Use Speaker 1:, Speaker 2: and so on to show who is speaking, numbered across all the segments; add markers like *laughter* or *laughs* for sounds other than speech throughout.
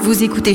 Speaker 1: Vous écoutez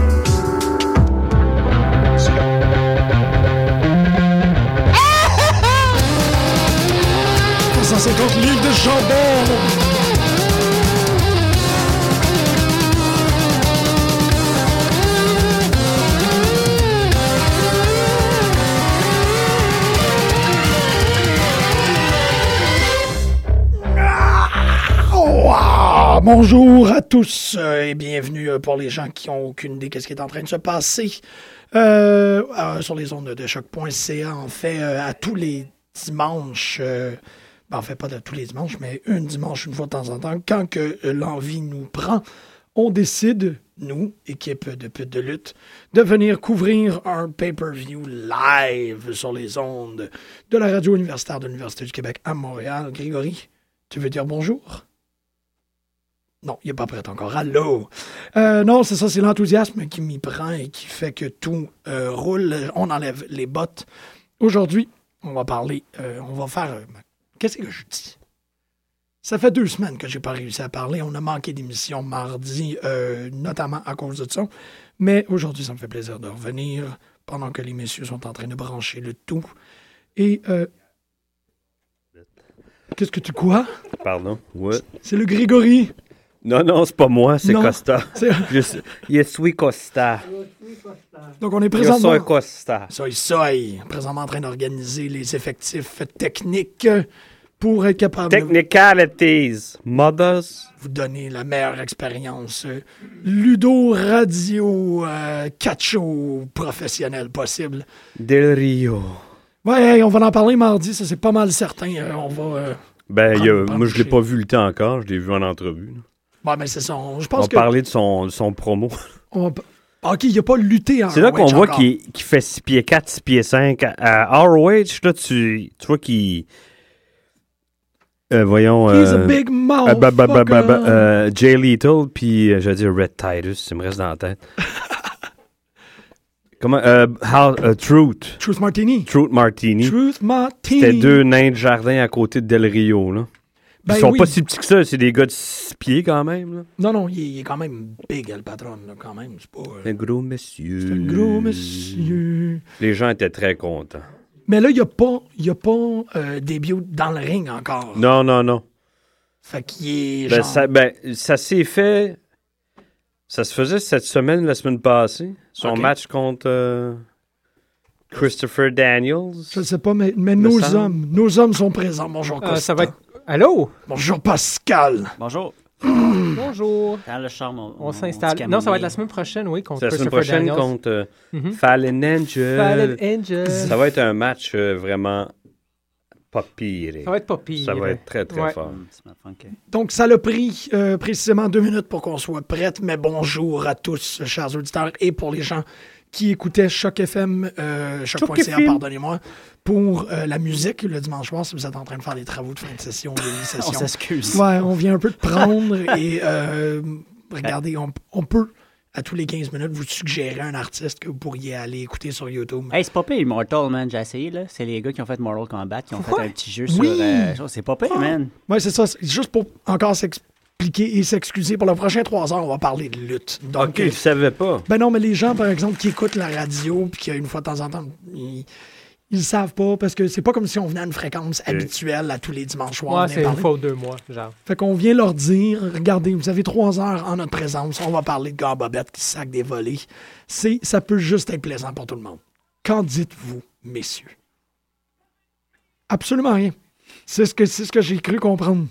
Speaker 2: minutes de chambon. Ah, Bonjour à tous euh, et bienvenue euh, pour les gens qui n'ont aucune idée de ce qui est en train de se passer euh, euh, sur les ondes de choc.ca. En fait, euh, à tous les dimanches, euh, ben, en fait pas de tous les dimanches, mais une dimanche, une fois de temps en temps, quand que euh, l'envie nous prend, on décide, nous, équipe de pute de lutte, de venir couvrir un pay-per-view live sur les ondes de la radio universitaire de l'Université du Québec à Montréal. Grégory, tu veux dire bonjour? Non, il n'est pas prêt encore. Allô? Euh, non, c'est ça, c'est l'enthousiasme qui m'y prend et qui fait que tout euh, roule. On enlève les bottes. Aujourd'hui, on va parler, euh, on va faire. euh, Qu'est-ce que je dis? Ça fait deux semaines que j'ai pas réussi à parler. On a manqué d'émissions mardi, euh, notamment à cause de ça. Mais aujourd'hui, ça me fait plaisir de revenir pendant que les messieurs sont en train de brancher le tout. Et. euh, Qu'est-ce que tu quoi?
Speaker 3: Pardon. Ouais.
Speaker 2: C'est le Grégory.
Speaker 3: Non, non, c'est pas moi, c'est
Speaker 2: Non.
Speaker 3: Costa.
Speaker 2: *laughs* C'est-
Speaker 3: Je suis- Je suis Costa.
Speaker 2: Donc, on est
Speaker 3: Je
Speaker 2: présentement.
Speaker 3: suis Costa.
Speaker 2: Soy Soy, présentement en train d'organiser les effectifs techniques pour être capable
Speaker 3: Technicalities. Mothers.
Speaker 2: de vous donner la meilleure expérience euh, ludo radio euh, cacho professionnel possible.
Speaker 3: Del Rio.
Speaker 2: Ouais, hey, on va en parler mardi, ça c'est pas mal certain. Euh, on va. euh,
Speaker 3: Ben, il y a-
Speaker 2: Pardon,
Speaker 3: moi, je l'ai
Speaker 2: j'ai-
Speaker 3: pas vu le temps encore. Je l'ai vu en entrevue. là.
Speaker 2: Bon, mais c'est ça. on- Je
Speaker 3: On
Speaker 2: pense que.
Speaker 3: parlait de son, de son promo.
Speaker 2: on va- Ok, il a pas lutté en
Speaker 3: C'est là qu'on
Speaker 2: ROH
Speaker 3: voit
Speaker 2: Ah, encore.
Speaker 3: qu'il qu'il fait 6 pieds 4, 6 pieds 5. À ROH, là, tu, tu vois qu'il... Euh, voyons...
Speaker 2: He's a
Speaker 3: euh,
Speaker 2: big mouth.
Speaker 3: Euh, bah, bah, bah, bah, bah, euh, Jay Little, puis euh, je vais dire Red Titus, ça me reste dans
Speaker 2: *laughs*
Speaker 3: la tête. Comment euh, How- euh, Truth.
Speaker 2: Truth Martini.
Speaker 3: Truth Martini.
Speaker 2: Truth Martini.
Speaker 3: C'était deux nains de jardin à côté de Del Rio. Là.
Speaker 2: Ben
Speaker 3: Ils sont
Speaker 2: oui.
Speaker 3: pas si petits que ça, c'est des gars de six pieds quand même. Là.
Speaker 2: Non, non, il est, il est quand même big, le patron, là, quand même. C'est pas. euh,
Speaker 3: Un gros monsieur.
Speaker 2: C'est un gros monsieur.
Speaker 3: Les gens étaient très contents.
Speaker 2: Mais là, il n'y a pas, il y a pas euh, des bio dans le ring encore.
Speaker 3: Non, non, non.
Speaker 2: Fait qu'il est
Speaker 3: Ben,
Speaker 2: genre...
Speaker 3: ça ben, ça s'est fait. Ça se faisait cette semaine, la semaine passée. Son
Speaker 2: Ok.
Speaker 3: match contre euh, Christopher Daniels.
Speaker 2: Je ne sais pas, mais, mais
Speaker 3: Me
Speaker 2: nos
Speaker 3: semble.
Speaker 2: hommes, nos hommes sont présents. Bonjour,
Speaker 4: Euh,
Speaker 2: Costa.
Speaker 4: ça va être... Allô?
Speaker 2: Bonjour, Pascal.
Speaker 5: Bonjour.
Speaker 4: Bonjour.
Speaker 5: Dans le charme,
Speaker 4: On, s'installe. Non, ça va être la semaine prochaine, oui, contre
Speaker 3: C'est la semaine
Speaker 4: Christopher
Speaker 3: prochaine
Speaker 4: Daniels.
Speaker 3: contre euh,
Speaker 4: Mhm.
Speaker 3: Fallen Angel.
Speaker 4: Fallen Angel.
Speaker 3: Ça va être un match euh, vraiment pas pire.
Speaker 4: Ça va être pas pire.
Speaker 3: Ça va être très, très
Speaker 4: Ouais.
Speaker 3: fort.
Speaker 2: Donc, ça l'a pris euh, précisément deux minutes pour qu'on soit prête, mais bonjour à tous, chers auditeurs, et pour les gens qui écoutaient Choc FM, euh, choc.ca,
Speaker 3: FM.
Speaker 2: pardonnez-moi, pour euh, la musique le dimanche soir, si vous êtes en train de faire des travaux de fin de session,
Speaker 4: *laughs*
Speaker 2: de
Speaker 5: On
Speaker 2: mi-session.
Speaker 5: s'excuse.
Speaker 2: Ouais, on vient un peu de prendre et euh, regardez, on, on peut à tous les 15 minutes vous suggérer un artiste que vous pourriez aller écouter sur YouTube.
Speaker 5: Hey, c'est pas pire, Immortal, man. J'ai essayé, là. C'est les gars qui ont fait Mortal Kombat, qui ont fait un petit jeu
Speaker 2: Oui.
Speaker 5: sur. euh, chose. c'est pas pire, man.
Speaker 2: Ah. Ouais, c'est ça. C'est juste pour encore s'expliquer et s'excuser. Pour le prochain 3 heures, on va parler de lutte. Donc,
Speaker 3: OK,
Speaker 2: euh,
Speaker 3: je savais pas.
Speaker 2: ben non, mais les gens, par exemple, qui écoutent la radio puis qui, une fois de temps en temps, ils, ils savent pas parce que c'est pas comme si on venait à une fréquence habituelle à tous les dimanches soirs.
Speaker 4: Ouais,
Speaker 2: on venait
Speaker 4: c'est une
Speaker 2: parler.
Speaker 4: fois ou deux mois, genre.
Speaker 2: Fait qu'on vient leur dire, regardez, vous avez trois heures en notre présence, on va parler de Gambabette qui sac des volets. C'est, ça peut juste être plaisant pour tout le monde. Qu'en dites-vous, messieurs? Absolument rien. C'est ce que, c'est ce que j'ai cru comprendre.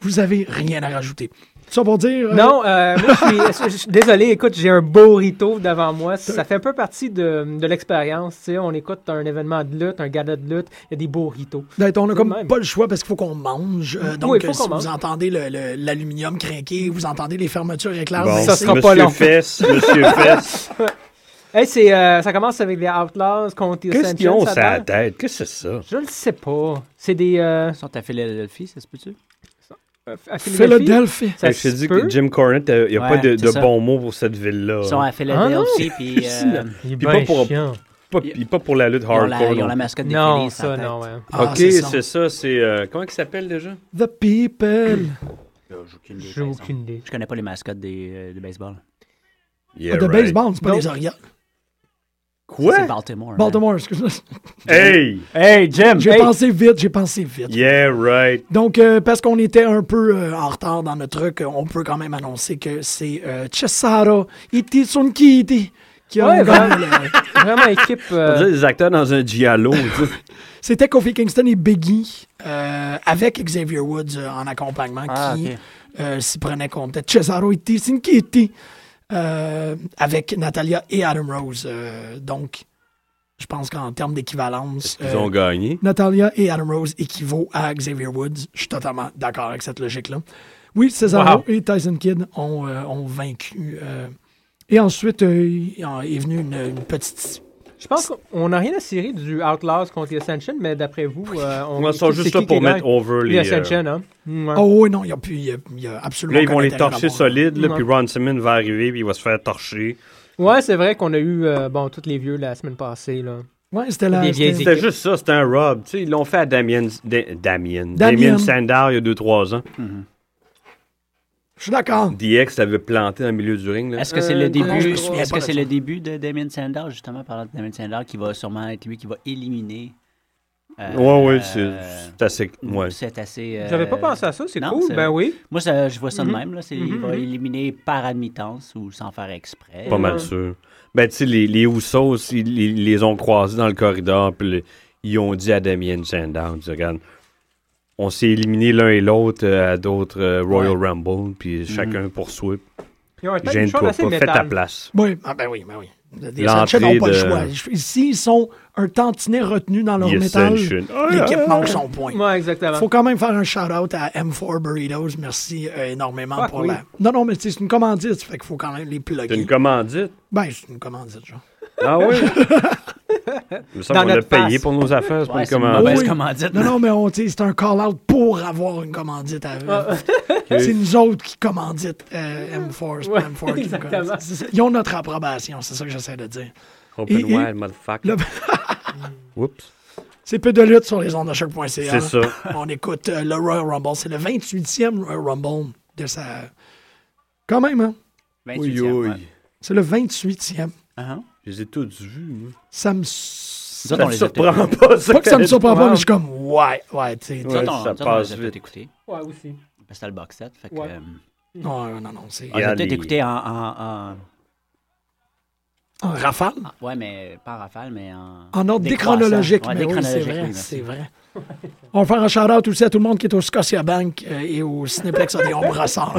Speaker 2: Vous avez rien à rajouter. Ça pour dire... euh,
Speaker 4: Non, euh, moi, je suis- je suis désolé, écoute, j'ai un burrito devant moi. Ça fait un peu partie de, de l'expérience, tu sais. On écoute un événement de lutte, un gala de lutte, il y a des burritos.
Speaker 2: d'être- on n'a comme
Speaker 4: Même. Mm-hmm.
Speaker 2: pas le choix parce qu'il faut qu'on mange. Euh, donc,
Speaker 4: Oui, faut
Speaker 2: euh,
Speaker 4: qu'on
Speaker 2: si
Speaker 4: mange.
Speaker 2: vous entendez le- le- l'aluminium craquer, vous entendez les fermetures éclairs,
Speaker 3: Bon,
Speaker 4: Ça sera
Speaker 3: Monsieur
Speaker 4: pas long.
Speaker 3: Fess, Monsieur Fess.
Speaker 4: Hey, c'est, euh, ça commence avec les Outlaws contre les
Speaker 3: Qu'est-ce qu'ils ont
Speaker 4: Ascension,
Speaker 3: sur la
Speaker 4: dedans?
Speaker 3: tête? Qu'est-ce que c'est ça?
Speaker 4: Je le sais pas. C'est des... euh,
Speaker 5: Ils sont à Philadelphie, ça se peut-tu?
Speaker 4: euh, à Philadelphie.
Speaker 2: Philadelphie.
Speaker 4: Ça
Speaker 3: je t'ai
Speaker 4: se
Speaker 3: dit
Speaker 4: peut.
Speaker 3: que Jim Cornette, euh, il n'y a
Speaker 5: Ouais,
Speaker 3: pas de,
Speaker 5: c'est
Speaker 3: de
Speaker 5: ça.
Speaker 3: bons mots pour cette ville-là.
Speaker 5: Ils
Speaker 4: Euh.
Speaker 5: sont à
Speaker 4: Ah,
Speaker 5: Philadelphie,
Speaker 4: *laughs*
Speaker 5: puis euh,
Speaker 4: Il est
Speaker 3: Puis
Speaker 4: ben
Speaker 3: pas pour-
Speaker 4: chiant.
Speaker 3: Pas, puis pas pour la lutte
Speaker 5: ils, ont la,
Speaker 3: hardcore.
Speaker 5: ils ont
Speaker 3: non.
Speaker 5: la mascotte des
Speaker 4: Non,
Speaker 5: Phillies sur la
Speaker 4: ça,
Speaker 5: tête.
Speaker 4: non. ouais.
Speaker 2: Ah,
Speaker 3: ok,
Speaker 2: c'est ça.
Speaker 3: c'est ça. C'est euh, comment il s'appelle déjà
Speaker 2: The People.
Speaker 5: Euh, J'ai aucune idée,
Speaker 4: J'ai
Speaker 5: par exemple.
Speaker 4: aucune idée.
Speaker 5: Je connais pas les mascottes des, euh, du baseball.
Speaker 3: Yeah,
Speaker 2: de
Speaker 3: right.
Speaker 2: baseball, c'est pas
Speaker 4: Non.
Speaker 2: les Orioles.
Speaker 5: C'est
Speaker 3: Quoi
Speaker 5: Baltimore. hein.
Speaker 2: Baltimore, excuse-moi.
Speaker 3: Hey
Speaker 4: Hey, Jim!
Speaker 2: J'ai
Speaker 4: hey!
Speaker 2: pensé vite, j'ai pensé vite.
Speaker 3: Yeah, right.
Speaker 2: Donc, euh, parce qu'on était un peu euh, en retard dans notre truc, euh, on peut quand même annoncer que c'est euh, Cesaro Itizunkiiti qui a
Speaker 4: Ouais,
Speaker 2: gagné
Speaker 4: ben-
Speaker 2: le- *laughs*
Speaker 4: Vraiment équipe.
Speaker 3: On dirait
Speaker 4: euh,
Speaker 3: des acteurs dans un giallo. tu sais.
Speaker 2: C'était Kofi Kingston et Biggie euh, avec Xavier Woods euh, en accompagnement
Speaker 5: Ah,
Speaker 2: qui
Speaker 5: ok.
Speaker 2: euh, s'y prenait contre Cesaro Itizunkiiti euh, avec Natalia et Adam Rose. euh, donc, je pense qu'en termes d'équivalence,
Speaker 3: Ils
Speaker 2: euh,
Speaker 3: ont gagné.
Speaker 2: Natalia et Adam Rose équivaut à Xavier Woods. Je suis totalement d'accord avec cette logique-là. Oui, Cesaro
Speaker 4: Wow.
Speaker 2: et Tyson Kidd ont, euh, ont vaincu. euh, et ensuite, euh, il en est venu une, une petite.
Speaker 4: Je pense qu'on n'a rien à cirer du Outlaws contre les Ascension, mais d'après vous, euh, on.
Speaker 3: Ils sont
Speaker 4: c'est
Speaker 3: juste
Speaker 4: qui
Speaker 3: là
Speaker 4: qui
Speaker 3: pour
Speaker 4: gagne?
Speaker 3: mettre over les.
Speaker 4: les
Speaker 3: euh,
Speaker 4: Ascension, hein. Mm, ouais.
Speaker 2: Oh oui, non, il n'y a, plus- il y a- il y a absolument
Speaker 3: Là, ils vont
Speaker 2: aucun
Speaker 3: les
Speaker 2: intérêt à
Speaker 3: torcher
Speaker 2: l'avoir.
Speaker 3: solides, là,
Speaker 4: Ouais.
Speaker 3: puis Ron Simmons va arriver, puis il va se faire torcher.
Speaker 4: Ouais, c'est vrai qu'on a eu, euh, bon, tous les vieux la semaine passée, là.
Speaker 2: Ouais, c'était la.
Speaker 4: Des vieilles
Speaker 2: c'était-
Speaker 4: équipes.
Speaker 3: C'était juste ça, c'était un rob. Tu sais, ils l'ont fait à Damien, Da- Damien.
Speaker 2: Damien.
Speaker 3: Damien Sandow il y a 2-3 ans.
Speaker 2: Je suis d'accord.
Speaker 3: DX l'avait planté dans le milieu du ring. là.
Speaker 5: Est-ce que c'est
Speaker 3: Un,
Speaker 5: le
Speaker 4: Euh,
Speaker 2: non, je me
Speaker 5: début
Speaker 2: souviens
Speaker 5: Est-ce
Speaker 2: pas
Speaker 5: que
Speaker 2: de
Speaker 5: c'est
Speaker 2: ça.
Speaker 5: le début de Damien Sandow justement parlant de Damien Sandow qui va sûrement être lui qui va éliminer euh,
Speaker 3: Ouais, ouais, c'est
Speaker 5: euh,
Speaker 3: c'est assez. Ouais.
Speaker 5: c'est assez euh,
Speaker 4: J'avais pas pensé à ça, c'est
Speaker 5: non,
Speaker 4: cool.
Speaker 5: c'est-
Speaker 4: Ben oui.
Speaker 5: Moi ça, je vois ça de
Speaker 4: Mhm.
Speaker 5: même là, c'est il
Speaker 4: Mhm,
Speaker 5: va
Speaker 4: mhm.
Speaker 5: éliminer par admittance ou sans faire exprès.
Speaker 3: Pas mal
Speaker 4: Ouais.
Speaker 3: sûr. Ben, tu sais, les, les Usos, ils, ils les ont croisés dans le corridor, puis le- ils ont dit à Damien Sandow, ils disent, regarde, on s'est éliminé l'un et l'autre euh, à d'autres euh, Royal Rumble, puis chacun pour soi.
Speaker 4: Ils ont un temps de choses
Speaker 3: Gêne-toi
Speaker 4: assez
Speaker 3: pas, fais ta
Speaker 4: métal.
Speaker 3: place.
Speaker 2: Oui, ah ben oui, ben oui. Les
Speaker 3: L'entrée
Speaker 2: Ascension n'ont pas le
Speaker 3: de-
Speaker 2: choix. Je- S'ils sont un tantinet retenu dans leur
Speaker 3: Yes,
Speaker 2: métal,
Speaker 3: Ascension. Ah,
Speaker 2: l'équipe
Speaker 3: ah,
Speaker 2: manque son point.
Speaker 4: Ouais, exactement.
Speaker 2: Faut quand même faire un shout-out à M4 Burritos. Merci euh, énormément
Speaker 4: Fuck
Speaker 2: pour
Speaker 4: oui.
Speaker 2: la. Non, non, mais tu sais, c'est une commandite, fait qu'il faut quand même les
Speaker 3: T'as
Speaker 2: plugger.
Speaker 3: une commandite?
Speaker 2: Ben, c'est une commandite, genre. *laughs*
Speaker 3: Ah oui? Il me semble
Speaker 4: Dans
Speaker 3: qu'on a
Speaker 4: notre
Speaker 3: payé
Speaker 4: face.
Speaker 3: pour nos affaires, c'est
Speaker 5: Ouais,
Speaker 3: pas
Speaker 5: c'est
Speaker 3: une
Speaker 5: une
Speaker 3: commandite.
Speaker 5: mauvaise
Speaker 2: Oui.
Speaker 5: commandite.
Speaker 2: Non, non, mais on, tu sais, c'est un call-out pour avoir une commandite à
Speaker 4: Ah.
Speaker 2: *laughs* C'est nous autres qui commanditent euh, M4. c'est pas
Speaker 4: Ouais,
Speaker 2: M4 qui nous commandite.
Speaker 4: *laughs* exactement.
Speaker 2: C'est ça. Ils ont notre approbation, c'est ça que j'essaie de dire.
Speaker 3: Open
Speaker 2: Ben, Et- et-
Speaker 3: wide, motherfucker.
Speaker 2: Là-
Speaker 3: *laughs* Oups.
Speaker 2: C'est peu de lutte sur les ondes de choc.ca.
Speaker 3: C'est ça.
Speaker 2: On écoute euh, le Royal Rumble. C'est le 28e Royal Rumble de sa. Quand même, hein?
Speaker 5: 28e,
Speaker 3: Ouille,
Speaker 5: ouais.
Speaker 3: ouille.
Speaker 2: C'est le 28e.
Speaker 5: Ah, ah.
Speaker 3: Je les ai tous vus, moi.
Speaker 2: Ça me. s-
Speaker 5: Nous autres,
Speaker 3: Ça
Speaker 5: on
Speaker 3: me
Speaker 5: les a
Speaker 3: surprend pas, ça.
Speaker 2: Pas que ça me surprend pas,
Speaker 4: Ouais.
Speaker 2: mais je suis comme, ouais, ouais, tu sais.
Speaker 5: Nous autres, on-
Speaker 3: Ouais, ça
Speaker 5: nous autres, on les
Speaker 3: passe
Speaker 5: a
Speaker 3: vite.
Speaker 5: peut-être écoutés.
Speaker 4: Ouais, aussi.
Speaker 5: Parce que C'était le box set. Fait que,
Speaker 4: Ouais.
Speaker 5: euh,
Speaker 2: Non, non, non, c'est.
Speaker 5: on les a
Speaker 3: Yeah,
Speaker 5: peut-être
Speaker 3: les-
Speaker 5: écoutés en, en- en-
Speaker 2: En rafale?
Speaker 5: en- Ouais, mais pas en rafale, mais en.
Speaker 2: En ordre
Speaker 5: décroissant.
Speaker 2: déchronologique,
Speaker 5: Ouais,
Speaker 2: mais oui, c'est
Speaker 5: déchronologique, oui,
Speaker 2: vrai,
Speaker 5: merci.
Speaker 2: c'est vrai. On va faire un shout-out aussi à tout le monde qui est au Scotia Bank euh, et au Cinéplex Odéon Brassard.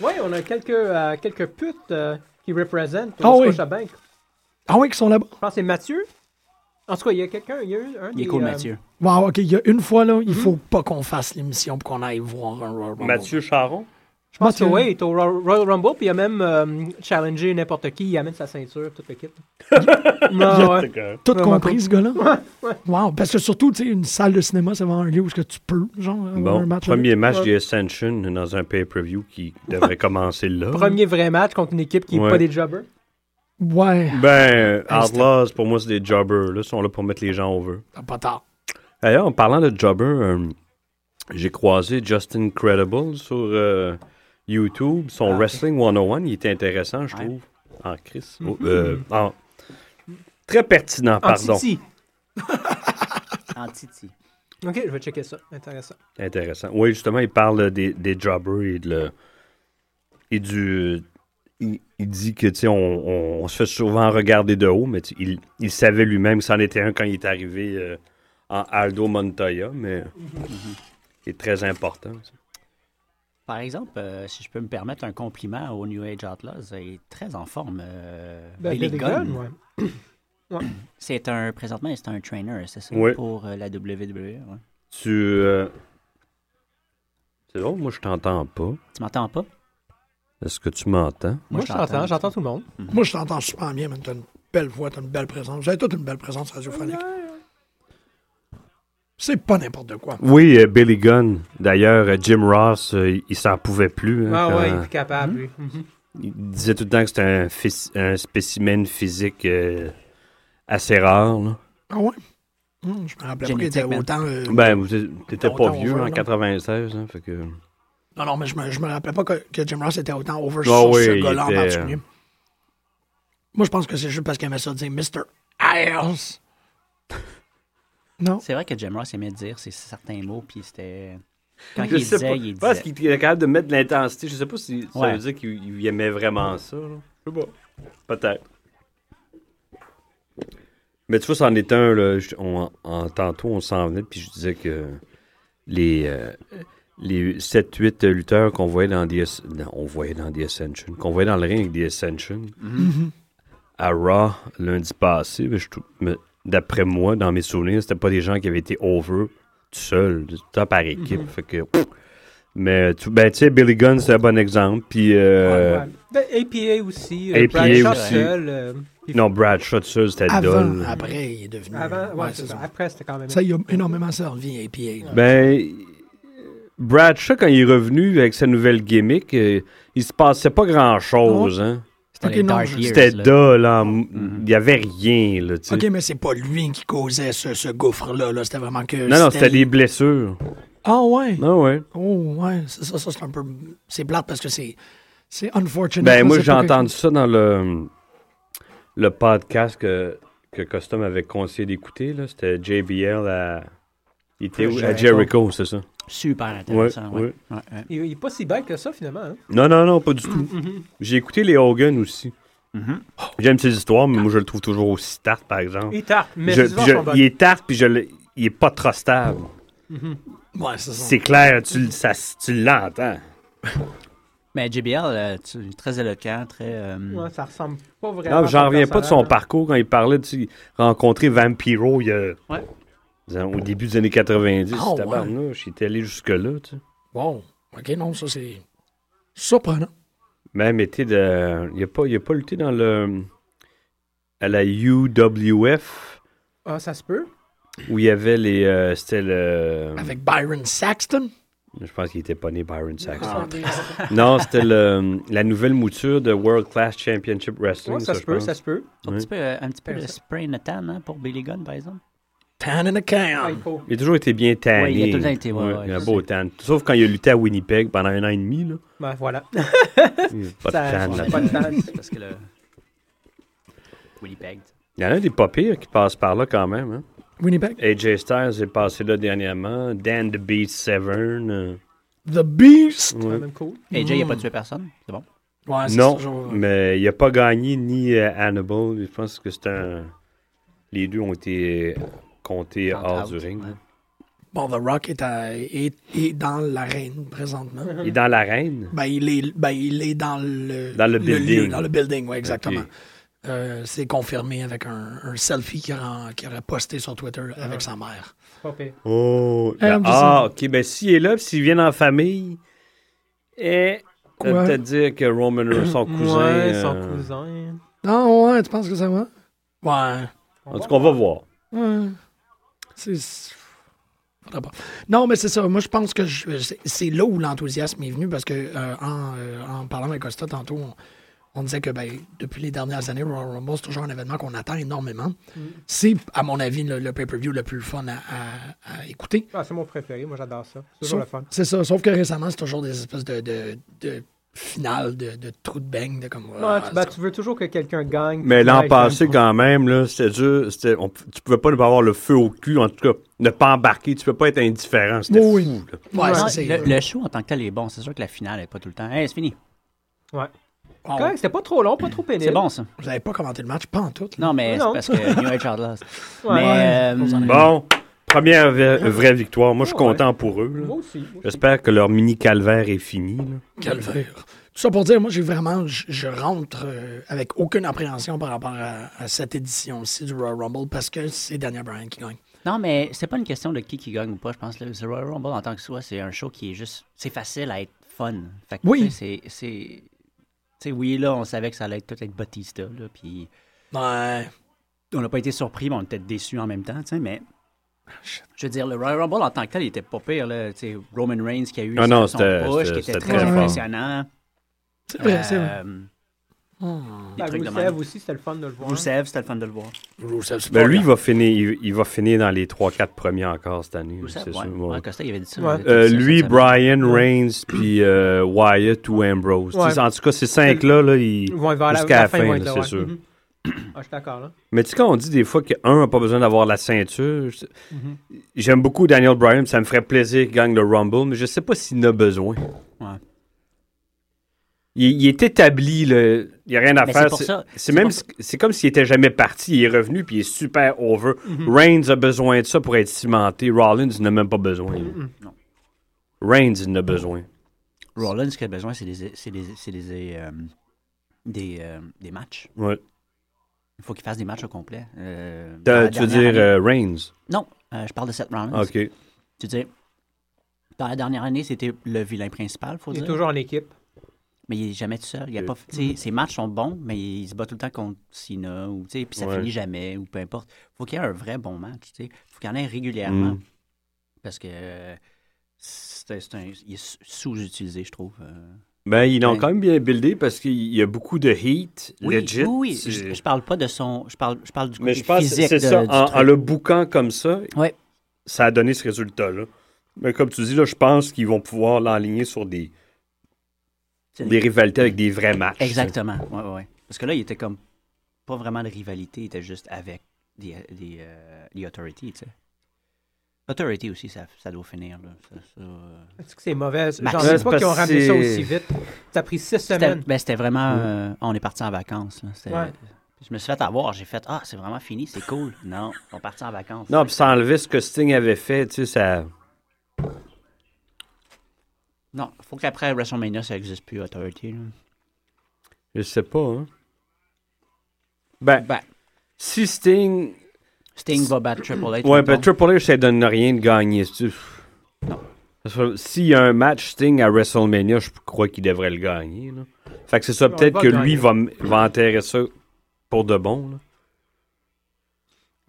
Speaker 4: Ouais, on a quelques, euh, quelques putes euh, qui représentent
Speaker 2: Ah oui.
Speaker 4: Bank.
Speaker 2: *laughs* ah oui, qui sont là-bas.
Speaker 4: Je pense que c'est Mathieu. En tout cas, il y a quelqu'un, il y a eu un
Speaker 5: Il est
Speaker 4: des,
Speaker 5: cool,
Speaker 4: euh,
Speaker 5: Mathieu.
Speaker 2: Wow, OK, il y a une fois, là, il faut pas qu'on fasse l'émission pour qu'on aille voir un Royal Rumble.
Speaker 3: Mathieu Charon?
Speaker 4: Je pense que
Speaker 2: Mathieu.
Speaker 4: ouais, il est au Ro- Royal Rumble, puis il a même euh, challengé n'importe qui, il amène sa ceinture, tout
Speaker 3: *laughs*
Speaker 4: le kit. non, ouais.
Speaker 2: Tout
Speaker 4: Vraiment
Speaker 2: compris, ce gars-là. Wow, parce que surtout, tu sais, une salle de cinéma, c'est vraiment un lieu où est-ce que tu peux, genre, avoir
Speaker 3: Bon,
Speaker 2: un match.
Speaker 3: premier match
Speaker 4: Ouais.
Speaker 3: des Ascension dans un pay-per-view
Speaker 2: *laughs*
Speaker 3: qui devrait commencer là.
Speaker 4: Premier vrai match contre une équipe qui n'est
Speaker 3: Ouais.
Speaker 4: pas des jobbers.
Speaker 2: avec. Ouais,
Speaker 3: Ben,
Speaker 2: Instant.
Speaker 3: Outlaws, pour moi, c'est des jobbers. Là, ils sont là pour mettre les gens over.
Speaker 2: t'as pas tard.
Speaker 3: D'ailleurs, en parlant de jobbers, euh, j'ai croisé Justin Credible sur euh, YouTube. Son
Speaker 5: Ah, ok.
Speaker 3: Wrestling 101, il était intéressant, je
Speaker 5: Ouais. Mm-hmm.
Speaker 3: trouve. En Chris. Oh, euh, en- Très
Speaker 5: Ah,
Speaker 3: pertinent,
Speaker 4: En
Speaker 3: pardon.
Speaker 4: Titi.
Speaker 5: En Titi.
Speaker 4: Ok, je vais checker ça. Intéressant.
Speaker 3: Intéressant. Oui, justement, il parle des, des jobbers et de le- et du. Il, il dit que, tu sais, on, on- on se fait souvent regarder de haut, mais tu- il, il savait lui-même que c'en était un quand il est arrivé euh, en Aldo Montoya, mais.
Speaker 5: Mm-hmm.
Speaker 3: qui est très important. ça.
Speaker 5: Par exemple, euh, si je peux me permettre un compliment au New Age Outlaws, il est très en forme. euh,
Speaker 4: Ben,
Speaker 5: Billy
Speaker 4: Billy
Speaker 5: Gunn.
Speaker 4: Gunn, ouais.
Speaker 5: C'est un, présentement, c'est un trainer, c'est ça?
Speaker 3: Oui.
Speaker 5: Pour euh, la WWE, ouais.
Speaker 3: Tu. euh, C'est drôle, moi, je t'entends pas.
Speaker 5: Tu m'entends pas?
Speaker 3: Est-ce que tu m'entends?
Speaker 4: Moi, je t'entends, j'entends tout le monde.
Speaker 2: Moi, je t'entends super bien, man. T'as une belle voix, t'as une belle présence. Vous avez toute une belle présence radiophonique. C'est pas n'importe quoi.
Speaker 3: Oui, euh, Billy Gunn. D'ailleurs, euh, Jim Ross, euh, il s'en pouvait plus. hein,
Speaker 4: Ah
Speaker 3: quand-
Speaker 4: ouais, il est plus capable, lui. Mhm.
Speaker 3: Il disait tout le temps que c'était un, phys- un spécimen physique euh, assez rare. là.
Speaker 2: Ah ouais? Hum, je me rappelais pas qu'il était
Speaker 5: Génétiquement.
Speaker 2: autant. euh,
Speaker 3: Ben, vous êtes- t'étais pas
Speaker 2: Autant on
Speaker 3: vieux
Speaker 2: veut,
Speaker 3: en
Speaker 2: là.
Speaker 3: 96, hein, fait que...
Speaker 2: Non, non, mais je me, je me rappelais pas que, que Jim Ross était autant over
Speaker 3: Ah
Speaker 2: sur
Speaker 3: oui,
Speaker 2: ce
Speaker 3: il
Speaker 2: gars-là en
Speaker 3: était-
Speaker 2: particulier. Moi, je pense que c'est juste parce qu'il aimait ça dire Mr. Iles. Non?
Speaker 5: C'est vrai que Jim Ross aimait dire ces certains mots, puis c'était. Quand
Speaker 3: Je
Speaker 5: il
Speaker 3: sais
Speaker 5: disait,
Speaker 3: pas.
Speaker 5: il
Speaker 3: Je pense
Speaker 5: disait.
Speaker 3: qu'il était capable de mettre de l'intensité. Je sais pas si ça
Speaker 5: Ouais.
Speaker 3: veut dire qu'il il aimait vraiment ça. là. Je sais pas. Peut-être. Mais tu vois, c'en est un. Là, je- on- en, tantôt, on s'en venait, puis je disais que les, euh, les 7-8 lutteurs qu'on voyait dans The, As- non, on voyait dans The Ascension, qu'on voyait dans le ring avec The Ascension,
Speaker 2: Mm-hmm.
Speaker 3: à Raw, lundi passé, mais je trou- mais d'après moi, dans mes souvenirs, c'était pas des gens qui avaient été over tout seul, tout le temps par
Speaker 2: Mm-hmm.
Speaker 3: équipe. Fait que... pff. Mais tu ben, tu sais, Billy Gunn, c'est un bon exemple. Puis, euh,
Speaker 4: Ouais. Ben, APA aussi. euh,
Speaker 3: APA
Speaker 4: Bradshaw
Speaker 3: aussi.
Speaker 4: seul, euh, puis-
Speaker 3: non, Bradshaw, tout seul, c'était
Speaker 2: Avant,
Speaker 3: dole.
Speaker 2: après, il est devenu.
Speaker 4: Avant, ouais,
Speaker 2: Ouais,
Speaker 4: c'est
Speaker 2: c'est
Speaker 4: ça. Après, c'était quand même.
Speaker 2: Ça, il a énormément servi, APA. là.
Speaker 3: Ben, Bradshaw, quand il est revenu avec sa nouvelle gimmick, euh, il se passait pas grand-chose. Hein?
Speaker 5: C'était
Speaker 2: Ok,
Speaker 5: les
Speaker 2: non,
Speaker 5: Dark
Speaker 2: je-
Speaker 5: Years,
Speaker 3: C'était
Speaker 5: là.
Speaker 3: dole. en- Il y avait rien. Là, tu sais.
Speaker 2: Mm-hmm. OK, mais c'est pas lui qui causait ce, ce gouffre-là. Là. C'était vraiment que.
Speaker 3: Non, non, c'était des blessures.
Speaker 2: Ah, ouais.
Speaker 3: Non, ouais.
Speaker 2: Oh, ouais. Ça, ça, ça, c'est un peu. C'est plate parce que c'est. C'est unfortunate.
Speaker 3: Ben, moi,
Speaker 2: c'est
Speaker 3: j'ai
Speaker 2: pas quelque
Speaker 3: entendu ça dans le, le podcast que, que Custom avait conseillé d'écouter. là. C'était JBL à, il était où? à Jericho, c'est ça?
Speaker 5: Super intéressant.
Speaker 3: Ouais,
Speaker 5: ouais. Ouais, ouais.
Speaker 4: Il il est pas si bête que ça, finalement. hein.
Speaker 3: Non, non, non, pas du tout.
Speaker 2: Mm-hmm.
Speaker 3: J'ai écouté les Hogan aussi. J'aime ses histoires, mais moi, je le trouve toujours aussi tarte, par exemple.
Speaker 4: Il tape, mais
Speaker 3: Je-
Speaker 4: ses histoires
Speaker 3: je-
Speaker 4: sont bonnes.
Speaker 3: il est tarte, puis je le- il est pas trustable.
Speaker 2: Ouais, c'est ça.
Speaker 3: C'est clair, tu, le- ça- tu l'entends.
Speaker 5: Mais JBL, euh, tu- très éloquent, très. euh,
Speaker 4: Ouais, ça ressemble pas vraiment.
Speaker 3: Non,
Speaker 4: à
Speaker 3: j'en
Speaker 4: son
Speaker 3: reviens pas de son
Speaker 4: personnage. hein.
Speaker 3: parcours quand il parlait de rencontrer Vampiro il y a-
Speaker 5: Ouais.
Speaker 3: dans- au début des années 90.
Speaker 2: Ah, ouais.
Speaker 3: tabarnouche, il était allé jusque-là. tu sais.
Speaker 2: Bon. OK, non, ça, c'est. Surprenant.
Speaker 3: Même été de. Il n'a pas, il a pas lutté dans le. à la UWF
Speaker 4: Ah, ça se peut.
Speaker 3: où il y avait les. euh, C'était le.
Speaker 2: Avec Byron Saxton.
Speaker 3: Je pense qu'il était pas né Byron Saxon.
Speaker 4: Ah,
Speaker 3: *laughs* Non, c'était le- la nouvelle mouture de World Class Championship Wrestling.
Speaker 4: ouais, ça
Speaker 3: ça,
Speaker 4: se
Speaker 3: je
Speaker 4: peut,
Speaker 3: pense.
Speaker 4: ça se peut.
Speaker 5: Un
Speaker 3: Oui.
Speaker 5: petit peu, euh, un petit peu
Speaker 4: Ouais,
Speaker 5: le
Speaker 4: ça.
Speaker 5: spray Nathan hein, pour Billy Gunn, par exemple.
Speaker 2: Tan in a
Speaker 4: Ah,
Speaker 2: can.
Speaker 4: il faut.
Speaker 3: Il a toujours été bien tanné.
Speaker 5: Ouais, il a tout le temps été, ouais, ouais,
Speaker 3: il a
Speaker 5: je
Speaker 3: beau tan. Sauf quand il a lutté à Winnipeg pendant un an et demi. Là.
Speaker 4: Ben voilà. *laughs*
Speaker 3: Il a Pas
Speaker 4: Ça-
Speaker 3: de tan
Speaker 4: ouais.
Speaker 3: là-dedans.
Speaker 4: Pas de fan.
Speaker 5: Ah, *laughs* C'est parce que le. Winnipeg.
Speaker 3: Il y en a des pas pires qui passent par là quand même. Hein.
Speaker 2: Winnipeg.
Speaker 3: AJ Styles est passé là dernièrement. Dan the Beast Severn. euh,
Speaker 2: The Beast.
Speaker 4: C'est
Speaker 3: ouais.
Speaker 4: même cool.
Speaker 5: AJ, il n'a pas
Speaker 4: Mm.
Speaker 5: tué personne. C'est bon.
Speaker 2: Ouais, Ah, c'est
Speaker 3: Non,
Speaker 2: toujours-
Speaker 3: mais il n'a pas gagné ni euh, Hannibal. Je pense que c'est un. Les deux ont été comptés
Speaker 5: Count
Speaker 3: hors
Speaker 5: out,
Speaker 3: du ring.
Speaker 5: ouais.
Speaker 2: Bon, The Rock est, à- est, est dans l'arène présentement.
Speaker 3: Il est dans l'arène.
Speaker 2: Ben, il est, ben, il est dans le,
Speaker 3: Dans le building.
Speaker 2: lieu, dans le building, oui, exactement.
Speaker 3: Ok.
Speaker 2: Euh, c'est confirmé avec un, un selfie qu'il aurait, qu'il aurait posté sur Twitter avec sa mère.
Speaker 4: Pas pire.
Speaker 3: Oh.
Speaker 2: Ah,
Speaker 3: ah, ok. Ben, s'il est là, puis s'il vient en famille, eh, ça
Speaker 2: Quoi?
Speaker 3: veut peut-être dire que Roman,
Speaker 4: *clears throat*
Speaker 3: son cousin.
Speaker 4: Ouais,
Speaker 3: euh,
Speaker 4: son cousin.
Speaker 2: Non, Ah, ouais, tu penses que ça va? Ouais.
Speaker 3: En tout cas, on va voir.
Speaker 2: Ouais. C'est. c'est- faudrait pas. Non, mais c'est ça. Moi, je pense que je- c'est- c'est là où l'enthousiasme est venu parce que euh, en, euh, en parlant avec Costa tantôt, on, on disait que ben, depuis les dernières années, Royal Rumble, c'est toujours un événement qu'on attend énormément.
Speaker 4: Mm.
Speaker 2: C'est, à mon avis, le, le pay-per-view le plus fun à, à- à écouter.
Speaker 4: Ah, c'est mon préféré, moi j'adore ça. C'est toujours le
Speaker 2: Sauf-
Speaker 4: fun.
Speaker 2: C'est ça. Sauf que récemment, c'est toujours des espèces de, de, de finales, de, de trous de beigne, de comme.
Speaker 4: Ouais,
Speaker 2: ah,
Speaker 4: tu, ben, tu veux toujours que quelqu'un gagne.
Speaker 3: Mais
Speaker 4: tu
Speaker 3: l'an
Speaker 4: lèches
Speaker 3: passé,
Speaker 4: un-
Speaker 3: quand même, là, c'était dur. C'était, on- tu pouvais pas ne pas avoir le feu au cul, en tout cas, ne pas embarquer. Tu peux pas être indifférent. C'était
Speaker 2: Oui,
Speaker 3: fou. là.
Speaker 2: c'est-
Speaker 4: Ah,
Speaker 2: ouais,
Speaker 5: Ah, Non,
Speaker 2: ça, c'est-
Speaker 5: le, le show en tant que tel est bon. C'est sûr que la finale n'est pas tout le temps. Hey, c'est fini.
Speaker 4: Ouais.
Speaker 2: oh,
Speaker 4: Correct, c'était pas trop long,
Speaker 3: Mm.
Speaker 4: pas trop pénible.
Speaker 5: C'est bon, ça.
Speaker 2: vous n'avez pas commenté le match, pas en tout. là.
Speaker 5: Non, mais
Speaker 4: Non.
Speaker 5: c'est parce que New Age Outlaws.
Speaker 4: Ouais.
Speaker 5: Mais.
Speaker 2: Ouais, on s'en
Speaker 5: euh,
Speaker 2: est-
Speaker 3: Bon, première v- vraie victoire. Moi, je suis
Speaker 4: Ouais.
Speaker 3: content pour eux. là.
Speaker 4: Moi aussi. moi aussi.
Speaker 3: J'espère que leur mini calvaire est fini. là.
Speaker 2: Calvaire. Tout ça pour dire, moi, j'ai vraiment, je, je rentre euh, avec aucune appréhension par rapport à, à cette édition-ci du Royal Rumble parce que c'est Daniel Bryan qui gagne.
Speaker 5: Non, mais c'est pas une question de qui qui gagne ou pas. Je pense que le The Royal Rumble, en tant que soi, c'est un show qui est juste. C'est facile à être fun. Fait que,
Speaker 2: Oui.
Speaker 5: tu sais, C'est. c'est- Tu sais, oui, là, on savait que ça allait être tout être Batista, là. Puis.
Speaker 2: Ouais.
Speaker 5: On n'a pas été surpris, mais on était déçus en même temps, tu sais, mais. Je veux dire, le Royal Rumble en tant que tel, il était pas pire. Là. Tu sais, Roman Reigns qui a eu
Speaker 3: Ah non,
Speaker 5: son
Speaker 3: c'était-
Speaker 5: push, qui
Speaker 3: c'était-
Speaker 5: était
Speaker 3: c'était
Speaker 5: très,
Speaker 2: très fort.
Speaker 5: impressionnant.
Speaker 2: C'est vrai, c'est vrai.
Speaker 5: Euh, Des
Speaker 2: Ah.
Speaker 4: Ben,
Speaker 5: trucs de
Speaker 4: Rousseff
Speaker 5: même.
Speaker 4: aussi, c'était le fun de le voir.
Speaker 5: Rousseff, c'était le fun de le voir.
Speaker 2: Rusev, c'est
Speaker 3: Ben,
Speaker 2: pas
Speaker 3: lui, il
Speaker 2: grave.
Speaker 3: va, finir, il, il va finir dans les 3-4 premiers encore cette année.
Speaker 5: Rousseff,
Speaker 3: Hmm, c'est
Speaker 5: ouais.
Speaker 3: sûr, ouais.
Speaker 5: Ouais, Costa, il avait dit ça.
Speaker 4: Ouais.
Speaker 5: il était
Speaker 3: Euh,
Speaker 5: sur
Speaker 3: lui,
Speaker 5: cette semaine.
Speaker 3: Brian Reigns, puis euh, Wyatt ou Ambrose.
Speaker 4: Ouais.
Speaker 3: Tu sais, En tout cas, ces cinq-là, là, ils-
Speaker 4: Ils vont vers la,
Speaker 3: jusqu'à
Speaker 4: la
Speaker 3: la
Speaker 4: fin,
Speaker 3: fin,
Speaker 4: ils vont être
Speaker 3: là,
Speaker 4: là,
Speaker 3: c'est
Speaker 4: ouais.
Speaker 3: sûr. *coughs*
Speaker 4: Mhm. Ah, je suis d'accord, là.
Speaker 3: Mais tu sais, quand on dit des fois qu'un n'a pas besoin d'avoir la ceinture, je-
Speaker 5: Mm-hmm.
Speaker 3: j'aime beaucoup Daniel Bryan, puis ça me ferait plaisir qu'il gagne le Rumble, mais je sais pas s'il en a besoin.
Speaker 5: Ouais.
Speaker 3: Il, il est établi, là. il n'y a rien à
Speaker 5: Mais c'est
Speaker 3: faire.
Speaker 5: pour ça.
Speaker 3: c'est même,
Speaker 5: pour ça.
Speaker 3: c'est comme s'il était jamais parti, il est revenu, puis il est super over.
Speaker 5: Mm-hmm.
Speaker 3: Reigns a besoin de ça pour être cimenté. Rollins n'a même pas besoin.
Speaker 5: Non.
Speaker 3: Reigns il en a besoin.
Speaker 5: Rollins, ce qu'il a besoin, c'est des, c'est des, c'est des, euh, des, euh, des matchs.
Speaker 3: Ouais.
Speaker 5: Il faut qu'il fasse des matchs au complet. Euh, dans
Speaker 3: T'as-
Speaker 5: la
Speaker 3: Tu veux
Speaker 5: dernière
Speaker 3: dire
Speaker 5: année-
Speaker 3: euh, Reigns?
Speaker 5: Non, euh, je parle de Seth Rollins.
Speaker 3: OK.
Speaker 5: Tu veux dire, dans la dernière année, c'était le vilain principal, faut
Speaker 4: Il est
Speaker 5: dire.
Speaker 4: toujours en équipe.
Speaker 5: Mais il est jamais tout seul. Il y a
Speaker 3: Ok.
Speaker 5: pas, tu sais, ses matchs sont bons, mais il se bat tout le temps contre Cena, ou, tu sais, puis ça
Speaker 3: Ouais.
Speaker 5: finit jamais, ou peu importe. faut qu'il y ait un vrai bon match. tu sais. faut qu'il y en ait régulièrement.
Speaker 3: Mm.
Speaker 5: Parce que euh, c'est c'est un- il est sou- sous-utilisé, je trouve. euh.
Speaker 3: Ben, ils l'ont
Speaker 5: Ouais.
Speaker 3: quand même bien buildé parce qu'il y a beaucoup de heat,
Speaker 5: Oui,
Speaker 3: legit.
Speaker 5: oui, oui.
Speaker 3: C'est-
Speaker 5: Je, je parle pas de son. Je parle, je parle du côté
Speaker 3: Mais je pense que
Speaker 5: physique.
Speaker 3: c'est
Speaker 5: de-
Speaker 3: ça.
Speaker 5: du
Speaker 3: En,
Speaker 5: truc.
Speaker 3: en le bouquant comme ça,
Speaker 5: Ouais.
Speaker 3: ça a donné ce résultat-là. Mais comme tu dis, là, je pense qu'ils vont pouvoir l'enligner sur des,
Speaker 5: C'est-
Speaker 3: des rivalités avec des vrais matchs.
Speaker 5: Exactement. Ouais, ouais, ouais. Parce que là, il était comme pas vraiment de rivalité, il était juste avec des, des, euh, les authorities, tu sais. Authority aussi, ça, ça doit finir. Là. Ça- ça, euh,
Speaker 4: Est-ce que c'est mauvais?
Speaker 5: Max.
Speaker 4: J'en
Speaker 5: Ouais,
Speaker 4: sais
Speaker 3: Ben, c'est
Speaker 4: pas qu'ils ont
Speaker 3: parce
Speaker 4: ramené ça
Speaker 3: que
Speaker 4: aussi
Speaker 3: c'est-
Speaker 4: vite. Ça a pris six
Speaker 5: C'était
Speaker 4: semaines.
Speaker 5: ben, c'était vraiment.
Speaker 3: Mm.
Speaker 5: euh, on est parti en vacances. là. C'était-
Speaker 4: Ouais.
Speaker 5: Je me suis fait avoir. J'ai fait Ah, c'est vraiment fini, c'est cool. *laughs* Non, on est parti en vacances.
Speaker 3: Non, puis ça enlevait ce que Sting avait fait, tu sais, ça...
Speaker 5: Non, faut qu'après WrestleMania, ça n'existe plus, Authority. là.
Speaker 3: Je sais pas, hein. Ben, si Sting...
Speaker 5: Sting va battre Triple H.
Speaker 3: Ouais, ben,
Speaker 5: mettons.
Speaker 3: Triple H, ça donne rien de gagner. tu sais.
Speaker 5: Non.
Speaker 3: Parce que S'il y a un match Sting à WrestleMania, je crois qu'il devrait le gagner. là. Fait que c'est ça,
Speaker 4: Ouais,
Speaker 3: peut-être
Speaker 4: il va
Speaker 3: que lui
Speaker 4: gagner.
Speaker 3: va, m- va enterrer ça pour de bon. là.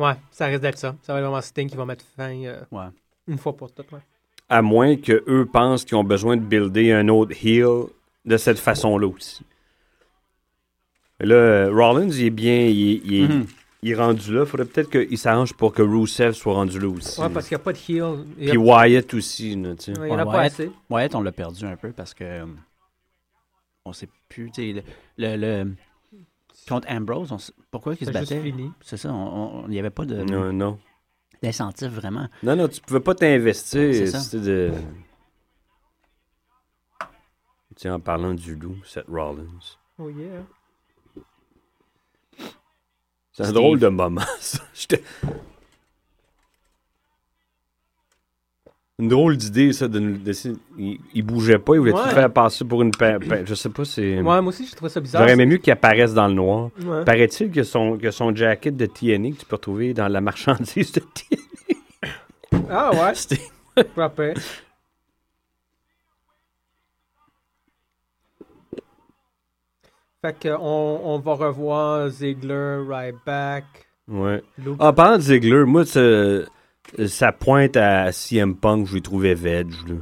Speaker 4: Ouais, ça risque d'être ça. Ça va être vraiment Sting qui va mettre fin euh,
Speaker 5: Ouais.
Speaker 4: une fois pour toutes. ouais.
Speaker 3: À moins que eux pensent qu'ils ont besoin de builder un autre heel de cette façon-là aussi. Là, euh, Rollins, il est bien, il est, il est-
Speaker 4: Mm-hmm.
Speaker 5: Mhm.
Speaker 3: il est rendu là. Faudrait peut-être qu'il s'arrange pour que Rusev soit rendu là aussi.
Speaker 4: Ouais, parce qu'il n'y a pas de heal. Il y
Speaker 3: Puis
Speaker 4: a-
Speaker 3: Wyatt aussi, là, tu sais.
Speaker 4: ouais, il y en a
Speaker 5: Ouais,
Speaker 4: pas
Speaker 5: ouais.
Speaker 4: assez.
Speaker 5: Wyatt, on l'a perdu un peu parce que. euh, On sait plus. tu sais, Le, le, le- contre Ambrose, on s- pourquoi il se
Speaker 4: C'est Ben, juste
Speaker 5: battait
Speaker 4: fini.
Speaker 5: C'est ça, on- on- il n'y avait pas de-
Speaker 3: Non, non.
Speaker 5: d'incentive vraiment.
Speaker 3: Non, non, tu pouvais pas
Speaker 5: C'est
Speaker 3: t'investir.
Speaker 5: ça.
Speaker 3: C'était de. Tu sais, en parlant du loup, Seth Rollins.
Speaker 4: Oh yeah.
Speaker 3: C'est un
Speaker 5: Steve.
Speaker 3: drôle de moment, *laughs* ça. J'étais- Une drôle d'idée, ça, de nous de- il, il bougeait pas, il voulait
Speaker 4: Ouais.
Speaker 3: tout faire passer pour une pa- pa- Je sais pas, c'est.
Speaker 4: Ouais, moi aussi, j'ai trouvé ça bizarre.
Speaker 3: J'aurais aimé mieux qu'il apparaisse dans le noir.
Speaker 4: Ouais.
Speaker 3: Paraît-il que son, que son jacket de TNA que tu peux retrouver dans la marchandise de TNA, *laughs*
Speaker 4: Ah ouais,
Speaker 3: c'était-
Speaker 4: proper. Fait que on, on va revoir Ziggler, Ryback,
Speaker 3: Ouais.
Speaker 4: Luke.
Speaker 3: En Ah, parlant de Ziggler, moi, ce- sa pointe à CM Punk, je l'ai trouvé veg. là.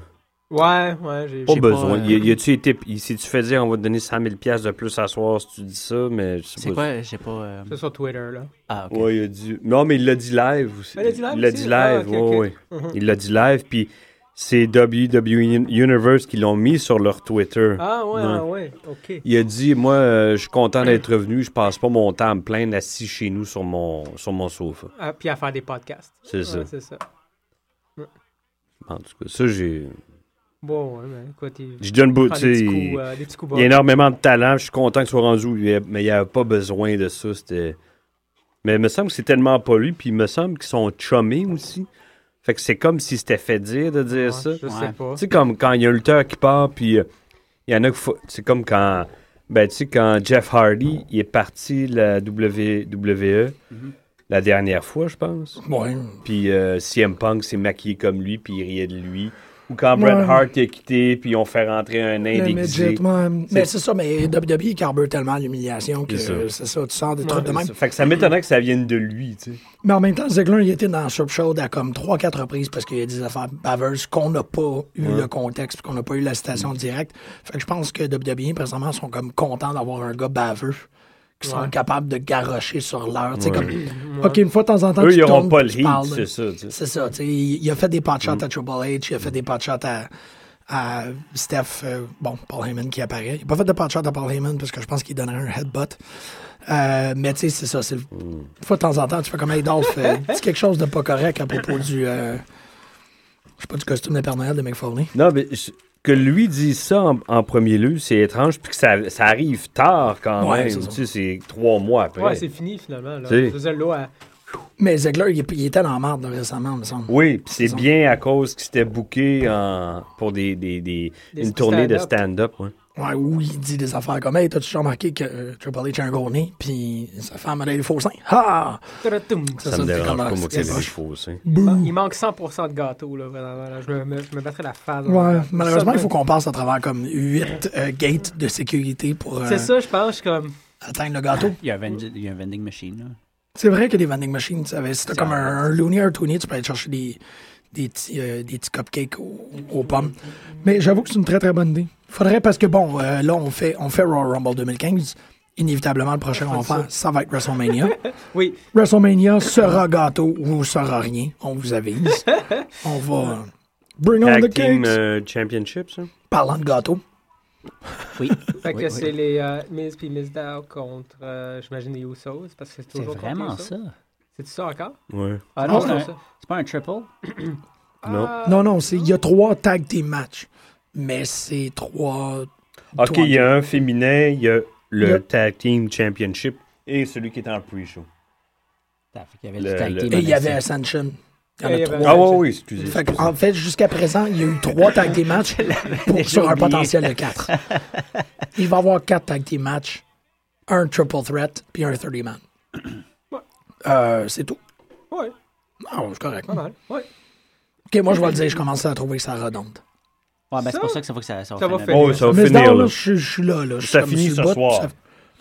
Speaker 4: Ouais, ouais, j'ai.
Speaker 3: Pas
Speaker 5: J'ai
Speaker 3: besoin.
Speaker 5: pas, euh,
Speaker 3: Il, il a-tu été, il s'est-tu fait dire on va te donner 100 000 pièces de plus à soir si tu dis ça, mais je sais
Speaker 5: C'est
Speaker 3: pas.
Speaker 5: quoi J'ai pas. euh,
Speaker 4: C'est sur Twitter, là.
Speaker 5: Ah, ok.
Speaker 3: Ouais, il a dit. Non, mais il l'a dit live aussi.
Speaker 4: Ah, il l'a dit live
Speaker 3: Il l'a
Speaker 4: aussi?
Speaker 3: dit
Speaker 4: Ah,
Speaker 3: live,
Speaker 4: ok, ok.
Speaker 3: ouais, ouais. Il l'a dit live, puis c'est WWE Universe qui l'ont mis sur leur Twitter.
Speaker 4: Ah ouais,
Speaker 3: Ouais.
Speaker 4: ah ouais, ok.
Speaker 3: Il a dit Moi, euh, je suis content d'être revenu, je passe pas mon temps à me plaindre assis chez nous sur mon, sur mon sofa.
Speaker 4: Ah, puis à faire des podcasts.
Speaker 3: C'est ça.
Speaker 4: Ouais, c'est ça.
Speaker 3: En tout cas, ça, j'ai.
Speaker 4: Bon, ouais, mais écoute, il
Speaker 3: Je donne beau.
Speaker 4: prend
Speaker 3: tu
Speaker 4: des
Speaker 3: sais,
Speaker 4: petits
Speaker 3: il-
Speaker 4: coups, euh, des petits coups
Speaker 3: Il y a
Speaker 4: bas.
Speaker 3: énormément de talent. Je suis content qu'il soit rendu où il est, mais il n'y avait pas besoin de ça. C'était... Mais il me semble que c'est tellement pas lui, puis il me semble qu'ils sont chummés aussi. Fait que c'est comme si c'était fait dire de dire
Speaker 4: Ouais,
Speaker 3: ça.
Speaker 4: Je
Speaker 5: Ouais.
Speaker 4: sais pas.
Speaker 3: Tu sais, comme quand il y a un lutteur qui part, puis euh, il y en a qui. fo- C'est comme quand. Ben, tu sais, quand Jeff Hardy il est parti de la WWE la dernière fois, je pense.
Speaker 2: Ouais.
Speaker 3: Puis euh, CM Punk s'est maquillé comme lui, puis il riait de lui.
Speaker 6: Ou quand Bret
Speaker 2: Ouais.
Speaker 6: Hart est quitté, puis on fait rentrer un
Speaker 2: Le
Speaker 6: Inde
Speaker 2: midget,
Speaker 6: aiguisé.
Speaker 2: ouais. Mais c'est ça, mais WWE carbure tellement à l'humiliation que
Speaker 3: C'est ça.
Speaker 2: euh, c'est ça, tu sors des trucs
Speaker 3: Ah,
Speaker 2: de même.
Speaker 6: Fait que ça m'étonnait que ça vienne de lui, tu sais.
Speaker 2: Mais en même temps, Ziggler, il était dans la soupe chaude à comme 3-4 reprises parce qu'il y a des affaires baveuses qu'on n'a pas eu le contexte, puis qu'on n'a pas eu la citation directe. Fait que je pense que WWE, présentement, sont comme contents d'avoir un gars baveux qui sont capables de garrocher sur l'heure. Tu sais, Comme, OK, une fois de temps en temps,
Speaker 6: Eux,
Speaker 2: tu
Speaker 6: ils n'auront
Speaker 2: tournes,
Speaker 6: pas
Speaker 2: tu
Speaker 6: le heat,
Speaker 2: parles.
Speaker 6: c'est ça, tu sais.
Speaker 2: C'est ça, tu sais, il il a fait des pot shots à Triple H, il a fait des pot shots à, à Steph, euh, bon, Paul Heyman qui apparaît. Il n'a pas fait de pot shot à Paul Heyman parce que je pense qu'il donnerait un headbutt. Euh, mais tu sais, c'est ça. c'est le- Une fois de temps en temps, tu fais comme Hey Dolph, euh, dis quelque chose de pas correct à propos du. euh, je sais pas, du costume de Père Noël de McFarlane.
Speaker 3: Non, mais je- que lui dise ça en, en premier lieu, c'est étrange, puis que ça, ça arrive tard quand
Speaker 2: Ouais,
Speaker 3: même.
Speaker 2: c'est ça.
Speaker 3: Tu sais, c'est trois mois après.
Speaker 4: Ouais, c'est fini finalement. Là.
Speaker 3: Si.
Speaker 4: Je faisais l'eau à-
Speaker 2: Mais Ziegler, il, est- il était dans la marde là, récemment, il me semble.
Speaker 3: Oui, puis c'est
Speaker 2: ça.
Speaker 3: bien à cause qu'il s'était booké en, pour des, des, des-
Speaker 4: Des
Speaker 3: une tournée de stand-up.
Speaker 4: stand-up.
Speaker 3: ouais.
Speaker 2: Ouais, où il dit des affaires comme Hey, t'as-tu remarqué que euh, Triple H a un gros nez, puis sa femme a des faux seins? Ha!
Speaker 4: Tadatoum.
Speaker 2: C'est
Speaker 3: Ça, me
Speaker 2: t'es
Speaker 3: dérange pas,
Speaker 2: comme, ah,
Speaker 3: moi, que
Speaker 2: c'est
Speaker 3: c'est des
Speaker 2: moche.
Speaker 3: faux. ça.
Speaker 4: Il manque 100% de gâteau, là, vraiment. là. Je, me, me- je me battrais la face.
Speaker 2: Ouais, malheureusement, il faut qu'on passe à travers comme 8 gates de sécurité pour euh,
Speaker 4: C'est ça, je pense, je suis comme.
Speaker 2: atteindre le gâteau.
Speaker 5: Il y a un, vendi- il y a un vending machine, là.
Speaker 2: C'est vrai que les vending machines, tu savais, si t'as comme un, un Looney or Toonie, tu peux aller chercher des, des, petits, euh, des petits cupcakes aux, aux pommes. Mais j'avoue que c'est une très très bonne idée. Faudrait parce que bon, euh, là on fait, on fait Royal Rumble 2015. Inévitablement, le prochain qu'on va faire, ça va être WrestleMania.
Speaker 4: Oui,
Speaker 2: *laughs* WrestleMania sera gâteau ou sera rien. On vous *laughs* avise. On va. euh, Bring on
Speaker 3: Tag
Speaker 2: the
Speaker 3: Team
Speaker 2: cakes.
Speaker 3: euh, Championship, ça?
Speaker 2: Parlant de gâteau.
Speaker 5: Oui.
Speaker 4: fait que
Speaker 5: Oui, oui.
Speaker 4: c'est les euh, Miz puis Miz Dow contre, euh, j'imagine, les Usos, parce que c'est
Speaker 5: C'est
Speaker 4: toujours contre les
Speaker 5: vraiment
Speaker 4: Usos.
Speaker 5: ça.
Speaker 4: C'est-tu ça encore?
Speaker 3: Ouais.
Speaker 5: Ah
Speaker 2: non,
Speaker 5: non,
Speaker 2: c'est
Speaker 5: c'est
Speaker 2: non.
Speaker 5: un- c'est pas un triple.
Speaker 3: Non.
Speaker 4: Ah,
Speaker 2: Non, non, c'est- il y a trois tag team matchs, mais c'est trois.
Speaker 3: OK, il y a un féminin, il y a le
Speaker 2: Yep.
Speaker 3: Tag Team Championship et celui qui est en pre-show.
Speaker 5: Ça fait qu'il y avait
Speaker 3: Le-
Speaker 5: du tag
Speaker 3: le-
Speaker 5: team
Speaker 2: Et il y
Speaker 5: en
Speaker 2: avait
Speaker 5: essai.
Speaker 2: Ascension. Il y en
Speaker 4: Et il
Speaker 2: a
Speaker 4: y avait-
Speaker 2: trois.
Speaker 3: Ah oui, oui, excusez.
Speaker 2: Fait que, en fait, jusqu'à présent, il y a eu
Speaker 4: *laughs*
Speaker 2: trois tag team matchs pour- sur un
Speaker 5: oublié.
Speaker 2: potentiel de quatre. Il va y avoir quatre tag team matchs, un triple threat, puis un 30 man.
Speaker 4: Ouais.
Speaker 2: Euh, c'est tout.
Speaker 4: Ouais,
Speaker 2: Non, c'est correct.
Speaker 4: pas mal. Ouais.
Speaker 2: Ok, moi, je vais le dire, je commence à trouver que ça redonde.
Speaker 5: Ouais, ben c'est pour
Speaker 4: Ça-
Speaker 5: ça que ça va, que ça, ça
Speaker 4: ça
Speaker 5: faire
Speaker 4: va
Speaker 5: la-
Speaker 4: faire-
Speaker 3: Oh, ça va
Speaker 2: Mais
Speaker 3: finir,
Speaker 2: dans,
Speaker 3: là.
Speaker 2: là, je, je suis là. là. Je suis
Speaker 3: Ça
Speaker 2: comme
Speaker 3: finit
Speaker 2: sur le bout,
Speaker 3: ce soir.
Speaker 2: ça-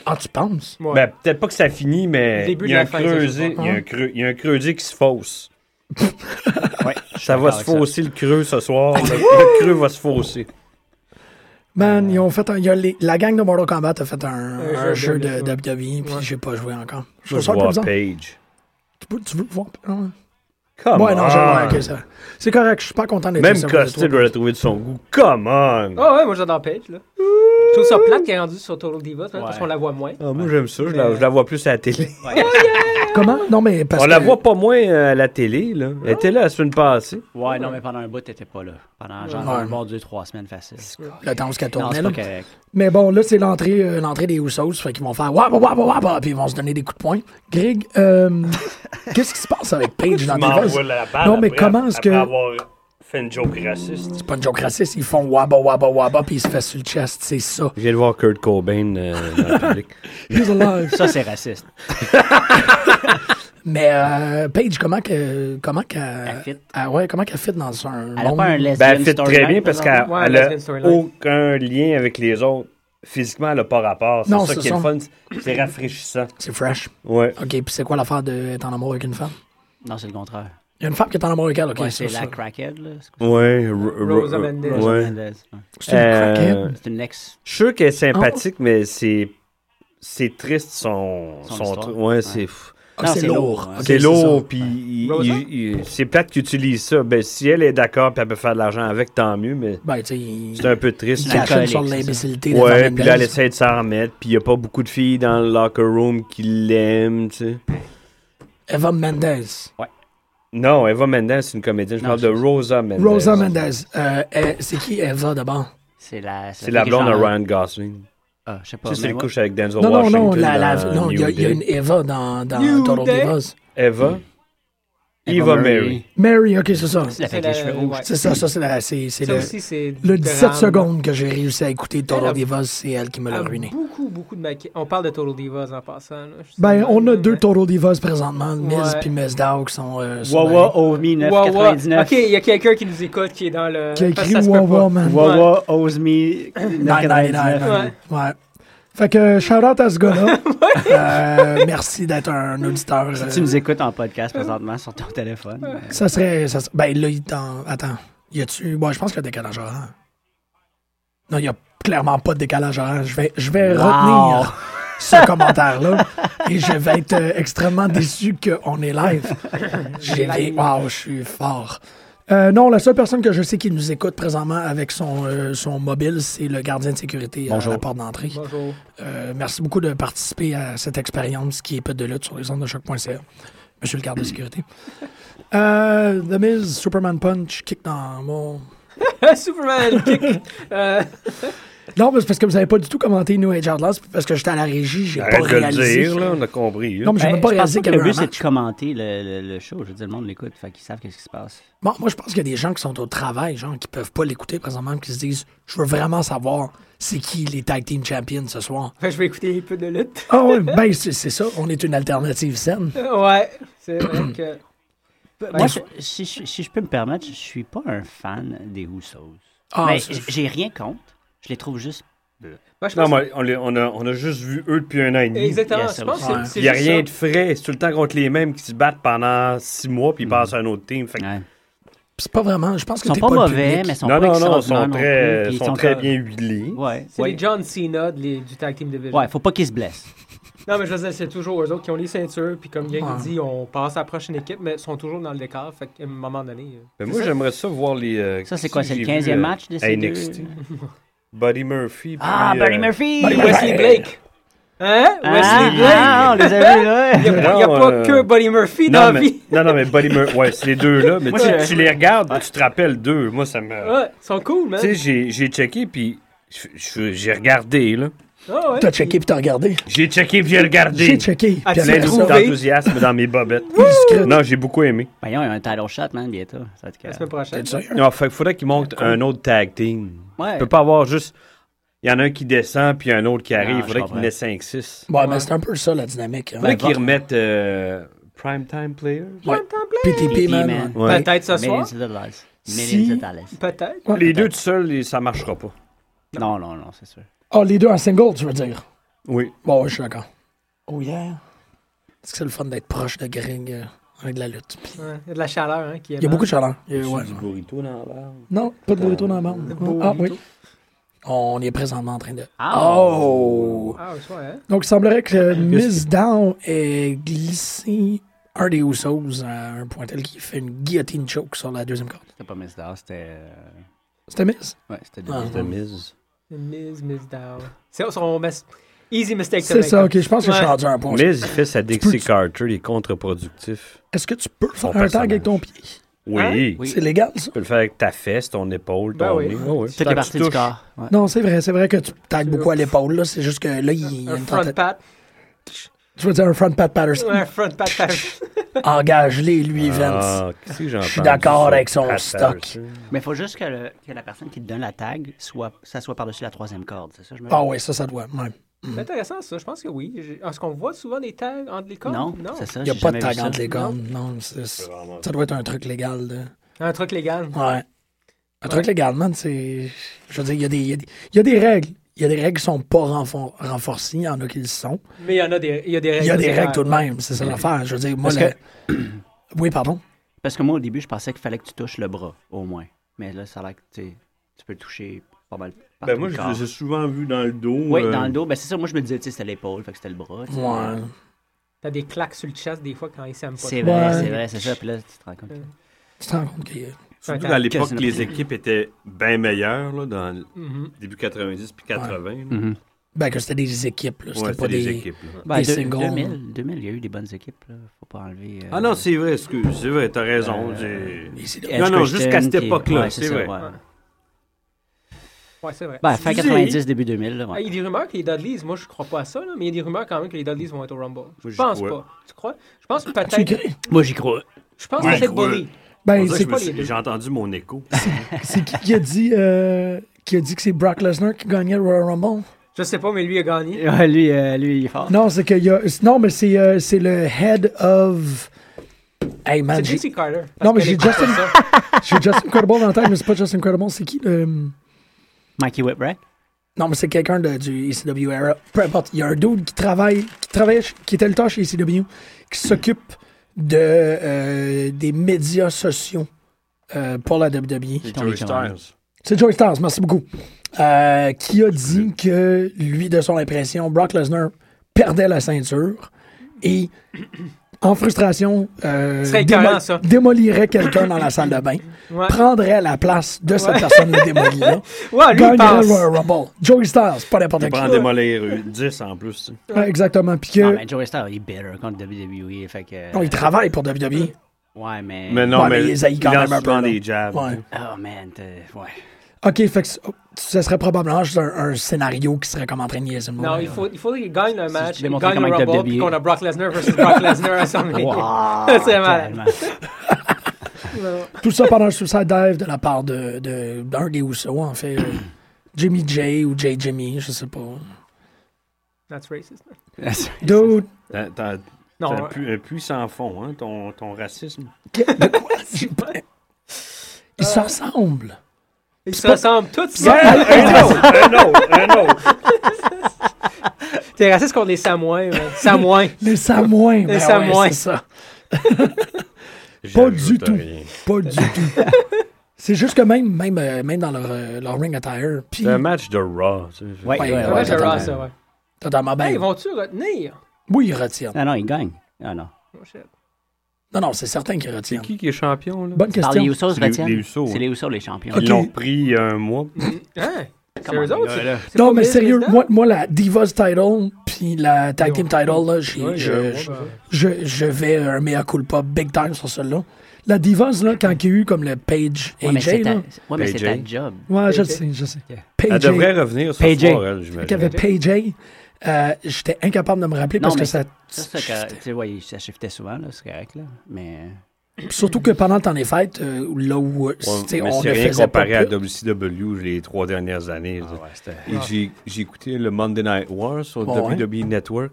Speaker 2: Ah, tu penses?
Speaker 4: ouais.
Speaker 3: Ben, peut-être pas que ça finit, mais
Speaker 4: Début
Speaker 3: il y,
Speaker 4: de
Speaker 3: a
Speaker 4: la
Speaker 3: un
Speaker 4: fin, ça, je
Speaker 3: creuset-
Speaker 4: sais pas.
Speaker 3: il y a un creux- il y a un creuset qui se fausse.
Speaker 5: Ouais,
Speaker 3: Ça va se
Speaker 5: fausser.
Speaker 3: fausser le creux
Speaker 2: *laughs*
Speaker 3: ce soir. Le, le creux va se fausser. Euh,
Speaker 2: Man, ils ont fait un, il y a les- la gang de Mortal Kombat a fait un, un jeu
Speaker 4: jeu de-
Speaker 2: de WWE, puis
Speaker 4: Ouais.
Speaker 2: j'ai pas joué encore. Je
Speaker 3: Je
Speaker 2: trouve ça
Speaker 3: vois
Speaker 2: bizarre.
Speaker 3: Page.
Speaker 2: Tu veux, tu veux le voir? Ah Ouais.
Speaker 3: Come
Speaker 2: ouais, non,
Speaker 3: on.
Speaker 2: j'ai ouais, ok, ça. C'est correct, je suis pas content d'être
Speaker 3: Même
Speaker 2: sur le
Speaker 3: Costil
Speaker 2: toit.
Speaker 3: doit la trouver de son goût. Come on.
Speaker 4: Ah ouais, moi j'adore Paige, là. Je trouve ça plate qu'elle est rendue sur Total Divas, là, parce
Speaker 5: Ouais.
Speaker 4: qu'on la voit moins.
Speaker 3: Ah, moi, j'aime ça. Je la, je la vois plus à la télé.
Speaker 2: Comment? Non, mais parce
Speaker 3: On la
Speaker 2: que-
Speaker 3: voit pas moins euh, à la télé. Là. Elle était là la semaine passée.
Speaker 5: Ouais, non, mais pendant un bout, t'étais pas là. Pendant genre
Speaker 2: Ouais.
Speaker 5: un bon deux, trois semaines facile.
Speaker 2: Le temps où ce qu'elle
Speaker 5: Non,
Speaker 2: tournait,
Speaker 5: c'est pas
Speaker 2: là.
Speaker 5: correct.
Speaker 2: Mais bon, là, c'est l'entrée euh, l'entrée des Usos. Fait qu'ils vont faire wap, wap, wap, wap, puis ils vont se donner des coups de poing. Greg,
Speaker 5: *laughs*
Speaker 2: euh, qu'est-ce qui se passe avec Paige dans Divas? Non, Ah, mais comment est-ce que.
Speaker 3: fait une joke raciste.
Speaker 2: C'est pas une joke raciste, ils font wabba wabba wabba puis ils se fassent sur le chest, c'est ça.
Speaker 3: Je viens de voir Kurt Cobain euh, dans le public.
Speaker 2: He's alive.
Speaker 5: Ça, c'est raciste.
Speaker 2: Mais euh, Paige, comment que comment qu'elle
Speaker 5: Elle fit.
Speaker 2: Ah ouais, comment qu'elle fit dans un
Speaker 5: Elle a
Speaker 2: monde-
Speaker 5: pas un lesbian
Speaker 3: Ben, elle fit très
Speaker 5: storyline,
Speaker 3: bien parce
Speaker 5: par
Speaker 3: qu'elle
Speaker 5: exemple?
Speaker 4: Ouais,
Speaker 3: elle a
Speaker 4: lesbian storyline.
Speaker 3: aucun lien avec les autres. Physiquement, elle n'a pas rapport. C'est
Speaker 2: Non,
Speaker 3: ça
Speaker 2: c'est
Speaker 3: qui est le
Speaker 2: ça.
Speaker 3: fun. c'est- C'est rafraîchissant.
Speaker 2: C'est fresh.
Speaker 3: Ouais.
Speaker 2: OK, puis c'est quoi l'affaire d'être en amour avec une femme
Speaker 5: Non, c'est le contraire.
Speaker 2: Il y a une femme qui est en amour avec elle, Ah, OK,
Speaker 5: Ouais,
Speaker 2: c'est
Speaker 5: c'est
Speaker 2: ça.
Speaker 5: la crackhead, là. C'est quoi
Speaker 3: Ouais.
Speaker 4: Rosa Mendez.
Speaker 5: ça?
Speaker 3: Ouais.
Speaker 5: Hernandez, ouais.
Speaker 2: C'est une Oh. craquette.
Speaker 3: Euh,
Speaker 5: C'est une ex.
Speaker 3: Je suis sûr qu'elle est sympathique, mais c'est. C'est triste son.
Speaker 5: Son
Speaker 3: son
Speaker 5: histoire.
Speaker 3: tru- ouais, c'est. fou.
Speaker 2: Ah,
Speaker 5: non,
Speaker 2: c'est
Speaker 5: c'est
Speaker 2: lourd.
Speaker 5: lourd,
Speaker 2: OK,
Speaker 3: c'est
Speaker 2: ça.
Speaker 3: lourd, puis il-
Speaker 4: Rosa?
Speaker 3: il- il- c'est plate qu'ils utilisent ça. Ben, si elle est d'accord, puis elle peut faire de l'argent avec, tant mieux, mais
Speaker 2: Ben, tu sais, il,
Speaker 3: c'est un peu triste.
Speaker 2: il
Speaker 5: une
Speaker 2: cache
Speaker 5: alcoolique,
Speaker 2: sur
Speaker 5: c'est ça.
Speaker 2: l'imbécilité de
Speaker 3: Ouais,
Speaker 2: Fernandez.
Speaker 3: puis là, elle essaie de s'en remettre, puis il n'y a pas beaucoup de filles dans le locker room qui l'aiment, tu sais.
Speaker 2: Eva Mendes.
Speaker 3: Non, Eva Mendes, c'est une comédienne. Je
Speaker 5: Non,
Speaker 3: parle de
Speaker 5: c'est-
Speaker 3: Rosa Mendes.
Speaker 2: Rosa Mendes. Euh, elle- c'est qui Eva d'abord
Speaker 5: C'est la.
Speaker 3: C'est la
Speaker 5: fille
Speaker 3: blonde
Speaker 5: qui
Speaker 3: de
Speaker 5: chante-
Speaker 3: Ryan Gosling.
Speaker 5: Ah, je sais pas.
Speaker 3: Tu sais,
Speaker 5: mais
Speaker 3: c'est le
Speaker 5: moi-
Speaker 3: couche avec Denzel
Speaker 2: Non, non,
Speaker 3: Washington.
Speaker 2: non, la, la,
Speaker 3: dans
Speaker 2: non, il y, a-
Speaker 3: New
Speaker 2: il y a
Speaker 3: Day.
Speaker 2: une Eva dans, dans
Speaker 4: New
Speaker 2: Total
Speaker 4: Day.
Speaker 2: Divas.
Speaker 3: Eva? Eva Mary.
Speaker 2: Mary, ok, c'est ça.
Speaker 5: C'est la
Speaker 4: C'est
Speaker 5: avec les
Speaker 4: la-
Speaker 5: cheveux rouges.
Speaker 4: ouais.
Speaker 2: C'est ça, ça, c'est la- c'est- c'est
Speaker 4: Ça
Speaker 2: le,
Speaker 4: aussi, c'est
Speaker 2: le
Speaker 4: du
Speaker 2: 17
Speaker 4: drame.
Speaker 2: secondes que j'ai réussi à écouter Total
Speaker 4: Elle a-
Speaker 2: Divas, c'est elle qui me l'a
Speaker 4: Ah,
Speaker 2: ruiné.
Speaker 4: Beaucoup, beaucoup de maquillage. On parle de Total Divas en passant. là. Je sais
Speaker 2: Ben,
Speaker 4: pas,
Speaker 2: on a
Speaker 4: mais-
Speaker 2: deux Total Divas présentement, Miz
Speaker 4: Ouais.
Speaker 2: puis Miss Dow qui sont. euh, sont
Speaker 3: Wawa,
Speaker 2: dans
Speaker 5: Omi
Speaker 4: Wawa.
Speaker 5: 999.
Speaker 4: Ok, il y a quelqu'un qui nous écoute qui est dans le.
Speaker 2: les- Qui a
Speaker 4: Parce que
Speaker 2: écrit
Speaker 4: ça se peut
Speaker 2: Wawa,
Speaker 4: pas.
Speaker 2: man.
Speaker 5: Wawa, Ozmi,
Speaker 2: Nine,
Speaker 5: 999.
Speaker 2: nine, nine. Ouais. Fait que shout out à ce
Speaker 4: *laughs*
Speaker 2: gars-là. Euh, merci d'être un auditeur.
Speaker 5: Si
Speaker 2: euh,
Speaker 5: tu nous écoutes en podcast présentement sur ton téléphone,
Speaker 2: Ça serait. ça se- ben là, il est en- Attends. Y a-tu. Bon, je pense qu'il y a décalage horaire. Non, y a clairement pas de décalage horaire. Je vais, je vais
Speaker 5: Wow.
Speaker 2: retenir ce commentaire-là *laughs* et je vais être euh, extrêmement déçu qu'on est live. J'ai dit, waouh, je suis fort. Euh, non, la seule personne que je sais qui nous écoute présentement avec son, euh, son mobile, c'est le gardien de sécurité euh, à la porte d'entrée.
Speaker 4: Bonjour. *laughs*
Speaker 2: Euh, merci beaucoup de participer à cette expérience qui est pas de lutte sur les ondes de choc.ca. Monsieur le garde de
Speaker 5: *clears throat*
Speaker 2: sécurité. Euh, The Miz, Superman Punch, kick dans mon.
Speaker 4: Superman kick. Euh,
Speaker 2: Non, mais c'est parce que vous n'avez pas du tout commenté New Age Outlaws, parce que j'étais à la régie, j'ai pas
Speaker 7: Arrête de le
Speaker 2: réalisé.
Speaker 7: dire, là, on a compris. là.
Speaker 2: Non, mais j'ai
Speaker 5: Eh,
Speaker 2: même pas
Speaker 5: je pense
Speaker 2: réalisé
Speaker 5: pas que
Speaker 2: qu'il y
Speaker 5: le
Speaker 2: avait
Speaker 5: but
Speaker 2: un
Speaker 5: c'est de
Speaker 2: match.
Speaker 5: commenter le, le- le show. Je veux dire, le monde l'écoute, fait qu'ils savent qu'est-ce qui se passe.
Speaker 2: Bon, moi, je pense qu'il y a des gens qui sont au travail, genre, qui peuvent pas l'écouter présentement, qui se disent Je veux vraiment savoir c'est qui les Tag Team Champions ce soir.
Speaker 4: Enfin, ben, je vais écouter un peu de lutte.
Speaker 2: Ah ouais, *laughs* ben, c'est c'est ça, on est une alternative saine.
Speaker 4: Ouais, c'est vrai que.
Speaker 5: Moi, Ben, je- si, je- si je peux me permettre, je suis pas un fan des Usos.
Speaker 2: Ah,
Speaker 5: mais
Speaker 2: ça-
Speaker 5: j'ai rien contre. Je les trouve juste.
Speaker 4: Moi, je
Speaker 3: Non,
Speaker 4: pense-
Speaker 3: mais on, les- on a, on a juste vu eux depuis un an et demi.
Speaker 4: Exactement,
Speaker 5: Yes,
Speaker 4: je pense que
Speaker 2: ouais.
Speaker 4: c'est- c'est
Speaker 3: Il n'y a
Speaker 4: juste
Speaker 3: rien
Speaker 4: ça.
Speaker 3: de frais. C'est tout le temps contre les mêmes qui se battent pendant six mois puis ils passent à un autre team. Fait que-
Speaker 5: Mm-hmm. Ouais.
Speaker 2: c'est pas vraiment, je pense que
Speaker 5: Ils sont
Speaker 2: t'es
Speaker 5: pas,
Speaker 2: le
Speaker 5: mauvais,
Speaker 2: public.
Speaker 5: mais ils sont
Speaker 3: non,
Speaker 5: pas
Speaker 3: non, non, ils
Speaker 5: extraordinaires
Speaker 3: sont
Speaker 5: non
Speaker 3: très,
Speaker 5: plus, puis ils
Speaker 3: sont
Speaker 5: sont
Speaker 3: très
Speaker 5: comme-
Speaker 3: bien huilés.
Speaker 5: Ouais,
Speaker 4: C'est
Speaker 5: ouais.
Speaker 4: les John Cena de les- du Tag Team Division.
Speaker 5: Ouais, faut pas qu'ils se blessent.
Speaker 4: Non, mais je veux dire, c'est toujours eux autres qui ont les ceintures, puis comme Yang
Speaker 2: Ouais.
Speaker 4: dit, on passe à la prochaine équipe, mais ils sont toujours dans le décor, fait qu'à un moment donné. euh,
Speaker 3: Mais moi, j'aimerais ça voir les. euh,
Speaker 5: Ça, c'est
Speaker 3: qui
Speaker 5: quoi C'est le
Speaker 3: j'ai vu,
Speaker 5: 15e
Speaker 3: euh,
Speaker 5: match de
Speaker 3: à
Speaker 5: ces
Speaker 3: NXT.
Speaker 5: deux?
Speaker 3: Buddy Murphy.
Speaker 5: Ah,
Speaker 3: puis, euh,
Speaker 5: Barry Murphy
Speaker 2: Buddy Murphy.
Speaker 4: Wesley Blake Hein
Speaker 5: Ah,
Speaker 4: Wesley Blake
Speaker 5: ah, on les a vus, ouais.
Speaker 2: *laughs*
Speaker 4: Il n'y a,
Speaker 3: Non,
Speaker 4: y a pas
Speaker 3: euh,
Speaker 4: que Buddy Murphy *laughs* dans
Speaker 3: Non
Speaker 4: la
Speaker 3: mais,
Speaker 4: vie.
Speaker 3: non, non, mais Buddy Murphy. Ouais, c'est les deux-là. Mais
Speaker 5: Moi,
Speaker 3: tu,
Speaker 5: j'ai-
Speaker 3: tu les regardes, puis tu te rappelles d'eux. Moi, ça me.
Speaker 4: Ouais, ils sont cool, man.
Speaker 3: Tu sais, j'ai- j'ai checké, puis je- je- j'ai regardé, là.
Speaker 4: Ah ouais.
Speaker 2: T'as checké puis t'as regardé.
Speaker 3: J'ai checké, puis j'ai regardé.
Speaker 2: J'ai checké.
Speaker 4: Ah,
Speaker 2: puis
Speaker 4: tu
Speaker 3: Plein
Speaker 2: après
Speaker 4: l'as
Speaker 2: ça-
Speaker 4: trouvé?
Speaker 3: d'enthousiasme dans mes bobettes.
Speaker 2: *laughs* discrète.
Speaker 3: non, j'ai beaucoup aimé.
Speaker 5: Voyons, il y a Ben, un title shot, man, bientôt. Ça va être
Speaker 4: La
Speaker 5: carré.
Speaker 4: semaine prochaine.
Speaker 2: T'es sûr?
Speaker 3: Non, fait, faudrait qu'ils montent un autre tag team.
Speaker 5: Ouais.
Speaker 3: Tu peux pas avoir juste. Il y en a un qui descend, puis un autre qui arrive.
Speaker 5: Non,
Speaker 3: Il faudrait
Speaker 5: je
Speaker 3: qu'ils en aient 5-6.
Speaker 2: Ouais, ben c'est un peu ça la dynamique. hein.
Speaker 3: Il faudrait
Speaker 4: ben,
Speaker 5: Ouais,
Speaker 3: qu'ils
Speaker 5: va-
Speaker 3: remettent euh, Primetime Players.
Speaker 2: Ouais. PTP,
Speaker 5: PTP,
Speaker 2: man.
Speaker 5: man.
Speaker 2: ouais.
Speaker 3: Ouais.
Speaker 4: Peut-être ce
Speaker 5: Millions
Speaker 4: soir.
Speaker 5: of dollars.
Speaker 2: Si-
Speaker 5: Millions of dollars.
Speaker 4: Peut-être.
Speaker 3: Les deux tout seuls, les- ça marchera pas.
Speaker 5: Non, non, non, c'est sûr.
Speaker 2: Ah, les deux en single, tu veux dire?
Speaker 3: Oui.
Speaker 2: Bon, ouais, je suis d'accord. Oh yeah. Est-ce que c'est le fun d'être proche de Greg euh, avec de la lutte? Puis,
Speaker 4: Ouais, Il y a de la chaleur hein, qui est.
Speaker 2: Il y a beaucoup de chaleur. Il y a- ouais.
Speaker 3: burrito dans l'air.
Speaker 2: Non, pas de burrito dans la bande. Ah oui. On est présentement en train de. Oh!
Speaker 4: Ah, ouais, hein.
Speaker 2: Donc, il semblerait que euh, Miss Down ait glissé un des Usos à un point tel qu'il fait une guillotine choke sur la deuxième corde.
Speaker 5: C'était pas Miss Dow, c'était. euh,
Speaker 2: C'était Miss?
Speaker 5: Ouais, c'était
Speaker 2: Ah.
Speaker 5: Denise.
Speaker 4: Miss, Miss Down. C'est son mes- easy mistake to
Speaker 2: C'est
Speaker 4: make,
Speaker 2: ça,
Speaker 4: hein.
Speaker 2: ok. Je pense que je suis
Speaker 4: Ouais.
Speaker 2: rendu à un point.
Speaker 3: Miz, il fait sa
Speaker 2: peux-
Speaker 3: Dixie Carter, il est contre-productif.
Speaker 2: Est-ce que tu peux
Speaker 3: Son
Speaker 2: faire un tag avec
Speaker 3: personnage.
Speaker 2: ton pied?
Speaker 3: Oui.
Speaker 4: Hein?
Speaker 5: Oui.
Speaker 2: C'est légal, ça?
Speaker 3: Tu peux le faire avec ta fesse, ton épaule,
Speaker 4: Ben
Speaker 3: ton
Speaker 4: oui.
Speaker 3: nez. Oh, oui.
Speaker 5: Toutes
Speaker 3: Tant
Speaker 5: les
Speaker 3: que
Speaker 5: parties
Speaker 3: tu
Speaker 5: du
Speaker 3: touches.
Speaker 5: corps. ouais.
Speaker 2: Non, c'est vrai, c'est vrai que tu tagues
Speaker 4: C'est
Speaker 2: beaucoup à l'épaule, là. C'est juste que là, il il y a
Speaker 4: Un
Speaker 2: une
Speaker 4: front
Speaker 2: tentative.
Speaker 4: pat.
Speaker 2: Tu veux dire un front pat
Speaker 4: *laughs*
Speaker 2: Patterson?
Speaker 4: Un front pat. pat-
Speaker 2: Engage-les, lui, Vince.
Speaker 3: Ah, qu'est-ce que j'ai
Speaker 2: Je suis
Speaker 3: entendu
Speaker 2: d'accord
Speaker 3: ça?
Speaker 2: avec son
Speaker 3: Pat
Speaker 2: stock.
Speaker 3: Patterson.
Speaker 5: Mais il faut juste que, le- que la personne qui te donne la tag soit, ça soit par-dessus la troisième corde, c'est ça? Je me
Speaker 2: Ah ouais, ça, ça doit. ouais.
Speaker 4: C'est intéressant, ça. Je pense que oui. J'ai- Est-ce qu'on voit souvent des tags entre les corps?
Speaker 5: Non, c'est ça.
Speaker 2: Il n'y a
Speaker 5: j'ai
Speaker 2: pas de
Speaker 5: jamais vu
Speaker 2: tag entre
Speaker 5: ça.
Speaker 2: les cornes. Non, c'est- c'est- ça doit être un truc légal. De...
Speaker 4: Un truc légal.
Speaker 2: Ouais. Un truc légal, man, c'est. Je veux dire, il y, a des- il y a des- il y a des règles. Il y a des règles qui sont pas renfor- renforcées. Il y en a qui le sont.
Speaker 4: Mais il y en a des, il y a des règles.
Speaker 2: Il y a des règles
Speaker 4: clair.
Speaker 2: tout de même. C'est ça l'affaire. Je veux dire, moi,
Speaker 5: Parce
Speaker 2: la- Oui, pardon.
Speaker 5: Parce que moi, au début, je pensais qu'il fallait que tu touches le bras, au moins. Mais là, ça a l'air que tu sais, tu peux le toucher pas mal partout
Speaker 3: Ben moi,
Speaker 5: le
Speaker 3: je
Speaker 5: corps.
Speaker 3: les ai souvent vus dans le dos.
Speaker 5: Oui,
Speaker 3: euh,
Speaker 5: dans le dos. Ben c'est ça, moi, je me disais, tu sais, c'était l'épaule, fait que c'était le bras. tu sais.
Speaker 2: Ouais.
Speaker 4: T'as des claques sur le chest des fois quand ils s'aiment pas.
Speaker 5: C'est vrai,
Speaker 2: Ouais.
Speaker 5: c'est vrai, c'est ça. Puis là, tu te rends compte.
Speaker 2: Tu te rends compte qu'il y a-
Speaker 4: Un
Speaker 3: Surtout
Speaker 4: tag.
Speaker 3: à l'époque,
Speaker 5: Qu'est-ce que-
Speaker 3: les équipes étaient bien meilleures, là, dans le
Speaker 4: Mhm.
Speaker 3: début 90 puis 80. là.
Speaker 2: Ben, que c'était des équipes, là.
Speaker 3: Ouais,
Speaker 2: C'était pas
Speaker 3: c'était des
Speaker 2: des. Euh,
Speaker 3: équipes. là.
Speaker 5: Ben,
Speaker 2: Des
Speaker 5: deux-
Speaker 2: singles.
Speaker 5: 2000, 2000, il y a eu des bonnes équipes. Là. Faut pas enlever. euh,
Speaker 3: Ah non, c'est vrai, excuse. C'est vrai, t'as raison. j'ai-
Speaker 2: Et c'est-
Speaker 5: Edge
Speaker 3: Non, non,
Speaker 5: Christian
Speaker 3: jusqu'à cette
Speaker 5: qui-
Speaker 3: époque-là,
Speaker 5: ouais,
Speaker 3: c'est
Speaker 5: ça,
Speaker 3: vrai.
Speaker 5: ouais.
Speaker 4: Ouais, c'est
Speaker 2: Bah.
Speaker 4: vrai.
Speaker 5: Ben, fin 90, début 2000. Là,
Speaker 4: Ah,
Speaker 5: ouais.
Speaker 4: Il y a des rumeurs que les Dudleys, moi je crois pas à ça, là, mais il y a des rumeurs quand même que les Dudleys vont être au Rumble. Je
Speaker 3: j'y
Speaker 4: pense
Speaker 3: crois.
Speaker 4: pas. Tu crois? Je pense
Speaker 2: Tu
Speaker 4: peut-être.
Speaker 2: grilles.
Speaker 5: Moi, j'y crois.
Speaker 4: Je pense
Speaker 3: Ouais,
Speaker 4: peut-être
Speaker 3: je crois.
Speaker 4: Bobby.
Speaker 3: On
Speaker 2: Ben,
Speaker 3: dirait
Speaker 2: c'est
Speaker 3: que je me
Speaker 4: pas les deux.
Speaker 3: suis- J'ai entendu mon écho.
Speaker 2: c'est qui qui a dit, euh, qui a dit que c'est Brock Lesnar qui gagnait le Royal Rumble?
Speaker 4: Je sais pas, mais lui a gagné.
Speaker 5: Ouais, lui, euh, lui, il est fort.
Speaker 2: Non, c'est que y a- non, mais c'est euh, c'est le head of. Hey man,
Speaker 4: C'est
Speaker 2: j'ai
Speaker 4: JC Carter. parce
Speaker 2: Non, mais
Speaker 4: qu'elle
Speaker 2: j'ai
Speaker 4: écoute
Speaker 2: Justin-
Speaker 4: pas ça.
Speaker 2: j'ai Justin Credible dans la tête, mais c'est pas Justin Credible, c'est qui le.
Speaker 5: Mikey Whipwreck.
Speaker 2: Non, mais c'est quelqu'un de- du ECW era. Peu importe. Il y a un dude qui travaille, qui travaillait, ch- qui était le temps chez ECW, qui s'occupe de, euh, des médias sociaux euh, pour la WWE.
Speaker 3: C'est Joey
Speaker 5: Tony
Speaker 3: Styles.
Speaker 2: C'est Joey Stars, merci beaucoup. Euh, qui a dit que, lui, de son impression, Brock Lesnar perdait la ceinture et, en frustration, euh,
Speaker 4: Ce serait
Speaker 2: démo-
Speaker 4: écœurant, ça.
Speaker 2: démolirait quelqu'un dans la salle de bain,
Speaker 4: Ouais.
Speaker 2: prendrait la place de cette personne-là
Speaker 4: *laughs*
Speaker 2: démolie-là,
Speaker 4: Ouais, lui il
Speaker 2: gagnerait
Speaker 4: pense.
Speaker 2: le Royal Rumble. Joey Stars, pas n'importe
Speaker 3: Il
Speaker 2: qui.
Speaker 3: prend démolir euh, 10 en plus. tu sais.
Speaker 2: Ouais, exactement. Puis que,
Speaker 5: Non, mais Joey Star, il est bitter contre WWE. Fait que...
Speaker 2: non, il travaille pour E. WWE.
Speaker 5: Ouais, mais.
Speaker 3: Mais non,
Speaker 2: Ouais, mais
Speaker 3: mais,
Speaker 2: il les haït
Speaker 3: il
Speaker 2: quand
Speaker 3: lance
Speaker 2: même un peu,
Speaker 3: souvent
Speaker 2: là.
Speaker 3: des jabs.
Speaker 2: Ouais.
Speaker 5: Oh, man. t'es- Ouais.
Speaker 2: OK, fait que ça- ça serait probablement juste un, un scénario qui serait comme en train de niaiser le monde.
Speaker 4: Non, il, faut, il faudrait qu'il gagne le match, qu'il
Speaker 5: démontrer
Speaker 4: gagne le
Speaker 5: comment que
Speaker 4: Rumble, puis
Speaker 5: WWE.
Speaker 4: qu'on a Brock Lesnar versus Brock Lesnar à son
Speaker 5: Wow,
Speaker 4: *laughs* C'est malade.
Speaker 5: tellement.
Speaker 2: Tout ça pendant un suicide dive de la part de, de, d'un des Usos, en fait. *clears throat* euh, Jimmy J ou J. Jimmy, je sais pas.
Speaker 4: That's racist.
Speaker 2: Dude,
Speaker 3: T'as- T'as t'as
Speaker 4: Non,
Speaker 3: un, pu- un puits sans fond, hein, ton, ton racisme.
Speaker 2: que- de quoi? *laughs* J'ai pas- Ils se ressemblent.
Speaker 4: ils se ressemblent tous. *laughs*
Speaker 3: un autre, un autre, un *laughs* autre.
Speaker 4: T'es raciste contre les Samoins. man. Samoins.
Speaker 2: Les Samoins. ben ouais,
Speaker 4: Samoins.
Speaker 2: c'est ça. Pas
Speaker 3: J'ajoute
Speaker 2: du tout.
Speaker 3: rien.
Speaker 2: Pas du tout. *laughs* C'est juste que même, même, euh, même dans leur, euh, leur ring attire, puis
Speaker 3: C'est un match de Raw. tu sais.
Speaker 5: Ouais,
Speaker 2: Ouais,
Speaker 5: ouais,
Speaker 2: ouais,
Speaker 5: ouais.
Speaker 4: Ça
Speaker 2: ouais,
Speaker 4: va,
Speaker 5: ouais,
Speaker 2: totalement.
Speaker 4: c'est rare, ça, ouais.
Speaker 2: totalement
Speaker 4: Hey,
Speaker 2: bien.
Speaker 4: vont-tu retenir?
Speaker 2: Oui, ils retiennent.
Speaker 5: Ah non, il gagne. Ah non.
Speaker 4: Oh, shit.
Speaker 2: Non, non, c'est certain qu'ils retiennent.
Speaker 3: Qui qui est champion, là?
Speaker 2: Bonne
Speaker 5: Par les
Speaker 2: question.
Speaker 5: Usos,
Speaker 3: C'est les-
Speaker 5: retiennent.
Speaker 3: les Usos.
Speaker 5: C'est les Usos, les champions.
Speaker 2: Ok.
Speaker 3: Ils l'ont pris il y a un mois.
Speaker 4: Hein? C'est
Speaker 5: Come on,
Speaker 4: eux autres?
Speaker 5: là,
Speaker 4: c'est-
Speaker 5: là.
Speaker 4: c'est
Speaker 2: Non,
Speaker 4: pas
Speaker 2: mais
Speaker 4: Vince
Speaker 2: sérieux,
Speaker 4: McMahon?
Speaker 2: moi, moi, la Divas title, puis la Tag Team title, là, j'ai-
Speaker 3: Ouais,
Speaker 2: je,
Speaker 3: euh,
Speaker 2: je-
Speaker 4: ouais,
Speaker 2: je, je vais un mea culpa big time sur celle-là. La Divas, là, quand il y a eu comme le Page
Speaker 5: Ouais, mais
Speaker 2: AJ,
Speaker 5: c'est ta...
Speaker 2: là.
Speaker 5: ouais, mais
Speaker 3: AJ.
Speaker 5: c'est ta job.
Speaker 2: Ouais, je le
Speaker 4: AJ.
Speaker 2: sais, je sais.
Speaker 5: Yeah.
Speaker 3: Elle
Speaker 2: Page
Speaker 3: devrait revenir ce
Speaker 5: PJ.
Speaker 3: soir, elle, j'imagine.
Speaker 2: Quand il y avait Page euh, j'étais incapable de me rappeler
Speaker 5: Non,
Speaker 2: parce que
Speaker 5: mais
Speaker 2: ça.
Speaker 5: Ça, c'est que, tu sais, ouais, ça shiftait souvent, là, c'est correct, là. Mais.
Speaker 2: Surtout que pendant le temps des fêtes, euh, là où euh,
Speaker 3: Ouais,
Speaker 2: tu sais,
Speaker 3: mais
Speaker 2: on
Speaker 3: c'est
Speaker 2: ne
Speaker 3: rien
Speaker 2: faisait pas
Speaker 3: comparé à
Speaker 2: plus.
Speaker 3: WCW les trois dernières années. là. Et
Speaker 4: Ah.
Speaker 3: j'ai- J'ai écouté le Monday Night War sur
Speaker 2: Ouais.
Speaker 3: WWE Network.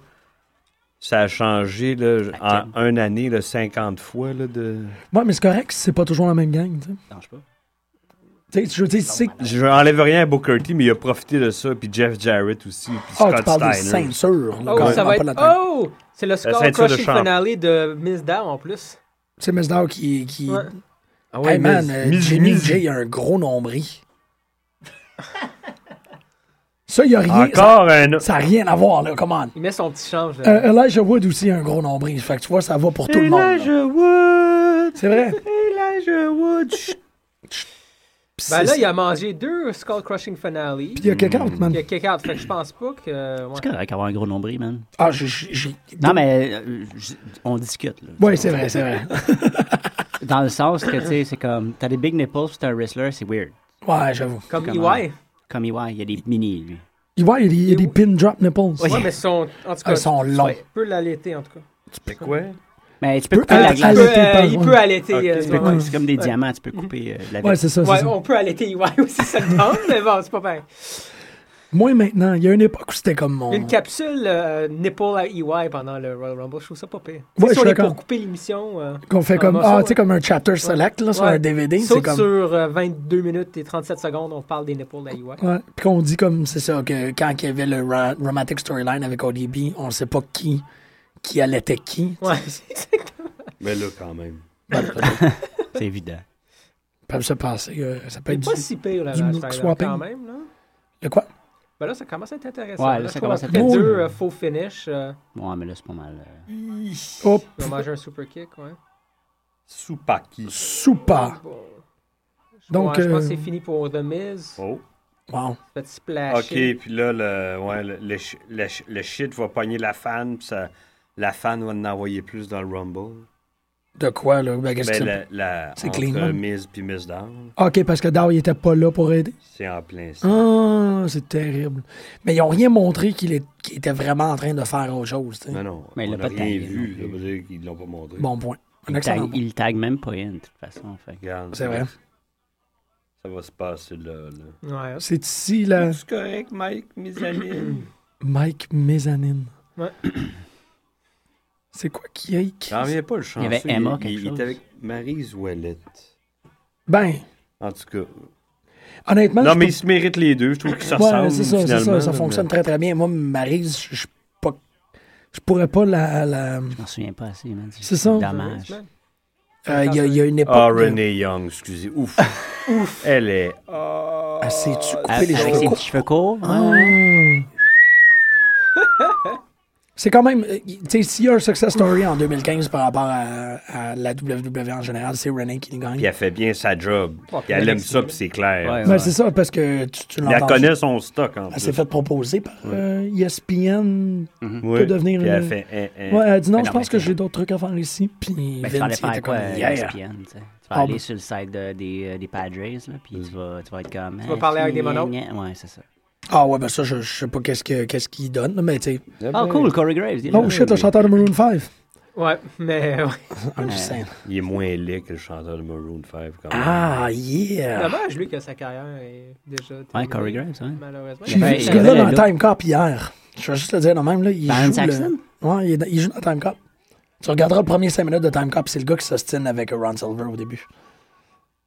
Speaker 3: Ça a changé là,
Speaker 5: Ah,
Speaker 3: en une année là, 50 fois. Là, de...
Speaker 2: Ouais, mais c'est correct, c'est pas toujours la même gang. tu sais.
Speaker 5: Non, je sais pas.
Speaker 2: Tu sais, je veux dire, c'est.
Speaker 3: Je n'enlève rien à Booker T, mais il a profité de ça. Puis Jeff Jarrett aussi. Puis
Speaker 2: Ah, tu
Speaker 3: Scott
Speaker 2: parles des
Speaker 3: Steiner.
Speaker 2: ceintures, là,
Speaker 4: Oh,
Speaker 2: quand même,
Speaker 4: ça va
Speaker 2: pas
Speaker 4: être...
Speaker 2: de la tête.
Speaker 4: Oh! C'est le score
Speaker 3: ceinture de
Speaker 4: crushing
Speaker 3: champ.
Speaker 4: finale de Miss Dow, en plus.
Speaker 2: C'est Mesdao qui. qui...
Speaker 4: Ouais.
Speaker 3: Ah
Speaker 2: hey man,
Speaker 3: mais-
Speaker 2: euh,
Speaker 3: Miz-
Speaker 2: Jimmy
Speaker 3: Miz-
Speaker 2: J a un gros nombril. *laughs* ça, il a rien.
Speaker 3: Encore un. autre.
Speaker 2: Ça n'a rien à voir, là, come on.
Speaker 4: Il met son petit change. Ben là.
Speaker 2: Euh, Elijah Wood aussi a un gros nombril. Fait que tu vois, ça va pour tout le monde. là.
Speaker 3: Elijah Wood!
Speaker 2: C'est vrai.
Speaker 3: Elijah Wood! Chut.
Speaker 2: Puis
Speaker 4: Ben
Speaker 2: c'est-
Speaker 4: là, il a Hmm. mangé deux Skull Crushing Finale.
Speaker 2: puis il y a quelqu'un, man.
Speaker 4: Il y a kick out. Fait que je pense pas que. ouais.
Speaker 5: C'est correct avoir un gros nombril, man.
Speaker 2: Ah, j'ai- j'ai. j'ai-
Speaker 5: Non, mais euh, je- on discute, là.
Speaker 2: Ouais, c'est vrai, c'est
Speaker 4: *laughs*
Speaker 2: vrai.
Speaker 5: Dans le sens que, tu sais, c'est comme. T'as des big nipples, pis t'es un wrestler, c'est weird.
Speaker 2: Ouais, j'avoue.
Speaker 4: Comme EY.
Speaker 5: Comment?
Speaker 4: Ouais,
Speaker 5: Comme EY, il y a des mini, lui.
Speaker 2: Il ouais, il y a des- il y a des pin drop nipples.
Speaker 4: mais son. En tout
Speaker 2: Elles
Speaker 4: cas,
Speaker 2: Ah, sont longs.
Speaker 4: tu peux l'allaiter, en tout cas.
Speaker 3: C'est quoi?
Speaker 5: Mais tu peux
Speaker 2: Peu-
Speaker 5: couper la
Speaker 2: Ah,
Speaker 4: Il
Speaker 5: glace.
Speaker 2: allaiter,
Speaker 4: peut, euh,
Speaker 2: pardon.
Speaker 4: il peut allaiter.
Speaker 3: Ok,
Speaker 4: euh,
Speaker 3: c'est
Speaker 4: ouais.
Speaker 2: quoi?
Speaker 5: C'est comme des diamants, tu peux couper euh, la
Speaker 2: Ouais,
Speaker 5: vis.
Speaker 2: c'est ça. c'est
Speaker 4: Ouais, oh.
Speaker 2: ça.
Speaker 4: on peut allaiter EY *laughs* aussi, ça le demande, mais bon, c'est pas pareil.
Speaker 2: Moins maintenant. Il y a une époque où c'était comme mon.
Speaker 4: Une capsule euh, nipple à EY pendant le Royal Rumble, je trouve ça pas pire.
Speaker 2: Ouais,
Speaker 4: si
Speaker 2: je suis
Speaker 4: on est pour
Speaker 2: d'accord.
Speaker 4: couper l'émission, euh,
Speaker 2: Qu'on fait
Speaker 4: Ah,
Speaker 2: comme.
Speaker 4: bah, ça,
Speaker 2: Ah,
Speaker 4: ouais.
Speaker 2: tu sais, comme un chapter select, là, sur
Speaker 4: Ouais.
Speaker 2: un DVD. C'est
Speaker 4: saute
Speaker 2: comme.
Speaker 4: sur euh, 22 minutes et 37 secondes, on parle des nipples à EY.
Speaker 2: Ouais. Puis qu'on dit comme, c'est ça, que quand il y avait le ra- romantic storyline avec ODB, on ne sait pas qui, qui allaitait qui.
Speaker 4: Ouais. *laughs*
Speaker 3: Mais là, quand même.
Speaker 5: C'est évident.
Speaker 2: Peuvent se passer. euh, ça peut
Speaker 4: C'est
Speaker 2: être
Speaker 4: pas
Speaker 2: du-
Speaker 4: si pire, la
Speaker 2: du
Speaker 4: match,
Speaker 2: milk
Speaker 4: par exemple,
Speaker 2: swapping.
Speaker 4: quand même. Là.
Speaker 2: De quoi?
Speaker 4: Ben là, ça commence à être intéressant.
Speaker 5: Ouais,
Speaker 4: là,
Speaker 5: là,
Speaker 4: je
Speaker 5: ça
Speaker 4: trouve
Speaker 5: commence à
Speaker 4: après
Speaker 5: être
Speaker 4: deux
Speaker 2: cool.
Speaker 4: euh, faux finish, euh,
Speaker 5: Ouais, mais là, c'est pas mal. euh,
Speaker 2: Hop,
Speaker 4: ils ont mangé un super kick, ouais.
Speaker 3: Soupaki.
Speaker 2: soupa.
Speaker 4: Bon. Je-
Speaker 2: Donc,
Speaker 4: ouais, je pense
Speaker 2: euh,
Speaker 4: que c'est fini pour The Miz.
Speaker 3: Oh.
Speaker 2: Wow.
Speaker 4: Fait
Speaker 3: OK,
Speaker 4: splasher.
Speaker 3: puis là, le, ouais, le, le ch- le ch- le shit va pogner la fan, puis ça, la fan va en envoyer plus dans le Rumble.
Speaker 2: De quoi, là? Ben, qu'est-ce que
Speaker 3: Ben,
Speaker 2: c'est?
Speaker 3: la, la
Speaker 2: C'est
Speaker 3: entre
Speaker 2: Klingman.
Speaker 3: Miz puis Miss Down,
Speaker 2: OK, parce que Dow, il était pas là pour aider.
Speaker 3: c'est en plein ça.
Speaker 2: Ah, c'est terrible. Mais ils ont rien montré qu'il est- qu'il était vraiment en train de faire autre chose, tu sais.
Speaker 3: Non, non,
Speaker 5: Mais il
Speaker 3: on
Speaker 5: l'a
Speaker 3: n'a
Speaker 5: pas
Speaker 3: rien
Speaker 5: tagué
Speaker 3: vu.
Speaker 5: non
Speaker 3: Ça veut dire qu'ils l'ont pas montré.
Speaker 2: Bon point. Un
Speaker 5: Il
Speaker 2: excellent
Speaker 5: tag,
Speaker 2: point.
Speaker 5: il tag même pas Ian, de toute façon. Fait. que-
Speaker 3: Regarde,
Speaker 2: C'est vrai.
Speaker 3: Ça va se passer là. là.
Speaker 4: Ouais.
Speaker 2: C'est ici, la
Speaker 8: C'est correct, Mike, mes
Speaker 2: *coughs*
Speaker 8: amis.
Speaker 2: Mike Mezzanine.
Speaker 4: Ouais.
Speaker 2: C'est quoi qui a écrit?
Speaker 3: J'en reviens pas, le chanceux.
Speaker 5: avait Emma,
Speaker 3: il,
Speaker 5: quelque
Speaker 3: il- il
Speaker 5: chose.
Speaker 3: était avec Maryse Ouellette.
Speaker 2: Ben,
Speaker 3: En tout cas.
Speaker 2: honnêtement,
Speaker 8: Non,
Speaker 2: Ah, je
Speaker 8: mais
Speaker 2: peux-
Speaker 8: ils se méritent les deux. Je trouve qu'ils se
Speaker 2: Ouais,
Speaker 8: ressemblent.
Speaker 2: c'est ça, c'est
Speaker 8: finalement,
Speaker 2: ça, ça
Speaker 8: là,
Speaker 2: fonctionne très très bien. Moi, Maryse, je je pas- je pourrais pas la. la-
Speaker 5: Je m'en souviens pas assez, man.
Speaker 2: C'est ça.
Speaker 5: Dommage.
Speaker 2: Euh, Il y, a- il y a une
Speaker 3: mais- Ah,
Speaker 2: époque. de-
Speaker 3: Renee Young, excusez.
Speaker 2: *laughs*
Speaker 3: Ouf. Ouf. Elle est.
Speaker 2: Ah, sais-tu couper
Speaker 5: Avec
Speaker 2: les
Speaker 5: avec
Speaker 2: cheveux
Speaker 5: ses
Speaker 2: courts?
Speaker 5: petits cheveux courts. ouais, Ben,
Speaker 2: Ah.
Speaker 5: ouais.
Speaker 2: C'est quand même. euh, Tu sais, s'il y a un success story en 2015 par rapport à, à la WWE en général, c'est Renee qui le gagne.
Speaker 3: Puis elle fait bien sa job.
Speaker 4: Oh,
Speaker 3: Puis elle aime
Speaker 4: Alexis,
Speaker 3: ça,
Speaker 4: là.
Speaker 3: puis c'est clair.
Speaker 5: Ouais,
Speaker 3: Ouais,
Speaker 5: ouais.
Speaker 2: Ben, c'est ça, parce que tu, tu l'entends.
Speaker 3: Elle connaît son stock en
Speaker 2: Elle
Speaker 3: plus.
Speaker 2: s'est faite proposer par euh, ESPN.
Speaker 3: Oui.
Speaker 2: de devenir
Speaker 3: Puis elle
Speaker 2: une-
Speaker 3: fait. hein, hein.
Speaker 2: Ouais, elle a dit non,
Speaker 5: Mais
Speaker 2: je pense
Speaker 5: non, mais
Speaker 2: que
Speaker 5: c'est-
Speaker 2: j'ai d'autres trucs à faire ici. Puis
Speaker 5: Ben, tu vas aller
Speaker 2: Vince, il était
Speaker 5: faire quoi,
Speaker 2: comme.
Speaker 5: euh,
Speaker 2: Yeah.
Speaker 5: ESPN, tu sais. Tu vas
Speaker 2: Ah,
Speaker 5: aller
Speaker 2: ben. Mm.
Speaker 5: sur le site de- des, euh, des Padres, là, puis tu vas, tu vas être comme... hein, Tu
Speaker 4: vas parler avec des monos.
Speaker 5: Ouais, c'est ça.
Speaker 2: Ah ouais, ben ça, je, je sais pas qu'est-ce que- qu'est-ce qu'il donne, mais tu sais.
Speaker 5: Ah, cool, Corey Graves. il est
Speaker 2: Oh
Speaker 5: là.
Speaker 2: shit, le chanteur de Maroon 5.
Speaker 4: Ouais, mais *laughs* ouais.
Speaker 2: I'm just saying.
Speaker 3: Il est moins laid que le chanteur de Maroon 5 quand même.
Speaker 2: Ah yeah.
Speaker 4: dommage, lui, que sa carrière est déjà.
Speaker 5: Ouais,
Speaker 4: terminée,
Speaker 5: Corey Graves, ouais.
Speaker 4: Malheureusement.
Speaker 2: J'ai
Speaker 5: Ben,
Speaker 2: vu ce
Speaker 5: il y
Speaker 2: gars-là
Speaker 5: avait
Speaker 2: dans
Speaker 5: l'autre.
Speaker 2: Time Cop hier. Je vais juste le dire de même, là. Il
Speaker 5: Byron
Speaker 2: joue
Speaker 5: Saxon?
Speaker 2: Le... Ouais, il, est dans- il joue dans Time Cop. Tu regarderas le premier 5 minutes de Time Cop, c'est le gars qui s'ostine avec Ron Silver au début.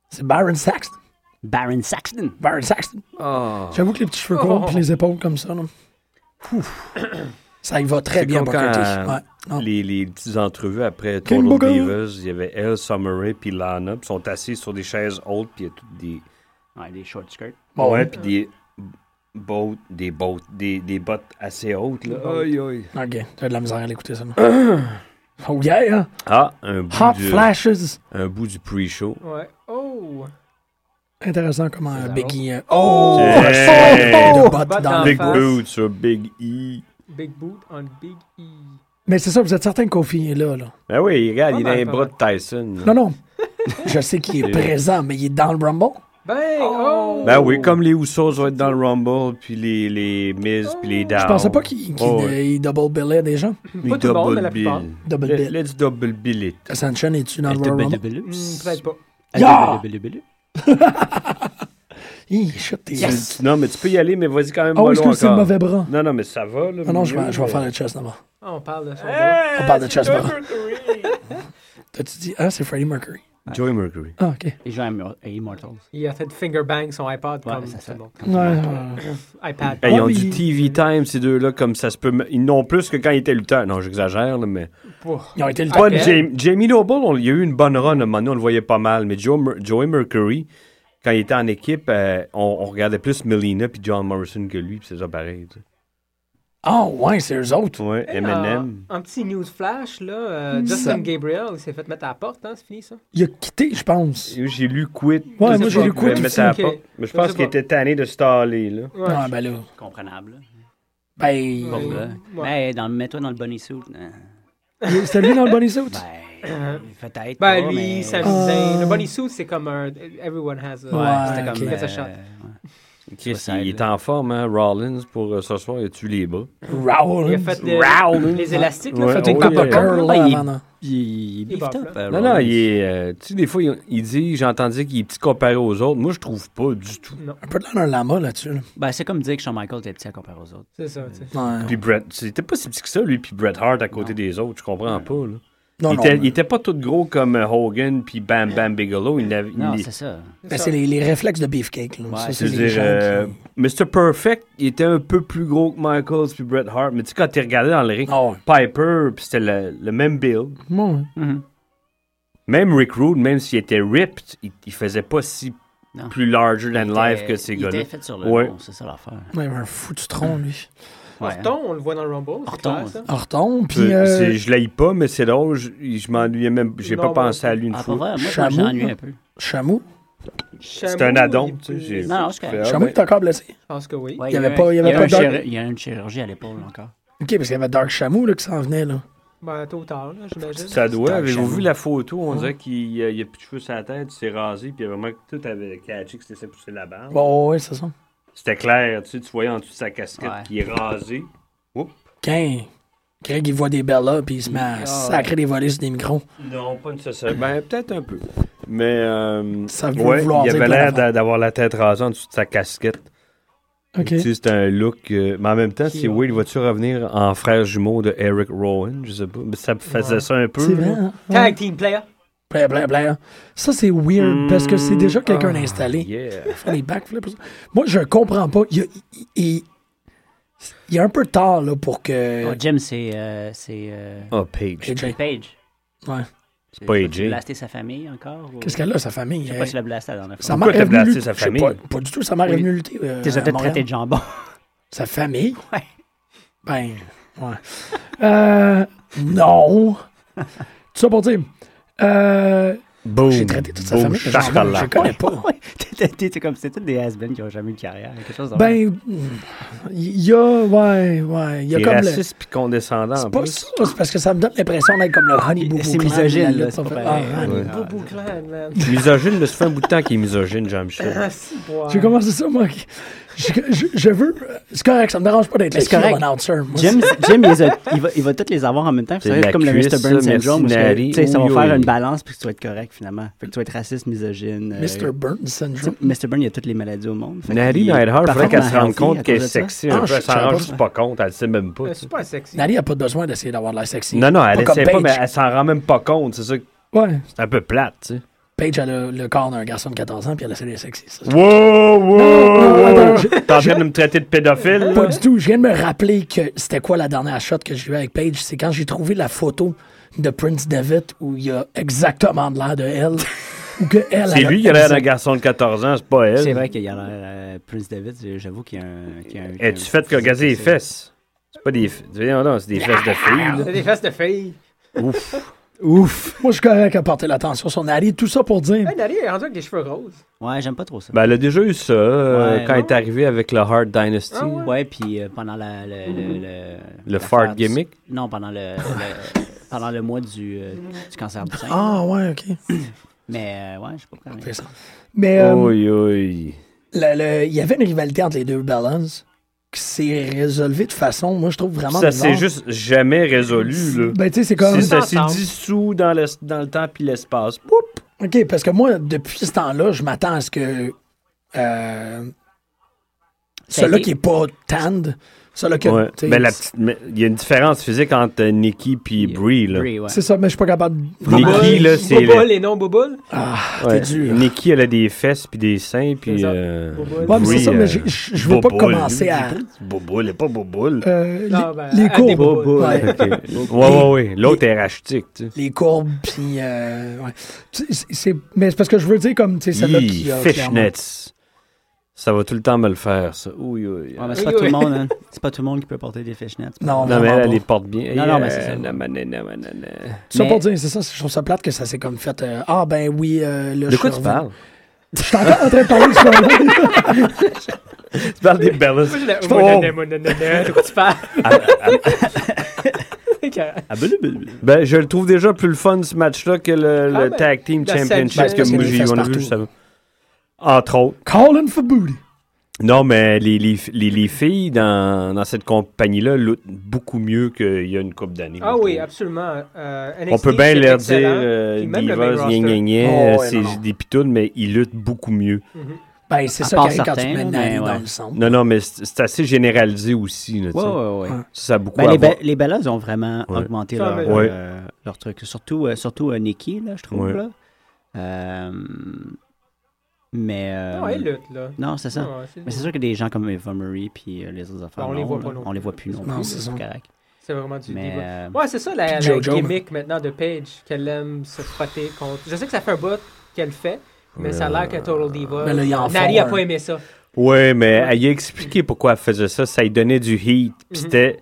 Speaker 2: C'est Byron Saxton.
Speaker 5: Baron Saxton.
Speaker 2: Byron Saxton.
Speaker 3: Oh.
Speaker 2: J'avoue que les petits cheveux courts et les épaules comme ça, là. Ouf. Ça y va très
Speaker 3: C'est
Speaker 2: bien,
Speaker 3: comme
Speaker 2: Booker T.
Speaker 3: quand-
Speaker 2: Ouais. Non.
Speaker 3: les, les petites entrevues après
Speaker 2: King
Speaker 3: Total
Speaker 2: Booker.
Speaker 3: Divas, il y avait Elle, Summeray puis Lana, puis sont assis sur des chaises hautes, puis il y a toutes des
Speaker 5: Ouais, des short skirts.
Speaker 2: Bon,
Speaker 3: ouais, puis des bottes, des bottes, des, des bottes assez hautes là. Aïe, aïe.
Speaker 2: Ok, t'as de la misère à l'écouter, ça. là. *clears throat* oh yeah! hein?
Speaker 3: Ah, un bout
Speaker 2: Hot
Speaker 3: du
Speaker 2: flashes!
Speaker 3: un bout du pre-show.
Speaker 4: Ouais. Oh!
Speaker 2: Intéressant comment euh,
Speaker 4: ça,
Speaker 2: Biggie. euh, Oh!
Speaker 3: Yeah.
Speaker 2: oh, oh, de bottes dans le-
Speaker 3: Big
Speaker 4: face.
Speaker 3: Boot sur Big E.
Speaker 4: Big Boot on Big E.
Speaker 2: Mais c'est ça, vous êtes certain que Kofi est là, là.
Speaker 3: Ben oui, regarde,
Speaker 4: Pas
Speaker 3: il a
Speaker 4: mal,
Speaker 3: les
Speaker 4: pas
Speaker 3: bras
Speaker 4: mal.
Speaker 3: de Tyson. là.
Speaker 2: Non, non. Je sais qu'il est
Speaker 3: C'est-
Speaker 2: présent, mais il est dans le Rumble.
Speaker 4: Bang! Oh!
Speaker 3: Ben oui, comme les Usos vont être dans le Rumble, puis les, les Miz, puis les Down.
Speaker 2: Je pensais pas qu'il qu'il-
Speaker 3: Oh, Ah, ouais.
Speaker 2: il double billait des gens.
Speaker 4: Pas tout le monde, mais la plupart.
Speaker 3: bill.
Speaker 2: Double
Speaker 3: Let-
Speaker 2: bill.
Speaker 3: Let's double bill it.
Speaker 2: Ascension, es-tu dans le Royal Rumble?
Speaker 5: Double
Speaker 4: Hmm, Peut-être pas.
Speaker 2: Yeah! Hi, shit, t'es...
Speaker 3: Tu- Non, mais tu peux y aller, mais vas-y quand même.
Speaker 2: Ah oui,
Speaker 3: mollo
Speaker 2: excuse, c'est le
Speaker 3: encore.
Speaker 2: mauvais bras.
Speaker 3: Non, non, mais ça va. Là,
Speaker 2: Ah non, je
Speaker 3: mieux,
Speaker 2: vais, je vais
Speaker 3: là.
Speaker 2: faire le chest d'abord.
Speaker 4: Ah, on parle de son
Speaker 2: On parle de chest *laughs* d'abord. T'as-tu dit, ah, c'est Freddie Mercury.
Speaker 3: Joey Mercury.
Speaker 2: Ah, OK.
Speaker 5: Les gens aiment Immortals.
Speaker 4: Il a fait finger bang son iPad
Speaker 5: Ouais,
Speaker 4: comme
Speaker 5: c'est
Speaker 4: tout
Speaker 5: ça.
Speaker 4: le monde. *laughs*
Speaker 2: Ouais, ouais.
Speaker 4: iPad.
Speaker 3: Hey, ils ont
Speaker 2: mais
Speaker 3: du
Speaker 2: il-
Speaker 3: TV Time, ces deux-là, comme ça se peut. m- Ils n'ont plus que quand ils étaient lutteurs. Non, j'exagère, là, mais.
Speaker 4: Pouh.
Speaker 2: Ils ont été le
Speaker 4: Ah,
Speaker 2: temps.
Speaker 3: Pas
Speaker 4: Ok.
Speaker 3: Jamie, Jamie Noble, on- il y a eu une bonne run, à un moment donné, on le voyait pas mal. Mais Joe Mer- Joey Mercury, quand il était en équipe, euh, on, on regardait plus Melina puis John Morrison que lui, puis c'est ça pareil. tu sais.
Speaker 2: Ah ouais, c'est eux autres.
Speaker 3: Ouais, Eminem.
Speaker 4: Ah, un petit news flash, là. euh,
Speaker 2: Ça-
Speaker 4: Justin Gabriel, il s'est fait mettre à la porte, hein, c'est fini ça?
Speaker 2: Il a quitté, je pense.
Speaker 3: Et J'ai lu Quit.
Speaker 2: Ouais,
Speaker 3: Je
Speaker 4: moi,
Speaker 3: sais
Speaker 4: j'ai
Speaker 3: pas, mais-
Speaker 4: lu Quit
Speaker 3: Mais,
Speaker 4: aussi.
Speaker 3: ça a
Speaker 4: Ok.
Speaker 3: pas- mais je
Speaker 4: sais
Speaker 3: pense qu'il
Speaker 4: pas.
Speaker 3: était tanné de staller, là.
Speaker 4: Ouais.
Speaker 2: Ah, ben là.
Speaker 5: Comprenable. là.
Speaker 2: Ben,
Speaker 5: Pauvre
Speaker 4: Ouais. Euh,
Speaker 5: gars. Ben, dans, mets-toi dans le bunny suit. hein.
Speaker 2: c'était lui dans le bonnet suit?
Speaker 5: Ben,
Speaker 4: Ben,
Speaker 5: peut-être. pas,
Speaker 4: lui,
Speaker 5: mais-
Speaker 4: ça
Speaker 2: Ah.
Speaker 4: faisait- Le bunny suit, c'est comme un. Everyone has a.
Speaker 2: Ouais,
Speaker 4: c'était comme.
Speaker 2: ok.
Speaker 4: Get a
Speaker 5: Euh,
Speaker 4: shot.
Speaker 5: ouais.
Speaker 3: Chris,
Speaker 5: Ça,
Speaker 3: il
Speaker 5: là.
Speaker 3: est en forme, hein, Rollins, pour euh, ce soir, il tue les bras.
Speaker 2: Raoul. Euh,
Speaker 4: Il a fait des- les élastiques, là.
Speaker 3: Ouais,
Speaker 4: fait
Speaker 2: Fait
Speaker 4: des
Speaker 2: que
Speaker 3: ouais,
Speaker 4: coups de
Speaker 2: Papa
Speaker 3: ouais.
Speaker 4: corps.
Speaker 2: Curl,
Speaker 5: Ben,
Speaker 2: là,
Speaker 5: il-
Speaker 2: avant, là.
Speaker 5: Il, il
Speaker 4: Il
Speaker 5: lift
Speaker 4: baffe,
Speaker 5: up, euh,
Speaker 3: Non, non,
Speaker 5: Rollins.
Speaker 3: il est. euh, tu sais, des fois, il, il dit, j'entendais qu'il est petit comparé aux autres. Moi, je trouve pas du tout.
Speaker 2: Un peu de l'air d'un lama là-dessus. là.
Speaker 5: Ben, c'est comme dire que Shawn Michaels était petit à comparer aux autres.
Speaker 4: C'est ça, tu sais.
Speaker 2: Ouais.
Speaker 3: Puis Bret, c'était pas si petit que ça, lui, puis Bret Hart à côté des autres. Je comprends pas, là.
Speaker 2: Non,
Speaker 3: il,
Speaker 2: non.
Speaker 3: était,
Speaker 2: mais-
Speaker 3: il était pas tout gros comme euh, Hogan, puis Bam Bam Bigelow. Il n'avait-
Speaker 5: Non,
Speaker 3: il-
Speaker 5: c'est ça.
Speaker 2: Ben, c'est les, les réflexes de Beefcake. Là.
Speaker 5: Ouais,
Speaker 2: ça,
Speaker 5: je
Speaker 2: c'est
Speaker 3: Je veux
Speaker 2: les
Speaker 3: dire,
Speaker 2: gens
Speaker 3: euh,
Speaker 2: qui-
Speaker 3: Mr. Perfect, il était un peu plus gros que Michaels puis Bret Hart. Mais tu sais, quand tu regardais dans le ring,
Speaker 2: Ah ouais.
Speaker 3: Piper, puis c'était le, le même build.
Speaker 2: Ouais.
Speaker 5: Mhm.
Speaker 3: Même Rick Rude, même s'il était ripped, il, il faisait pas si
Speaker 5: Non.
Speaker 3: plus larger than life
Speaker 5: Euh,
Speaker 3: que ces
Speaker 5: il
Speaker 3: gars-là.
Speaker 5: était fait sur le
Speaker 3: Ouais.
Speaker 5: long, c'est ça l'affaire. hein.
Speaker 2: Ouais, il avait un foutu tronc, lui.
Speaker 5: Ouais, hein.
Speaker 4: Horton, on le voit dans le Rumble. c'est
Speaker 5: Horton,
Speaker 4: clair, ça.
Speaker 2: Horton, puis...
Speaker 3: C'est- c'est-
Speaker 2: Euh,
Speaker 3: Je l'ai pas, mais c'est drôle. Je, je m'ennuyais même. J'ai pas
Speaker 4: Non, moi
Speaker 3: pensé à lui une
Speaker 5: Ah,
Speaker 3: fois.
Speaker 5: pour vrai, moi, je
Speaker 2: Chameau,
Speaker 5: m'ennuie
Speaker 2: là.
Speaker 5: un peu.
Speaker 2: Chamou.
Speaker 3: C'est un addon, tu sais. j'ai-
Speaker 5: Non, non, c'est correct.
Speaker 3: Ah,
Speaker 2: Chamou
Speaker 3: ben-
Speaker 2: est encore blessé.
Speaker 4: Je pense que oui.
Speaker 5: Ouais,
Speaker 2: Il y avait
Speaker 5: a
Speaker 2: pas-
Speaker 5: un-
Speaker 2: il y avait
Speaker 5: a
Speaker 2: pas
Speaker 5: un
Speaker 2: d'or-
Speaker 5: chirur- Il y a une chirurgie à l'épaule encore.
Speaker 2: OK, parce qu'il y avait Dark Chamou là, qui s'en venait. là.
Speaker 4: Ben, tôt ou tard, là, j'imagine.
Speaker 3: Ça doit.
Speaker 2: un
Speaker 3: Avez-vous
Speaker 2: chien.
Speaker 3: vu la photo?
Speaker 5: Ah.
Speaker 3: On dirait qu'il n'y a, il a plus de cheveux sur la tête, il s'est rasé, puis vraiment que tout avait catché que c'était pousser la barbe.
Speaker 2: Bon, oui, c'est ça.
Speaker 3: C'était clair, tu sais, tu voyais en dessous de sa casquette
Speaker 5: Ouais.
Speaker 3: qui est rasé.
Speaker 2: Quand Greg, il voit des bellas, puis il se met à sacrer des volets sur des micros.
Speaker 3: Non, pas nécessairement. Ben, peut-être un peu. Mais. euh,
Speaker 2: Ça veut
Speaker 3: ouais,
Speaker 2: vouloir
Speaker 3: il
Speaker 2: dire
Speaker 3: avait
Speaker 2: plein
Speaker 3: l'air
Speaker 2: d'affaires.
Speaker 3: d'a- d'avoir la tête rasée en dessous de sa casquette.
Speaker 2: OK.
Speaker 3: Tu sais, c'est un look. euh, mais en même temps,
Speaker 4: Qui,
Speaker 3: si
Speaker 4: ouais.
Speaker 3: Will, vas-tu revenir en frère jumeau de Eric Rowan Je sais pas. mais Ça faisait
Speaker 4: Ouais.
Speaker 3: ça un peu.
Speaker 2: C'est
Speaker 3: là.
Speaker 2: vrai, hein?
Speaker 4: Tag team player.
Speaker 2: Blah, blah, blah. Ça, c'est weird,
Speaker 3: Hmm.
Speaker 2: parce que c'est déjà quelqu'un
Speaker 3: Ah,
Speaker 2: d'installé.
Speaker 3: yeah.
Speaker 2: Faire des backflips. Moi, je comprends pas. Il y a, il- il- il y a un peu tard là, pour
Speaker 5: Oh,
Speaker 2: que.
Speaker 5: Jim, c'est. euh, c'est. euh,
Speaker 3: Oh, Paige.
Speaker 2: AJ.
Speaker 5: Paige.
Speaker 2: Ouais.
Speaker 5: C'est
Speaker 3: pas
Speaker 5: toi qui
Speaker 3: AJ.
Speaker 5: Blaster sa famille encore ou-
Speaker 2: Qu'est-ce qu'elle a, sa famille?
Speaker 5: Je sais pas si la blasté dans la
Speaker 2: Ça
Speaker 5: fois.
Speaker 2: m'a
Speaker 3: Pourquoi t'as blasté sa famille?
Speaker 2: Pas, pas du tout, ça m'a
Speaker 5: Oui.
Speaker 2: revenu lutter. euh,
Speaker 5: T'es
Speaker 2: à
Speaker 5: peut-être
Speaker 2: Montréal.
Speaker 5: traité de jambon. *laughs*
Speaker 2: Sa famille?
Speaker 5: Ouais.
Speaker 2: Ben, ouais. Euh, non. Tout ça pour dire. euh,
Speaker 3: Boom.
Speaker 2: j'ai traité toute sa
Speaker 3: boom,
Speaker 2: famille. de gens
Speaker 3: chacun
Speaker 2: bons,
Speaker 3: là.
Speaker 2: Je connais pas.
Speaker 5: C'est comme c'est tous des has qui ont jamais eu de carrière. Quelque chose de-
Speaker 2: Ben, il y a. Ouais, ouais. Il y a
Speaker 3: Il est
Speaker 2: comme. le-
Speaker 3: raciste puis condescendant. en
Speaker 2: C'est pas
Speaker 3: plus.
Speaker 2: ça, c'est parce que ça me donne l'impression d'être comme le Honey Boo Boo
Speaker 5: Ah, C'est
Speaker 2: Clan, la
Speaker 5: misogyne, là.
Speaker 2: lutte,
Speaker 5: C'est
Speaker 2: en
Speaker 5: pas
Speaker 2: fait.
Speaker 5: pareil.
Speaker 2: Ah,
Speaker 3: Ouais.
Speaker 4: Bobo Clan, man.
Speaker 3: *laughs* Misogyne, mais ça fait un bout de temps qu'il est misogyne, Jean-Michel.
Speaker 4: Ah, si, boy.
Speaker 2: J'ai commencé ça, moi. Je, je- je veux. C'est correct, ça me dérange pas d'être le
Speaker 5: C'est correct.
Speaker 2: key announcer. Moi,
Speaker 5: Jim, Jim il, les a- il va, il va toutes les avoir en même temps. puis
Speaker 3: C'est
Speaker 5: Ça va
Speaker 3: la
Speaker 5: être comme le
Speaker 3: cuisse,
Speaker 5: Mr. Burns
Speaker 3: ça,
Speaker 5: syndrome. Où,
Speaker 3: merci,
Speaker 5: ce que,
Speaker 3: Nari.
Speaker 5: tu sais, ça va
Speaker 3: Oui,
Speaker 5: faire
Speaker 3: oui.
Speaker 5: une balance puis que tu vas être correct finalement. Fait que tu vas être raciste, misogyne. euh,
Speaker 2: c'est Mr. Burns
Speaker 5: tu sais,
Speaker 2: Syndrome.
Speaker 5: Mr. Burns, il a toutes les maladies au monde. Fait
Speaker 3: Nari
Speaker 5: qu'il est
Speaker 3: Nightheart, il faudrait qu'elle se
Speaker 5: parfaitement
Speaker 3: rende compte
Speaker 5: healthy à
Speaker 3: qu'elle
Speaker 5: cause
Speaker 3: est
Speaker 5: de ça.
Speaker 3: sexy
Speaker 2: Ah,
Speaker 3: un peu.
Speaker 2: je-
Speaker 3: Elle s'en
Speaker 2: je savais
Speaker 3: rend
Speaker 2: pas
Speaker 3: juste
Speaker 2: ça.
Speaker 3: pas compte, elle sait même pas.
Speaker 4: Euh,
Speaker 3: tu
Speaker 4: C'est pas sexy.
Speaker 2: Nari a pas besoin d'essayer d'avoir de l'air sexy.
Speaker 3: Non, non, elle
Speaker 2: Pas comme
Speaker 3: essaie pas,
Speaker 2: Paige.
Speaker 3: mais elle s'en rend même pas compte. C'est ça, que-
Speaker 2: Ouais.
Speaker 3: c'est un peu plate, tu sais.
Speaker 2: Paige a le, le corps d'un garçon de 14 ans, puis elle essaie d'être sexy. ça.
Speaker 3: Wow, wow,
Speaker 2: non, non,
Speaker 3: wow. T'es en train de me traiter de pédophile,
Speaker 2: ah, Pas
Speaker 3: là?
Speaker 2: du tout. Je viens de me rappeler que c'était quoi la dernière shot que j'ai eu avec Paige. C'est quand j'ai trouvé la photo de Prince Devitt où il y a exactement de l'air de elle.
Speaker 3: *laughs*
Speaker 2: ou que elle
Speaker 3: C'est
Speaker 2: elle a
Speaker 3: lui qui a l'air d'un
Speaker 2: exact-
Speaker 3: garçon de 14 ans, c'est pas elle.
Speaker 5: C'est vrai qu'il a l'air. euh, Prince David, j'avoue qu'il y a un. qu'il y a un-
Speaker 3: Es-tu faite que regarder les fesses? C'est pas des... fesses. Non, non, c'est des fesses de filles,
Speaker 4: C'est des fesses de filles.
Speaker 3: là. Ouf.
Speaker 2: Moi, je suis correct à porter l'attention sur Nari. Tout ça pour dire.
Speaker 4: Hey, Nari est rendu avec des cheveux roses.
Speaker 5: Ouais, j'aime pas trop ça.
Speaker 3: Ben, elle a déjà eu ça euh,
Speaker 5: Ouais.
Speaker 3: quand elle est arrivée avec le Hard Dynasty.
Speaker 4: Ah ouais.
Speaker 5: Ouais, puis euh, pendant la, le, le, le-
Speaker 3: Mm-hmm. Le
Speaker 5: la
Speaker 3: fart
Speaker 5: farce-
Speaker 3: gimmick.
Speaker 5: Non, pendant le, le- pendant le mois du, euh, du cancer du sein.
Speaker 2: Ah, ouais, OK.
Speaker 5: Mais euh, ouais, je sais pas pourquoi. mais-
Speaker 2: C'est ça. Mais euh,
Speaker 3: Oui, oui.
Speaker 2: le- le- il y avait une rivalité entre les deux Balance qui s'est résolvée de façon, moi, je trouve vraiment
Speaker 3: Ça
Speaker 2: bizarre.
Speaker 3: s'est juste jamais résolu, là.
Speaker 2: Ben, tu sais, c'est
Speaker 3: C'est-
Speaker 2: comme...
Speaker 3: Ça s'est
Speaker 4: Ensemble.
Speaker 3: dissous dans le, dans le temps puis l'espace. Poup!
Speaker 2: OK, parce que moi, depuis ce temps-là, je m'attends à ce que... euh,
Speaker 5: Ça a
Speaker 2: celui-là
Speaker 5: été-
Speaker 2: qui est pas tanned, celui-là qui a-
Speaker 3: Ouais.
Speaker 2: tu sais,
Speaker 3: Ben, la petite- mais il y a une différence physique entre euh, Nikki puis Brie, là.
Speaker 5: Brie, ouais.
Speaker 2: C'est ça, mais je suis pas capable. de-
Speaker 3: Nikki,
Speaker 4: Boboule,
Speaker 3: là, c'est-
Speaker 4: Boboule et non boboule.
Speaker 2: Ah,
Speaker 3: Ouais.
Speaker 2: t'es dur.
Speaker 3: Nikki, elle a des fesses puis des seins
Speaker 4: C'est
Speaker 3: puis.
Speaker 4: ça.
Speaker 3: euh,
Speaker 4: Boboule.
Speaker 2: Ouais, mais c'est
Speaker 3: Brie,
Speaker 2: ça,
Speaker 3: euh,
Speaker 2: mais j'ai- je je veux pas
Speaker 3: boboule.
Speaker 2: commencer à.
Speaker 3: Boboule, elle est pas boboule.
Speaker 2: euh,
Speaker 4: Non,
Speaker 2: les-
Speaker 4: ben,
Speaker 2: les
Speaker 4: à des
Speaker 2: courbes.
Speaker 4: boboules.
Speaker 2: Ouais.
Speaker 3: Ok. Ouais, ouais, ouais. *laughs* L'autre est rachitique, tu sais.
Speaker 2: Les courbes, puis. euh, ouais. Tu sais, c'est- c'est- Mais c'est parce que je veux dire, comme, tu sais, celle-là
Speaker 3: Hi,
Speaker 2: qui a. clairement-
Speaker 3: Fishnets. Ça va tout le temps me le faire, Ah, ça. Ouh, ouh, ouh.
Speaker 5: Ouais, mais c'est pas tout le monde, hein. C'est pas tout le monde qui peut porter des fishnets. c'est pas-
Speaker 2: Non,
Speaker 3: Non, mais
Speaker 2: vraiment
Speaker 3: elle,
Speaker 2: pas.
Speaker 3: elle les porte bien.
Speaker 5: Non, non, mais c'est ça.
Speaker 3: Euh, nanana, nanana.
Speaker 2: Ça
Speaker 5: Mais-
Speaker 2: pour dire, c'est ça, je trouve ça plate que ça s'est comme fait. euh, ah, ben oui, euh, là,
Speaker 3: De
Speaker 2: je
Speaker 3: quoi
Speaker 2: suis
Speaker 3: tu
Speaker 2: revenu.
Speaker 3: parles?
Speaker 2: Je suis encore en train de parler de ce
Speaker 3: Tu parles des *laughs* Bellas.
Speaker 4: Moi, je l'ai-
Speaker 3: Je
Speaker 4: Oh,
Speaker 3: pense-
Speaker 4: nanana, nanana, De quoi tu parles? ah, *laughs*
Speaker 3: Ben, je le trouve déjà plus le fun ce match-là que le,
Speaker 4: Ah,
Speaker 3: le
Speaker 4: ben,
Speaker 3: Tag Team
Speaker 4: la
Speaker 3: Championship
Speaker 4: section-
Speaker 3: que
Speaker 4: Ben,
Speaker 2: c'est
Speaker 3: Muji,
Speaker 2: des
Speaker 3: on a
Speaker 2: fesses
Speaker 3: vu
Speaker 2: partout.
Speaker 3: ça. Entre autres.
Speaker 2: Calling for booty.
Speaker 3: Non, mais les, les, les, les filles dans, dans cette compagnie-là luttent beaucoup mieux qu'il y a une couple d'années.
Speaker 4: Ah
Speaker 3: je
Speaker 4: oui,
Speaker 3: trouve.
Speaker 4: absolument. Euh,
Speaker 3: On
Speaker 4: NXT,
Speaker 3: peut bien
Speaker 4: c'est
Speaker 3: leur dire
Speaker 4: excellent.
Speaker 3: euh,
Speaker 4: Puis même le main
Speaker 3: divas,
Speaker 4: roster.
Speaker 3: gna gna gna,
Speaker 2: Oh,
Speaker 3: euh,
Speaker 2: ouais, non,
Speaker 3: c'est
Speaker 2: non.
Speaker 3: des pitounes, mais ils luttent beaucoup mieux.
Speaker 2: Ben, c'est
Speaker 5: À
Speaker 2: ça
Speaker 5: part
Speaker 2: qui arrive quand tu
Speaker 5: certains,
Speaker 2: mets
Speaker 5: là,
Speaker 2: Nari
Speaker 5: mais ouais.
Speaker 2: dans le centre.
Speaker 3: Non, non, mais c'est c'est assez généralisé aussi. là, tu
Speaker 5: Ouais,
Speaker 3: sais.
Speaker 5: ouais, ouais.
Speaker 2: Ouais.
Speaker 3: Ça a beaucoup
Speaker 5: Ben,
Speaker 3: à
Speaker 5: les,
Speaker 3: voir.
Speaker 5: be- les Bellas ont vraiment
Speaker 3: Ouais.
Speaker 5: augmenté
Speaker 4: Ça,
Speaker 5: leur,
Speaker 4: mais-
Speaker 3: Ouais.
Speaker 5: euh, leur truc. Surtout, euh, surtout euh, Nikki, là, je trouve.
Speaker 3: Ouais.
Speaker 5: Là. Euh, mais. euh,
Speaker 4: Non, Ah elle lutte, là. Ah
Speaker 5: non, c'est ça.
Speaker 4: Ouais, c'est-
Speaker 5: Mais c'est sûr que des gens comme Eva Murray puis euh, les autres affaires,
Speaker 4: Ben, on les
Speaker 5: non,
Speaker 4: voit
Speaker 5: là,
Speaker 4: pas non
Speaker 5: on les voit plus non,
Speaker 4: Non,
Speaker 5: plus,
Speaker 2: c'est
Speaker 5: là,
Speaker 2: ça.
Speaker 5: correct.
Speaker 4: C'est vraiment du
Speaker 5: Mais,
Speaker 4: débat.
Speaker 5: euh,
Speaker 4: Ouais, c'est ça la,
Speaker 2: Puis
Speaker 4: la
Speaker 2: Jojo,
Speaker 4: gimmick maintenant de Paige, qu'elle aime se frotter contre. Je sais que ça fait un bout qu'elle le fait, mais ça a l'air que Total Diva.
Speaker 2: Mais là, il en
Speaker 4: Nari
Speaker 2: faut
Speaker 4: a
Speaker 2: un.
Speaker 4: pas aimé ça.
Speaker 3: Ouais, mais elle y a expliqué pourquoi elle faisait ça. Ça lui donnait du heat.
Speaker 4: Mhm.
Speaker 3: Puis c'était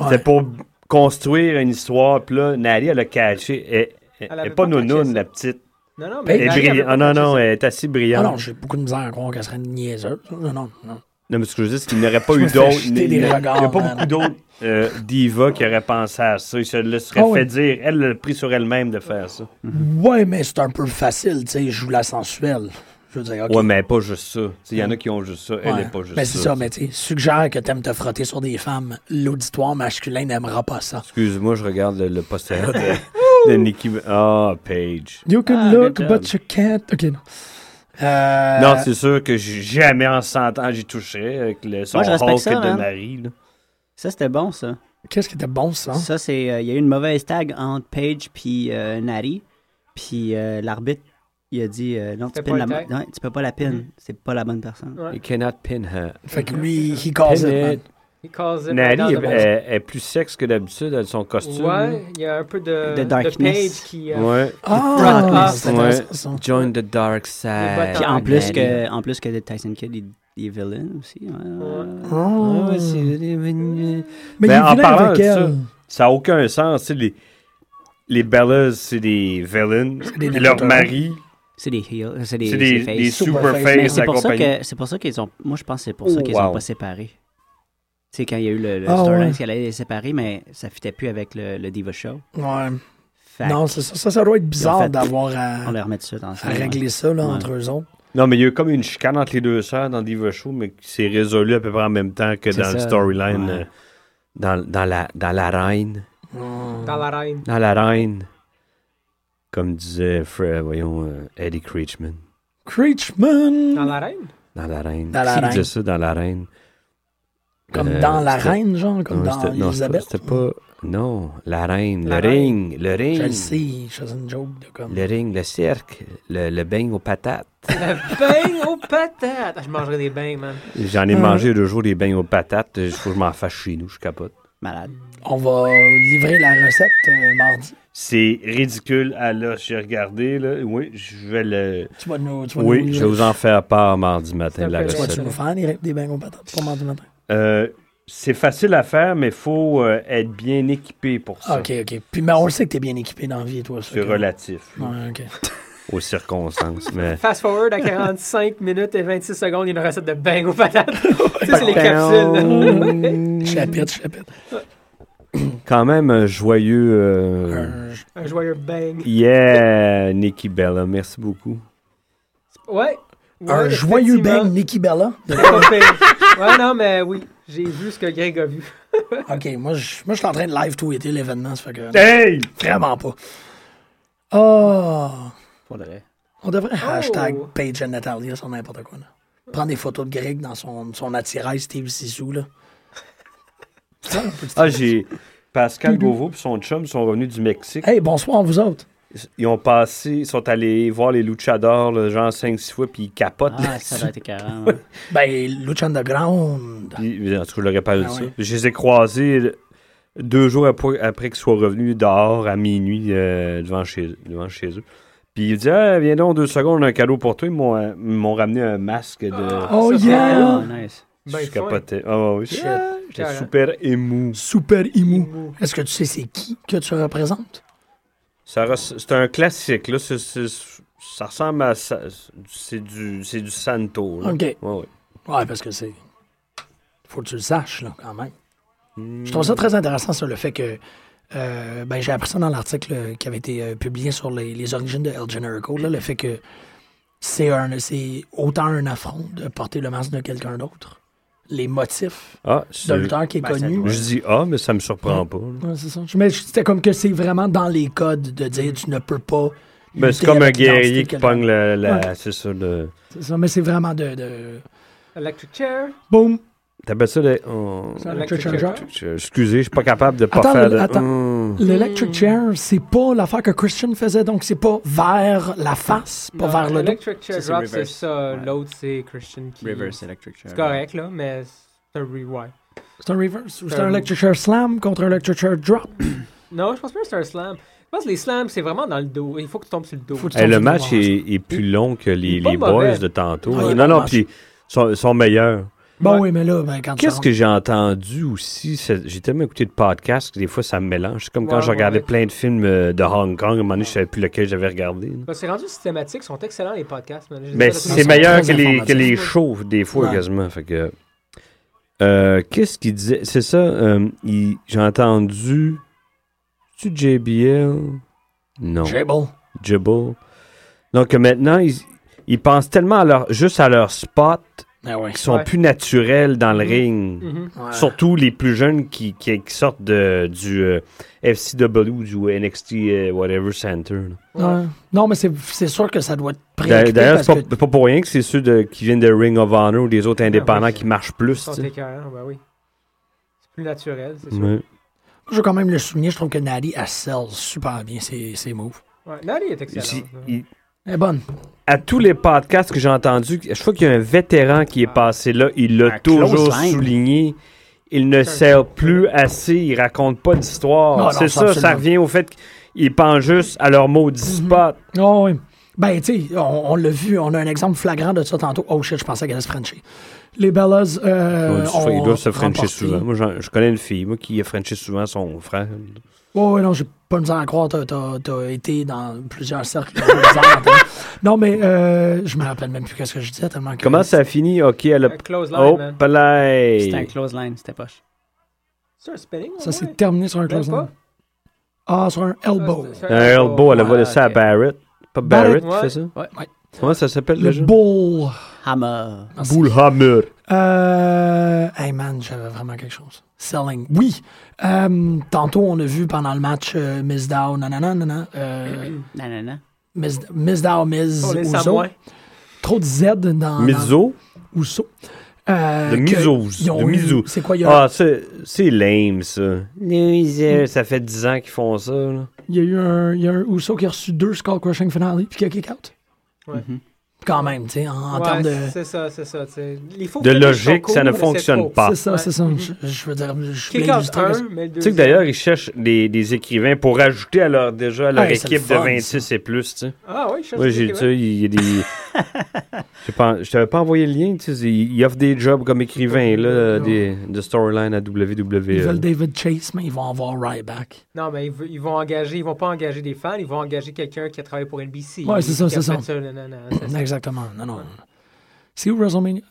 Speaker 2: Ouais.
Speaker 3: c'était pour construire une histoire. Puis là, Nari, elle a catché. Elle, elle-
Speaker 4: Elle
Speaker 3: elle est
Speaker 4: avait
Speaker 3: pas
Speaker 4: pas catché
Speaker 3: nounoune,
Speaker 4: ça.
Speaker 3: la petite.
Speaker 4: Non, non, mais.
Speaker 3: Elle est
Speaker 4: Nari, elle
Speaker 3: brillante.
Speaker 4: veut pas
Speaker 3: Ah non,
Speaker 4: toucher
Speaker 3: non,
Speaker 4: ça.
Speaker 3: elle est assez
Speaker 2: Ah non,
Speaker 3: brillante.
Speaker 2: j'ai beaucoup de misère à croire qu'elle serait une niaiseuse. Non, non, non.
Speaker 3: Non, mais ce que je veux dire, c'est qu'il n'aurait pas
Speaker 2: *laughs* Je
Speaker 3: eu
Speaker 2: me fais
Speaker 3: d'autres. Il
Speaker 2: jeter
Speaker 3: n'y
Speaker 2: des
Speaker 3: a, il y a
Speaker 2: regards,
Speaker 3: pas
Speaker 2: man.
Speaker 3: beaucoup d'autres euh, divas qui auraient pensé à ça. Ils se le seraient
Speaker 2: Ah oui.
Speaker 3: fait dire. Elle l'a pris sur elle-même de faire ça.
Speaker 2: Ouais, mais c'est un peu facile, tu sais, je joue la sensuelle. Je veux dire, OK.
Speaker 3: Ouais, mais pas juste ça. Tu sais, Il y en a qui ont juste ça. Elle
Speaker 2: Ouais.
Speaker 3: n'est pas juste
Speaker 5: Ben,
Speaker 2: Mais
Speaker 3: ça.
Speaker 2: c'est ça, mais tu sais, suggère que t'aimes te frotter sur des femmes. L'auditoire masculin n'aimera pas ça.
Speaker 3: Excuse-moi, je regarde le, le
Speaker 5: *laughs*
Speaker 3: postérieur de, de Nikki. Ah, Paige.
Speaker 2: You can
Speaker 3: Ah,
Speaker 2: look,
Speaker 3: good job.
Speaker 2: but you can't. Ok, non. Euh,
Speaker 3: Non, c'est sûr que j'ai jamais en 100 ans j'ai touché avec le, son
Speaker 5: Moi, je respecte
Speaker 3: Hulk
Speaker 5: ça, hein.
Speaker 3: de
Speaker 5: man.
Speaker 3: Marie. là.
Speaker 5: Ça, c'était bon, ça.
Speaker 2: Qu'est-ce qui était bon, ça?
Speaker 5: Ça, c'est. euh, Il y a eu une mauvaise tag entre Page puis euh, Nari. Puis euh, l'arbitre, il a dit euh, non, tu,
Speaker 4: C'était
Speaker 5: pines
Speaker 4: pas
Speaker 5: la...
Speaker 4: le tag.
Speaker 5: non, tu peux pas la pin.
Speaker 4: Mhm.
Speaker 5: C'est pas la bonne personne.
Speaker 4: Ouais.
Speaker 3: You cannot pin her.
Speaker 2: Fait que lui, he calls it, hein. man.
Speaker 4: Il cause it
Speaker 3: Nari euh,
Speaker 4: dans
Speaker 3: est,
Speaker 4: le bon
Speaker 3: est- est plus sexe que d'habitude, elle son costume.
Speaker 4: Ouais, il y a un peu de,
Speaker 5: De
Speaker 4: de,
Speaker 5: darkness.
Speaker 4: page qui.
Speaker 3: là.
Speaker 4: euh,
Speaker 3: Ouais.
Speaker 2: Ah, c'est
Speaker 3: Ouais.
Speaker 2: intéressant, ça.
Speaker 3: Join the dark side.
Speaker 5: Puis en
Speaker 4: Ah,
Speaker 5: plus,
Speaker 2: ben,
Speaker 3: Nari.
Speaker 5: que, en plus que Tyson Kidd, il, il est villain aussi. ouais.
Speaker 2: Ah.
Speaker 3: Ouais, c'est-
Speaker 2: Mais il
Speaker 3: Ben, en
Speaker 2: est vilain
Speaker 3: parlant
Speaker 2: avec
Speaker 3: de
Speaker 2: elle.
Speaker 3: Ça n'a aucun sens. tu sais, Les, les Bellas, c'est des villains.
Speaker 2: des
Speaker 3: Leur
Speaker 2: Naruto.
Speaker 3: mari,
Speaker 5: C'est des heels. C'est des,
Speaker 3: c'est des,
Speaker 5: faces.
Speaker 3: des
Speaker 2: Superface.
Speaker 5: Mais
Speaker 3: superfaces
Speaker 5: c'est pour ça
Speaker 3: accompagnés.
Speaker 5: que c'est pour ça qu'ils ont. Moi, je pense que c'est pour ça
Speaker 3: Oh,
Speaker 5: qu'ils
Speaker 3: wow.
Speaker 5: ont pas séparé. C'est quand il y a eu le, le
Speaker 2: Ah,
Speaker 5: storyline,
Speaker 2: ouais.
Speaker 5: c'est qu'elle allait les séparer, mais ça fitait plus avec le, le Diva Show.
Speaker 2: Ouais.
Speaker 5: Fait
Speaker 2: Non, c'est ça, ça. ça doit être bizarre
Speaker 5: fait,
Speaker 2: d'avoir
Speaker 5: on
Speaker 2: à,
Speaker 5: les remet tout de suite
Speaker 2: à
Speaker 5: ensemble.
Speaker 2: régler ça là,
Speaker 5: Ouais.
Speaker 2: entre eux autres.
Speaker 3: Non, mais il y a eu comme une chicane entre les deux sœurs dans Diva Show, mais qui s'est résolue à peu près en même temps que
Speaker 5: C'est
Speaker 3: dans le
Speaker 5: ça.
Speaker 3: storyline.
Speaker 5: Ouais.
Speaker 3: euh, Dans, dans, la, dans la reine.
Speaker 4: Dans la reine.
Speaker 3: Dans la reine. Comme disait Fred, voyons, euh, Eddie Creechman.
Speaker 2: Creechman!
Speaker 4: Dans la reine
Speaker 3: Dans la reine.
Speaker 2: Dans la
Speaker 3: Qui
Speaker 2: reine.
Speaker 3: disait ça dans la reine?
Speaker 2: Comme
Speaker 3: Euh,
Speaker 2: dans la
Speaker 3: c'était-
Speaker 2: reine, genre, comme
Speaker 3: non,
Speaker 2: dans
Speaker 3: c'était- non, c'était-
Speaker 2: Elisabeth.
Speaker 3: C'était pas. Non, la reine.
Speaker 4: La
Speaker 3: le
Speaker 4: reine.
Speaker 3: ring. Le
Speaker 2: Je le
Speaker 3: ring.
Speaker 2: sais, je faisais une joke de comme.
Speaker 3: Le ring, le cirque, le, le bain aux patates.
Speaker 4: Le bain aux patates. Ah, Je mangerai des bains, man.
Speaker 3: J'en ai
Speaker 2: Ouais.
Speaker 3: mangé deux jours des bains aux patates. Il faut que je m'en fasse chez nous, je capote.
Speaker 5: Malade.
Speaker 2: On va livrer la recette euh, mardi.
Speaker 3: C'est ridicule à l'os. J'ai regardé, là. Oui, je vais le.
Speaker 2: Tu vas nous. Tu vas
Speaker 3: Oui,
Speaker 2: nous,
Speaker 3: je vais vous en faire part mardi matin,
Speaker 4: C'est
Speaker 3: la
Speaker 4: un peu
Speaker 2: Tu vas-tu
Speaker 3: recette.
Speaker 4: laid.
Speaker 2: nous faire des, des bingos patates pour mardi matin?
Speaker 3: Euh, c'est facile à faire, mais il faut euh, être bien équipé pour ça.
Speaker 2: Ok, ok. Puis, mais on le sait que t'es bien équipé dans la vie, toi. ça,
Speaker 3: C'est
Speaker 2: que-
Speaker 3: relatif là,
Speaker 2: Ouais, ok.
Speaker 3: aux circonstances. mais...
Speaker 4: Fast forward à 45 minutes et 26 secondes, il y a une recette de bain aux
Speaker 2: *laughs*
Speaker 4: patates. Tu sais, c'est *laughs* les capsules.
Speaker 3: *laughs*
Speaker 2: Chapitre, chapitre.
Speaker 3: Quand même un joyeux. euh,
Speaker 2: Euh, je-
Speaker 4: Un joyeux bang.
Speaker 3: Yeah, Nikki Bella, merci beaucoup.
Speaker 4: Ouais. Ouais,
Speaker 2: un joyeux
Speaker 4: effectivement.
Speaker 2: bang, Nikki Bella. *laughs*
Speaker 4: Pas pire. ouais, non, mais oui. J'ai vu ce que Greg a vu.
Speaker 2: ok, moi, je moi, je suis en train de live tweeter l'événement, ça fait que.
Speaker 3: Hey!
Speaker 2: Vraiment pas. Oh!
Speaker 5: Faudrait.
Speaker 2: On devrait
Speaker 4: Oh.
Speaker 2: hashtag Paige and Natalia sur n'importe quoi. Là. Prendre des photos de Greg dans son, son attirail Steve Sissou. Là. Putain, un petit-
Speaker 3: Ah, j'ai. Pascal Beauvau et son chum sont revenus du Mexique.
Speaker 2: hey, bonsoir, vous autres.
Speaker 3: Ils ont passé, ils sont allés voir les luchadors, là, genre 5-6 fois, puis ils capotent.
Speaker 5: Ah, ça doit être écœurant.
Speaker 2: *laughs*
Speaker 5: ouais.
Speaker 2: Ben, Lucha Underground.
Speaker 3: Puis, en tout cas, je l'aurais pas eu
Speaker 2: Ah
Speaker 3: ça.
Speaker 2: ouais.
Speaker 3: Je les ai croisés euh, deux jours après, après qu'ils soient revenus dehors à minuit euh, devant, chez, devant chez eux. Puis ils disaient ah, Viens donc deux secondes, on a un cadeau pour toi. Ils m'ont euh, ils m'ont ramené un masque de.
Speaker 2: Oh
Speaker 4: Ça,
Speaker 2: yeah!
Speaker 5: Ah, nice.
Speaker 4: Ben,
Speaker 3: je
Speaker 4: fun.
Speaker 3: capotais. Ah, oui,
Speaker 2: Shit.
Speaker 3: yeah, J'étais
Speaker 4: Carré.
Speaker 3: super ému.
Speaker 2: Super Imu.
Speaker 4: Mou.
Speaker 2: Est-ce que tu sais c'est qui que tu représentes?
Speaker 3: Ça res- C'est un classique, là. C'est- c'est- ça ressemble à. ça- C'est du, c'est du Santo. là.
Speaker 2: Ok.
Speaker 3: Ouais, ouais.
Speaker 2: Ouais, parce que c'est. Faut que tu le saches, là, quand même. Je trouve ça très intéressant, ça, le fait que. euh, ben, j'ai appris ça dans l'article euh, qui avait été euh, publié sur les, les origines de El Generico, là, le fait que c'est un- c'est autant un affront de porter le masque de quelqu'un d'autre. Les motifs
Speaker 3: Ah,
Speaker 2: d'un
Speaker 3: c'est-
Speaker 2: lutteur qui est
Speaker 5: ben, ça
Speaker 2: connu.
Speaker 5: doit-
Speaker 3: je dis ah, mais ça me surprend pas. là.
Speaker 2: Ouais, c'est ça. Je- Mais c'était comme que c'est vraiment dans les codes de dire tu ne peux pas.
Speaker 3: Ben,
Speaker 2: lutter
Speaker 3: c'est comme un
Speaker 2: avec l'identité
Speaker 3: guerrier
Speaker 2: de
Speaker 3: qui
Speaker 2: quelqu'un.
Speaker 3: pogne la. la-
Speaker 2: Ouais.
Speaker 3: C'est ça, le.
Speaker 2: C'est ça, mais c'est vraiment de. de...
Speaker 4: Electric chair.
Speaker 2: Boum!
Speaker 3: T'appelles ça le. oh,
Speaker 2: C'est un
Speaker 4: Electric
Speaker 2: electric chair.
Speaker 4: chair.
Speaker 3: je- Excusez, je suis pas capable de pas
Speaker 2: Attends,
Speaker 3: faire de.
Speaker 2: attends.
Speaker 3: Hmm.
Speaker 2: L'electric chair, c'est pas l'affaire que Christian faisait, donc c'est pas vers la face, pas
Speaker 4: Non,
Speaker 2: vers le dos.
Speaker 4: Electric Chair
Speaker 5: Ça, c'est
Speaker 4: Drop, c'est
Speaker 5: reverse.
Speaker 4: ça.
Speaker 5: Ouais.
Speaker 4: L'autre, c'est Christian qui.
Speaker 5: Reverse Electric Chair.
Speaker 4: C'est correct, là, mais c'est un rewind.
Speaker 2: C'est un reverse. Ou c'est
Speaker 4: Euh,
Speaker 2: un electric chair slam contre un electric chair drop.
Speaker 4: Non, je pense pas que c'est un slam. Je pense que les slams, c'est vraiment dans le dos. Il faut que tu tombes sur le dos.
Speaker 2: Faut que tu
Speaker 3: Eh,
Speaker 2: tombes
Speaker 3: le
Speaker 2: sur
Speaker 3: match
Speaker 2: dos.
Speaker 3: est, est plus long que les,
Speaker 4: Il est pas
Speaker 3: les boys
Speaker 4: mauvais.
Speaker 3: de tantôt.
Speaker 2: Ah, il est
Speaker 3: non,
Speaker 2: bon
Speaker 3: non,
Speaker 2: match.
Speaker 3: puis sont, sont meilleurs.
Speaker 2: Bon,
Speaker 4: Ouais.
Speaker 2: oui, mais là, ben, quand tu
Speaker 3: Qu'est-ce
Speaker 2: rentres-
Speaker 3: que j'ai entendu aussi? c'est- J'ai tellement écouté de podcasts que des fois, ça me mélange. C'est comme quand
Speaker 4: Ouais,
Speaker 3: je regardais
Speaker 4: ouais.
Speaker 3: plein de films euh, de Hong Kong. À un moment donné, je savais plus lequel j'avais regardé. là.
Speaker 4: Parce que Ben, c'est rendu systématique, ils sont excellents les podcasts. man. Je les ai
Speaker 3: Mais
Speaker 4: pas
Speaker 2: ils
Speaker 3: Ben, c'est
Speaker 2: sont
Speaker 4: recommencer.
Speaker 3: meilleur
Speaker 2: très
Speaker 3: que les, que les
Speaker 2: informatifs.
Speaker 3: shows, des fois,
Speaker 2: Ouais.
Speaker 3: quasiment. Fait que, Euh, Qu'est-ce qu'il disait? C'est ça, euh, il- j'ai entendu. Tu JBL? Non.
Speaker 2: Jable.
Speaker 3: Jibble. Donc maintenant, ils, ils pensent tellement à leur, juste à leur spot
Speaker 2: Ah ouais. Mm.
Speaker 3: qu'ils sont
Speaker 4: Ouais.
Speaker 3: plus naturels dans le ring.
Speaker 4: Mhm.
Speaker 2: Ouais.
Speaker 3: Surtout les plus jeunes qui, qui- qui sortent de, du euh, FCW ou du NXT euh, Whatever Center. là.
Speaker 2: Ouais. Non, mais c'est c'est sûr que ça doit être
Speaker 3: D'a-
Speaker 2: préoccupé
Speaker 3: D'ailleurs,
Speaker 2: parce
Speaker 3: c'est
Speaker 2: que...
Speaker 3: pas, pas pour rien que c'est ceux de- qui viennent de Ring of Honor ou des autres indépendants
Speaker 4: Ah, ouais.
Speaker 3: qui marchent plus.
Speaker 4: Ils
Speaker 3: tu
Speaker 4: sont
Speaker 3: sais.
Speaker 4: écœurants, ben oui. C'est plus naturel, c'est sûr.
Speaker 3: Ouais.
Speaker 2: Je veux quand même le souligner, je trouve que Nali, elle sell super bien ses, ses moves.
Speaker 4: Ouais. Nali est excellent.
Speaker 3: Si- il-
Speaker 2: Elle est bonne.
Speaker 3: à tous les podcasts que j'ai entendus, je crois qu'il y a un vétéran qui est
Speaker 4: Ah.
Speaker 3: passé là, il l'a
Speaker 5: Un
Speaker 3: toujours
Speaker 5: close line.
Speaker 3: souligné. Il ne sert plus assez, il raconte pas
Speaker 2: Non, non,
Speaker 3: d'histoire. C'est
Speaker 2: ça,
Speaker 3: ça, ça
Speaker 2: absolument.
Speaker 3: revient au fait qu'ils pensent juste à leur maudit
Speaker 4: Mm-hmm.
Speaker 3: spot.
Speaker 2: Oh, oui. Ben, tu sais, on, on l'a vu, on a un exemple flagrant de ça tantôt. Oh shit, je pensais qu'elle allait se frencher. Les Bellas. Euh,
Speaker 3: Ils doivent- ils
Speaker 2: ont
Speaker 3: doivent se frencher
Speaker 2: remporté.
Speaker 3: souvent. Moi, j'en- je connais une fille moi, qui a frenché souvent son frère.
Speaker 2: Ouais, ouais, non, j'ai pas de misère à croire. T'as, t'as- t'as été dans plusieurs cercles. de bizarres, hein.
Speaker 4: *laughs*
Speaker 2: non, mais euh, je me rappelle même plus qu'est-ce que je disais tellement que.
Speaker 3: Comment ça a fini? OK, elle a...
Speaker 4: Un Euh, close line,
Speaker 3: Oh,
Speaker 4: man.
Speaker 5: C'était un
Speaker 3: palais!
Speaker 5: close line, c'était poche.
Speaker 4: C'est un spinning,
Speaker 2: Ça
Speaker 4: ouais.
Speaker 2: s'est terminé sur un
Speaker 4: Même
Speaker 2: close
Speaker 4: pas.
Speaker 2: line. Ah, sur un elbow.
Speaker 4: Ah, c'est- c'est
Speaker 3: Un elbow, elle a
Speaker 5: Ouais,
Speaker 3: volé ça à
Speaker 5: ok.
Speaker 3: Barrett. Pas Barrett,
Speaker 4: Barrett,
Speaker 3: qui fait ça?
Speaker 5: ouais.
Speaker 2: Ouais.
Speaker 3: Comment ça s'appelle
Speaker 2: Le
Speaker 3: déjà?
Speaker 2: bull.
Speaker 5: Hammer.
Speaker 2: Merci.
Speaker 3: Bullhammer.
Speaker 2: Euh, hey man, j'avais vraiment quelque chose. Selling. Oui. Euh, tantôt, on a vu pendant le match euh, Miss Dow, nanana, nanana, euh,
Speaker 5: Non, non, non.
Speaker 2: Miss, Miss Dow, Miss
Speaker 4: Pour Oh, les
Speaker 2: Ouzo.
Speaker 4: Samoans.
Speaker 2: Trop de Z dans, dans
Speaker 3: Mizo?
Speaker 2: Ouzo. Euh, Ah,
Speaker 3: De
Speaker 2: que
Speaker 3: Mizouz,
Speaker 2: ils ont
Speaker 3: de
Speaker 2: eu-
Speaker 3: Mizou.
Speaker 2: C'est quoi, il y, a,
Speaker 3: Ah, c'est c'est lame, ça. Ça fait 10 ans qu'ils font ça. là.
Speaker 2: il y a eu un, il y a un Ouzo qui a reçu deux Skull Crushing Finale puis qui a kick out.
Speaker 4: Ouais.
Speaker 2: Quand même, tu sais, en, en
Speaker 4: Ouais,
Speaker 2: termes de.
Speaker 4: C'est ça, c'est ça. tu sais. Il faut
Speaker 3: De
Speaker 4: que les
Speaker 3: logique,
Speaker 4: chocos,
Speaker 3: ça ne
Speaker 4: mais c'est
Speaker 3: fonctionne
Speaker 4: faux.
Speaker 3: pas.
Speaker 2: C'est ça,
Speaker 4: Ouais. Mhm.
Speaker 2: c'est ça. Je, je veux dire, je suis
Speaker 4: Kick
Speaker 2: plein
Speaker 4: out
Speaker 2: d'illustrer que-
Speaker 4: un, mais le
Speaker 3: Tu sais que d'ailleurs, ils cherchent des, des écrivains pour ajouter à leur, déjà à leur
Speaker 2: Hey, c'est le
Speaker 3: équipe de
Speaker 2: Ah, fun,
Speaker 3: 26 et plus. tu sais.
Speaker 4: Ah oui, je cherche
Speaker 3: Oui, j'ai tu
Speaker 4: des
Speaker 3: sais, il y a des. *laughs* J'ai pas- je t'avais pas envoyé le lien. tu sais, Ils ils offrent des jobs comme écrivains là,
Speaker 4: Non.
Speaker 3: des, de storyline à E. WWE.
Speaker 2: Ils
Speaker 3: là.
Speaker 2: veulent David Chase, mais ils vont avoir Ryback.
Speaker 4: Non, mais ils, v- ils vont engager, ils vont pas engager des fans, ils vont engager quelqu'un qui a travaillé pour NBC.
Speaker 2: Ouais, c'est ça,
Speaker 4: qui a
Speaker 2: c'est
Speaker 4: fait
Speaker 2: ça.
Speaker 4: non, non, non, c'est ça.
Speaker 2: Exactement. Non, non. C'est où WrestleMania?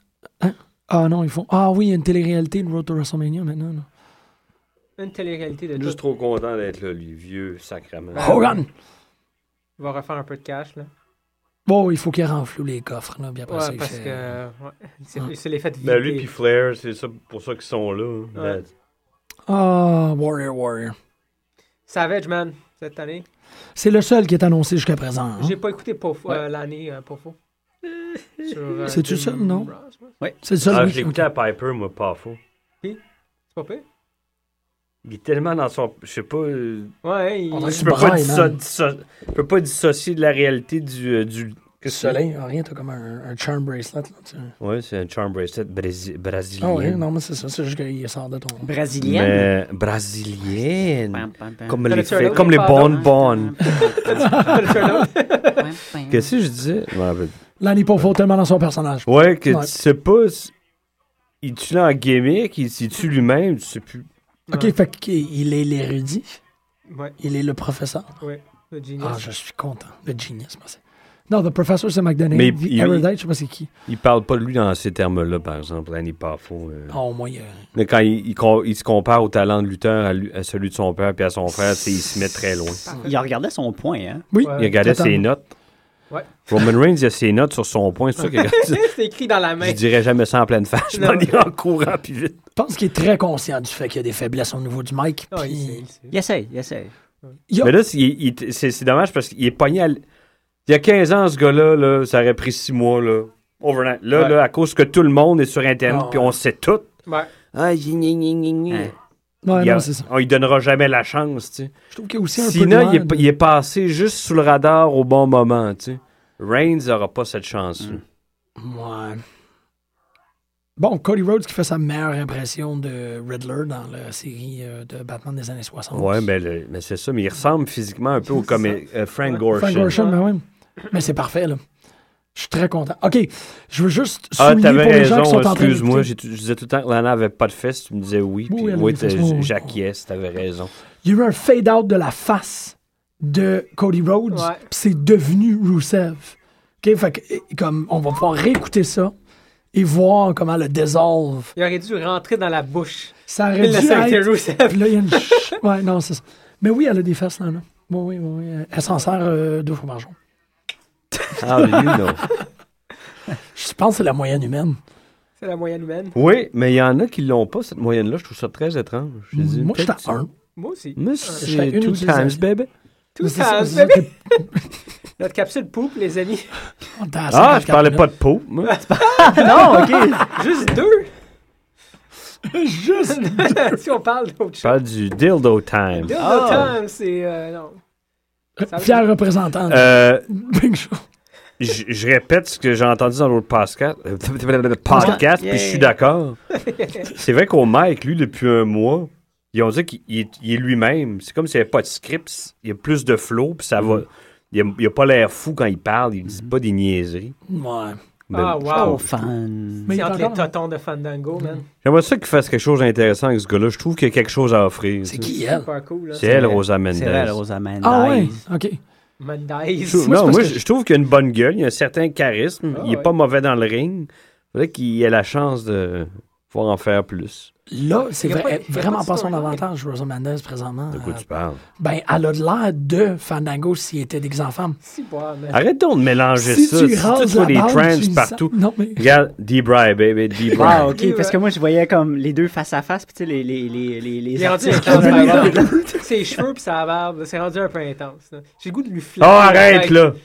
Speaker 2: Hein? Ah non, ils font. Ah oui, il y a une télé-réalité, le Road to WrestleMania maintenant. là.
Speaker 4: Une télé-réalité de
Speaker 3: Juste
Speaker 4: tout.
Speaker 3: trop content d'être là, les vieux, sacrément.
Speaker 4: Ben
Speaker 2: Hogan!
Speaker 4: Il va refaire un peu de cash, là.
Speaker 2: Bon, il faut qu'il renfloue les coffres, là, bien après ça,
Speaker 4: Ouais,
Speaker 2: il
Speaker 4: parce
Speaker 2: fait- Ah.
Speaker 4: que. euh, ouais, il s'est-
Speaker 2: Ouais.
Speaker 4: il se l'est fait
Speaker 3: Ben, lui
Speaker 4: vider.
Speaker 3: puis Flair, c'est ça, pour ça qu'ils sont là. hein.
Speaker 4: Ouais.
Speaker 3: Ben,
Speaker 2: Ah, Warrior Warrior.
Speaker 4: Savage, man, cette année.
Speaker 2: C'est le seul qui est annoncé jusqu'à présent. hein?
Speaker 4: J'ai pas écouté pour euh, l'année euh,
Speaker 2: *laughs*
Speaker 4: pour faux. Sur, euh,
Speaker 2: C'est-tu
Speaker 4: Jim
Speaker 2: ça, non?
Speaker 4: Ross, ouais.
Speaker 2: C'est le seul.
Speaker 3: Ah,
Speaker 2: oui,
Speaker 3: j'ai
Speaker 2: qui-
Speaker 3: écouté à Piper, moi, pas faux.
Speaker 4: C'est pas pire.
Speaker 3: Il est tellement dans son. Je sais pas. euh,
Speaker 4: Ouais, il...
Speaker 2: On
Speaker 3: Tu
Speaker 4: *laughs*
Speaker 2: dirait-
Speaker 3: peux, pas
Speaker 2: Braille,
Speaker 3: disso-
Speaker 2: man.
Speaker 3: disso- tu peux pas dissocier de la réalité du. euh, du...
Speaker 2: Le soleil, ah, rien, t'as comme un, un charm bracelet. Là, tu...
Speaker 3: Ouais, c'est un charm bracelet brasi-
Speaker 2: Ah
Speaker 3: brésilien.
Speaker 2: oui, non, mais c'est ça, c'est juste qu'il sort de ton.
Speaker 3: Ben,
Speaker 5: Brésilienne.
Speaker 3: Mais brésilienne.
Speaker 5: Pam, pam, pam.
Speaker 3: Comme
Speaker 4: T'as
Speaker 3: les,
Speaker 4: le
Speaker 3: fait,
Speaker 4: turnout,
Speaker 3: comme les
Speaker 4: pardon.
Speaker 5: hein.
Speaker 3: bonbons.
Speaker 4: hein? Turnout.
Speaker 3: Qu'est-ce que je disais? Je m'en rappelle
Speaker 2: L'année pour faut tellement dans son personnage.
Speaker 3: Ouais, que
Speaker 2: Ouais.
Speaker 3: tu sais pas. si- Il tue en gimmick, il s'y tue lui-même, tu sais plus.
Speaker 2: Ok, fait qu'il est l'érudit,
Speaker 4: ouais,
Speaker 2: il est le professeur.
Speaker 4: ouais, le
Speaker 2: Ah,
Speaker 4: genius.
Speaker 2: je suis content. Le genius, merci. Non, The Professor, c'est McDonald.
Speaker 3: Mais
Speaker 2: Mais
Speaker 3: il- il-
Speaker 2: je sais pas c'est qui.
Speaker 3: Il parle pas de lui dans ces termes-là, par exemple, Annie Parfo. euh.
Speaker 2: Oh, moi, il, euh,
Speaker 3: Mais Quand il, il com- il se compare au talent de Luther à, lui- à celui de son père puis à son frère, c'est- il se met très loin.
Speaker 5: Il regardait son point, hein.
Speaker 2: Oui.
Speaker 4: Ouais.
Speaker 3: Il regardait ses
Speaker 2: Totalement.
Speaker 3: notes.
Speaker 4: Ouais.
Speaker 3: Roman Reigns, il a ses notes sur son point. C'est sûr que quand-
Speaker 4: C'est écrit dans la main.
Speaker 3: je dirais jamais ça en pleine face. Je
Speaker 4: Non.
Speaker 3: m'en irai en courant puis vite.
Speaker 2: Je pense qu'il est très conscient du fait qu'il y a des faiblesses au niveau du mic.
Speaker 3: Ah,
Speaker 4: Non, Ah, il
Speaker 2: puis-
Speaker 4: sait, il sait.
Speaker 5: Il essaye, il essaye.
Speaker 2: Yep.
Speaker 3: Mais là, c'est- il- il- c'est c'est dommage parce qu'il est pogné à l- Il y a 15 ans, ce gars-là, là, ça aurait pris 6 mois. Là, overnight. Là,
Speaker 4: Ouais.
Speaker 3: là, à cause que tout le monde est sur Internet
Speaker 2: Ah,
Speaker 3: puis on sait tout.
Speaker 4: Ouais.
Speaker 3: Ah, gni, gni, gni, gni, gni.
Speaker 5: Ouais.
Speaker 2: Ouais,
Speaker 3: Il y a-
Speaker 2: non, c'est ça.
Speaker 3: On lui donnera jamais la chance. tu sais.
Speaker 2: Je trouve qu'il y a aussi un
Speaker 3: Sina,
Speaker 2: peu
Speaker 3: il
Speaker 2: de
Speaker 3: est,
Speaker 2: merde.
Speaker 3: pa- il est passé juste sous le radar au bon moment. tu sais. Reigns n'aura pas cette chance-là.
Speaker 2: Mm. Ouais. Bon, Cody Rhodes qui fait sa meilleure impression de Riddler dans la série euh, de Batman des années 60.
Speaker 3: Ouais, ben, le- mais c'est ça. Mais il ressemble physiquement un peu au comé- euh, Frank Gorshin.
Speaker 2: Frank Gorshin, ben ouais. Mais c'est parfait, là. Je suis très content. OK, je veux juste
Speaker 3: Ah,
Speaker 2: souligner
Speaker 3: t'avais
Speaker 2: pour les gens qui sont
Speaker 3: raison,
Speaker 2: en train
Speaker 3: excuse-moi.
Speaker 2: d'écouter.
Speaker 3: j'ai tout- Je disais tout le temps que Lana avait pas de fesses. Tu me disais oui.
Speaker 2: Oui,
Speaker 3: Puis
Speaker 2: elle a
Speaker 3: oui,
Speaker 2: des fesses,
Speaker 3: t'as-
Speaker 2: oui, oui.
Speaker 3: j'acquiesce, t'avais *laughs* raison.
Speaker 2: il y a eu un fade-out de la face de Cody Rhodes,
Speaker 4: Ouais.
Speaker 2: puis c'est devenu Rusev. OK, fait que, et- comme, on va pouvoir réécouter ça et voir comment le dissolve.
Speaker 4: Il aurait dû rentrer dans la bouche.
Speaker 2: Ça aurait
Speaker 4: Il
Speaker 2: dû
Speaker 4: laissait un
Speaker 2: être...
Speaker 4: terreau, ça-
Speaker 2: Puis là, il y a une ch- Ouais, non, c'est ça. Mais oui, elle a des fesses, là. là. Bon, oui, oui, oui. Elle s'en sert euh, deux fois par jour.
Speaker 3: How do Ah, you know?
Speaker 2: Je pense que c'est la moyenne humaine.
Speaker 4: C'est la moyenne humaine.
Speaker 3: Oui, mais il y en a qui l'ont pas, cette moyenne-là. Je trouve ça très étrange. Je dis,
Speaker 2: Moi, je
Speaker 3: peut-être
Speaker 2: suis à un. Euh,
Speaker 4: Moi aussi.
Speaker 3: Mais
Speaker 2: J'étais
Speaker 3: c'est
Speaker 2: une
Speaker 3: two
Speaker 2: utilisation.
Speaker 3: times, baby.
Speaker 2: Hmm?
Speaker 4: Tout
Speaker 2: Mais c'est
Speaker 4: ça,
Speaker 2: c'est
Speaker 4: bébé.
Speaker 2: t'es-
Speaker 4: *laughs* Notre capsule poupe, les amis. *laughs*
Speaker 2: on t'a assez
Speaker 3: Ah,
Speaker 2: dans
Speaker 3: je parlais
Speaker 2: le
Speaker 3: pas de peau. moi.
Speaker 2: *laughs*
Speaker 4: non, OK. Juste deux. *laughs*
Speaker 2: Juste.
Speaker 4: si on parle d'autre
Speaker 3: Je
Speaker 4: chose.
Speaker 3: parle du dildo time.
Speaker 4: Dildo
Speaker 5: Ah.
Speaker 4: time, c'est... euh, non. Ça veut
Speaker 2: Fier
Speaker 4: dire-
Speaker 2: représentant.
Speaker 3: Euh,
Speaker 2: Big Show.
Speaker 3: je je répète ce que j'ai entendu dans l'autre podcast, euh, podcast puis je suis d'accord. C'est vrai qu'au Mike, lui, depuis un mois, ils ont dit qu'il il est, il est lui-même. C'est comme s'il n'y avait pas de script, il y a plus de flow, puis ça va. Il n'a a pas l'air fou quand il parle, il ne dit pas des niaiseries.
Speaker 2: Ouais.
Speaker 4: Ah,
Speaker 3: Ben,
Speaker 4: wow.
Speaker 5: Oh, fan.
Speaker 2: Mais il
Speaker 4: C'est
Speaker 2: est
Speaker 4: entre les
Speaker 2: encore- Hmm.
Speaker 4: totons de Fandango, man.
Speaker 3: J'aimerais ça qu'il fasse quelque chose d'intéressant avec ce gars-là. Je trouve qu'il y a quelque chose à offrir.
Speaker 2: C'est
Speaker 3: tu sais.
Speaker 2: qui elle?
Speaker 4: Super cool, là.
Speaker 3: C'est elle, Rosa
Speaker 5: C'est vrai, la
Speaker 3: Mendes.
Speaker 5: Rosa Mendes.
Speaker 2: Ah ouais, ok.
Speaker 4: Mondays.
Speaker 3: Je trouve-
Speaker 2: Moi, c'est
Speaker 3: non,
Speaker 2: parce
Speaker 3: moi,
Speaker 2: que
Speaker 3: je, je trouve qu'il a une bonne gueule, il a un certain charisme,
Speaker 4: Ah
Speaker 3: il est
Speaker 4: ouais.
Speaker 3: pas mauvais dans le ring. Il faudrait qu'il ait la chance de pouvoir en faire plus.
Speaker 2: Là, c'est
Speaker 4: Il y a
Speaker 2: vrai-
Speaker 4: pas- il y a pas
Speaker 2: vraiment
Speaker 4: de
Speaker 2: pas son
Speaker 4: storyline.
Speaker 2: avantage, Rosa Mendez, présentement.
Speaker 3: De quoi
Speaker 2: Euh,
Speaker 3: tu parles?
Speaker 2: ben, elle a de l'air de Fandango s'il était déguisé en femme.
Speaker 4: Si, boire, man.
Speaker 3: ben, Arrête donc de mélanger Ah, ça. Si
Speaker 2: rases
Speaker 3: tu vois
Speaker 2: la
Speaker 3: des
Speaker 2: barbe,
Speaker 3: trans
Speaker 2: tu dis ça-
Speaker 3: partout.
Speaker 2: Non,
Speaker 3: *laughs*
Speaker 2: mais.
Speaker 3: Regarde, D-Bry, baby, D-Bry.
Speaker 5: Ah,
Speaker 4: Ouais.
Speaker 5: ok, parce que moi, je voyais comme les deux face à face, puis tu sais, les, les, les, les, les
Speaker 4: Il est rendu
Speaker 2: Ah,
Speaker 5: artistes.
Speaker 4: intense, par exemple. Ses cheveux pis sa barbe, c'est rendu un peu intense. là. J'ai le goût de lui
Speaker 3: Oh,
Speaker 4: flatter.
Speaker 3: arrête, là!
Speaker 5: *laughs*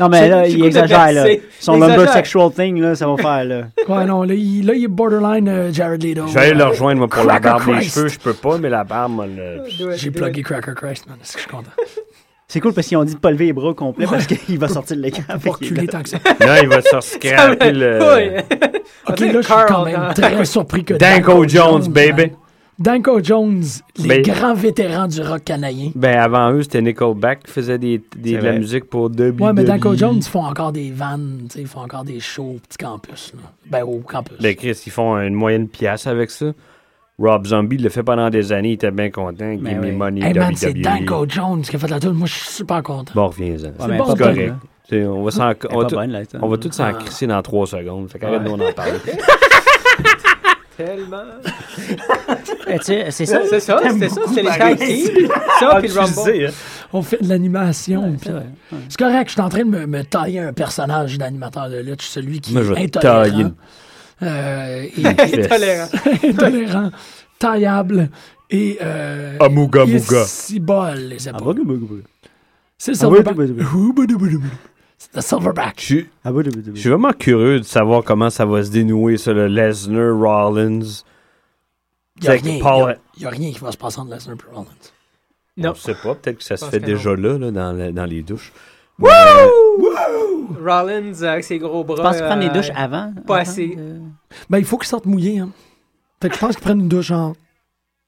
Speaker 5: Non, mais là,
Speaker 4: J'ai- j'ai
Speaker 5: il
Speaker 4: goût de
Speaker 5: exagère, là.
Speaker 4: bercer.
Speaker 5: Son
Speaker 4: Il exagère.
Speaker 5: lumber sexual thing, là, ça va faire, là.
Speaker 2: Ouais, non, là, il, là, il est borderline euh, Jared Leto.
Speaker 3: Je vais aller le rejoindre, moi, pour la
Speaker 2: Cracker
Speaker 3: barbe. Les
Speaker 2: Christ.
Speaker 3: cheveux, je peux pas, mais la barbe, moi, le-
Speaker 4: Ah, Do it,
Speaker 2: J'ai
Speaker 4: do
Speaker 2: plugué *laughs*
Speaker 4: it.
Speaker 2: Cracker Christ, man. Est-ce que je suis
Speaker 3: *laughs*
Speaker 2: content?
Speaker 5: C'est cool parce qu'ils ont dit de pas lever les bras au complet parce qu'il va sortir de l'écran.
Speaker 2: Pas
Speaker 5: fait qu'il est
Speaker 2: reculé
Speaker 5: là.
Speaker 2: tant
Speaker 4: *laughs*
Speaker 2: que *laughs* ça.
Speaker 3: Non, il va se scraper le...
Speaker 4: Oui.
Speaker 2: Ok,
Speaker 4: Tu sais,
Speaker 2: là, je suis
Speaker 4: Carl hein.
Speaker 2: quand
Speaker 4: dans-
Speaker 2: même très surpris que.
Speaker 3: Danko Jones,
Speaker 2: man.
Speaker 3: baby!
Speaker 2: Danko Jones, les
Speaker 3: Mais-
Speaker 2: grands vétérans du rock canadien.
Speaker 3: Ben, avant eux, c'était Nickelback qui faisait des, des- de
Speaker 5: C'est
Speaker 3: la
Speaker 5: vrai.
Speaker 3: musique pour E. Debbie.
Speaker 2: Ouais, mais
Speaker 3: Debbie.
Speaker 2: Danko Jones font encore des vannes, tu sais, ils font encore des shows au petit campus. là. Ben, au campus.
Speaker 3: Ben, Chris, ils font une moyenne pièce avec ça. Rob Zombie le fait pendant des années, il était bien content. Give me
Speaker 5: oui.
Speaker 3: money,
Speaker 2: Ben hey, man, c'est
Speaker 3: WWE.
Speaker 2: Danko Jones qui a fait la tune. Moi, je suis super content.
Speaker 3: Bon, reviens-en.
Speaker 5: mais
Speaker 2: bon,
Speaker 5: pas
Speaker 2: bonne,
Speaker 3: c'est correct.
Speaker 5: bonne, là.
Speaker 3: Tu sais, On va s'en...
Speaker 5: Elle est
Speaker 3: on
Speaker 5: pas
Speaker 3: va tout-
Speaker 5: bonne, là, ça.
Speaker 3: On va tous s'en
Speaker 4: Ah.
Speaker 3: crisser dans trois secondes. Fait qu'arrête d'en
Speaker 4: *laughs*
Speaker 3: parler.
Speaker 4: Tellement.
Speaker 5: Eh, tu sais, C'est ça?
Speaker 4: C'est ça, c'était ça, c'était les tag teams.
Speaker 2: Ah,
Speaker 4: Ça, puis le Rumble.
Speaker 2: hein. On fait de l'animation. puis- c'est correct, je suis en train de me, me tailler un personnage d'animateur de lutte. Je suis celui qui
Speaker 3: Moi, je vais
Speaker 2: est
Speaker 3: te
Speaker 2: intolérant.
Speaker 3: tailler une-
Speaker 2: euh,
Speaker 4: Intolérant.
Speaker 3: *laughs*
Speaker 2: et intolérant, taillable et. Euh,
Speaker 3: Amouga
Speaker 2: il
Speaker 3: Mouga.
Speaker 2: cibole les
Speaker 5: Ah,
Speaker 2: épaules.
Speaker 5: bougou, bougou, bougou.
Speaker 2: C'est le
Speaker 5: Ah,
Speaker 2: Silverback.
Speaker 5: oui, oui, oui,
Speaker 2: C'est le Silverback.
Speaker 3: Je suis-
Speaker 5: Ah, bougou, bougou, bougou.
Speaker 3: je suis vraiment curieux de savoir comment ça va se dénouer, ça, le Lesnar, Rollins.
Speaker 2: Il n'y a,
Speaker 3: Jack
Speaker 2: rien-
Speaker 3: Paul-
Speaker 2: y a- y a rien qui va se passer entre Lesnar et Rollins.
Speaker 4: Non.
Speaker 3: On sait pas, peut-être que ça se
Speaker 4: pense
Speaker 3: fait
Speaker 4: que
Speaker 3: déjà là, là, dans, la- dans les douches. Euh,
Speaker 4: Rollins avec ses gros bras.
Speaker 5: Tu penses qu'ils prennent les
Speaker 4: euh,
Speaker 5: douches avant?
Speaker 4: Pas
Speaker 5: avant
Speaker 4: assez.
Speaker 5: de-
Speaker 2: Ben, il faut qu'ils sortent mouillés. Hein. Fait que je pense qu'ils prennent une douche en.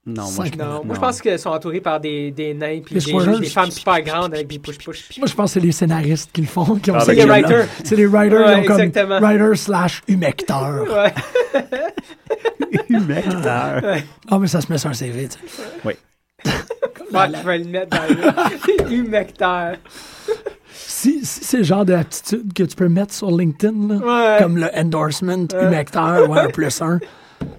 Speaker 5: Non, moi,
Speaker 2: Cinq
Speaker 5: je
Speaker 4: Non, moi je pense qu'ils sont entourés par des, des nains puis
Speaker 2: Les
Speaker 4: des,
Speaker 2: spoilers.
Speaker 4: des femmes super grandes avec des push-push.
Speaker 2: Moi, je pense que c'est les scénaristes qui le font. qui ont
Speaker 3: Ah,
Speaker 2: ces
Speaker 3: ben,
Speaker 4: les
Speaker 2: gueules-là.
Speaker 4: writers.
Speaker 2: C'est les writers.
Speaker 4: Ouais,
Speaker 2: ils ont comme
Speaker 4: exactement.
Speaker 2: writer slash humecteur.
Speaker 4: Ouais.
Speaker 5: Humecteur.
Speaker 2: Ah, mais ça se met sur un CV, tu sais.
Speaker 4: *laughs* Ouais, je vais le mettre dans *laughs* le humecteur.
Speaker 2: Si, si c'est le genre d'aptitude que tu peux mettre sur LinkedIn, là,
Speaker 4: Ouais.
Speaker 2: comme le endorsement humecteur ou un plus
Speaker 4: *laughs*
Speaker 2: un,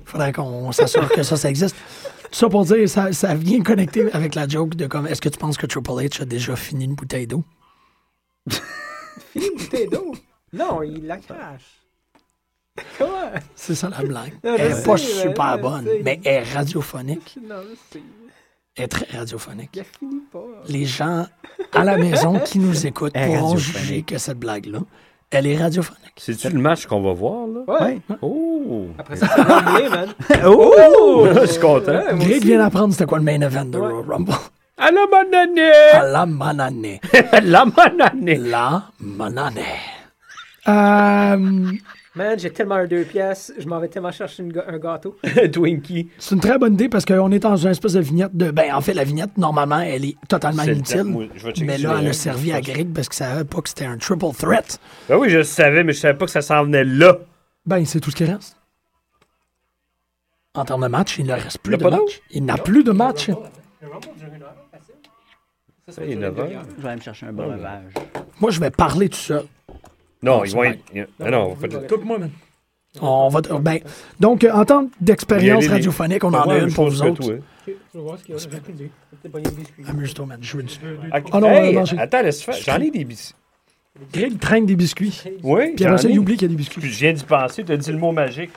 Speaker 2: faudrait qu'on s'assure que ça, ça existe. Tout ça pour dire, ça, ça vient connecter avec la joke de comme, est-ce que tu penses que Triple H a déjà fini une bouteille d'eau?
Speaker 4: Une bouteille d'eau. Non, il la crache. Comment?
Speaker 2: C'est ça
Speaker 4: *laughs*
Speaker 2: la blague.
Speaker 4: Non, je
Speaker 2: Elle
Speaker 4: sais,
Speaker 2: est pas
Speaker 4: je-
Speaker 2: super
Speaker 4: je
Speaker 2: bonne,
Speaker 4: sais.
Speaker 2: mais elle est radiophonique.
Speaker 4: *laughs* Non, je sais.
Speaker 2: Elle est très radiophonique.
Speaker 4: Il a fini pas. hein.
Speaker 2: Les gens à la maison qui nous écoutent
Speaker 5: Elle est
Speaker 2: pourront
Speaker 5: radiophonique.
Speaker 2: juger que cette blague-là, elle est radiophonique.
Speaker 3: C'est-tu le match qu'on va voir, là?
Speaker 4: Ouais.
Speaker 3: Oh!
Speaker 4: Après ça, c'est Rumble, man.
Speaker 3: Oh! *laughs* Je suis content.
Speaker 4: Ouais, moi
Speaker 2: Greg
Speaker 4: aussi.
Speaker 2: vient d'apprendre c'était quoi le main event de Royal Rumble. *laughs*
Speaker 3: À la bonne année!
Speaker 2: À la manane.
Speaker 3: À la bonne
Speaker 4: *laughs*
Speaker 3: année!
Speaker 2: La manane. Euh,
Speaker 4: Man, j'ai tellement un deux pièces, je m'en vais tellement chercher une ga- un gâteau.
Speaker 3: Twinkie.
Speaker 2: c'est une très bonne idée parce qu'on est dans une espèce de vignette de. Ben, en fait, la vignette, normalement, elle est totalement
Speaker 3: C'est le
Speaker 2: inutile.
Speaker 3: temps, moi, je vais checker
Speaker 2: mais
Speaker 3: sur
Speaker 2: là,
Speaker 3: le-
Speaker 2: elle a servi à Greg parce que ça savait pas que c'était un triple threat.
Speaker 3: Ben oui, je le savais, mais je savais pas que ça s'en venait là.
Speaker 2: Ben, c'est tout ce qui reste. En termes de match, il ne reste plus
Speaker 3: Il
Speaker 2: de
Speaker 3: n'y a pas
Speaker 2: match.
Speaker 3: d'autre?
Speaker 2: Il n'a plus de match.
Speaker 3: Ça, il est neuf heures.
Speaker 5: Je vais aller me chercher un bon lavage.
Speaker 2: Moi, je vais parler tout ça.
Speaker 3: Ah Non, ils vont être. Non, non, on va faire
Speaker 2: Écoute-moi, man. On va t- ben, donc, euh, en tant
Speaker 9: Il
Speaker 2: d'expérience
Speaker 9: y a les-
Speaker 2: radiophonique, on en a une pour vous autres.
Speaker 4: Je vais voir ce qu'il y a. J'ai plus d'idée. J'ai peut-être pas une biscuit.
Speaker 2: Amuse-toi, man. Je veux du-
Speaker 9: Ah
Speaker 2: Ah
Speaker 9: non,
Speaker 2: non,
Speaker 9: hey,
Speaker 2: on va manger.
Speaker 9: attends, laisse faire. J'en ai des biscuits.
Speaker 2: Greg traîne des biscuits.
Speaker 9: Oui,
Speaker 2: Puis
Speaker 9: j'en
Speaker 2: après ça,
Speaker 9: ai.
Speaker 2: il oublie qu'il y a des
Speaker 9: Puis
Speaker 2: biscuits.
Speaker 9: je viens d'y penser, t'as dit le mot magique.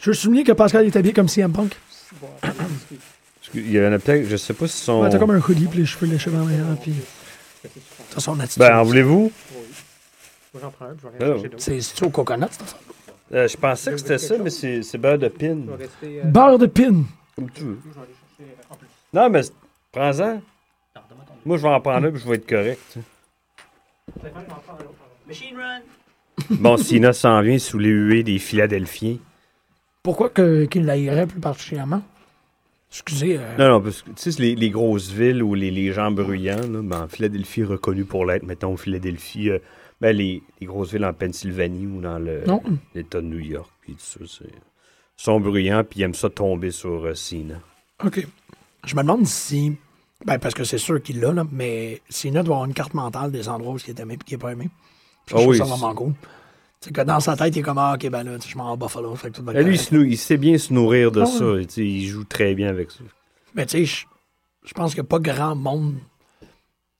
Speaker 2: Je veux souligner que Pascal est habillé comme CM Punk.
Speaker 3: Il y en a peut-être, je sais pas si sont.
Speaker 2: Ouais, T'as comme un hoodie, puis les cheveux léchés vers l'arrière, puis... T'as son attitude.
Speaker 3: Ben, en voulez-vous?
Speaker 4: Moi, J'en prends un, puis je vais
Speaker 3: Ah,
Speaker 4: aller chercher d'autres.
Speaker 2: C'est c'est au coconut, cette affaire.
Speaker 3: Euh, je pensais que c'était ça, mais c'est c'est beurre de pin.
Speaker 4: Je vais rester. euh,
Speaker 2: Beurre de pin.
Speaker 3: Comme tu veux.
Speaker 4: je vais aller chercher, euh, en plus.
Speaker 3: Non, mais c'est- prends-en. Moi, je vais en prendre un puis je vais être correct. tu sais.
Speaker 4: Stéphane, je vais en prendre un autre.
Speaker 10: Machine Run!
Speaker 3: Bon, Sina s'en vient sous les huées des Philadelphiens.
Speaker 2: Pourquoi que- qu'il l'aillerait plus particulièrement? Excusez, euh,
Speaker 3: Non, non, parce que tu sais, les, les grosses villes ou les, les gens bruyants, là, ben, Philadelphie est reconnue pour l'être, mettons, Philadelphie, euh, ben, les, les grosses villes en Pennsylvanie ou dans le-
Speaker 2: non.
Speaker 3: l'État de New York, puis tout ça, c'est- sont bruyants, puis ils aiment ça tomber sur euh, Sina.
Speaker 2: OK. Je me demande si... Ben, parce que c'est sûr qu'il l'a, là, mais Sina doit avoir une carte mentale des endroits où il est aimé et qui n'est pas aimé. Puis je
Speaker 3: Ah
Speaker 2: trouve
Speaker 3: oui,
Speaker 2: ça
Speaker 3: c'est-
Speaker 2: vraiment cool. C'est que dans sa tête, il est comme, ah, OK, ben là, tu sais, je m'en vais à Buffalo, fait que tout va
Speaker 3: Ben, lui, il,
Speaker 2: correct.
Speaker 3: se nou- il sait bien se nourrir de
Speaker 2: Ah
Speaker 3: ça, et, tu sais, il joue très bien avec ça.
Speaker 2: Mais tu sais, je- je pense qu'il n'y a pas grand monde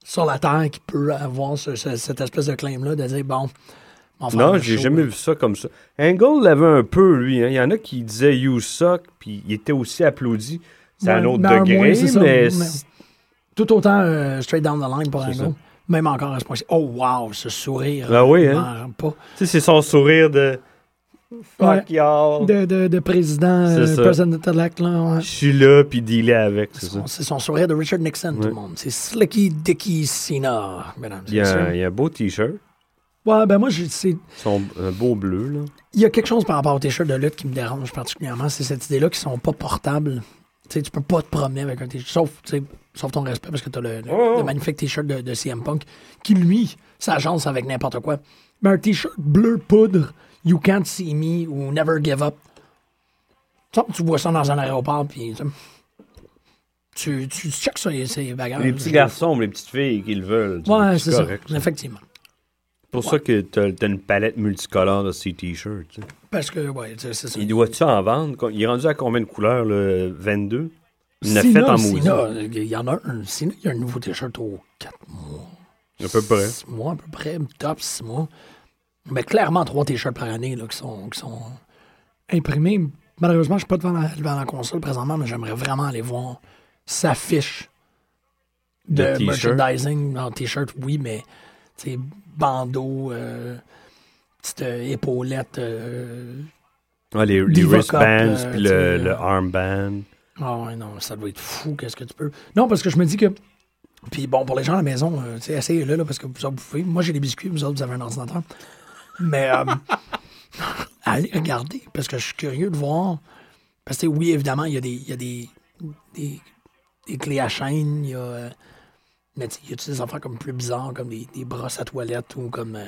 Speaker 2: sur la Terre qui peut avoir ce- ce- cette espèce de claim-là de dire, bon, on va faire
Speaker 3: Non,
Speaker 2: un
Speaker 3: j'ai
Speaker 2: show, hein.
Speaker 3: jamais
Speaker 2: là.
Speaker 3: vu ça comme ça. Angle l'avait un peu, lui. hein. Il y en a qui disaient You suck, puis il était aussi applaudi. C'est un
Speaker 2: Ouais,
Speaker 3: autre
Speaker 2: ben, un
Speaker 3: degré,
Speaker 2: moins, c'est ça,
Speaker 3: mais.
Speaker 2: mais-
Speaker 3: c'est-
Speaker 2: Tout autant euh, straight down the line pour
Speaker 3: C'est
Speaker 2: Angle. Même encore à ce point-ci. Oh, wow, ce sourire.
Speaker 3: Ah oui,
Speaker 2: euh,
Speaker 3: hein?
Speaker 2: m'en rend pas.
Speaker 3: Tu sais, c'est son sourire de.
Speaker 2: Ouais.
Speaker 3: Fuck y'all.
Speaker 2: De, de, de président,
Speaker 3: C'est
Speaker 2: euh,
Speaker 3: ça.
Speaker 2: president-elect, là. ouais.
Speaker 3: Je suis là, puis dealer avec, c'est
Speaker 2: C'est
Speaker 3: ça.
Speaker 2: son- C'est son sourire de Richard Nixon, tout
Speaker 3: Ouais.
Speaker 2: le monde. C'est Slicky Dicky Sina, mesdames
Speaker 3: Il
Speaker 2: et
Speaker 3: y a, un-
Speaker 2: messieurs.
Speaker 3: il y a un beau t-shirt.
Speaker 2: Ouais, ben moi, j'ai- c'est-
Speaker 3: Son, un beau bleu, là.
Speaker 2: il y a quelque chose par rapport aux t-shirts de lutte qui me dérange particulièrement. C'est cette idée-là qu'ils sont pas portables. Tu sais, tu peux pas te promener avec un t-shirt, sauf, tu sais, sauf ton respect, parce que tu as le, le-
Speaker 3: Ouais, ouais.
Speaker 2: le magnifique t-shirt de, de CM Punk, qui, lui, s'agence avec n'importe quoi. Mais un t-shirt bleu poudre, You Can't See Me ou Never Give Up, tu sais, tu vois ça dans un aéroport, puis tu sais, tu, tu checkes ça, ces bagages.
Speaker 3: Les petits garçons, les petites filles qui le veulent. tu vois,
Speaker 2: Ouais, c'est ça.
Speaker 3: correct,
Speaker 2: Effectivement.
Speaker 3: C'est pour ça que t'as t'as une palette multicolore de ces t-shirts. tu sais.
Speaker 2: Parce que, ouais, tu sais, c'est ça.
Speaker 3: Il doit-tu en vendre? Il est rendu à combien de couleurs, le 22? Il l'a
Speaker 2: Sina,
Speaker 3: fait en maudit.
Speaker 2: Sina, euh, Il y en a un. Sina, il y a un nouveau t-shirt aux 4 mois.
Speaker 3: À peu près.
Speaker 2: 6 mois, à peu près. Top 6 mois. Mais clairement, 3 t-shirts par année là, qui, sont, qui sont imprimés. Malheureusement, je suis pas devant la, devant la console présentement, mais j'aimerais vraiment aller voir sa fiche de
Speaker 3: De t-shirt.
Speaker 2: merchandising en t-shirt, oui, mais tu sais, bandeau, euh, petite euh, épaulette. euh,
Speaker 3: Ouais, les, les
Speaker 2: Diva
Speaker 3: wristbands,
Speaker 2: Cup, euh,
Speaker 3: puis
Speaker 2: tu
Speaker 3: le,
Speaker 2: sais,
Speaker 3: le
Speaker 2: euh,
Speaker 3: armband.
Speaker 2: Ah ouais, non, ça doit être fou, qu'est-ce que tu peux. Non, parce que je me dis que. Puis bon, pour les gens à la maison, euh, tu sais, essayez-le, là, parce que vous autres, vous pouvez. Moi, j'ai des biscuits, vous autres, vous avez un ordinateur. Mais euh, *laughs* allez regarder, parce que je suis curieux de voir. Parce que, oui, évidemment, il y a des, il y a des, des, des clés à chaîne, il y a. euh, mais tu sais, il y a des affaires comme plus bizarres, comme des, des brosses à toilette ou comme. euh,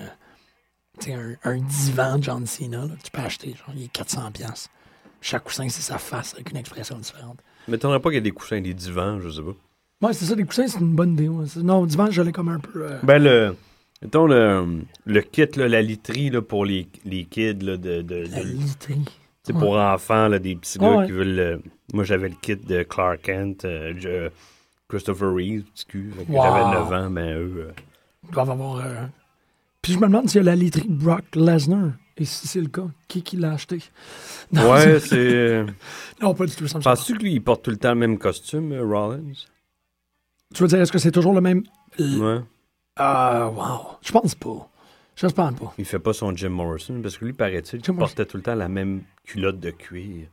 Speaker 2: tu sais, un, un divan de John Cena, là, que tu peux acheter, genre, il est 400$. piastres. Chaque coussin, c'est sa face avec une expression différente.
Speaker 3: Mais t'aurais pas qu'il y ait des coussins, des divans, je sais pas.
Speaker 2: Ouais, c'est ça, les coussins, c'est une bonne idée. ouais. C'est- Non, dimanche, je l'ai comme un peu. euh,
Speaker 3: Ben, le. Mettons le, le kit, là, la literie là, pour les, les kids, là, de, de-
Speaker 2: la
Speaker 3: de-
Speaker 2: literie.
Speaker 3: t'sais, pour enfants, là, des petits gars
Speaker 2: Ouais.
Speaker 3: qui veulent. le- Moi, j'avais le kit de Clark Kent, euh, je- Christopher Reeve, petit cul. fait que
Speaker 2: Wow.
Speaker 3: J'avais 9 ans, mais eux. euh,
Speaker 2: Ils doivent avoir. euh, Puis je me demande s'il y a la literie Brock Lesnar. Et si c'est le cas, qui, qui l'a acheté Non,
Speaker 3: Ouais, c'est. euh,
Speaker 2: Non, pas du tout. Ça me semble
Speaker 3: Penses-tu que lui, il porte tout le temps le même costume, euh, Rollins?
Speaker 2: pas. Tu veux dire, est-ce que c'est toujours le même. L-
Speaker 3: Ouais.
Speaker 2: Ah, wow. Je pense pas. J'espère pas.
Speaker 3: Il fait pas son Jim Morrison, parce que lui, paraît-il,
Speaker 2: Jim
Speaker 3: il portait tout le temps la même culotte de cuir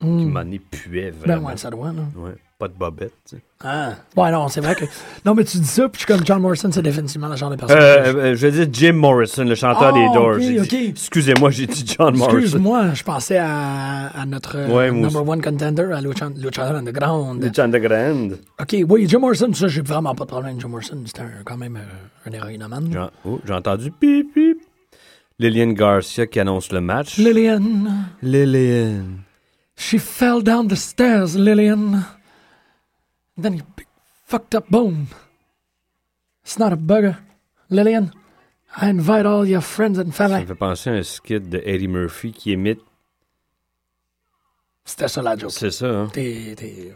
Speaker 3: qui,
Speaker 2: Hmm.
Speaker 3: m'en est puait
Speaker 2: Ben
Speaker 3: vraiment.
Speaker 2: ouais, ça doit, là.
Speaker 3: Ouais, pas de bobette. tu sais.
Speaker 2: Ah. Ouais, non, c'est vrai que. *laughs* non, mais tu dis ça, puis je suis comme John Morrison, c'est définitivement le genre de
Speaker 3: Euh,
Speaker 2: personne. que je-
Speaker 3: euh, je veux dire Jim Morrison, le
Speaker 2: Ah,
Speaker 3: chanteur des Doors.
Speaker 2: ok,
Speaker 3: J'ai dit-
Speaker 2: ok.
Speaker 3: Excusez-moi, j'ai dit John Morrison.
Speaker 2: Excuse-moi, je pensais à, à notre euh,
Speaker 3: Ouais, moi
Speaker 2: number one contender, à Lucha, Lucha Underground.
Speaker 3: Le Underground.
Speaker 2: OK, oui, Jim Morrison, ça, j'ai vraiment pas de problème. Jim Morrison, c'était un- quand même euh, un héroïnomane.
Speaker 3: Jean- oh, J'ai entendu pip pip. Lillian Garcia qui annonce le match.
Speaker 2: Lillian,
Speaker 3: Lillian.
Speaker 2: she fell down the stairs, Lillian. Then you big fucked up bone. It's not a burger, Lillian. I invite all your friends and
Speaker 3: Ça
Speaker 2: family.
Speaker 3: me fait penser à un skit de Eddie Murphy qui imite.
Speaker 2: C'était ça la joke.
Speaker 3: C'est ça, hein?
Speaker 2: T'es- t'es-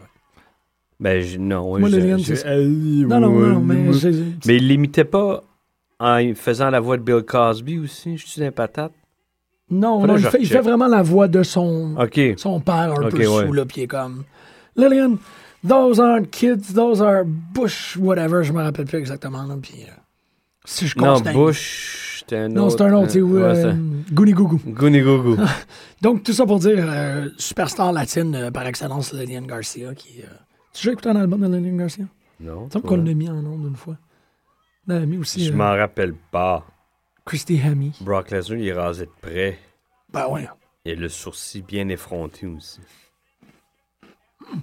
Speaker 3: Ben, j'ai- non.
Speaker 2: Moi,
Speaker 3: j'ai-
Speaker 2: le lien,
Speaker 3: j'ai-
Speaker 2: c'est Non, non, non, mais. c'est-
Speaker 3: Mais il l'imitait pas en faisant la voix de Bill Cosby aussi. Je suis une patate.
Speaker 2: Non,
Speaker 3: Faudrait
Speaker 2: non,
Speaker 3: que
Speaker 2: il
Speaker 3: je
Speaker 2: fait, il
Speaker 3: recheck.
Speaker 2: fait vraiment la voix de son,
Speaker 3: OK.
Speaker 2: son père un
Speaker 3: Ok,
Speaker 2: peu
Speaker 3: ouais.
Speaker 2: sous, là, puis il est comme Lillian, those aren't kids, those are Bush, whatever, je me rappelle plus exactement, là, puis euh, si je
Speaker 3: Non,
Speaker 2: compte. c'est un-
Speaker 3: Bush, c'était un autre.
Speaker 2: Non, c'est un autre, c'est où,
Speaker 3: Ouais,
Speaker 2: euh,
Speaker 3: c'est-
Speaker 2: Goonie Gougou.
Speaker 3: Goody Gougou.
Speaker 2: *laughs* Donc, tout ça pour dire, euh, superstar latine euh, par excellence, Lillian Garcia, qui. euh, Tu as écouté un album de Lillian Garcia?
Speaker 3: Non.
Speaker 2: Il me semble qu'on l'a mis en ondes une fois. On l'a mis aussi
Speaker 3: Je
Speaker 2: euh,
Speaker 3: m'en rappelle pas.
Speaker 2: Christy Hemme.
Speaker 3: Brock Lesnar, il est rasé de près.
Speaker 2: Ben ouais.
Speaker 3: Il a le sourcil bien effronté aussi. Hmm.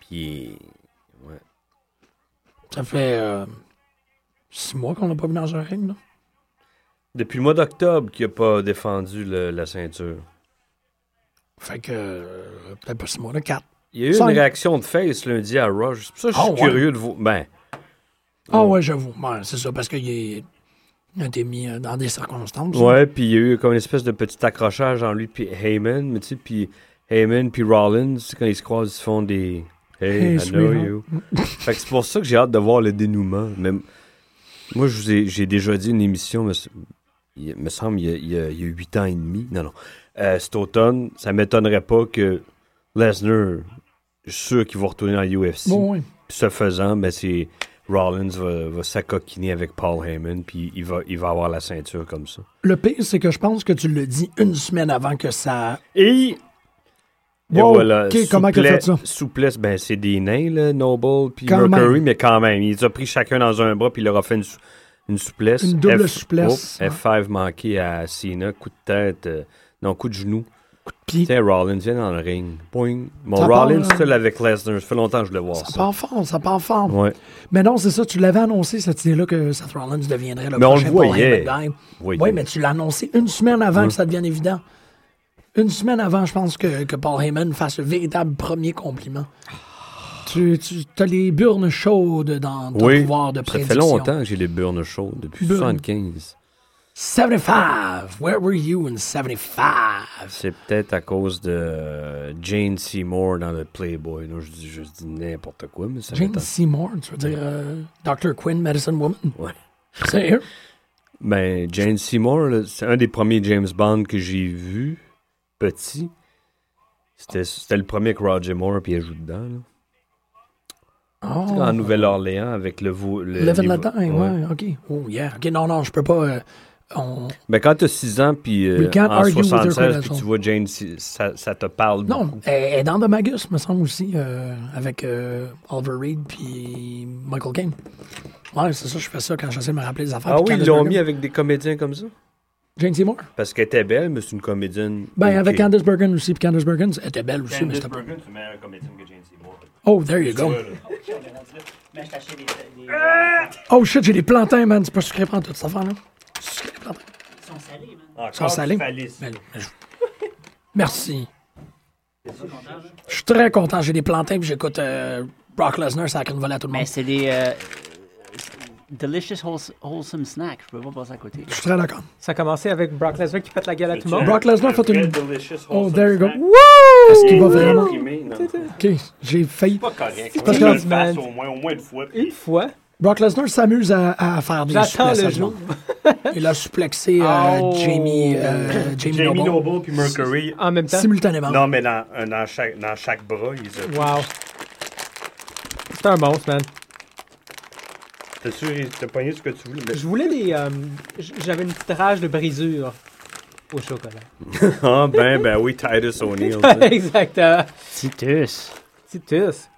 Speaker 3: Puis.
Speaker 2: Ça fait euh, six mois qu'on n'a pas vu dans un ring, là.
Speaker 3: Depuis le mois d'octobre qu'il n'a pas défendu le- la ceinture.
Speaker 2: Fait que. euh, Peut-être pas six mois, là, quatre.
Speaker 3: Il y a eu
Speaker 2: Cinq.
Speaker 3: une réaction de Face lundi à Rush. C'est pour ça que je suis
Speaker 2: Ah, ouais.
Speaker 3: curieux de vous. Ben,
Speaker 2: Ah
Speaker 3: Euh,
Speaker 2: ouais, j'avoue. Ouais, c'est ça, parce qu'il est- il a été mis euh, dans des circonstances.
Speaker 3: ouais, puis il y a eu comme une espèce de petit accrochage en lui, puis Heyman, mais tu sais, puis Heyman, puis Rollins, tu sais, quand ils se croisent, ils se font des Hey,
Speaker 2: Hey,
Speaker 3: I know
Speaker 2: sweetheart.
Speaker 3: you. fait que c'est pour ça que j'ai hâte de voir le dénouement. Mais m- moi, je vous ai- j'ai déjà dit une émission, me s- il me semble, il y a- il y a il y a huit ans et demi. Non, non. Euh, cet automne, ça m'étonnerait pas que Lesnar, je suis sûr qu'il va retourner dans l'UFC.
Speaker 2: Bon, ouais.
Speaker 3: Ce faisant, ben c'est Rollins va, va s'acoquiner avec Paul Heyman, puis il va, il va avoir la ceinture comme ça.
Speaker 2: Le pire, c'est que je pense que tu le dis une semaine avant que ça.
Speaker 3: Et, et
Speaker 2: Wow,
Speaker 3: voilà,
Speaker 2: OK, comment qu'il a fait ça?
Speaker 3: souplesse, ben c'est des nains, là, Noble, puis
Speaker 2: Quand
Speaker 3: Mercury,
Speaker 2: même.
Speaker 3: mais quand même, il les a pris chacun dans un bras, puis il leur a fait une, sou- une souplesse.
Speaker 2: Une double souplesse,
Speaker 3: oh,
Speaker 2: ouais.
Speaker 3: F5 manqué à Cena, coup de tête, euh, non, coup de genou.
Speaker 2: Puis,
Speaker 3: Tiens, Rollins vient dans le ring. Boing. Bon,
Speaker 2: Ça part,
Speaker 3: Rollins
Speaker 2: là.
Speaker 3: seul avec Lesnar, ça fait longtemps que je voulais voir
Speaker 2: ça
Speaker 3: ça.
Speaker 2: part fort, ça part fort.
Speaker 3: Ouais.
Speaker 2: Mais non, c'est ça, tu l'avais annoncé, cette idée-là, que Seth Rollins deviendrait le
Speaker 3: Mais on le
Speaker 2: prochain Paul
Speaker 3: voyait.
Speaker 2: Heyman guy.
Speaker 3: Oui,
Speaker 2: Oui, mais tu l'as annoncé une semaine avant que ça devienne évident. Une semaine avant, je pense que, que Paul Heyman fasse le véritable premier compliment. Tu, as les burnes chaudes dans ton
Speaker 3: Oui,
Speaker 2: pouvoir de
Speaker 3: ça
Speaker 2: prédiction.
Speaker 3: fait longtemps que j'ai les burnes chaudes, depuis
Speaker 2: Burnes.
Speaker 3: 75.
Speaker 2: 75! Where were you in 75?
Speaker 3: C'est peut-être à cause de euh, Jane Seymour dans le Playboy. Là, je dis, je dis n'importe quoi, mais ça
Speaker 2: Jane
Speaker 3: m'étonne.
Speaker 2: Seymour, tu veux dire euh, Dr. Quinn, Medicine Woman?
Speaker 3: Ouais.
Speaker 2: Sérieux?
Speaker 3: Ben, Jane Seymour, là, c'est un des premiers James Bond que j'ai vu, petit. C'était, c'était le premier que Roger Moore puis elle joue dedans. là. En
Speaker 2: Oh,
Speaker 3: Nouvelle-Orléans avec le... vo- le
Speaker 2: Levin
Speaker 3: niveau-
Speaker 2: la dent, ouais. ok. Oh yeah, ok, non, non, je peux pas... euh, on-
Speaker 3: Ben, quand t'as 6 ans puis euh,
Speaker 2: We can't
Speaker 3: en
Speaker 2: argue with your
Speaker 3: 76 puis
Speaker 2: credentials.
Speaker 3: tu vois Jane, Se- ça, ça te parle
Speaker 2: Non,
Speaker 3: beaucoup.
Speaker 2: elle elle est dans The Magus, me semble aussi, euh, avec euh, Oliver Reed puis Michael Caine. Ouais, c'est ça, je fais ça quand j'essaie de me rappeler les affaires.
Speaker 3: Ah
Speaker 2: puis
Speaker 3: oui,
Speaker 2: quand
Speaker 3: ils
Speaker 2: je
Speaker 3: l'ont
Speaker 2: regarde-
Speaker 3: mis avec des comédiens comme ça?
Speaker 2: Jane Seymour?
Speaker 3: Parce qu'elle était belle, mais c'est une comédienne.
Speaker 2: Ben,
Speaker 3: ok.
Speaker 2: avec Candace Bergen aussi, puis Candace Bergen elle était belle aussi, mais c'était pas...
Speaker 3: Bergen, c'est une meilleure comédienne que Jane Seymour.
Speaker 2: Oh, there you go. Oh shit, j'ai des plantains, man. C'est pas sucré prendre toute cette affaire, là. Sucré plantain. Ils sont salés, man. Ils sont salés. Ben, je- Merci. Je suis très content. J'ai des plantains puis j'écoute euh, Brock Lesnar, ça une volée à tout le monde.
Speaker 5: Mais c'est des. euh, delicious wholes- wholesome snacks. Je peux pas passer à côté.
Speaker 2: Je suis très d'accord.
Speaker 4: Ça a commencé avec Brock Lesnar qui pète la gueule à tout le monde.
Speaker 2: Brock Lesnar fait une. Oh, there you go.
Speaker 3: snack.
Speaker 2: Wouh! Est-ce qu'il va vraiment.
Speaker 3: C'est
Speaker 2: Ok, j'ai failli.
Speaker 3: pas
Speaker 2: parce
Speaker 3: correct. Faut que
Speaker 2: que-
Speaker 3: je le fasse
Speaker 4: man.
Speaker 3: au moins, au moins une fois.
Speaker 4: Une fois,
Speaker 2: Brock Lesnar s'amuse à, à faire des
Speaker 4: j'attends
Speaker 2: souplexes. à
Speaker 4: le
Speaker 2: tout
Speaker 4: jour.
Speaker 2: monde. Il a suplexé euh,
Speaker 4: Oh.
Speaker 2: Jamie, euh, Jamie,
Speaker 3: Jamie
Speaker 2: Noble
Speaker 3: Noble puis Mercury.
Speaker 4: En
Speaker 2: Hein?
Speaker 4: même temps.
Speaker 2: simultanément.
Speaker 3: Non, mais dans, euh, dans, chaque, dans chaque bras, ils ont.
Speaker 4: Wow. C'est un monstre, man.
Speaker 3: T'es sûr, ils t'ont pogné ce que tu voulais. mais-
Speaker 4: Je voulais des. euh, j- J'avais une petite rage de brisure au chocolat.
Speaker 3: Ah, ben, ben oui, Titus
Speaker 4: *laughs*
Speaker 3: O'Neill.
Speaker 4: Exactement.
Speaker 5: Titus.
Speaker 4: Titus.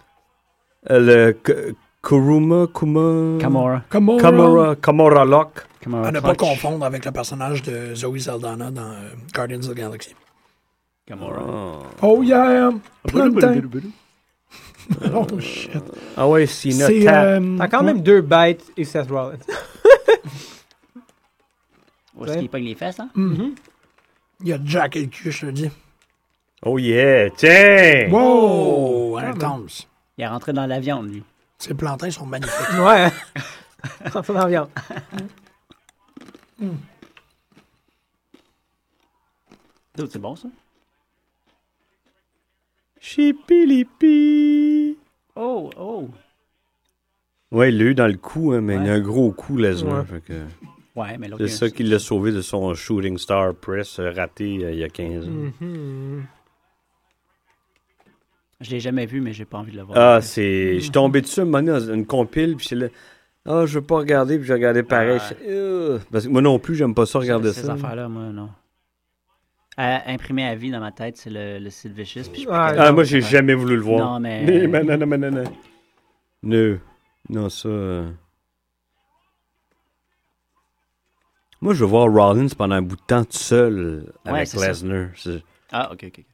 Speaker 3: Euh, *laughs* le K- Kuruma Kuma.
Speaker 5: Kamora.
Speaker 2: Comme on-
Speaker 3: Kamora, Kamora Lock.
Speaker 5: Kamora.
Speaker 2: À ne pas
Speaker 5: Clutch.
Speaker 2: confondre avec le personnage de Zoe Saldana dans euh, Guardians of the Galaxy.
Speaker 5: Kamora.
Speaker 3: Ah.
Speaker 2: Oh yeah! Plantain! Oh shit!
Speaker 3: Ah ouais, Sina.
Speaker 2: C'est.
Speaker 3: Tap.
Speaker 2: euh,
Speaker 4: T'as quand même deux bites et Seth Rollins. *laughs*
Speaker 5: Où est-ce qu'il pogne les fesses, hein?
Speaker 2: Il y a Jack et le cul, je te dis.
Speaker 3: Oh yeah, tiens!
Speaker 2: Wow! Intense!
Speaker 5: Il est rentré dans la viande, lui.
Speaker 2: Ces plantains sont magnifiques.
Speaker 4: Ouais. Ça, ça, dans la viande.
Speaker 5: Dude, c'est bon, ça?
Speaker 3: Chipilipi.
Speaker 5: Oh, oh!
Speaker 3: Ouais, il l'a eu dans le cou, hein, mais il a
Speaker 5: Ouais.
Speaker 3: un gros coup, Lesnar.
Speaker 4: Ouais.
Speaker 3: fait que
Speaker 5: Ouais, mais
Speaker 3: C'est
Speaker 5: l'autre... il y a
Speaker 3: ça
Speaker 5: un-
Speaker 3: qui l'a sauvé de son Shooting Star Press euh, raté euh, il y a 15 ans.
Speaker 4: Mhm.
Speaker 5: Je l'ai jamais vu, mais j'ai pas envie de le voir.
Speaker 3: Ah, c'est. Je suis tombé dessus un moment donné dans une compile, puis c'est là. Ah, je veux pas regarder, puis j'ai regardé pareil.
Speaker 5: Ah.
Speaker 3: Je- Euh, Parce que moi non plus, j'aime pas ça, regarder
Speaker 5: Ces
Speaker 3: ça.
Speaker 5: affaires-là, moi, non. À- imprimé à vie dans ma tête, c'est le, le Sid Vicious. Puis je
Speaker 4: Ah,
Speaker 3: Ah, moi, j'ai jamais voulu le voir.
Speaker 5: Non, mais.
Speaker 3: Non, non, non, non, non, non. Non, non, ça. euh. Moi, je veux voir Rollins pendant un bout de temps tout seul
Speaker 5: Ouais,
Speaker 3: avec
Speaker 5: c'est ça.
Speaker 3: Lesnar. C'est-
Speaker 5: Ah, ok, ok.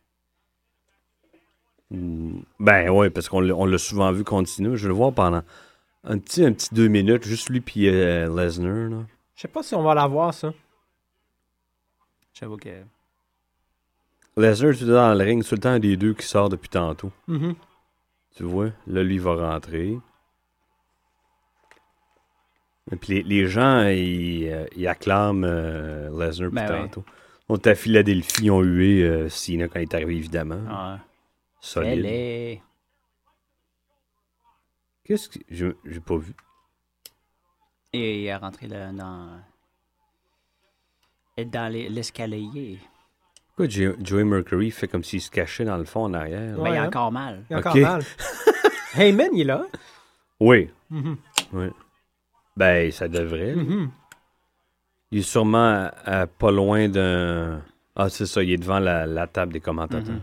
Speaker 3: Mm. Ben oui, parce qu'on l'a on l'a souvent vu continuer. Je vais le voir pendant un petit, un petit deux minutes, juste lui puis euh, Lesnar. là.
Speaker 4: Je sais pas si on va l'avoir, ça.
Speaker 5: J'avoue que.
Speaker 3: Lesnar, tu es dans le ring, c'est tout le temps un des deux qui sort depuis tantôt.
Speaker 4: Mhm.
Speaker 3: Tu vois, là, lui, il va rentrer. Et puis les, les gens, ils, euh, ils acclament euh, Lesnar depuis
Speaker 5: Ben ouais.
Speaker 3: tantôt. On est à Philadelphie, ils ont hué euh, Cena quand il est arrivé, évidemment.
Speaker 5: Ah, elle
Speaker 3: Solide.
Speaker 5: est.
Speaker 3: Qu'est-ce que. je- J'ai pas vu.
Speaker 5: Et il est rentré là, dans. Et dans les- l'escalier.
Speaker 3: Pourquoi Jo- Joey Mercury fait comme s'il se cachait dans le fond en arrière?
Speaker 4: Ouais.
Speaker 5: mais il est
Speaker 4: hein.
Speaker 5: encore mal.
Speaker 4: Il y a encore
Speaker 3: Ok.
Speaker 4: mal. Heyman, il est là.
Speaker 3: Oui,
Speaker 4: Mhm.
Speaker 3: Ben, ça devrait.
Speaker 4: Mhm.
Speaker 3: Il est sûrement à- à pas loin d'un. Ah, c'est ça, il est devant la, la table des commentateurs.
Speaker 5: Mhm.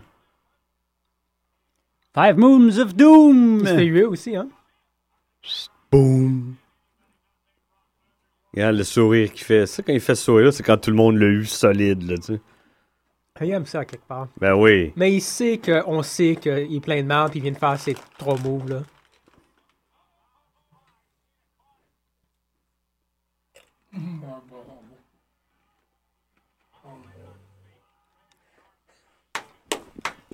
Speaker 5: Five Moons of Doom!
Speaker 4: Il se fait huer aussi, hein.
Speaker 3: Boum! Regarde hein, le sourire qu'il fait. Ça, quand il fait ce sourire, c'est quand tout le monde l'a eu solide, là, tu sais.
Speaker 4: Il aime ça, quelque part.
Speaker 3: Ben oui.
Speaker 4: Mais il sait qu'on sait qu'il est plein de mal, puis il vient de faire ses trois moves, là.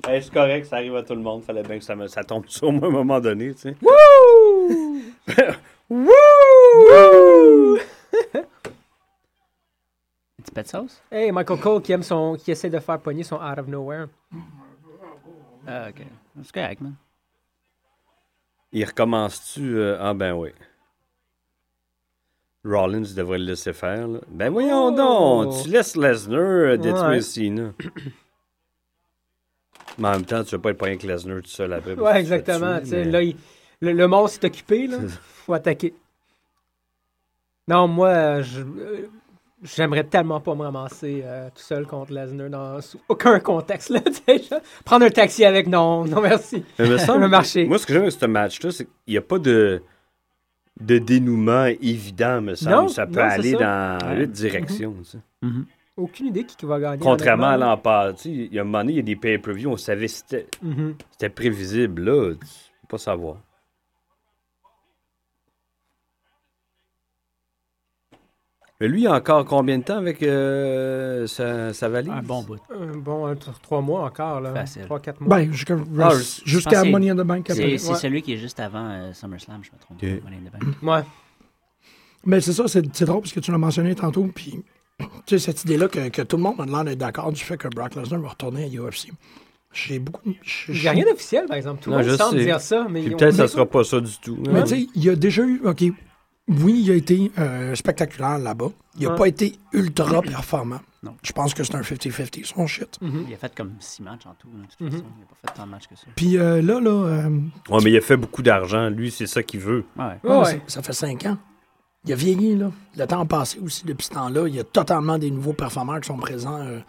Speaker 3: Ben, c'est correct, ça arrive à tout le monde. Fallait bien que ça, tombe *laughs* sur moi à un moment donné, tu sais.
Speaker 4: Wouh! Wouh!
Speaker 5: Un petit peu de sauce?
Speaker 4: Hey, Michael Cole qui aime son. qui essaie de faire pogner son out of nowhere.
Speaker 5: Ah, ok. C'est correct, man.
Speaker 3: Il recommence-tu? euh, Ah, ben oui. Rollins devrait le laisser faire, là. Ben voyons
Speaker 4: Oh!
Speaker 3: donc! Tu laisses Lesnar euh, détruire
Speaker 4: Ouais.
Speaker 3: Cena. Mais en même temps, tu vas pas être pas avec Lesnar tout seul après. parce que
Speaker 4: Ouais,
Speaker 3: tu
Speaker 4: exactement.
Speaker 3: te fais
Speaker 4: tu
Speaker 3: tuer,
Speaker 4: sais,
Speaker 3: mais-
Speaker 4: Là, il- le, le monstre s'est occupé, là.
Speaker 3: C'est ça.
Speaker 4: Faut attaquer. Non, moi, euh, je- euh, J'aimerais tellement pas me ramasser euh, tout seul contre Lesnar dans sous aucun contexte. Là, *laughs* tu sais, je- Prendre un taxi avec, non, non merci.
Speaker 3: Mais il
Speaker 4: *laughs*
Speaker 3: me semble-
Speaker 4: Le marché.
Speaker 3: Moi, ce que j'aime avec ce match-là, c'est qu'il n'y a pas de, de dénouement évident, me semble.
Speaker 4: Non,
Speaker 3: ça peut
Speaker 4: non, c'est
Speaker 3: aller
Speaker 4: ça.
Speaker 3: dans huit directions. tu sais.
Speaker 4: Aucune idée qui, qui va gagner.
Speaker 3: Contrairement à
Speaker 4: honnêtement.
Speaker 3: l'an passé, tu sais, il y a un moment donné, il y a des pay-per-views, on savait c'était
Speaker 4: Mhm.
Speaker 3: c'était prévisible. Là, tu peux pas savoir. Mais lui, il a encore combien de temps avec euh, sa, sa valise?
Speaker 5: Un Ah, bon bout.
Speaker 4: Euh, bon, un, tr- trois mois encore, là.
Speaker 5: Facile.
Speaker 4: Trois, quatre mois.
Speaker 2: Ben, jusqu'à
Speaker 3: Ah, je-
Speaker 2: jusqu'à
Speaker 5: pensais-
Speaker 2: Money in the Bank. après.
Speaker 5: C'est c'est
Speaker 4: Ouais.
Speaker 5: celui qui est juste avant euh, SummerSlam, je me trompe.
Speaker 3: Ok.
Speaker 5: Money in the Bank.
Speaker 4: Ouais.
Speaker 2: Mais c'est ça, c'est c'est drôle parce que tu l'as mentionné tantôt. Puis, tu sais, cette idée-là que, que tout le monde a l'air d'être d'accord du fait que Brock Lesnar va retourner à UFC. J'ai beaucoup. j'ai-
Speaker 4: Il n'y a rien d'officiel, par exemple. Tout le
Speaker 3: Non,
Speaker 4: monde
Speaker 3: je
Speaker 4: semble
Speaker 3: sais.
Speaker 4: dire ça, mais
Speaker 3: Puis
Speaker 4: on-
Speaker 3: peut-être que ça sera pas ça du tout. hein.
Speaker 2: Mais tu sais, il y a déjà eu. OK. Oui, il a été euh, spectaculaire là-bas. Il n'a
Speaker 4: Ouais.
Speaker 2: pas été ultra performant.
Speaker 5: Non.
Speaker 2: Je pense que c'est un 50-50, son shit.
Speaker 5: Il a fait comme six matchs en tout. là, de toute
Speaker 4: Mhm.
Speaker 5: façon. Il n'a pas fait tant de matchs que ça.
Speaker 2: Puis euh, là, là, euh,
Speaker 3: Ouais, mais il a fait beaucoup d'argent. Lui, c'est ça qu'il veut.
Speaker 5: Ouais.
Speaker 4: Ouais, ouais.
Speaker 2: ça, ça fait 5 ans. Il a vieilli, là. Le temps a passé aussi depuis ce temps-là. Il y a totalement des nouveaux performeurs qui sont présents euh,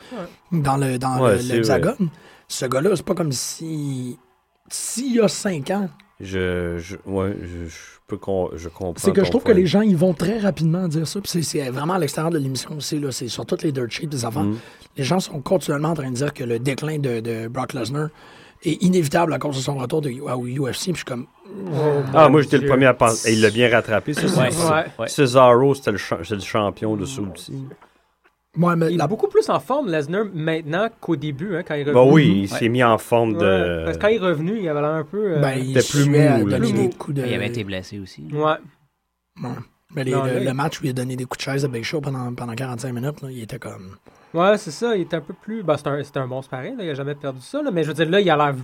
Speaker 2: dans le dans
Speaker 3: Ouais,
Speaker 2: le-
Speaker 3: c'est
Speaker 2: l'hexagone. Ce gars-là, c'est pas comme si. S'il y a 5 ans,
Speaker 3: Je, je, ouais, je, je peux con- je comprends.
Speaker 2: c'est que je
Speaker 3: ton
Speaker 2: trouve que
Speaker 3: point.
Speaker 2: les gens, ils vont très rapidement dire ça. Puis c'est- c'est vraiment à l'extérieur de l'émission aussi, là. C'est sur toutes les dirt sheets des avant.
Speaker 3: Mm.
Speaker 2: Les gens sont continuellement en train de dire que le déclin de, de Brock Lesnar est inévitable à cause de son retour de, à UFC. Puis je suis comme,
Speaker 3: Ah, moi, j'étais
Speaker 4: Dieu.
Speaker 3: le premier à penser. Et il l'a bien rattrapé. Ça, c'est-
Speaker 5: Ouais.
Speaker 3: c'est- Cesaro, c'était le, cha- c'est le champion de ça aussi.
Speaker 2: moi, mais
Speaker 4: Il est
Speaker 2: la
Speaker 4: beaucoup plus en forme, Lesnar, maintenant qu'au début, hein, quand il est
Speaker 3: Bah
Speaker 4: revenu.
Speaker 3: oui, il s'est mis en forme
Speaker 4: Ouais,
Speaker 3: de.
Speaker 4: Parce que quand il est revenu, il avait l'air un peu. euh,
Speaker 2: ben, il
Speaker 3: T'es plus
Speaker 2: suait à
Speaker 3: mou, là.
Speaker 2: donner
Speaker 4: Plus
Speaker 2: des
Speaker 4: mou.
Speaker 2: coups de.
Speaker 5: Il avait été blessé aussi. là.
Speaker 4: Ouais.
Speaker 2: Ouais. Mais les-
Speaker 4: Non,
Speaker 2: le,
Speaker 4: là,
Speaker 2: le
Speaker 4: il-
Speaker 2: match où il a donné des coups de chaise à Big Show pendant, pendant 45 minutes, là, il était comme.
Speaker 4: Ouais, c'est ça. Il est un peu plus. Ben, c'est un, c'est un monstre pareil. Là, il a jamais perdu ça. Là, mais je veux dire, là, il a l'air.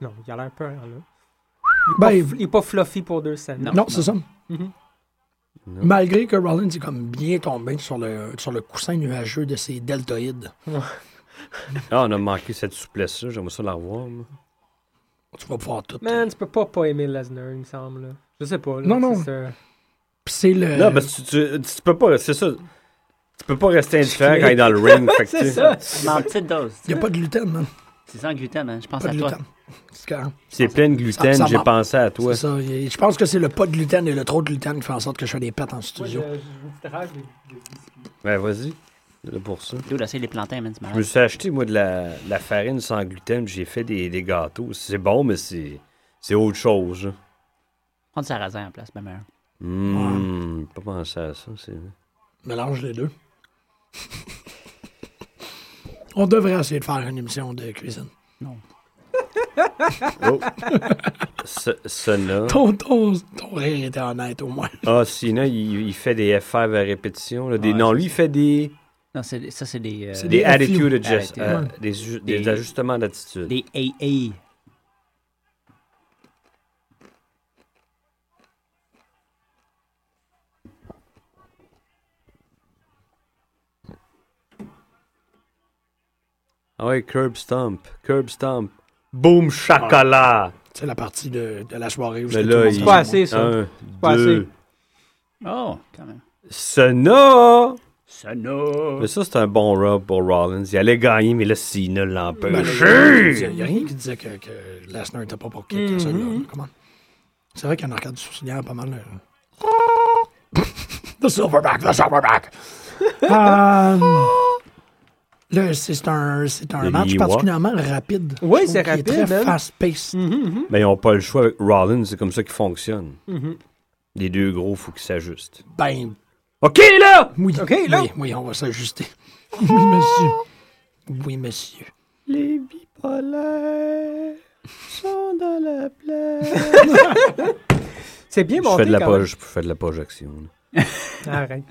Speaker 4: Non, il a l'air peur. Là. Il est
Speaker 2: Ben,
Speaker 4: pas
Speaker 2: il-
Speaker 4: fl- il est pas fluffy pour deux scènes.
Speaker 5: Non.
Speaker 2: Non, c'est ça.
Speaker 3: Mm-hmm.
Speaker 4: Mhm.
Speaker 2: Malgré que Rollins est comme bien tombé sur le, sur le coussin nuageux de ses deltoïdes.
Speaker 3: Ah, on a manqué cette souplesse-là. J'aimerais ça la revoir. moi.
Speaker 2: Tu vas pouvoir tout.
Speaker 4: Man, tu peux pas pas aimer Lesnar, il me semble. là. Je sais pas. là,
Speaker 2: Non, non.
Speaker 4: c'est ça.
Speaker 2: Puis c'est le.
Speaker 3: Non, parce que tu, tu- tu peux pas. C'est ça. Tu peux pas rester indifférent quand il est dans le ring. fait que, tu
Speaker 4: *laughs* C'est
Speaker 3: sais,
Speaker 4: ça.
Speaker 5: en petite dose.
Speaker 2: Il n'y a pas de gluten, man.
Speaker 5: C'est sans gluten, hein. Je pense
Speaker 2: Pas
Speaker 5: à
Speaker 2: de
Speaker 5: toi.
Speaker 2: gluten. C'est quand-
Speaker 3: C'est plein de
Speaker 2: Ça-
Speaker 3: gluten.
Speaker 2: ça
Speaker 3: J'ai
Speaker 2: manque.
Speaker 3: pensé à toi.
Speaker 2: c'est ça. Et Je pense que c'est le pas de gluten et le trop de gluten qui fait en sorte que je fais des pâtes en studio.
Speaker 3: Ben, vas-y. Là, pour ça.
Speaker 5: D'où d'essayer les plantains, man. c'est
Speaker 3: Je me
Speaker 5: malade.
Speaker 3: suis acheté, moi, de la, de la farine sans gluten. puis J'ai fait des, des gâteaux. C'est bon, mais c'est, c'est autre chose. hein. là.
Speaker 5: Prends du sarrasin en place, même meilleur.
Speaker 3: Mmh, Pas pensé à ça. C'est...
Speaker 2: Mélange les deux. *laughs* On devrait essayer de faire une émission de cuisine.
Speaker 3: Ce- Cela.
Speaker 2: Ton, ton, ton rire était honnête au moins.
Speaker 3: Ah, sinon, il, il fait des FF à répétition. là, des,
Speaker 5: Ouais,
Speaker 3: non,
Speaker 5: c'est
Speaker 3: lui, il fait des,
Speaker 5: Non, c'est- ça, c'est des. euh,
Speaker 2: C'est
Speaker 3: des
Speaker 2: Des
Speaker 3: attitude
Speaker 2: FU.
Speaker 3: adjust-
Speaker 5: Attitude.
Speaker 3: euh, des, ju- des
Speaker 5: Des-
Speaker 3: ajustements d'attitude.
Speaker 5: Des AA.
Speaker 3: Ah ouais, curb stomp. Curb stomp. Boom chacala.
Speaker 2: C'est la partie de, de la soirée où
Speaker 3: Mais
Speaker 2: j'étais
Speaker 3: là,
Speaker 2: tout le
Speaker 3: il-
Speaker 2: monde
Speaker 4: C'est
Speaker 2: ensemble.
Speaker 4: pas assez, ça.
Speaker 3: Un,
Speaker 4: Pas
Speaker 3: deux.
Speaker 5: Oh, quand même.
Speaker 3: Cena!
Speaker 5: Ça no.
Speaker 3: Mais ça, c'est un bon rub pour Rollins. Il allait gagner, mais là, Cena
Speaker 2: Ben,
Speaker 3: l'empêche.
Speaker 2: Il n'y a rien qui disait que, que Lesnar n'était pas pour kick.
Speaker 4: Mhm.
Speaker 2: ça, là. Comment? C'est vrai qu'il y a un arcade sourcilière pas mal. euh. *laughs* the Silverback, the
Speaker 4: *laughs*
Speaker 2: Silverback! Euh, là, c'est c'est un, c'est un
Speaker 3: Les
Speaker 2: match
Speaker 3: Ewoks.
Speaker 2: particulièrement rapide.
Speaker 4: Oui,
Speaker 2: Je trouve
Speaker 4: c'est
Speaker 2: qu'il
Speaker 4: rapide, hein. Mm-hmm.
Speaker 2: est très
Speaker 4: man.
Speaker 2: fast-paced.
Speaker 3: Mais ils n'ont pas le choix avec Rollins, c'est comme ça qu'il fonctionne. Les deux gros, faut qu'ils s'ajustent.
Speaker 2: Ben,
Speaker 3: OK, là!
Speaker 2: oui.
Speaker 4: Ok, là.
Speaker 2: Oui, oui, on va s'ajuster. *laughs* oui, monsieur. Oui, monsieur.
Speaker 3: Les bipolaires sont dans la *laughs* plaie.
Speaker 4: C'est bien
Speaker 3: je fais
Speaker 4: monté.
Speaker 3: de la
Speaker 4: quand même.
Speaker 3: poche, je fais de la projection. là.
Speaker 4: Arrête.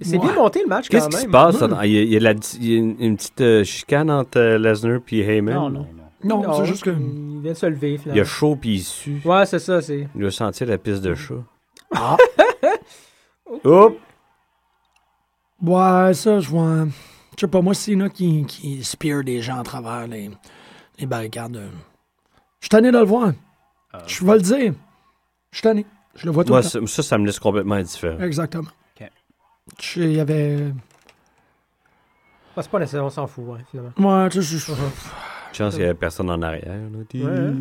Speaker 4: C'est bien monté le match
Speaker 3: Qu'est-ce
Speaker 4: quand
Speaker 3: qui se
Speaker 4: même.
Speaker 3: passe? là-dedans? Il y a, il y a de la di- il y a une, une petite euh, chicane entre euh, Lesnar puis Heyman.
Speaker 5: Non, non, non.
Speaker 2: Non,
Speaker 4: Non,
Speaker 2: c'est juste que.
Speaker 4: Il vient de se lever
Speaker 3: Il y a
Speaker 4: finalement.
Speaker 3: chaud puis il sue.
Speaker 4: Ouais, c'est ça. C'est.
Speaker 3: Il doit sentir la piste de chat.
Speaker 2: Ah,
Speaker 3: Hop!
Speaker 2: ouais, ça, je vois. Je sais pas, moi, c'est là qui, qui spear des gens à travers les, les barricades. euh. Je suis tanné de le voir.
Speaker 5: Euh,
Speaker 2: Je vais le dire. Je suis tanné. Je le vois tout
Speaker 3: Moi,
Speaker 2: le temps.
Speaker 3: ça, ça, ça me laisse complètement indifférent.
Speaker 2: Exactement.
Speaker 5: Ok.
Speaker 2: Je- Il y avait.
Speaker 4: Ah, c'est pas nécessaire, on s'en fout, ouais, finalement.
Speaker 2: Moi, tu sais, je- je-
Speaker 3: Chance qu'il y a personne en arrière. là. Ti-
Speaker 2: hein.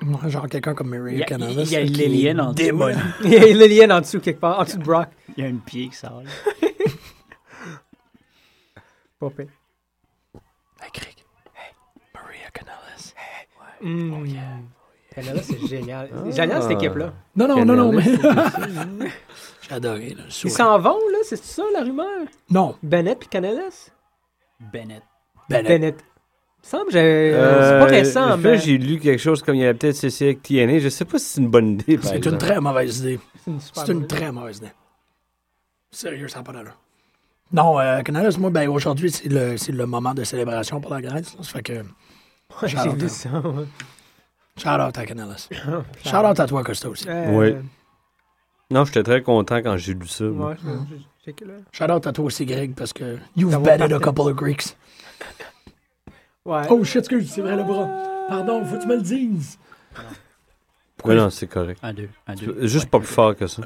Speaker 2: Ouais, genre quelqu'un comme Mary
Speaker 5: Il y a- hein.
Speaker 2: Canaris.
Speaker 5: il y a
Speaker 2: là, qui
Speaker 5: l'alien en dessous,
Speaker 2: démole.
Speaker 5: là.
Speaker 4: Il y a le lien en dessous quelque part, en dessous de Brock.
Speaker 5: Il y a une pied qui sort. là.
Speaker 4: Pas pire.
Speaker 2: Hey, Craig. Hey, Maria Canaris.
Speaker 4: Mm. Canada, c'est génial. C'est génial, cette équipe-là.
Speaker 2: Non, non, non, non, mais.
Speaker 3: Canaris,
Speaker 2: *laughs* J'ai adoré, là, le
Speaker 4: Ils
Speaker 2: sourire.
Speaker 4: s'en vont, là, c'est ça la rumeur?
Speaker 2: Non,
Speaker 4: Bennett puis Canales?
Speaker 5: Bennett.
Speaker 2: Bennett.
Speaker 4: Bennett. Il me semble que j'ai-
Speaker 3: Euh,
Speaker 4: c'est pas récent,
Speaker 3: en fait,
Speaker 4: mais c'est
Speaker 3: j'ai lu quelque chose comme il y avait peut-être ceci avec TNA. Je sais pas si c'est une bonne idée. par
Speaker 2: C'est une
Speaker 3: exemple.
Speaker 2: très mauvaise idée.
Speaker 4: une super
Speaker 2: C'est une
Speaker 4: bonne idée.
Speaker 2: très mauvaise idée. Sérieux, ça n'a pas d'allure. Non, euh, Canalis, moi, ben, aujourd'hui, c'est le, c'est le moment de célébration pour la Grèce. là. Ça fait que.
Speaker 4: Ouais, J'ai vu ça. ouais.
Speaker 2: Shout out à Canalis. Shout out à toi, Costa aussi.
Speaker 4: Euh,
Speaker 3: Oui. Non, j'étais très content quand j'ai lu ça. moi.
Speaker 4: Ouais, je- je- je- check, là.
Speaker 2: Shout out à toi aussi, Greg, parce que. You've
Speaker 4: D'avoir
Speaker 2: batted a
Speaker 4: parti-
Speaker 2: couple of Greeks.
Speaker 4: Ouais.
Speaker 2: Oh shit, excuse, c'est vrai le bras. Pardon, faut que tu me le dises.
Speaker 3: Ouais, non, c'est correct.
Speaker 5: Un, deux. Un, deux.
Speaker 3: Juste pas plus fort que ça.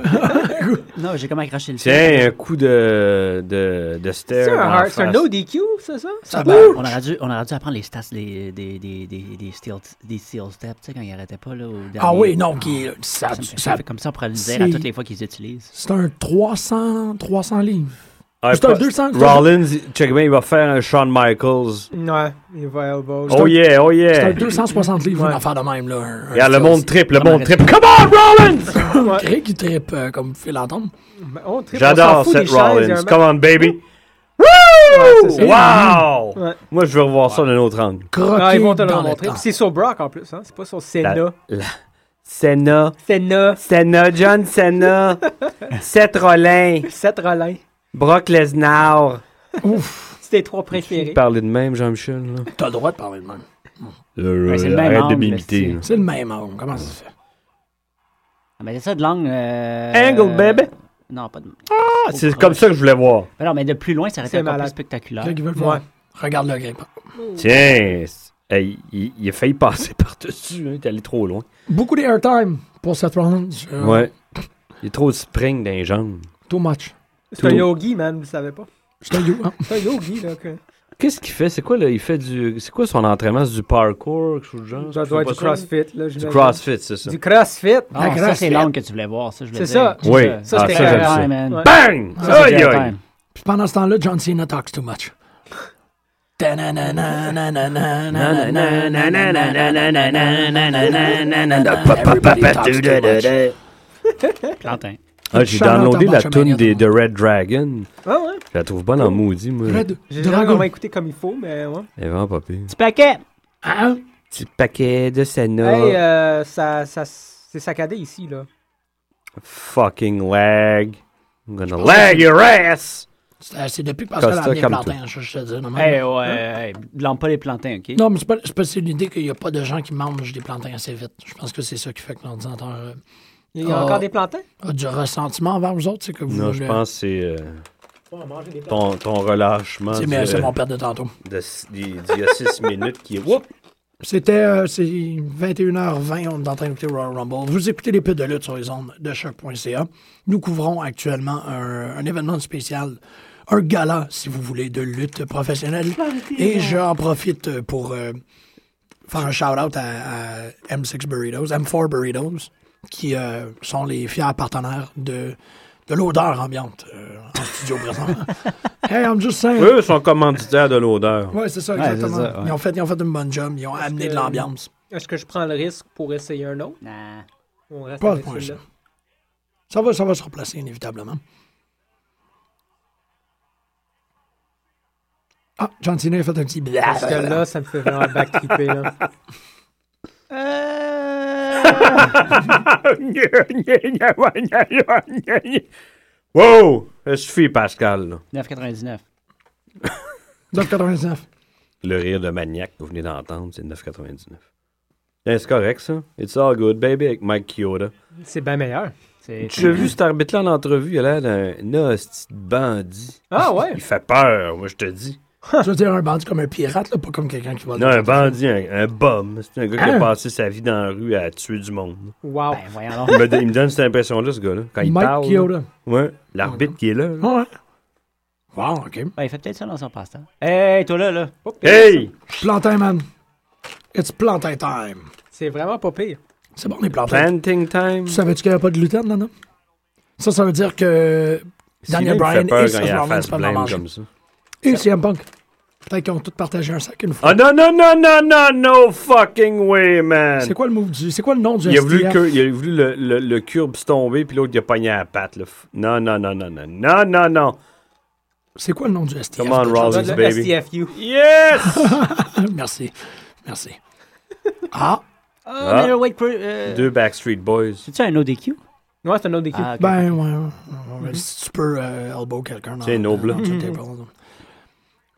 Speaker 5: Non, j'ai comme accroché le
Speaker 3: Tiens, un coup de, de, de
Speaker 4: C'est
Speaker 3: stare.
Speaker 4: un,
Speaker 3: en
Speaker 4: hard- c'est un
Speaker 3: face.
Speaker 4: no DQ, c'est ça?
Speaker 2: Ça
Speaker 5: Ben,
Speaker 2: va.
Speaker 5: on, aurait dû, on aurait dû apprendre les stats des, des, des, des, des, steel, des steel steps, tu sais, quand ils n'arrêtaient pas, là, au dernier. Ah,
Speaker 2: Ah oui, non, qui, ça,
Speaker 5: Ça me fait-
Speaker 2: ça-
Speaker 5: fait comme ça, on pourrait le dire
Speaker 2: c'est-
Speaker 5: à toutes les fois qu'ils utilisent.
Speaker 2: c'est un 300, 300 livres.
Speaker 3: Ah,
Speaker 2: C'est un
Speaker 3: pas-
Speaker 2: 200.
Speaker 3: Rollins, check bien, il va faire un Shawn Michaels.
Speaker 4: Ouais, il va elbow.
Speaker 3: Oh yeah, oh
Speaker 2: C'est un
Speaker 3: yeah.
Speaker 2: 260 livres,
Speaker 4: Ouais.
Speaker 2: une affaire de même, là. un- Ah, un
Speaker 3: Regarde, le
Speaker 2: style.
Speaker 3: monde triple, le
Speaker 5: On
Speaker 3: monde
Speaker 5: arrête.
Speaker 3: triple. Come on, Rollins!
Speaker 2: Greg, il trippe euh, comme Phil l'entendre.
Speaker 4: Ben, on tripe, on s'en
Speaker 3: J'adore
Speaker 4: fout
Speaker 3: Seth
Speaker 4: des chaises, il y a un
Speaker 3: Rollins.
Speaker 4: match.
Speaker 3: Come on, baby.
Speaker 4: Ouais, c'est
Speaker 3: Wow!
Speaker 4: Ouais.
Speaker 3: Moi, je veux revoir ça d'un autre angle.
Speaker 2: Croqué
Speaker 4: Ah, ils vont te le
Speaker 2: dans le
Speaker 4: montrer.
Speaker 2: temps.
Speaker 4: Puis c'est sur Brock en plus, hein? C'est pas sur Cena.
Speaker 3: La- Senna.
Speaker 4: Senna,
Speaker 3: Senna, John
Speaker 4: *laughs*
Speaker 3: Senna. Seth Rollin.
Speaker 4: Seth Rollin.
Speaker 3: Brock Lesnar.
Speaker 4: C'est tes trois préférés.
Speaker 3: Parler de même, Jean-Michel. là?
Speaker 2: T'as le droit de parler de même.
Speaker 5: Ouais, c'est le même
Speaker 3: arrête de
Speaker 5: angle,
Speaker 3: m'imiter.
Speaker 5: mais
Speaker 3: là.
Speaker 2: C'est le même homme. Comment ça se fait?
Speaker 5: Ah, mais c'est ça de langue. euh,
Speaker 3: Angle, baby.
Speaker 5: Non, pas de.
Speaker 3: Ah, c'est comme ça que je voulais voir.
Speaker 5: Mais non, mais de plus loin, ça aurait été
Speaker 4: C'est
Speaker 5: encore plus
Speaker 4: malade.
Speaker 5: spectaculaire.
Speaker 2: Ceux qui veulent voir. Regarde le grimpant.
Speaker 3: Tiens, c'est- hey, il, il a failli passer *laughs* par-dessus. hein, Il est allé trop loin.
Speaker 2: Beaucoup d'airtime pour Seth Rollins. Euh,
Speaker 3: Ouais. Il y a trop de spring dans les jambes.
Speaker 2: Too much.
Speaker 4: C'est un yogi, man, vous le savez pas.
Speaker 2: Je te you, hein?
Speaker 4: C'est un yogi, là. que-
Speaker 3: Qu'est-ce qu'il fait? C'est quoi, là? Il fait du... C'est quoi son entraînement? C'est du parkour? Quelque chose du genre?
Speaker 4: Ça
Speaker 3: C'est
Speaker 4: doit être
Speaker 3: pas
Speaker 4: du crossfit, là.
Speaker 3: Du
Speaker 4: j'imagine.
Speaker 3: crossfit, c'est ça.
Speaker 4: Du crossfit.
Speaker 5: Ah,
Speaker 2: La
Speaker 5: ça,
Speaker 2: grosse
Speaker 5: c'est
Speaker 2: fête.
Speaker 5: l'angle que tu voulais voir, ça, je voulais
Speaker 4: C'est
Speaker 5: dire.
Speaker 4: ça.
Speaker 3: Oui.
Speaker 4: Ça,
Speaker 3: Ah,
Speaker 4: c'était
Speaker 3: j'aime
Speaker 4: carré,
Speaker 3: ça.
Speaker 5: man.
Speaker 4: Ouais.
Speaker 3: Bang!
Speaker 5: Ça,
Speaker 3: Aïe,
Speaker 5: c'était
Speaker 3: aïe!
Speaker 5: un time.
Speaker 2: Puis pendant ce temps-là, John Cena talks too much. Everybody talks too much.
Speaker 5: Plantain.
Speaker 3: Ah, j'ai
Speaker 2: Charlotte
Speaker 3: downloadé
Speaker 2: en
Speaker 3: la
Speaker 2: Bachamania,
Speaker 3: tune des,
Speaker 2: tout
Speaker 3: de Red Dragon.
Speaker 4: Ouais, Ah, ouais.
Speaker 3: Je la trouve bonne en maudit, moi.
Speaker 2: Red
Speaker 4: J'ai jamais
Speaker 2: Dragon.
Speaker 4: vraiment écouté comme il faut, mais ouais.
Speaker 3: Elle est vraiment pas pire.
Speaker 5: Petit paquet.
Speaker 2: Hein?
Speaker 3: Petit paquet de Senna.
Speaker 4: Hey, euh, ça, ça, c'est saccadé ici, là.
Speaker 3: Fucking lag. I'm gonna lag your ass!
Speaker 2: C'est c'est depuis que Pascal a
Speaker 3: Costa
Speaker 2: amené
Speaker 3: comme
Speaker 2: Plantain, je je te dis. non, mais-
Speaker 5: Hey, ouais, hey, blâme pas les plantains, OK?
Speaker 2: Non, mais c'est pas, c'est pas- c'est l'idée qu'il n'y a pas de gens qui mangent des plantains assez vite. Je pense que c'est ça qui fait que l'ordinateur euh,
Speaker 4: Il y a
Speaker 2: Ah.
Speaker 4: encore des plantains?
Speaker 2: a du ressentiment envers vous autres. C'est que vous.
Speaker 3: Non, je
Speaker 2: le-
Speaker 3: pense que c'est euh,
Speaker 4: On manger des
Speaker 3: ton,
Speaker 4: plantains.
Speaker 3: ton relâchement
Speaker 2: C'est
Speaker 3: du-
Speaker 2: mais c'est mon père de tantôt.
Speaker 3: de- d'il d'il y a 6 *laughs* minutes qui est... Whoop!
Speaker 2: C'était euh, c'est 21h20, on est en train d'écouter Royal Rumble. Vous écoutez les putes de lutte sur les ondes de choc.ca. Nous couvrons actuellement un, un événement spécial, un gala, si vous voulez, de lutte professionnelle. Et j'en profite pour euh, faire un shout-out à, à M6 Burritos, M4 Burritos, qui euh, sont les fiers partenaires de, de l'odeur ambiante euh, en studio présent. hey, I'm just saying.
Speaker 3: Eux sont commanditaires de l'odeur.
Speaker 2: Ouais, c'est ça,
Speaker 5: Ouais, c'est
Speaker 2: exactement.
Speaker 5: ça, ouais.
Speaker 2: ils, ont fait, ils ont fait une bonne job, ils ont amené de
Speaker 4: que-
Speaker 2: l'ambiance.
Speaker 4: Est-ce que je prends le risque pour essayer un autre?
Speaker 5: Nah.
Speaker 4: On reste
Speaker 2: Pas
Speaker 4: avec
Speaker 2: pour
Speaker 4: celui-là.
Speaker 2: Ça va, ça va se replacer inévitablement. Ah, John Cena a fait un petit
Speaker 4: Parce que
Speaker 2: blablabla.
Speaker 4: là, ça me fait vraiment backtripper, là.
Speaker 3: *laughs* wow! Ça suffit, Pascal. là.
Speaker 5: 9,99.
Speaker 2: 9,99.
Speaker 3: Le rire de maniaque que vous venez d'entendre, c'est 9,99. Ben, c'est correct, ça. It's all good, baby, avec Mike Kyoda.
Speaker 4: C'est bien meilleur.
Speaker 5: C'est
Speaker 3: J'ai vu cet arbitre-là en entrevue, il a l'air d'un hostie de bandit.
Speaker 4: Ah ouais?
Speaker 3: Il fait peur, moi, je te dis.
Speaker 2: Je veux dire, un bandit comme un pirate, là, pas comme quelqu'un qui va...
Speaker 3: Non, un bandit, un, un bum. C'est un gars qui
Speaker 2: Hein?
Speaker 3: a passé sa vie dans la rue à tuer du monde.
Speaker 4: Wow.
Speaker 5: Ben, voyons donc.
Speaker 3: Il me, il me donne cette impression-là, ce gars-là, quand il
Speaker 2: Mike
Speaker 3: parle.
Speaker 2: Chioda.
Speaker 3: Ouais, l'arbitre qui est là. là.
Speaker 2: Ah ouais. Wow, OK.
Speaker 5: Ben, il fait peut-être ça dans son passe-temps. Hey, toi là, là.
Speaker 3: Hey!
Speaker 2: Plantain, man. It's plantain time.
Speaker 4: C'est vraiment pas pire.
Speaker 2: C'est bon, les plantains.
Speaker 3: Planting time.
Speaker 2: Tu savais-tu qu'il n'y avait pas de gluten, non, non? Ça, ça veut dire que... Daniel
Speaker 3: S'il me fait
Speaker 2: Bryan
Speaker 3: peur
Speaker 2: et
Speaker 3: quand il
Speaker 2: Seth
Speaker 3: a la
Speaker 2: Rollins
Speaker 3: face
Speaker 2: peuvent en
Speaker 3: blême
Speaker 2: manger.
Speaker 3: comme ça.
Speaker 2: Et CM Punk. Peut-être qu'ils ont tous partagé un sac une fois.
Speaker 3: Ah non, non, non, non, non, no fucking way, man!
Speaker 2: C'est quoi le move du... C'est quoi le nom du
Speaker 3: Il a voulu,
Speaker 2: STF?
Speaker 3: que, il a voulu le, le, le curb se tomber, puis l'autre, il a pogné à la patte. Là. F- Non, non, non, non, non, non, non, non.
Speaker 2: C'est quoi le nom du STF?
Speaker 3: Come on,
Speaker 2: Bonne
Speaker 3: Rollins.
Speaker 2: chose.
Speaker 4: Donne le
Speaker 3: baby.
Speaker 4: STFU.
Speaker 3: Yes!
Speaker 2: *laughs* Ah, Merci. Merci. Ah,
Speaker 5: Ah, mais le wait, pro- euh,
Speaker 3: Deux Backstreet Boys.
Speaker 5: C'est-tu un ODQ?
Speaker 4: Ouais, c'est un autre déclic.
Speaker 5: Ah, ok.
Speaker 2: ben ouais. ouais, ouais. Si tu peux euh, elbow quelqu'un. dans-
Speaker 3: Hmm. C'est noble.
Speaker 2: dans ce
Speaker 4: Hmm.
Speaker 2: table.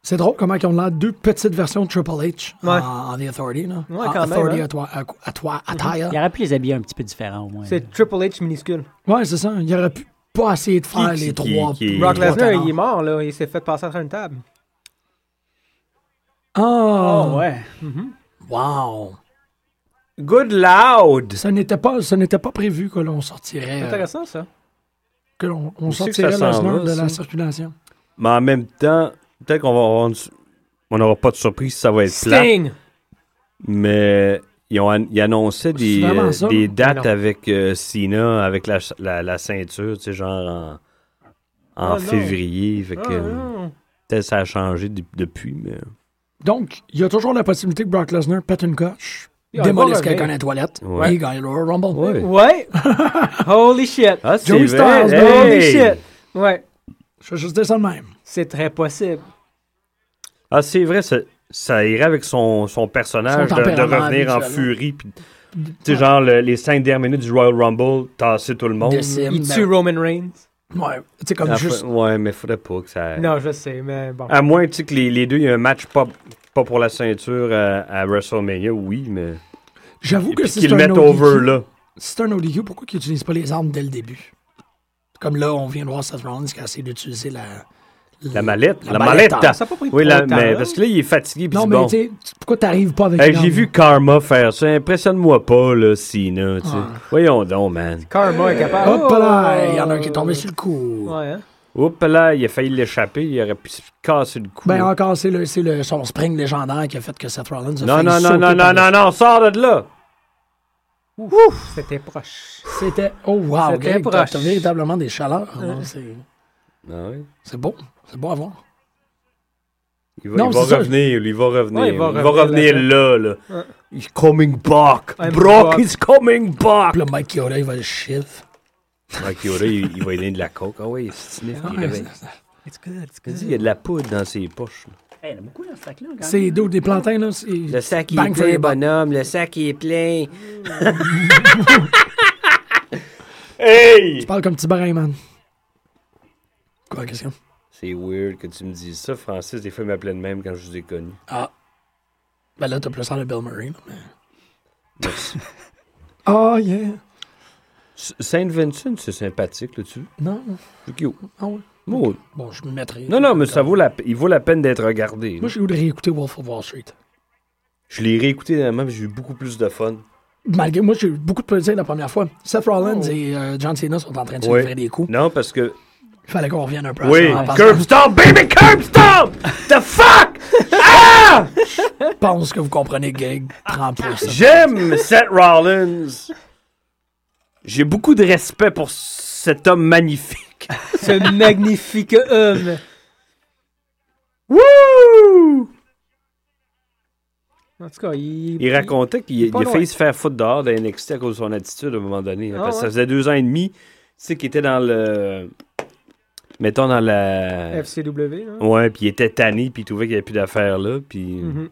Speaker 2: C'est drôle comment ils ont là deux petites versions de Triple H
Speaker 4: Ouais.
Speaker 2: en, en The Authority. Là.
Speaker 4: Ouais,
Speaker 2: En
Speaker 4: quand même,
Speaker 2: Authority
Speaker 4: hein.
Speaker 2: à toi, à, à toi, à taille.
Speaker 5: Il aurait pu les habiller un petit peu différent au moins.
Speaker 4: C'est Triple H minuscule.
Speaker 2: Ouais, c'est ça. Il aurait pu pas essayer de faire
Speaker 3: Qui-
Speaker 2: les
Speaker 3: qui-
Speaker 2: trois.
Speaker 3: qui-
Speaker 2: les
Speaker 4: Brock
Speaker 2: trois
Speaker 4: Lesnar,
Speaker 2: tenants.
Speaker 4: il est mort, là. Il s'est fait passer sur une table.
Speaker 2: Ah,
Speaker 4: Oh,
Speaker 5: ouais.
Speaker 2: wow.
Speaker 3: Good loud!
Speaker 2: Ça n'était pas, ça n'était pas prévu que l'on sortirait,
Speaker 4: C'est
Speaker 2: euh,
Speaker 4: intéressant, ça.
Speaker 2: que l'on on
Speaker 3: Où c'est que ça
Speaker 2: sortirait
Speaker 3: s'en
Speaker 2: Lesnar
Speaker 3: va,
Speaker 2: de la
Speaker 3: ça?
Speaker 2: circulation.
Speaker 3: Mais en même temps, peut-être qu'on va avoir une su- On n'aura pas de surprise si ça va être plat.
Speaker 4: Sting!
Speaker 3: Mais ils, ont an- ils annonçaient
Speaker 2: C'est
Speaker 3: des,
Speaker 2: vraiment
Speaker 3: euh,
Speaker 2: ça,
Speaker 3: des
Speaker 2: là?
Speaker 3: dates
Speaker 4: Non.
Speaker 3: avec euh, Cena, avec la, ch- la, la ceinture, tu sais, genre en, en
Speaker 2: Ah,
Speaker 4: Oh, non.
Speaker 3: février. Fait
Speaker 4: Ah,
Speaker 3: que euh,
Speaker 4: non.
Speaker 3: peut-être ça a changé de- depuis, mais...
Speaker 2: Donc, il y a toujours la possibilité que Brock Lesnar pète une coche,
Speaker 4: Il va
Speaker 2: démolisse
Speaker 4: revenir.
Speaker 2: quelqu'un dans la toilette
Speaker 3: Ouais.
Speaker 2: et gagne le Royal Rumble.
Speaker 3: Ouais.
Speaker 2: *laughs*
Speaker 4: Ouais! Holy shit!
Speaker 3: Ah, c'est
Speaker 2: Joey
Speaker 3: vrai!
Speaker 2: Styles,
Speaker 4: Holy
Speaker 3: hey!
Speaker 4: shit! Ouais,
Speaker 2: Je vais juste dire ça de même.
Speaker 4: c'est très possible.
Speaker 3: Ah, c'est vrai, ça, ça irait avec son, son personnage
Speaker 2: Son
Speaker 3: de, de
Speaker 2: tempérament
Speaker 3: revenir en
Speaker 2: habituel, hein.
Speaker 3: furie. puis Tu sais, genre le- les cinq dernières minutes du Royal Rumble, tasser tout le monde.
Speaker 2: De Sim,
Speaker 4: Il
Speaker 2: ben-
Speaker 4: tue Roman Reigns.
Speaker 2: Ouais, tu sais, comme
Speaker 3: Ah,
Speaker 2: juste.
Speaker 3: fa- Ouais, Ah. mais faudrait pas que ça.
Speaker 4: Non, je sais, mais bon.
Speaker 3: À moins tu sais, que les, les deux, il y a un match pas, pas pour la ceinture à, à WrestleMania, oui, mais.
Speaker 2: J'avoue
Speaker 3: Puis
Speaker 2: que si
Speaker 3: qu'ils
Speaker 2: c'est
Speaker 3: le
Speaker 2: un
Speaker 3: mettent over
Speaker 2: ODQ.
Speaker 3: là.
Speaker 2: Si c'est un ODQ, pourquoi qu'ils utilisent pas les armes dès le début? Comme là, on vient de voir Seth Rollins qui a essayé d'utiliser la.
Speaker 3: La mallette. La,
Speaker 2: La
Speaker 3: mallette.
Speaker 2: mallette, hein.
Speaker 4: ça a pas pris
Speaker 3: Oui,
Speaker 4: trop
Speaker 3: la-
Speaker 4: de temps,
Speaker 3: mais
Speaker 4: là.
Speaker 3: parce que là, il est fatigué. puis
Speaker 2: Non,
Speaker 3: il
Speaker 2: mais
Speaker 3: dit, bon.
Speaker 2: tu sais, pourquoi t'arrives pas avec
Speaker 3: Hey,
Speaker 2: une
Speaker 3: j'ai
Speaker 2: arme?
Speaker 3: vu Karma faire ça. Impressionne-moi pas, là, Cena. tu sais.
Speaker 2: Ah.
Speaker 3: Voyons donc, man.
Speaker 4: Karma est capable. Oh!
Speaker 2: Hop là, il y en a un qui est tombé sur le cou.
Speaker 4: Ouais, hein?
Speaker 3: Oups, là, il a failli l'échapper. Il aurait pu se casser le cou.
Speaker 2: Ben encore, c'est le, c'est le, son spring légendaire qui a fait que Seth Rollins a
Speaker 3: non,
Speaker 2: failli
Speaker 3: non, non,
Speaker 2: sauter
Speaker 3: non, non,
Speaker 2: par-dessus.
Speaker 3: non, non, sors de là.
Speaker 4: C'était proche.
Speaker 2: C'était. Oh, wow,
Speaker 4: C'était
Speaker 2: Greg, t'as-
Speaker 4: proche.
Speaker 2: t'as véritablement des chaleurs. Non, c'est-
Speaker 3: Ah oui.
Speaker 2: C'est beau. C'est beau à voir.
Speaker 3: Il va,
Speaker 2: Non,
Speaker 3: il va
Speaker 2: c'est ça.
Speaker 3: revenir, lui, il va revenir.
Speaker 4: Ouais,
Speaker 3: il va, revenir là, là.
Speaker 4: Ouais.
Speaker 3: He's coming back.
Speaker 4: I'm
Speaker 3: Brock
Speaker 4: back.
Speaker 3: is coming back.
Speaker 2: Puis le Mike Yoda, il va le chiffre.
Speaker 3: Ok, là, il, il va y donner de la coke. Ah oui, il se sniff, puis il réveille.
Speaker 4: It's good, it's
Speaker 3: Il dit, Il y a de la poudre dans ses poches. là.
Speaker 5: Hey, Eh, il y en a beaucoup dans ce sac-là,
Speaker 2: *laughs*
Speaker 5: quand
Speaker 2: C'est
Speaker 5: même.
Speaker 2: deux des plantains, là. c'est-
Speaker 3: Le sac, il
Speaker 2: Bang
Speaker 3: est
Speaker 2: for
Speaker 3: plein,
Speaker 2: your buck.
Speaker 3: bonhomme. Le sac, il est *laughs* plein. hey!
Speaker 2: Tu parles comme petit barin, man. Quoi, la question?
Speaker 3: C'est weird que tu me dises ça, Francis. Des fois, il m'appelait de même quand je vous ai connu.
Speaker 2: Ah. Ben là, t'as plus ça de Bill Murray. là, mais-
Speaker 3: *laughs* Merci.
Speaker 2: Ah, yeah.
Speaker 3: S- Saint Vincent, c'est sympathique, là-dessus.
Speaker 2: Non. Ah ouais. Bon, je me mettrai.
Speaker 3: Non, non, mais ça vaut la, pe- il vaut la peine d'être regardé.
Speaker 2: Moi, j'ai voulu réécouter Wolf of Wall Street.
Speaker 3: Je l'ai réécouté dernièrement, puis j'ai eu beaucoup plus de fun.
Speaker 2: Malgré moi, j'ai eu beaucoup de plaisir la première fois. Seth Rollins et euh, John Cena sont en train de se
Speaker 3: Oh. Oui.
Speaker 2: faire des coups. Ah,
Speaker 3: Non, parce que.
Speaker 2: Il fallait qu'on revienne un peu à
Speaker 3: Oui,
Speaker 2: ça. en passant.
Speaker 3: Curb Stomp, baby Curb Stomp!
Speaker 2: *laughs*
Speaker 3: The fuck!
Speaker 2: Je pense que vous comprenez, Greg. Prends pour ça.
Speaker 3: J'aime Seth Rollins. J'ai beaucoup de respect pour cet homme magnifique.
Speaker 4: Ce magnifique homme.
Speaker 3: Wouh!
Speaker 4: En tout cas, il.
Speaker 3: Il racontait qu'il
Speaker 4: il est pas
Speaker 3: il a
Speaker 4: loin.
Speaker 3: failli se faire foutre dehors de NXT à cause de son attitude à un moment donné. hein,
Speaker 4: Ah
Speaker 3: parce que ça
Speaker 4: ouais?
Speaker 3: faisait deux ans et demi, tu sais, qu'il était dans le. Mettons dans la.
Speaker 4: FCW, là.
Speaker 3: Ouais, puis il était tanné, puis il trouvait qu'il n'y avait plus d'affaires là, puis.
Speaker 4: Mhm.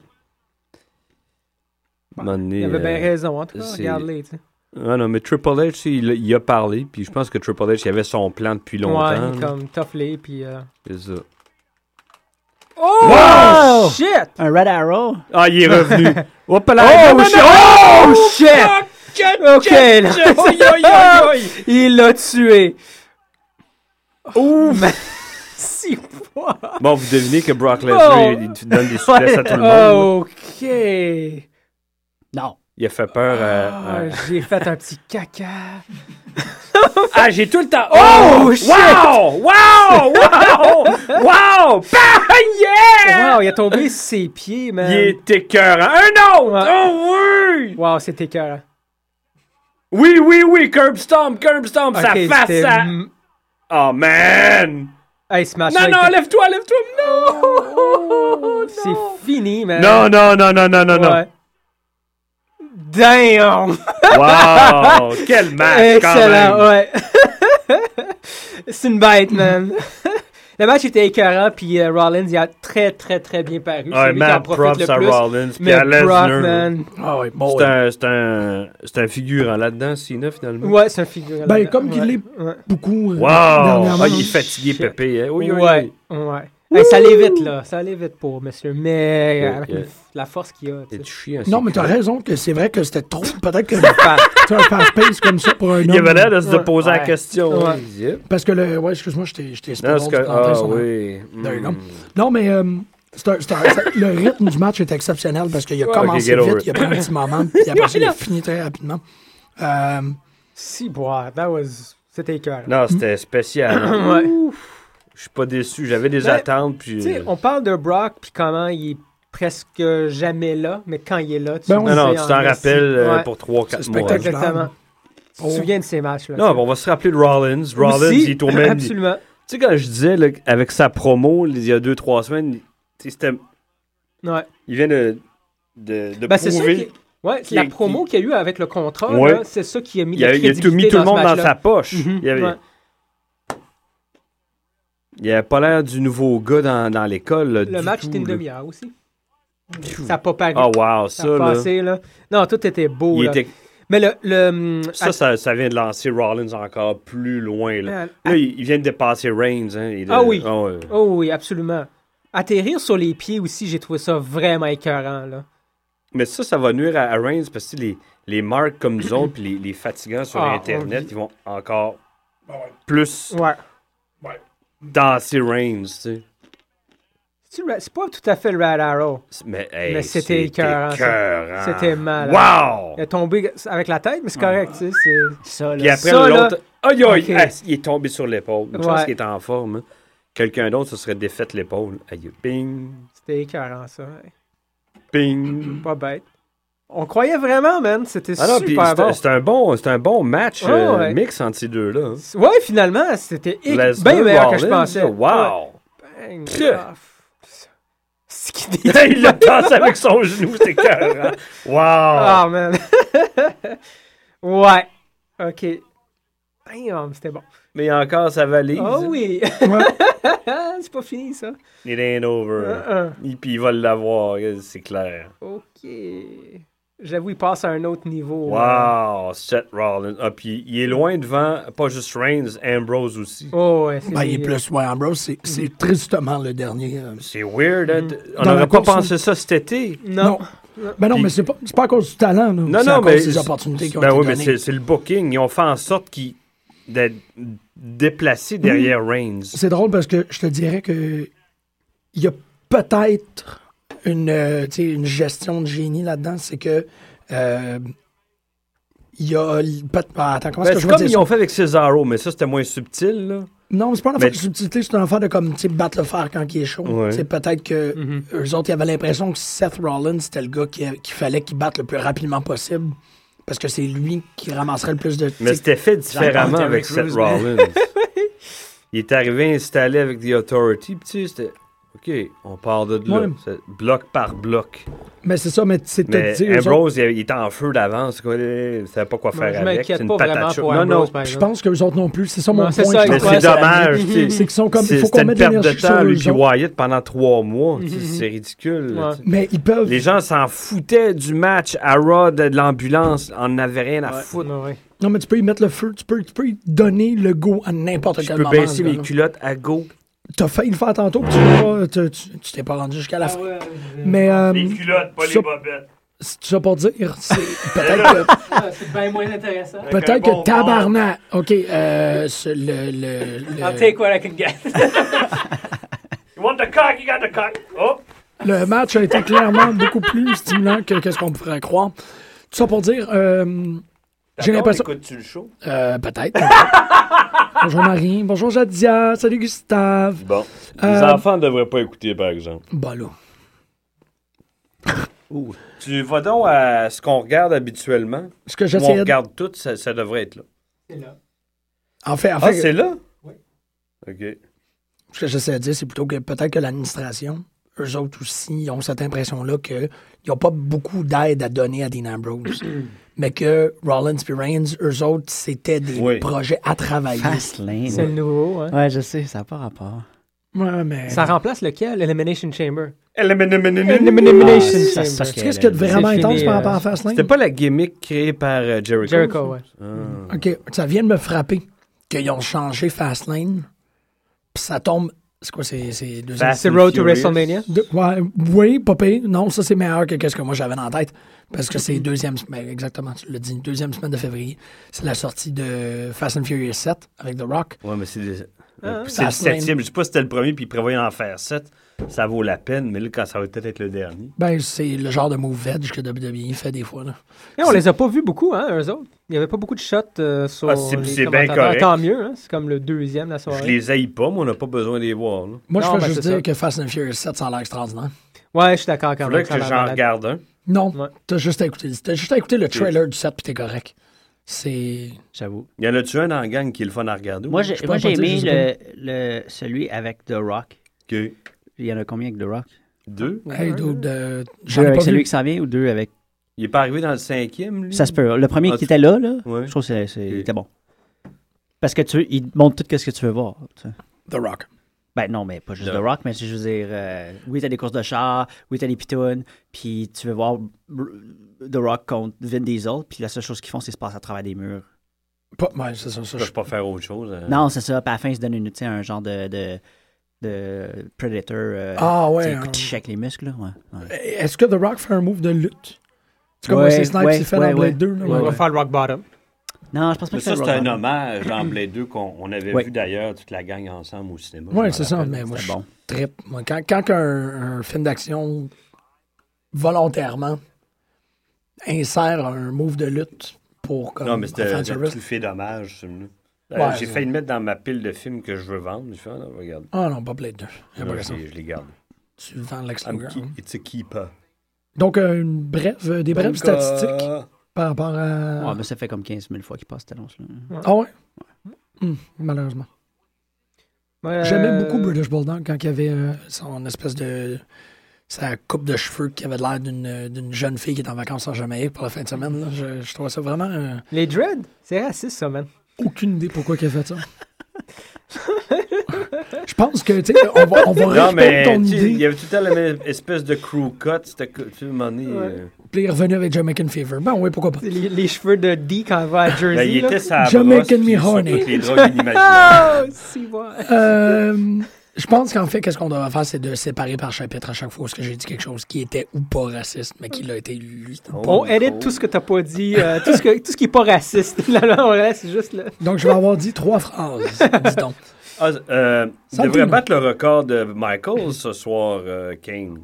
Speaker 3: à un moment donné,
Speaker 4: Il avait bien
Speaker 3: euh,
Speaker 4: raison, en tout cas.
Speaker 3: c'est-
Speaker 4: Regarde-les, tu sais.
Speaker 3: Ah non, mais Triple H, il, il a parlé, puis je pense que Triple H, il avait son plan depuis longtemps.
Speaker 4: Ouais, comme tough-les, puis. euh,
Speaker 3: C'est ça.
Speaker 4: Oh! Shit!
Speaker 5: Un Red Arrow.
Speaker 3: Ah, il est *laughs* revenu. Hop là,
Speaker 4: Oh,
Speaker 3: non, non,
Speaker 4: shit!
Speaker 3: non,
Speaker 4: Oh, shit! Ok, *laughs*
Speaker 3: shit! Aïe, aïe, aïe,
Speaker 4: là.
Speaker 3: aïe.
Speaker 4: Il l'a tué. Ouf! *laughs* Six fois!
Speaker 3: Bon, vous devinez que Brock Lesnar,
Speaker 4: Oh.
Speaker 3: il, il donne des souplesses à tout le monde.
Speaker 4: Ok.
Speaker 5: Non.
Speaker 3: Il a fait peur à... à-
Speaker 4: Ah, J'ai fait un petit caca.
Speaker 3: Ah, j'ai tout le temps... Oh,
Speaker 4: shit!
Speaker 3: Wow! Wow! Wow! wow! Bah, yeah!
Speaker 4: Wow, il a tombé sur ses pieds, man.
Speaker 3: Il est écœurant. Un autre!
Speaker 4: Ouais.
Speaker 3: Oh oui!
Speaker 4: Wow, c'était cœur.
Speaker 3: Oui, oui, oui! Curb Stomp! Curb Stomp!
Speaker 4: Ok,
Speaker 3: ça face
Speaker 4: c'était-
Speaker 3: ça... Oh, man!
Speaker 4: Hey, ce match
Speaker 3: Non, non, lève-toi, lève-toi! Non!
Speaker 4: C'est fini, man.
Speaker 3: Non, non, non, non, non, non, non.
Speaker 4: Oh. Ouais. Damn! *laughs*
Speaker 3: Wow! Quel match, Ah, quand même!
Speaker 4: Excellent, ouais. *laughs* C'est une bête, man. *laughs* Le match était écœurant, puis euh, Rollins, il a très, très, très bien paru. C'est
Speaker 3: Ouais,
Speaker 4: lui qui en
Speaker 3: man,
Speaker 4: profite
Speaker 3: props
Speaker 4: le
Speaker 3: à
Speaker 4: plus.
Speaker 3: Rollins. puis
Speaker 4: Mais
Speaker 3: à
Speaker 4: Brock,
Speaker 3: Lesnar.
Speaker 4: man.
Speaker 2: Ah ouais, bon.
Speaker 3: C'est
Speaker 2: ouais.
Speaker 3: un, c'est un, c'est un figurant là-dedans, Cena, finalement.
Speaker 4: Ouais, c'est un figure.
Speaker 2: Ben, comme qu'il
Speaker 4: ouais.
Speaker 2: est
Speaker 4: Ouais.
Speaker 2: beaucoup. euh,
Speaker 3: Wow!
Speaker 2: dernièrement.
Speaker 3: Ah, il est fatigué,
Speaker 4: Shit.
Speaker 3: Pépé. Hein? Oui, oui, oui.
Speaker 4: ouais, ouais. Hey, ça allait vite, là. Ça allait vite pour monsieur. Mais
Speaker 3: Ouais,
Speaker 4: avec
Speaker 3: ouais.
Speaker 4: la force qu'il a.
Speaker 3: C'est
Speaker 4: tu sais.
Speaker 3: chiant.
Speaker 2: Non,
Speaker 3: c'est
Speaker 2: mais t'as
Speaker 3: clair.
Speaker 2: raison que c'est vrai que c'était trop. Peut-être que c'est un fast-pace comme ça pour un homme.
Speaker 3: Il avait l'air de se
Speaker 4: Ouais.
Speaker 3: poser la
Speaker 4: Ouais.
Speaker 3: question.
Speaker 4: Ouais.
Speaker 3: Yep.
Speaker 2: Parce que le. Ouais, excuse-moi, je t'ai je t'ai
Speaker 3: Non,
Speaker 2: spoilé,
Speaker 3: c'est
Speaker 2: tu
Speaker 3: que...
Speaker 2: t'entends
Speaker 3: Ah,
Speaker 2: son-
Speaker 3: oui.
Speaker 2: There you go.
Speaker 3: Mm.
Speaker 2: Non, mais euh, c'est un- c'est un- c'est- le rythme du match est exceptionnel parce qu'il a commencé
Speaker 3: get over
Speaker 2: vite, il a pris un petit moment, puis après ça, il a fini très rapidement. Euh,
Speaker 4: Si, boire, that was. C'était écœurant.
Speaker 3: Non, c'était spécial. hein.
Speaker 4: Ouais.
Speaker 3: Je suis pas déçu. J'avais des
Speaker 4: Ben,
Speaker 3: attentes, puis... euh,
Speaker 4: Tu sais, on parle de Brock, puis comment il est presque jamais là, mais quand il est là, tu
Speaker 2: Ben
Speaker 4: le
Speaker 2: oui.
Speaker 3: Non, non,
Speaker 4: sais
Speaker 3: tu
Speaker 4: en
Speaker 3: t'en
Speaker 4: esti.
Speaker 3: rappelles euh,
Speaker 4: Ouais,
Speaker 3: pour 3-4 mois.
Speaker 2: spectacle.
Speaker 4: Exactement. Tu te
Speaker 2: Oh.
Speaker 4: souviens de ces matchs-là.
Speaker 3: Non,
Speaker 4: tu sais.
Speaker 3: bon, on va se rappeler de Rollins. Rollins,
Speaker 4: Aussi,
Speaker 3: il est au même... Tu
Speaker 4: Absolument.
Speaker 3: sais, quand je disais, là, avec sa promo, il y a 2-3 semaines, tu sais, c'était...
Speaker 4: Ouais.
Speaker 3: Il vient de, de, de
Speaker 4: Ben, c'est ça
Speaker 3: prouver.
Speaker 4: qui. Ouais,
Speaker 3: qui-
Speaker 4: la promo qu'il y a eu avec le contrat,
Speaker 3: Ouais.
Speaker 4: là, c'est ça qui a mis
Speaker 3: Il a,
Speaker 4: la
Speaker 3: il a tout mis
Speaker 4: crédibilité
Speaker 3: tout le
Speaker 4: dans ce
Speaker 3: monde dans
Speaker 4: match-là.
Speaker 3: sa poche.
Speaker 4: Mhm,
Speaker 3: Il avait,
Speaker 4: ouais.
Speaker 3: il avait pas l'air du nouveau gars dans, dans l'école. là,
Speaker 4: Le
Speaker 3: du
Speaker 4: match
Speaker 3: tout,
Speaker 4: était une
Speaker 3: là.
Speaker 4: demi-heure aussi. Ça n'a pas paru.
Speaker 3: Ah, wow,
Speaker 4: ça,
Speaker 3: ça, là.
Speaker 4: a passé, là. Non, tout était beau.
Speaker 3: Il
Speaker 4: là.
Speaker 3: était
Speaker 4: Mais le. le hum,
Speaker 3: Ça,
Speaker 4: att-
Speaker 3: ça, ça vient de lancer Rollins encore plus loin. Là,
Speaker 4: euh,
Speaker 3: Là, il il vient de dépasser Reigns. hein, et de-
Speaker 4: Ah oui.
Speaker 3: ouais.
Speaker 4: Oh oui, absolument. Atterrir sur les pieds aussi, j'ai trouvé ça vraiment écœurant. Là.
Speaker 3: Mais ça, ça va nuire à, à Reigns parce que les, les marques comme nous autres puis les, les fatigants sur
Speaker 4: Ah,
Speaker 3: Internet,
Speaker 4: on-
Speaker 3: ils vont encore
Speaker 2: Ah ouais.
Speaker 3: plus
Speaker 4: Ouais.
Speaker 3: danser Reigns. tu sais.
Speaker 4: C'est-tu le- C'est pas tout à fait le Red Arrow.
Speaker 3: Mais, hey,
Speaker 4: Mais c'était écœurant, ça.
Speaker 3: écœurant.
Speaker 4: C'était mal.
Speaker 3: Wow!
Speaker 4: Il est tombé avec la tête, mais c'est correct, tu sais. c'est-
Speaker 5: Ça,
Speaker 3: Puis
Speaker 5: là,
Speaker 3: après,
Speaker 4: ça, là-
Speaker 3: l'autre. Aïe, aïe,
Speaker 4: Ok.
Speaker 3: ah, il est tombé sur l'épaule. Je pense
Speaker 4: Ouais.
Speaker 3: qu'il est en forme. hein. Quelqu'un d'autre, ce serait défait l'épaule. Aïe, ping,
Speaker 4: C'était écœurant, ça. ouais.
Speaker 3: ping.
Speaker 4: Pas bête. On croyait vraiment, man. C'était
Speaker 3: Ah non, puis
Speaker 4: super
Speaker 3: c'était-
Speaker 4: bon.
Speaker 3: c'était un bon, c'était un bon match
Speaker 4: Ouais,
Speaker 3: euh,
Speaker 4: ouais.
Speaker 3: mix entre ces deux-là. hein.
Speaker 4: Ouais, finalement, c'était é-
Speaker 3: Lesnar,
Speaker 4: bien meilleur que je
Speaker 3: Rollins,
Speaker 4: pensais.
Speaker 3: Wow!
Speaker 4: Ouais. Bang.
Speaker 3: Creux.
Speaker 4: *laughs* Ah, f- C'est qui
Speaker 3: *laughs*
Speaker 4: des-
Speaker 3: il le danse avec son genou, c'est écœurant. Wow!
Speaker 4: *laughs* Ah, man. *laughs* ouais. OK. Damn, c'était bon.
Speaker 3: Mais il a encore sa valise.
Speaker 4: Oh oui.
Speaker 2: Ouais.
Speaker 4: *laughs* c'est pas fini, ça.
Speaker 3: It ain't over.
Speaker 4: Un, un.
Speaker 3: Et puis il va l'avoir, c'est clair.
Speaker 4: OK. J'avoue, il passe à un autre niveau. là.
Speaker 3: Wow! Seth Rollins. Ah, puis il est loin devant, pas juste Reigns, Ambrose aussi.
Speaker 4: Oh, ouais. c'est-
Speaker 2: Ben, il est plus, ouais, Ambrose, c'est- c'est tristement le dernier. euh,
Speaker 3: C'est weird. hein? T- On
Speaker 2: Dans la
Speaker 3: n'aurait pas
Speaker 2: course-
Speaker 3: pensé ça cet été.
Speaker 4: Non.
Speaker 2: Ben non,
Speaker 3: Puis-
Speaker 2: mais c'est pas, c'est pas à cause du talent. là.
Speaker 3: Non,
Speaker 2: C'est à
Speaker 3: non,
Speaker 2: cause
Speaker 3: mais.
Speaker 2: des opportunités qui ont
Speaker 3: ben
Speaker 2: été
Speaker 3: oui, mais
Speaker 2: données.
Speaker 3: c'est- c'est le booking. Ils ont fait en sorte qu'il d'être déplacé derrière Reigns.
Speaker 2: Hmm. C'est drôle parce que je te dirais que il y a peut-être une, euh, tu sais, une gestion de génie là-dedans. C'est que euh, il y a. l- peut- ah, attends, comment
Speaker 3: Ben,
Speaker 2: est-ce que
Speaker 3: c'est
Speaker 2: je veux
Speaker 3: comme
Speaker 2: dire
Speaker 3: ils
Speaker 2: ça?
Speaker 3: ont fait avec Cesaro, mais ça, c'était moins subtil. Là.
Speaker 2: Non, c'est pas une
Speaker 3: Mais-
Speaker 2: affaire de subtilité, c'est une affaire de comme tu sais, battre le fer quand il est chaud.
Speaker 3: Ouais.
Speaker 2: C'est peut-être que
Speaker 4: Mm-hmm.
Speaker 2: eux autres, ils avaient l'impression que Seth Rollins, c'était le gars qui- qu'il fallait qu'il batte le plus rapidement possible. Parce que c'est lui qui ramasserait le plus de. tu
Speaker 3: Mais
Speaker 2: sais,
Speaker 3: c'était fait différemment
Speaker 5: Terry
Speaker 3: avec
Speaker 5: Crews,
Speaker 3: Seth
Speaker 2: *laughs*
Speaker 5: mais-
Speaker 3: Rollins. Il est arrivé installé avec The Authority, puis tu sais, c'était... OK, on part de là.
Speaker 2: Ouais.
Speaker 3: C'est Bloc par bloc.
Speaker 2: Mais c'est ça, mais c'est
Speaker 3: Mais
Speaker 2: te dire. eux autres-
Speaker 3: Ambrose, il, il était en feu d'avance. quoi. Il savait pas quoi
Speaker 4: Moi,
Speaker 3: faire
Speaker 4: je
Speaker 3: avec.
Speaker 4: m'inquiète
Speaker 3: C'est une
Speaker 4: pas
Speaker 3: patate
Speaker 4: vraiment
Speaker 3: chaude.
Speaker 4: pour
Speaker 3: Non, non,
Speaker 4: Ambrose, par
Speaker 2: Je
Speaker 4: exemple.
Speaker 2: pense que les autres non plus. C'est ça mon
Speaker 4: Non,
Speaker 2: point.
Speaker 4: c'est ça,
Speaker 2: je
Speaker 3: Mais
Speaker 4: Ouais,
Speaker 2: pense.
Speaker 3: c'est
Speaker 4: ça-
Speaker 3: dommage.
Speaker 4: Mhm.
Speaker 3: tu sais.
Speaker 2: C'est qu'ils sont comme. Il
Speaker 3: C'est-
Speaker 2: faut
Speaker 3: C'était
Speaker 2: qu'on
Speaker 3: une
Speaker 2: mette
Speaker 3: perte de
Speaker 2: l'énergie sur
Speaker 3: temps,
Speaker 2: eux
Speaker 3: lui puis
Speaker 2: autres.
Speaker 3: Wyatt, pendant trois mois. tu sais, C'est ridicule. là,
Speaker 4: Mhm. Ouais.
Speaker 3: tu sais.
Speaker 2: Mais ils peuvent.
Speaker 3: Les gens s'en foutaient du match à Raw de de l'ambulance. On n'avait rien à foutre.
Speaker 4: Non, ouais.
Speaker 2: Non, mais tu peux y mettre le feu. Tu peux, tu peux y donner le go à n'importe
Speaker 3: Je
Speaker 2: quel
Speaker 3: peux
Speaker 2: moment.
Speaker 3: baisser
Speaker 2: ce
Speaker 3: mes
Speaker 2: gars-là.
Speaker 3: culottes à go.
Speaker 2: T'as failli le faire tantôt, puis tu l'as pas- tu- tu tu t'es pas rendu jusqu'à
Speaker 3: Ah
Speaker 2: la fin. Mais euh,
Speaker 3: culottes,
Speaker 2: pas les ça-
Speaker 3: bobettes.
Speaker 2: c'est ça pour dire. c'est-
Speaker 3: *laughs*
Speaker 2: Peut-être que,
Speaker 4: C'est bien Ben, moins intéressant.
Speaker 2: peut
Speaker 3: bon
Speaker 2: que tabarnak. OK. Euh, ce- le, le, le-
Speaker 4: what I can get.
Speaker 3: You want the cock, you got the cock. Oh!
Speaker 2: Le match a été clairement beaucoup plus stimulant que quest ce qu'on pourrait croire. Tout ça pour dire, euh, j'ai l'impression.
Speaker 3: Écoutes-tu le show?
Speaker 2: Euh, peut-être. Bonjour Marie. Bonjour Jadia. Salut Gustave.
Speaker 3: Bon. Les
Speaker 2: Euh,
Speaker 3: enfants ne devraient pas écouter, par exemple.
Speaker 2: bah là.
Speaker 3: Tu vas donc à ce qu'on regarde habituellement.
Speaker 2: Ce que
Speaker 3: Où on
Speaker 2: j'essayais. de-
Speaker 3: regarde tout, ça, ça devrait être là.
Speaker 2: En fait, en
Speaker 3: Ah,
Speaker 2: fait
Speaker 3: c'est là? Oui. OK.
Speaker 2: ce que j'essayais de dire, c'est plutôt que peut-être que l'administration, eux autres aussi, ils ont cette impression-là qu'ils n'ont pas beaucoup d'aide à donner à Dean Ambrose. mais que Rollins et Reigns, eux autres, c'était des
Speaker 3: Oui.
Speaker 2: projets à travailler.
Speaker 5: Fastlane.
Speaker 4: C'est le nouveau, hein.
Speaker 5: Ouais, je sais, ça n'a pas rapport.
Speaker 2: Ouais, mais.
Speaker 4: Ça remplace lequel? Elimination Chamber. Ah,
Speaker 5: Elimination
Speaker 4: Chamber.
Speaker 2: Tu sais, ce qu'il y a de vraiment
Speaker 4: C'est
Speaker 2: intense
Speaker 4: fini,
Speaker 2: par
Speaker 4: euh,
Speaker 2: rapport à Fastlane?
Speaker 3: C'était pas la gimmick créée par euh, Jericho?
Speaker 4: Jericho, ouais.
Speaker 3: Ah.
Speaker 2: OK, ça vient de me frapper qu'ils ont changé Fastlane, puis ça tombe. C'est quoi, c'est c'est deux
Speaker 3: Fast
Speaker 4: C'est
Speaker 3: and
Speaker 4: Road to
Speaker 3: Furious.
Speaker 4: WrestleMania.
Speaker 2: Deux- ouais, oui, pas pire. Non, ça, c'est meilleur que ce que moi j'avais dans la tête. Parce que c'est deuxième semaine, ben, exactement, tu l'as dit, deuxième semaine de février. C'est la sortie de Fast and Furious 7 avec The Rock.
Speaker 3: Ouais, mais c'est des- euh,
Speaker 4: Ah,
Speaker 3: c'est le
Speaker 2: Fastlane.
Speaker 3: septième. Je sais pas si c'était le premier, puis ils prévoyaient en faire sept. Ça vaut la peine, mais là, quand ça va peut-être être le dernier.
Speaker 2: Ben, c'est le genre de move veg que WWE fait des fois. Là.
Speaker 4: Et on les a pas vus beaucoup, hein, eux autres. Il n'y avait pas beaucoup de shots euh, sur
Speaker 3: Ah, c'est- c'est
Speaker 4: les
Speaker 3: bien
Speaker 4: commentateurs.
Speaker 3: correct.
Speaker 4: Tant mieux, hein. C'est comme le deuxième de la
Speaker 3: Je
Speaker 4: soirée.
Speaker 3: les haïs pas, mais on n'a pas besoin de les voir. Là.
Speaker 2: Moi,
Speaker 4: Non,
Speaker 2: je
Speaker 4: ben,
Speaker 2: peux juste
Speaker 4: c'est
Speaker 2: dire
Speaker 4: ça.
Speaker 2: que Fast and Furious 7, ça a l'air extraordinaire.
Speaker 4: Ouais, je suis d'accord quand
Speaker 3: Faudrait
Speaker 4: même. ça
Speaker 3: que
Speaker 4: a l'air
Speaker 3: j'en
Speaker 4: malade.
Speaker 3: regarde un.
Speaker 2: Non,
Speaker 4: Ouais.
Speaker 2: t'as juste à écouter, t'as juste à écouter le trailer du 7 puis t'es correct. C'est.
Speaker 5: J'avoue.
Speaker 3: Y en a-tu un dans la gang qui est le fun à regarder?
Speaker 5: Moi,
Speaker 3: ou-
Speaker 5: j'ai
Speaker 2: peux
Speaker 5: moi,
Speaker 2: pas
Speaker 5: j'ai
Speaker 2: dire,
Speaker 5: aimé
Speaker 2: je
Speaker 5: le, le- celui avec The Rock.
Speaker 3: Ok.
Speaker 5: Il y en a combien avec The Rock?
Speaker 3: Deux.
Speaker 2: Hey, dude, euh, j'en
Speaker 5: Deux
Speaker 2: ai
Speaker 5: avec
Speaker 2: pas
Speaker 5: celui
Speaker 2: vu.
Speaker 5: qui s'en vient ou deux avec...
Speaker 3: Il est pas arrivé dans le cinquième, lui?
Speaker 5: Ça se peut. Le premier
Speaker 3: Ah,
Speaker 5: qui
Speaker 3: tu-
Speaker 5: était là, là,
Speaker 3: Ouais.
Speaker 5: je trouve que c'est- c'est- il
Speaker 3: Ok.
Speaker 5: était bon. Parce que tu il te montre tout ce que tu veux voir. tu sais.
Speaker 2: The Rock.
Speaker 5: Ben non, mais pas juste
Speaker 3: Le-
Speaker 5: The Rock, mais je veux dire, euh, oui, t'as des courses de char, oui, t'as des pitounes, puis tu veux voir Br- The Rock contre Vin Diesel, puis la seule chose qu'ils font, c'est se passer à travers des murs.
Speaker 2: Pas, ouais, c'est ça, ça,
Speaker 3: Je
Speaker 2: je-
Speaker 3: peux pas faire autre chose. euh.
Speaker 5: Non, c'est ça, puis à la fin, ils se donnent une, tu sais, un genre de, de, de Predator, euh,
Speaker 2: Ah
Speaker 5: tu sais,
Speaker 2: ouais.
Speaker 5: un coup de
Speaker 2: hein.
Speaker 5: chèque les muscles, là, ouais. ouais.
Speaker 2: Euh, Est-ce que The Rock fait un move de lutte? C'est comme
Speaker 5: Ouais,
Speaker 2: c'est Snipes
Speaker 5: ouais,
Speaker 2: il fait
Speaker 5: ouais,
Speaker 2: dans
Speaker 5: ouais.
Speaker 2: Blade 2. là,
Speaker 4: On
Speaker 2: ouais.
Speaker 4: va faire le rock bottom.
Speaker 5: Non, je pense pas
Speaker 3: Mais
Speaker 5: que
Speaker 3: ça,
Speaker 5: le
Speaker 3: c'est un
Speaker 5: Rock-
Speaker 3: hommage dans Blade 2 qu'on on avait
Speaker 5: Oui.
Speaker 3: vu d'ailleurs, toute la gang ensemble au cinéma.
Speaker 2: Ouais,
Speaker 3: je m'en
Speaker 2: c'est ça,
Speaker 3: rappelle.
Speaker 2: mais moi,
Speaker 5: C'était
Speaker 2: je
Speaker 5: bon.
Speaker 2: trip. Moi, quand quand un, un film d'action volontairement insère un move de lutte pour comme
Speaker 3: Non, mais c'était
Speaker 2: un
Speaker 3: un
Speaker 2: fanservice-
Speaker 3: tout fait d'hommage, celui-là.
Speaker 2: Ouais,
Speaker 3: Euh, J'ai
Speaker 2: c'est-
Speaker 3: failli le mettre dans ma pile de films que je veux vendre. J'ai fait, ah, non, regarde,
Speaker 2: Ah non, pas Blade 2. Y a pas
Speaker 3: là, je,
Speaker 2: raison. Ah,
Speaker 3: les- je les garde.
Speaker 2: Tu vends Lex
Speaker 3: I'm
Speaker 2: Luger.
Speaker 3: keep- it's a keeper.
Speaker 2: Donc, euh, une brève, euh, des brèves
Speaker 3: Donc, euh,
Speaker 2: statistiques par rapport à.
Speaker 5: Ouais, mais ça fait comme 15 000 fois qu'il passe cette annonce-là.
Speaker 2: Ah ouais? Hum, malheureusement.
Speaker 4: Ouais,
Speaker 2: J'aimais
Speaker 4: euh,
Speaker 2: beaucoup British Bulldog quand il y avait euh, son espèce de. sa coupe de cheveux qui avait l'air d'une d'une jeune fille qui est en vacances en Jamaïque pour la fin de semaine. là. Je, je trouvais ça vraiment. euh,
Speaker 4: Les dreads, c'est raciste, ça, man.
Speaker 2: aucune idée pourquoi il a fait ça. *laughs* je pense que, tu sais, on va, on va rire
Speaker 3: Non,
Speaker 2: contre
Speaker 3: mais
Speaker 2: ton
Speaker 3: tu sais, il y
Speaker 2: idée.
Speaker 3: avait tout le temps la même espèce de crew cut. C'était que- tu sais, à un moment donné, euh,
Speaker 2: Puis il est revenu avec Jamaican Fever. Ben oui, pourquoi pas.
Speaker 4: C'est Les, les cheveux de D quand il va à Jersey.
Speaker 3: ben, il
Speaker 4: là.
Speaker 3: était sa
Speaker 2: Jamaican
Speaker 3: brosse, puis
Speaker 2: me
Speaker 3: sur
Speaker 2: honey.
Speaker 3: toutes
Speaker 2: *laughs*
Speaker 3: les drogues inimaginables.
Speaker 4: Oh, si, moi.
Speaker 2: Euh, je pense qu'en fait, qu'est-ce qu'on devrait faire, c'est de séparer par chapitre à chaque fois ce que j'ai dit quelque chose qui était ou pas raciste, mais qui l'a été lui.
Speaker 3: Oh.
Speaker 4: On edit tout ce que t'as pas dit, euh, tout, ce que, tout ce qui est pas raciste. *laughs* Là, là, on reste juste là.
Speaker 5: Ah,
Speaker 2: Donc, je vais avoir dit trois phrases, *laughs* dis donc.
Speaker 3: Ah, euh, il
Speaker 2: Sentiment.
Speaker 3: devrait battre le record de Michaels ce soir, euh, Kane.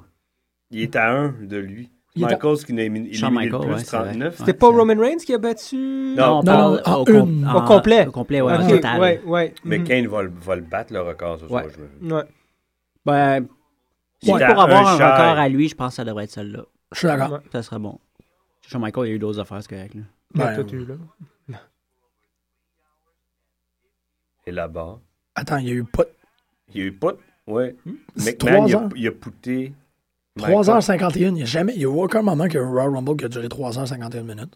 Speaker 3: Il est à 1 de lui.
Speaker 2: Il est à-
Speaker 3: Michaels qui n'a éliminé
Speaker 5: Shawn
Speaker 3: éliminé le
Speaker 5: Michaels,
Speaker 3: plus,
Speaker 5: ouais, c'est vrai.
Speaker 3: 39.
Speaker 4: C'était
Speaker 5: Ouais,
Speaker 4: pas
Speaker 5: c'est-
Speaker 4: Roman Reigns qui a battu.
Speaker 3: Non.
Speaker 5: on
Speaker 2: Non,
Speaker 5: parle
Speaker 2: en
Speaker 5: au, com-
Speaker 2: une.
Speaker 5: en-
Speaker 4: Au complet.
Speaker 5: Au complet, ouais,
Speaker 4: Ok,
Speaker 5: au total.
Speaker 4: Ouais, ouais.
Speaker 3: Mais
Speaker 2: Mm.
Speaker 4: mhm.
Speaker 3: Kane va, le- va le battre le record ce soir.
Speaker 5: Ouais.
Speaker 3: je me-
Speaker 4: Ouais.
Speaker 5: Ben, si
Speaker 3: Ouais.
Speaker 5: pour avoir
Speaker 3: Un
Speaker 5: un
Speaker 3: cher.
Speaker 5: record à lui, je pense que ça devrait être celle-là.
Speaker 2: Je suis d'accord.
Speaker 4: Ouais.
Speaker 5: Ça serait bon. Shawn Michael, il y a eu d'autres affaires, c'est correct. Là.
Speaker 4: Ben,
Speaker 2: Ben,
Speaker 4: toi, tu es là.
Speaker 3: Et là-bas.
Speaker 2: Attends, il y a eu pas
Speaker 3: Il y a eu pas. de- Ouais.
Speaker 2: c'est
Speaker 3: McMahon,
Speaker 2: trois
Speaker 3: il a,
Speaker 2: heures.
Speaker 3: il a pouté.
Speaker 5: Ben,
Speaker 3: 50
Speaker 2: 3h51, il n'y a jamais, il y a eu aucun moment qu'il y a eu un Royal Rumble qui a duré 3h51 minutes.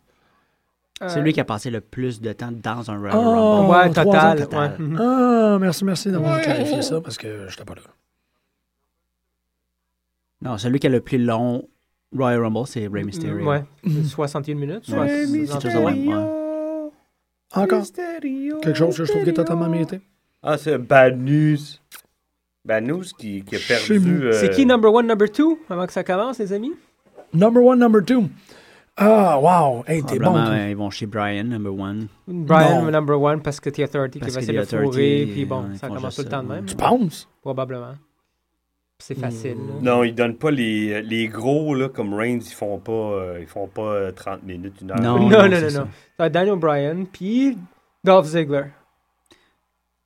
Speaker 5: C'est lui qui a passé le plus de temps dans un Royal
Speaker 2: Oh.
Speaker 5: Rumble.
Speaker 4: Ouais,
Speaker 2: trois
Speaker 4: total.
Speaker 5: ans, total.
Speaker 4: ouais, mhm.
Speaker 2: Ah, merci, merci d'avoir clarifié ça parce que j'étais pas là.
Speaker 5: Non, celui qui a le plus long Royal Rumble, c'est Rey Mysterio.
Speaker 4: Ouais. 61 minutes.
Speaker 5: Ouais,
Speaker 4: ouais,
Speaker 5: c'est- c'est toujours la même, ouais.
Speaker 2: Encore quelque chose que je trouve qui est totalement mérité.
Speaker 3: Ah, c'est Bad News. Bad News qui, qui a
Speaker 2: Chez
Speaker 3: perdu.
Speaker 2: nous.
Speaker 3: euh,
Speaker 4: C'est qui number one, number two avant que ça commence, les amis?
Speaker 2: Number one, number two. Ah, wow. Hey, t'es bon.
Speaker 5: Probablement,
Speaker 2: toi.
Speaker 5: ouais, ils vont chez Brian, number one.
Speaker 4: Brian,
Speaker 2: Non.
Speaker 4: number one, parce que The Authority qui
Speaker 5: Parce
Speaker 4: va
Speaker 5: que
Speaker 4: essayer de
Speaker 5: The Authority,
Speaker 4: fourrer, puis
Speaker 5: ouais,
Speaker 4: bon,
Speaker 5: ils
Speaker 4: ça
Speaker 5: font
Speaker 4: commence
Speaker 5: juste
Speaker 4: tout le
Speaker 5: ça,
Speaker 4: temps de
Speaker 5: ouais.
Speaker 4: même,
Speaker 2: Tu penses?
Speaker 4: probablement. C'est facile. là.
Speaker 5: Mm.
Speaker 3: Non, ils donnent pas les, les gros là, comme Reigns, ils font pas euh, ils font pas euh, 30 minutes, une heure.
Speaker 5: Non,
Speaker 4: Non, non, non,
Speaker 5: c'est
Speaker 4: non.
Speaker 5: ça.
Speaker 4: Ça va être Daniel Bryan, puis Dolph Ziggler.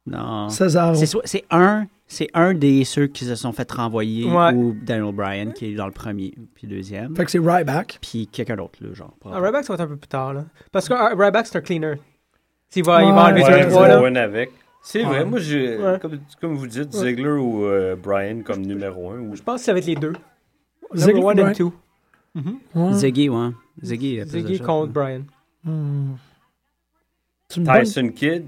Speaker 5: Non.
Speaker 2: César.
Speaker 5: Ah. C'est soit- c'est un, c'est un des ceux qui se sont fait renvoyer
Speaker 4: Ouais.
Speaker 5: ou Daniel Bryan qui est dans le premier puis deuxième,
Speaker 2: Fait que c'est Ryback.
Speaker 5: puis quelqu'un d'autre le genre.
Speaker 4: Ah, Ryback, ça va être un peu plus tard. Là. Parce que ah, Ryback, c'est un cleaner. S'il va, il
Speaker 2: Ouais,
Speaker 4: va enlever
Speaker 3: Ouais,
Speaker 4: sur
Speaker 2: ouais,
Speaker 4: le trois,
Speaker 3: ils
Speaker 4: là.
Speaker 3: font un avec. C'est vrai,
Speaker 2: Ouais.
Speaker 3: moi, j'ai,
Speaker 4: Ouais.
Speaker 3: comme, comme vous dites, Ziggler ou euh, Brian comme numéro un. Ou...
Speaker 4: Je pense que ça va être les deux.
Speaker 2: Ziggler,
Speaker 4: Number one
Speaker 2: Bryan.
Speaker 4: and two.
Speaker 2: Ouais.
Speaker 5: Ziggy, ouais. Ziggy, après
Speaker 4: ben, hum. Ziggy
Speaker 5: ça,
Speaker 4: contre Bryan.
Speaker 2: Hmm. C'est une bonne-
Speaker 3: Tyson Kidd,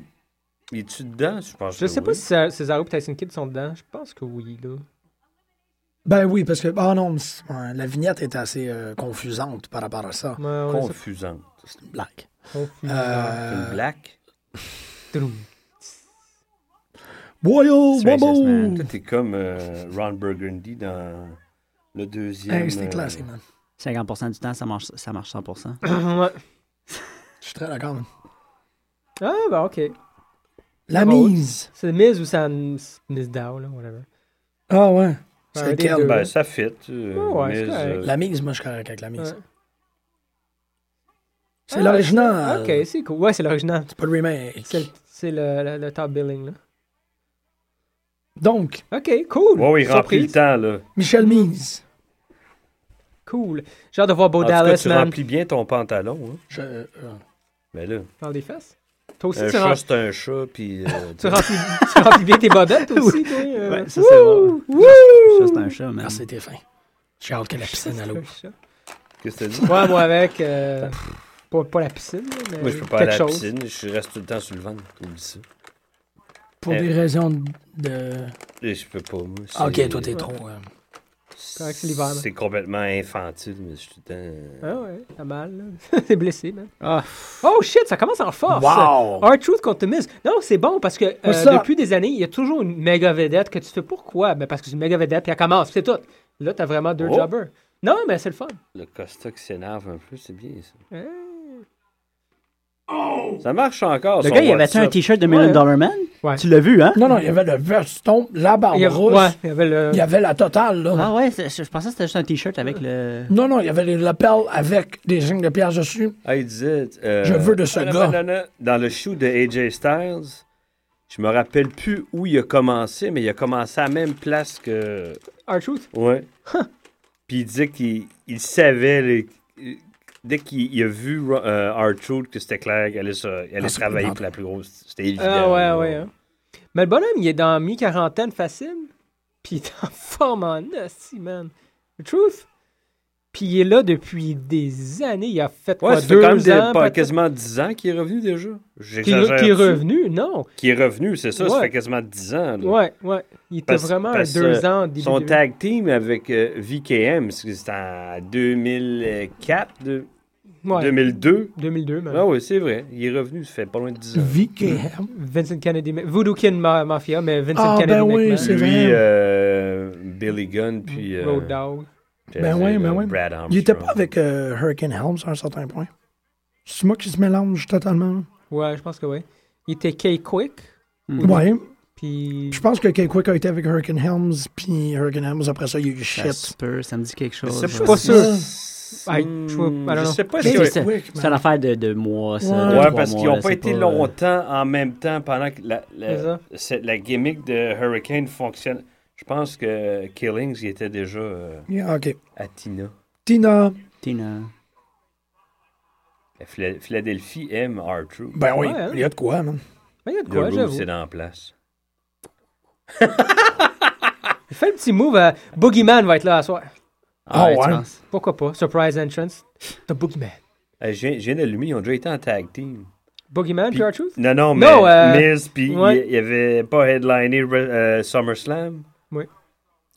Speaker 3: il est-tu dedans? Je pense
Speaker 4: Je
Speaker 3: que
Speaker 5: Ah
Speaker 4: sais
Speaker 3: oui.
Speaker 4: pas si Cé- Cesaro et Tyson Kidd sont dedans. Je pense que oui, là.
Speaker 2: Ben oui, parce que. Ah non, c'est- ouais, la vignette est assez euh, confusante par rapport à ça.
Speaker 4: Ouais, ouais,
Speaker 3: Confusante.
Speaker 2: C'est une blague.
Speaker 4: ça- confus.
Speaker 3: Une
Speaker 2: Euh,
Speaker 3: black?
Speaker 4: Touloum.
Speaker 2: Royal
Speaker 5: Racist, man.
Speaker 2: Rumble.
Speaker 3: Toi, t'es comme euh, Ron Burgundy dans le deuxième.
Speaker 2: Hey, c'était
Speaker 3: euh,
Speaker 2: classique, man.
Speaker 5: 50% du temps, ça marche, ça marche 100%.
Speaker 4: *coughs* Ouais.
Speaker 2: Je suis très d'accord. man. Ah,
Speaker 4: Ah, bah, ok.
Speaker 2: La
Speaker 4: bon, oui.
Speaker 2: mise.
Speaker 4: C'est Miz ou ça Miz Dow, là, whatever.
Speaker 2: Ah ouais. C'était
Speaker 4: un des
Speaker 2: quel?
Speaker 4: deux.
Speaker 3: Ben, ça fit. euh,
Speaker 4: Ouais, ouais,
Speaker 3: mais,
Speaker 4: c'est correct.
Speaker 3: euh,
Speaker 2: La mise, moi, je suis correct avec la mise.
Speaker 4: Ouais.
Speaker 2: C'est
Speaker 4: Ah,
Speaker 3: Euh,
Speaker 2: l'original.
Speaker 4: Ok, c'est cool. Ouais, c'est l'original.
Speaker 2: C'est pas le remake.
Speaker 4: C'est le, c'est le, le- le top billing, là.
Speaker 2: Donc,
Speaker 4: Ok, cool.
Speaker 3: Ouais, ouais, il remplit le
Speaker 4: Surprise.
Speaker 3: temps, là.
Speaker 2: Michel Mise.
Speaker 4: Cool. J'ai hâte de voir Bo
Speaker 3: En tout cas,
Speaker 4: Dallas,
Speaker 3: tu
Speaker 4: man.
Speaker 3: remplis bien ton pantalon. Hein.
Speaker 2: Je, euh,
Speaker 3: Mais là,
Speaker 4: Dans les fesses. Toi aussi,
Speaker 3: un
Speaker 4: tu,
Speaker 3: chat,
Speaker 4: rem-
Speaker 3: c'est un chat, puis... euh,
Speaker 4: *laughs* tu remplis, tu remplis bien
Speaker 3: *laughs*
Speaker 4: tes bobettes aussi, toi. euh,
Speaker 5: Ouais, ça, c'est
Speaker 4: wouh, wouh.
Speaker 5: Ça, c'est un chat, man.
Speaker 2: merci, t'es fin. J'ai hâte que la piscine à l'eau.
Speaker 3: Qu'est-ce que t'as dit?
Speaker 4: Ouais, moi avec. euh, pas, pas la piscine, là, mais
Speaker 3: Moi, je peux pas
Speaker 4: quelque
Speaker 3: aller à la
Speaker 4: chose.
Speaker 3: piscine. Je reste tout le temps sur le ventre. Oublie ça.
Speaker 2: Pour
Speaker 3: Eh.
Speaker 2: des raisons de
Speaker 3: Et Je peux pas, moi.
Speaker 4: Ah,
Speaker 3: c'est-
Speaker 2: Ah, Ok, toi, t'es trop. euh,
Speaker 4: Correct, c'est l'hiver, là.
Speaker 3: C'est complètement infantile, mais je suis tout le temps.
Speaker 4: Ah ouais, pas mal. là. *laughs* T'es blessé, man.
Speaker 3: Ah.
Speaker 4: Oh shit, ça commence en force.
Speaker 2: Wow!
Speaker 4: Our Truth contre Miz. Non, c'est bon parce que euh,
Speaker 2: What's up?
Speaker 4: depuis des années, il y a toujours une méga vedette que tu fais pourquoi? Ben parce que c'est une méga vedette, puis elle commence, c'est tout. Là, t'as vraiment deux
Speaker 3: Oh.
Speaker 4: jobbers. Non, mais c'est le fun.
Speaker 3: Le Costa qui s'énerve un peu, c'est bien ça.
Speaker 4: Hein?
Speaker 3: Ça marche encore.
Speaker 5: Le
Speaker 3: son
Speaker 5: gars, il avait
Speaker 3: WhatsApp.
Speaker 5: un t-shirt de Million
Speaker 4: Ouais.
Speaker 5: Dollar Man.
Speaker 4: Ouais.
Speaker 5: Tu l'as vu, hein?
Speaker 2: Non, non, il y avait le veston, la barbe
Speaker 3: Ah,
Speaker 4: Il y a-
Speaker 2: rousse.
Speaker 4: ouais, il y avait le.
Speaker 2: Il y avait la totale, là.
Speaker 5: Ah ouais, c'est- je pensais que c'était juste un t-shirt avec le.
Speaker 2: Non, non, il y avait les lapels avec des signes de pierre dessus.
Speaker 3: Ah, il disait. euh,
Speaker 2: Je veux de ce
Speaker 3: nanana,
Speaker 2: gars.
Speaker 3: nanana, Dans le show de AJ Styles, je me rappelle plus où il a commencé, mais il a commencé à la même place que.
Speaker 4: Our Truth.
Speaker 3: Ouais. Puis il disait qu'il il savait. là, dès qu'il il a vu euh, R-Truth, que c'était clair qu'elle allait, se- elle allait
Speaker 2: Ah, c'est
Speaker 3: travailler
Speaker 2: évident.
Speaker 3: pour la plus grosse. C'était évident.
Speaker 4: Ah ouais,
Speaker 3: là.
Speaker 4: ouais. hein. Mais le bonhomme, il est dans mi-quarantaine facile, puis il est en forme en hostie, man. The Truth. Puis il est là depuis des années. Il a fait
Speaker 3: Ouais,
Speaker 4: quoi,
Speaker 3: ça fait quand même
Speaker 4: deux
Speaker 3: des-
Speaker 4: ans,
Speaker 3: pas-
Speaker 4: peut-être?
Speaker 3: quasiment 10 ans qu'il est revenu déjà.
Speaker 4: Qui
Speaker 3: J'exagère.
Speaker 4: est, qui est
Speaker 3: dessus.
Speaker 4: revenu, non.
Speaker 3: Qui est revenu, c'est ça. Ça
Speaker 4: Ouais.
Speaker 3: fait quasiment 10 ans. là.
Speaker 4: Ouais, ouais. Il était
Speaker 3: Parce-
Speaker 4: vraiment
Speaker 3: parce,
Speaker 4: à deux
Speaker 3: euh,
Speaker 4: ans. début
Speaker 3: Son
Speaker 4: 2000.
Speaker 3: tag team avec euh, VKM, c'est- c'était en 2004, de-
Speaker 4: Ouais,
Speaker 3: 2002.
Speaker 4: 2002, même.
Speaker 3: Ah oui, c'est vrai. Il est revenu, ça fait pas loin de 10 ans.
Speaker 2: VKM.
Speaker 4: Vincent Kennedy, Ma- Voodoo Kid Ma- Mafia, mais Vincent
Speaker 2: Ah, ben
Speaker 4: Kennedy
Speaker 2: oui,
Speaker 4: McMahon.
Speaker 2: c'est vrai.
Speaker 3: Lui, euh, Billy Gunn, puis... euh,
Speaker 4: hein. Mm. Road Dog.
Speaker 3: puis,
Speaker 2: Ben
Speaker 3: euh,
Speaker 2: oui, ben
Speaker 3: euh,
Speaker 2: oui.
Speaker 3: Brad Armstrong.
Speaker 2: Il était pas avec euh, Hurricane Helms à un certain point. C'est moi qui se mélange totalement.
Speaker 4: Ouais, je pense que oui. Il était K-Quick.
Speaker 5: Mm.
Speaker 2: Ouais.
Speaker 4: Puis.
Speaker 2: Je pense que Kay Quick a été avec Hurricane Helms, puis Hurricane Helms, après ça, il y a eu
Speaker 5: Ça
Speaker 2: shit.
Speaker 5: se peut, ça me dit quelque
Speaker 3: Je
Speaker 5: chose.
Speaker 3: sais
Speaker 5: ouais.
Speaker 3: pas
Speaker 4: Pas
Speaker 3: si...
Speaker 4: sûr. I- je vois- I don't
Speaker 3: Hmm, Je
Speaker 4: know.
Speaker 3: sais pas
Speaker 5: Mais
Speaker 3: si...
Speaker 5: c'est
Speaker 3: Ouais,
Speaker 5: ça.
Speaker 2: Quick,
Speaker 5: C'est une
Speaker 2: man.
Speaker 5: affaire de, de mois, ça.
Speaker 2: Ouais.
Speaker 5: de trois
Speaker 3: parce qu'ils
Speaker 5: mois,
Speaker 3: n'ont
Speaker 5: là,
Speaker 3: pas
Speaker 5: c'est
Speaker 3: été
Speaker 5: euh,
Speaker 3: longtemps en même temps pendant que la,
Speaker 4: C'est
Speaker 3: la,
Speaker 4: ça.
Speaker 3: cette- la gimmick de Hurricane fonctionne. Je pense que Killings, il était déjà euh,
Speaker 2: Yeah, ok.
Speaker 3: à Tina.
Speaker 2: Tina.
Speaker 5: Tina.
Speaker 3: Phila- Philadelphie aime R-Truth.
Speaker 2: Ben oui,
Speaker 4: Ouais, hein.
Speaker 2: il y a de quoi, man.
Speaker 4: Mais ben, il y a de
Speaker 3: Le
Speaker 4: quoi,
Speaker 3: Roof,
Speaker 4: j'avoue.
Speaker 3: c'est dans la place.
Speaker 4: Il fait le petit move. à Boogeyman va être là à soir.
Speaker 2: Ah
Speaker 5: tu
Speaker 2: ouais.
Speaker 5: penses?
Speaker 4: Pourquoi pas? Surprise entrance. The Boogeyman.
Speaker 3: Euh, je viens, je viens d'allumer, ils ont déjà été en tag team.
Speaker 4: Boogeyman,
Speaker 3: Puis-
Speaker 4: puis R-Truth?
Speaker 3: Non, non, mais
Speaker 4: Non, euh,
Speaker 3: Miz, puis
Speaker 4: ouais.
Speaker 3: il, il avait pas headliné euh, SummerSlam.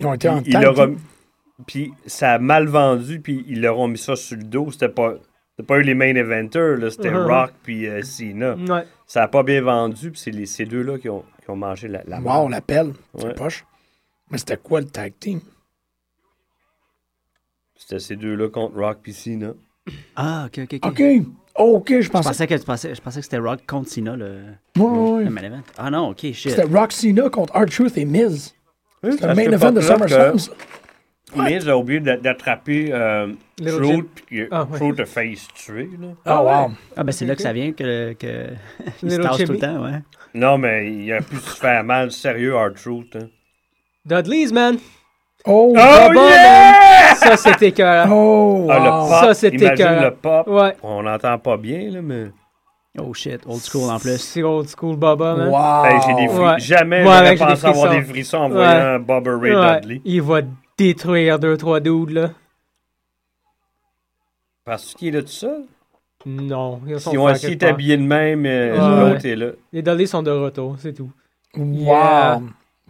Speaker 2: Ils ont été en
Speaker 3: Puis, il
Speaker 2: tag
Speaker 3: leur a-
Speaker 2: team.
Speaker 3: puis ça a mal vendu, puis ils leur ont mis ça sur le dos. C'était pas... C'était pas eu les main eventers, là, c'était
Speaker 4: Mhm.
Speaker 3: Rock puis euh, Cena.
Speaker 4: Ouais.
Speaker 3: Ça a pas bien vendu, puis c'est les- ces deux-là qui ont, qui ont mangé la, la
Speaker 2: Wow, l'appel.
Speaker 3: Ouais.
Speaker 2: C'est poche. Mais c'était quoi le tag team?
Speaker 3: C'était ces deux-là contre Rock puis Cena.
Speaker 5: Ah, ok, ok, ok.
Speaker 2: Ok. Ok, je
Speaker 5: Je
Speaker 2: pensais.
Speaker 5: pensais que, je pensais, je pensais que c'était Rock contre Cena, le,
Speaker 2: Ouais, ouais,
Speaker 5: le
Speaker 2: ouais.
Speaker 5: main event. Ah non, ok, shit.
Speaker 2: C'était Roxina contre R-Truth et Miz. C'était
Speaker 3: Ça
Speaker 2: le main
Speaker 3: serait
Speaker 2: event
Speaker 3: pas
Speaker 2: de
Speaker 3: plat que-
Speaker 2: SummerSlam. ça.
Speaker 3: Miz a oublié d'a- d'attraper euh,
Speaker 4: Little
Speaker 3: Truth, puis
Speaker 4: Ah, ouais.
Speaker 3: Truth a face tué. Là.
Speaker 2: Ah,
Speaker 4: Ah
Speaker 2: wow.
Speaker 5: Ah, ben c'est
Speaker 4: Ok,
Speaker 5: là
Speaker 4: ok.
Speaker 5: que ça vient que. que il se
Speaker 4: Little
Speaker 5: tasse tout
Speaker 4: Jimmy.
Speaker 5: le temps, ouais.
Speaker 3: Non, mais il a pu se faire mal sérieux, Hard Truth. hein.
Speaker 4: Dudley's, man.
Speaker 2: Oh,
Speaker 4: Ah,
Speaker 3: yeah!
Speaker 4: bon, man. Ça, c'était euh, écœurant.
Speaker 2: oh,
Speaker 3: Ah, le
Speaker 2: wow.
Speaker 3: pop,
Speaker 4: Ça, c'était
Speaker 3: imagine
Speaker 4: écœurant.
Speaker 3: le pop.
Speaker 4: Ouais.
Speaker 3: On n'entend pas bien, là, mais...
Speaker 5: Oh shit, old school en plus.
Speaker 4: C'est old school Baba, man.
Speaker 2: Wow.
Speaker 3: Hey, j'ai des fri-
Speaker 4: Ah, Ouais.
Speaker 3: Jamais
Speaker 4: Ouais,
Speaker 3: j'aurais
Speaker 4: ouais, j'ai des
Speaker 3: pensé avoir des
Speaker 4: frissons.
Speaker 3: frissons en
Speaker 4: Ouais.
Speaker 3: voyant Bobber Ray
Speaker 4: Ouais.
Speaker 3: Dudley.
Speaker 4: Il va détruire deux, trois dudes, là.
Speaker 3: Parce qu'il est là tout seul.
Speaker 4: Non. Ils sont
Speaker 3: Si on
Speaker 4: faire
Speaker 3: s'est
Speaker 4: quelque part.
Speaker 3: habillé de même, euh,
Speaker 4: Ouais.
Speaker 3: l'autre est là.
Speaker 4: Les Dudley sont de retour, c'est tout.
Speaker 2: Wow.
Speaker 4: Yeah.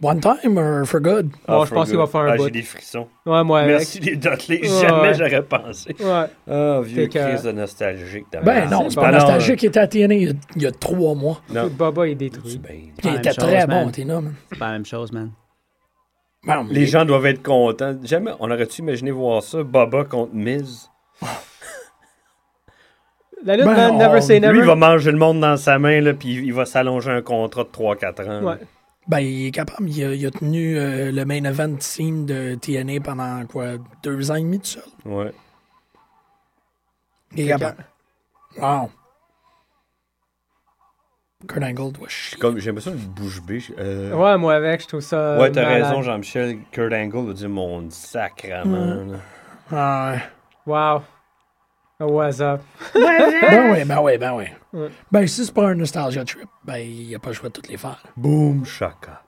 Speaker 2: One time or for good?
Speaker 4: Bon,
Speaker 3: Ah,
Speaker 4: je pense
Speaker 3: forgot.
Speaker 4: qu'il va faire un
Speaker 3: Ah,
Speaker 4: bout.
Speaker 3: J'ai des frissons.
Speaker 4: Ouais, moi, avec.
Speaker 3: Merci les Dudley.
Speaker 4: Ouais,
Speaker 3: Jamais
Speaker 4: ouais.
Speaker 3: j'aurais pensé.
Speaker 4: Ouais.
Speaker 3: Ah, vieux
Speaker 4: Fait que-
Speaker 3: crise de nostalgique. de
Speaker 2: Ben
Speaker 3: merde.
Speaker 2: non, c'est
Speaker 4: bon.
Speaker 2: pas
Speaker 4: Non,
Speaker 2: nostalgique. qui était à TNA il y a, il y a trois mois.
Speaker 3: Non.
Speaker 4: Baba est
Speaker 3: C'est
Speaker 4: détruit.
Speaker 3: bien.
Speaker 2: Puis il
Speaker 5: Ouais,
Speaker 2: était
Speaker 5: même chose,
Speaker 2: très
Speaker 5: man.
Speaker 2: bon, TNA. man.
Speaker 5: C'est pas la même chose, man.
Speaker 2: Bon,
Speaker 3: Les gens doivent être contents. Jamais, on aurait-tu imaginé voir ça, Baba contre Miz?
Speaker 4: La lutte,
Speaker 2: Ben,
Speaker 4: man,
Speaker 2: on-
Speaker 4: never say
Speaker 3: Lui,
Speaker 4: never.
Speaker 3: il va manger le monde dans sa main, là, puis il va s'allonger un contrat de 3-4 ans.
Speaker 4: Ouais.
Speaker 2: Ben, il est capable. Il a, il a tenu euh, le main event scene de TNA pendant quoi? Deux ans et demi tout seul.
Speaker 3: Ouais.
Speaker 2: Il est capable. Wow. Kurt Angle doit chier.
Speaker 3: Comme, j'aime ça le bouche bée. je- euh,
Speaker 4: Ouais, moi, avec, je trouve ça.
Speaker 3: ouais, t'as
Speaker 4: malade.
Speaker 3: raison, Jean-Michel. Kurt Angle a dit mon sacrement.
Speaker 4: Mm.
Speaker 3: là.
Speaker 2: Ah,
Speaker 4: Wow. Oh, what's up?
Speaker 2: ouais. ben oui, ben oui, ben oui.
Speaker 4: Ouais.
Speaker 2: Ben, si c'est pas un nostalgia trip, ben, il a pas le choix de toutes les faire.
Speaker 3: Boom, chaka.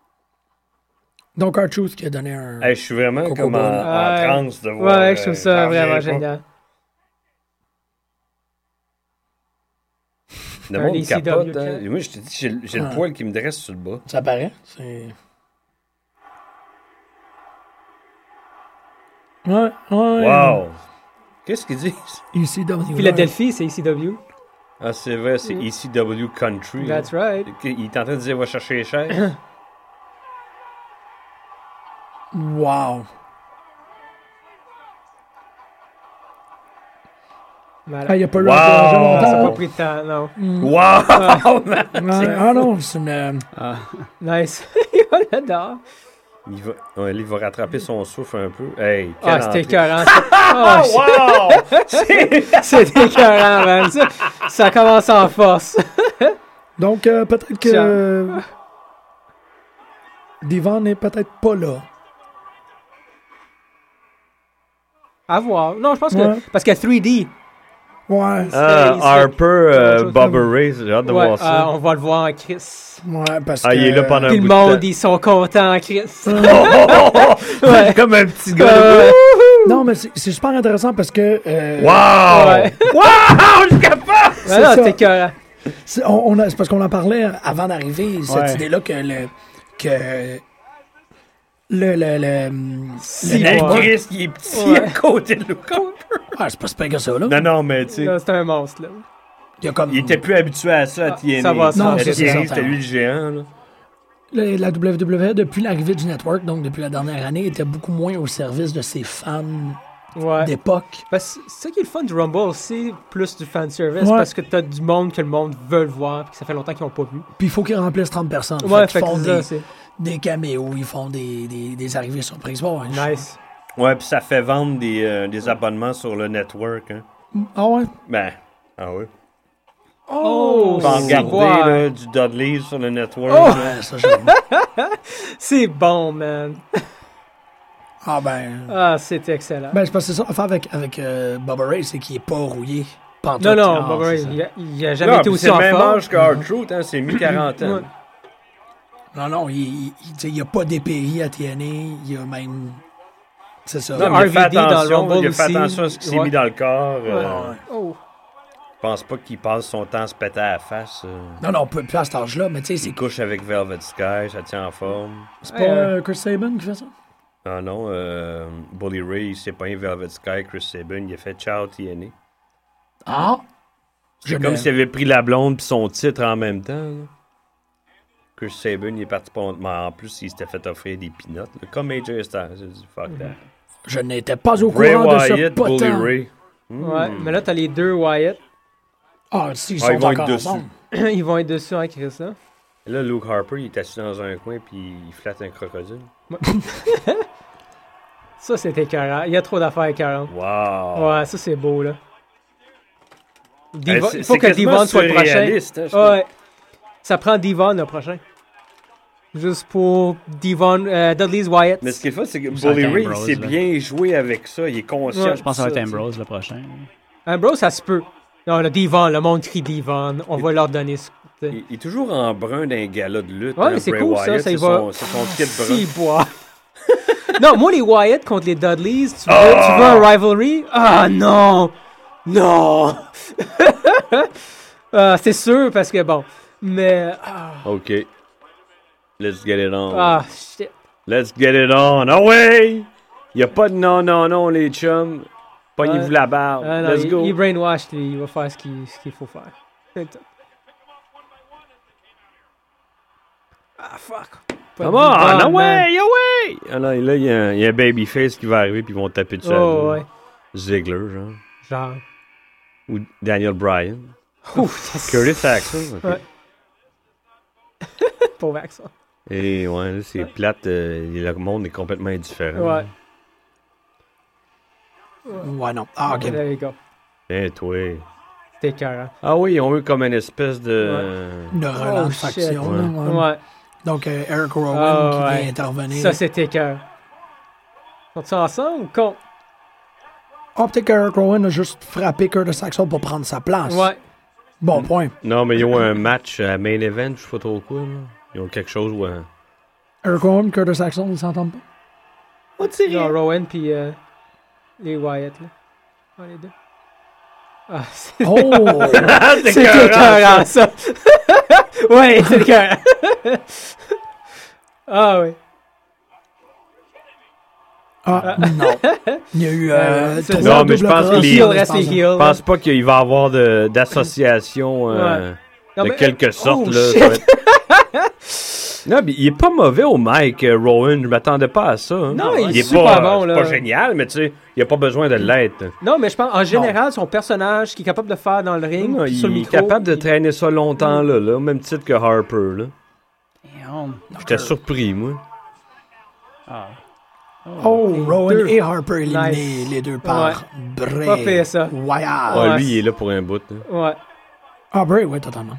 Speaker 2: Donc, R-Truth qui a donné un.
Speaker 3: Hey, je suis vraiment
Speaker 2: Coco
Speaker 3: comme en,
Speaker 2: Ball.
Speaker 3: en
Speaker 4: Ouais.
Speaker 3: transe de
Speaker 4: Ouais,
Speaker 3: voir.
Speaker 4: avec, je trouve
Speaker 3: euh,
Speaker 4: ça
Speaker 3: j'en reviens
Speaker 4: vraiment
Speaker 3: pas.
Speaker 4: génial.
Speaker 3: Le
Speaker 4: Un
Speaker 3: monde
Speaker 4: ECW
Speaker 3: capote.
Speaker 4: camp.
Speaker 3: hein. Et Moi, je te dis, j'ai, j'ai le
Speaker 2: Ouais.
Speaker 3: poil qui me dresse sur le bas.
Speaker 2: Ça paraît. C'est. Ouais, ouais.
Speaker 3: Wow! Qu'est-ce qu'ils disent?
Speaker 2: ECW.
Speaker 4: Philadelphie, c'est E ECW.
Speaker 3: Ah, c'est vrai, c'est ECW Country.
Speaker 4: Mm. That's right.
Speaker 3: Il est en train de dire va chercher les chaises.
Speaker 4: *coughs*
Speaker 2: Wow.
Speaker 4: Malade.
Speaker 2: Ah, il a pas eu
Speaker 3: Wow.
Speaker 2: un
Speaker 3: Oh.
Speaker 4: Ça n'a pas
Speaker 2: longtemps.
Speaker 4: pris de temps, non.
Speaker 3: wow! man!
Speaker 2: Ouais, Ah non, c'est une. euh,
Speaker 4: Nice. *laughs* il va le dehors.
Speaker 3: Il va, ouais, là, il va rattraper son souffle un peu. Hey,
Speaker 4: Ah,
Speaker 3: quelle
Speaker 4: c'était
Speaker 3: entrée.
Speaker 4: écœurant.
Speaker 3: *laughs*
Speaker 4: ça. Ah, shit, *laughs*
Speaker 3: Wow!
Speaker 4: c'était écœurant, man. Ça, ça commence en force. *laughs*
Speaker 2: Donc, euh, peut-être que.
Speaker 4: Tiens.
Speaker 2: euh, Divan n'est peut-être pas là.
Speaker 4: À voir. Non, je pense
Speaker 2: Ouais.
Speaker 4: que. Parce que 3D.
Speaker 2: Ouais.
Speaker 3: Ah,
Speaker 4: il se-
Speaker 3: Harper,
Speaker 4: autre
Speaker 3: euh,
Speaker 4: chose
Speaker 3: Bobber
Speaker 2: comme-
Speaker 3: Ray, j'ai hâte de
Speaker 4: Ouais,
Speaker 3: voir
Speaker 4: euh,
Speaker 3: ça.
Speaker 4: on va le voir en Chris.
Speaker 2: Ouais, parce que.
Speaker 3: Ah, il est là pendant
Speaker 4: Tout
Speaker 3: un
Speaker 4: le
Speaker 3: bout
Speaker 4: monde,
Speaker 3: de
Speaker 4: ils sont contents en
Speaker 3: *laughs*
Speaker 4: Chris.
Speaker 3: temps.
Speaker 4: Ouais.
Speaker 3: *laughs* Comme un petit gars.
Speaker 4: Euh,
Speaker 2: Non, mais c'est c'est super intéressant parce que. euh,
Speaker 3: Wow!
Speaker 4: Ouais.
Speaker 3: Wow! Je suis capable!
Speaker 4: ouais, non,
Speaker 2: ça.
Speaker 4: c'était écœurant.
Speaker 2: C'est on- on a- c'est parce qu'on en parlait avant d'arriver, cette
Speaker 3: Ouais.
Speaker 2: idée-là que le. Que le. le, le,
Speaker 4: Si,
Speaker 2: le-
Speaker 4: ouais.
Speaker 3: Chris, il est petit
Speaker 4: Ouais.
Speaker 3: à côté de Luca.
Speaker 2: Ah, c'est pas si pire que ça, là.
Speaker 3: Non, non, mais tu sais,
Speaker 4: Non, C'était un monstre, là.
Speaker 2: Il y a comme.
Speaker 3: il était plus habitué à ça à
Speaker 4: Ah,
Speaker 3: TNA.
Speaker 4: ça va, ça
Speaker 2: Non, va.
Speaker 3: À
Speaker 2: c'est ça,
Speaker 3: TNA,
Speaker 2: ça.
Speaker 3: c'était lui le géant. Là.
Speaker 2: Le- la WWE, depuis l'arrivée du network, donc depuis la dernière année, était beaucoup moins au service de ses fans
Speaker 4: Ouais.
Speaker 2: d'époque.
Speaker 4: Parce que c'est ça qui est le fun du Rumble, c'est plus du fanservice,
Speaker 2: Ouais.
Speaker 4: parce que t'as du monde que le monde veut le voir, puis que ça fait longtemps qu'ils n'ont pas vu.
Speaker 2: Puis il faut qu'ils remplissent 30 personnes.
Speaker 4: Ouais,
Speaker 2: fait
Speaker 4: fait
Speaker 2: qu'ils font
Speaker 4: que
Speaker 2: des,
Speaker 4: ça, c'est
Speaker 2: des caméos, ils font des, des, des arrivées surprises. Bon, hein, je-
Speaker 4: nice.
Speaker 3: Ouais, puis ça fait vendre des, euh, des abonnements sur le network. Hein.
Speaker 2: Ah ouais?
Speaker 3: Ben, ah ouais.
Speaker 4: Oh,
Speaker 3: Pas
Speaker 4: c'est
Speaker 3: regarder
Speaker 4: quoi? Oh!
Speaker 3: là, du Dudley sur le network.
Speaker 4: Ah.
Speaker 3: là.
Speaker 2: Ouais, ça,
Speaker 4: *laughs*
Speaker 2: j'aime.
Speaker 4: C'est bon, man.
Speaker 2: ah ben.
Speaker 4: Ah, c'est excellent.
Speaker 2: Ben, c'est parce que c'est ça l'affaire avec, avec euh, Bubba Ray, c'est qu'il est pas rouillé. pantoute.
Speaker 4: non, non,
Speaker 2: Ah,
Speaker 4: Bob
Speaker 2: c'est
Speaker 4: Ray,
Speaker 2: ça.
Speaker 4: il a- il a jamais
Speaker 3: Non,
Speaker 4: été
Speaker 3: puis
Speaker 4: aussi
Speaker 3: c'est
Speaker 4: en
Speaker 3: le même
Speaker 4: forme.
Speaker 3: âge que Hard Truth, hein, c'est mi-quarantaine.
Speaker 2: Non, non, il, il, il- tu sais, il a pas d'épérie à TNA, il a même. C'est ça.
Speaker 3: Non, mais il a fait
Speaker 4: RVD dans le
Speaker 3: attention,
Speaker 4: Rumble
Speaker 3: il a fait
Speaker 4: aussi.
Speaker 3: attention à ce qu'il s'est
Speaker 4: Ouais.
Speaker 3: mis dans le corps. euh,
Speaker 2: Ouais.
Speaker 4: Oh.
Speaker 3: Je pense pas qu'il passe son temps à se péter à la face. euh.
Speaker 2: Non, non, plus plus à cet âge-là, mais tu sais,
Speaker 3: Il
Speaker 2: c'est
Speaker 3: couche avec Velvet Sky, ça tient en forme.
Speaker 2: c'est
Speaker 4: Ouais,
Speaker 2: pas euh, Chris Saban qui fait ça?
Speaker 3: Ah non, euh, Bully Ray, il s'est pogné Velvet Sky, Chris Sabin, il a fait Ciao TNA.
Speaker 2: Ah! Je
Speaker 3: C'est comme
Speaker 2: le-
Speaker 3: s'il avait pris la blonde puis son titre en même temps. là. Chris Sabin, il est parti pour... Mais en plus, il s'était fait offrir des peanuts. là, comme AJ Styles, j'ai dit fuck that.
Speaker 2: Je n'étais pas au
Speaker 3: Bray
Speaker 2: courant de ce
Speaker 3: Wyatt, Bully
Speaker 2: potent.
Speaker 3: Ray.
Speaker 4: Ouais, mais là, t'as les deux Wyatt. *clears throat*
Speaker 2: Ah, si, ils sont
Speaker 3: Ah, ils vont être
Speaker 2: encore
Speaker 3: dessus.
Speaker 2: ensemble.
Speaker 4: Ils vont être dessus en Chris, hein. là.
Speaker 3: Et Là, Luke Harper, il est assis dans un coin puis il flatte un crocodile.
Speaker 4: Ça, c'est écœurant. Il y a trop d'affaires écœurantes.
Speaker 3: Wow!
Speaker 4: Ouais, ça, c'est beau, là.
Speaker 3: Eh,
Speaker 4: Diva-
Speaker 3: c'est-
Speaker 4: il faut
Speaker 3: c'est
Speaker 4: que
Speaker 3: quasiment
Speaker 4: Devon soit le prochain.
Speaker 3: surréaliste, hein, je trouve.
Speaker 4: Ouais. Ça prend Devon le prochain. Juste pour Devon, euh, Dudley's Wyatt.
Speaker 3: Mais ce qui est fun, c'est que
Speaker 5: Ça
Speaker 3: Bully
Speaker 5: va être
Speaker 3: Ray, il
Speaker 5: Ambrose,
Speaker 3: s'est
Speaker 5: là.
Speaker 3: bien joué avec ça. Il est conscient.
Speaker 4: Ouais,
Speaker 3: de
Speaker 5: Je pense que ça va
Speaker 3: ça,
Speaker 5: être Ambrose le prochain. là.
Speaker 4: Hein, bro, ça se peut. Non, le Devon, le monde crie Devon. On va leur donner ce.
Speaker 3: Il, il est toujours en brun d'un gala de lutte.
Speaker 4: Ouais,
Speaker 3: hein,
Speaker 4: mais c'est
Speaker 3: Bray
Speaker 4: cool, ça,
Speaker 3: Wyatt,
Speaker 4: ça y
Speaker 3: c'est
Speaker 4: va.
Speaker 3: son- C'est son
Speaker 4: *laughs*
Speaker 3: kit brun.
Speaker 4: Si, bois. non, moi, les Wyatt contre les Dudleys, tu veux, tu veux un rivalry? Ah non! Non! Ah, c'est sûr, parce que bon. Mais. Ah,
Speaker 3: OK. Let's get it on.
Speaker 4: ah, shit.
Speaker 3: Let's get it on. Ah ouais! Il n'y a pas de non, non, non, les chums. Pognez-vous
Speaker 4: Ouais.
Speaker 3: la barbe.
Speaker 4: Ah, non,
Speaker 3: Let's
Speaker 4: il,
Speaker 3: go.
Speaker 4: il est brainwashed, lui. Il va faire ce qu'il ce qu'il faut faire. C'est tout. Ah, fuck. Pas de
Speaker 3: Come on! Ah
Speaker 4: Devon,
Speaker 3: non,
Speaker 4: man.
Speaker 3: ouais! ouais! Ah non, là, il y, a un- il y a un babyface qui va arriver puis ils vont taper dessus. à
Speaker 4: Oh,
Speaker 3: lui.
Speaker 4: ouais.
Speaker 3: Ziggler, genre.
Speaker 4: Genre.
Speaker 3: Ou Daniel Bryan.
Speaker 4: Ouf,
Speaker 3: Curtis Axel. ok.
Speaker 4: Ouais. *laughs* pauvre accent.
Speaker 3: Et ouais, là, c'est plate. euh, le monde est complètement
Speaker 2: Euh,
Speaker 3: indifférent.
Speaker 4: Ouais.
Speaker 2: Ouais, non. Ah, ok.
Speaker 4: There you go.
Speaker 3: Eh, toi.
Speaker 4: C'était écœurant.
Speaker 3: Ah oui, ils ont eu comme une espèce de.
Speaker 2: Une relance
Speaker 4: Oh, shit.
Speaker 2: faction.
Speaker 3: Ouais.
Speaker 2: là, ouais.
Speaker 4: Ouais.
Speaker 2: Donc, euh, Eric Rowan
Speaker 4: Ah,
Speaker 2: qui
Speaker 4: ouais.
Speaker 2: vient intervenir.
Speaker 4: Ça, c'était cœur. Sont-ils ensemble ou contre?
Speaker 2: Ah, peut-être qu'Eric Rowan a juste frappé Curtis Axel pour prendre sa place.
Speaker 4: Ouais.
Speaker 2: Bon point.
Speaker 3: Non, mais ils ont un match à main event, je sais pas trop quoi. là. Ils ont quelque chose où. euh,
Speaker 2: Eric Rowan, Curtis Axel, ils s'entendent pas.
Speaker 4: *laughs* Genre Rowan puis euh, les Wyatt, là. Ouais, les deux. Ah, c'est
Speaker 2: Oh!
Speaker 4: Ah, c'est écœurant, ça! *laughs* ouais, c'est écœurant! *laughs* ah, ouais.
Speaker 2: Ah, non. Il y a eu euh,
Speaker 4: Euh, c'est-
Speaker 2: trois
Speaker 4: Non,
Speaker 3: mais je
Speaker 2: doubles
Speaker 3: pense que
Speaker 2: crosses,
Speaker 3: les-
Speaker 2: je
Speaker 4: Heal reste les heals.
Speaker 3: Je pense pas qu'il va y avoir de- d'association euh,
Speaker 4: Non,
Speaker 3: de
Speaker 4: mais-
Speaker 3: quelque sorte.
Speaker 4: oh,
Speaker 3: là,
Speaker 4: shit.
Speaker 3: ça va être- *laughs* non, mais il est pas mauvais au mic, euh, Rowan. Je m'attendais pas à ça. hein.
Speaker 4: Non, il est
Speaker 3: pas,
Speaker 4: super bon,
Speaker 3: c'est
Speaker 4: là.
Speaker 3: pas génial, mais tu sais, il a pas besoin de l'être.
Speaker 4: Non, mais je pense, en général, son personnage qui est capable de faire dans le ring,
Speaker 3: Non,
Speaker 4: puis
Speaker 3: il
Speaker 4: sur le
Speaker 3: est
Speaker 4: micro,
Speaker 3: capable de
Speaker 4: il- Mm.
Speaker 3: traîner ça longtemps, là, là, au même titre que Harper. là.
Speaker 5: Damn.
Speaker 3: J'étais surpris, moi.
Speaker 5: Ah.
Speaker 2: Oh,
Speaker 4: Les
Speaker 2: Rowan
Speaker 4: deux.
Speaker 2: et Harper éliminés
Speaker 4: Nice.
Speaker 2: les deux par Bray.
Speaker 4: Pas fait, ça.
Speaker 2: Wyatt.
Speaker 3: Ah,
Speaker 4: Ouais,
Speaker 3: lui, il
Speaker 4: c'est-
Speaker 3: est là pour un bout. là.
Speaker 4: Ouais,
Speaker 2: Ah, Bray, oui, totalement.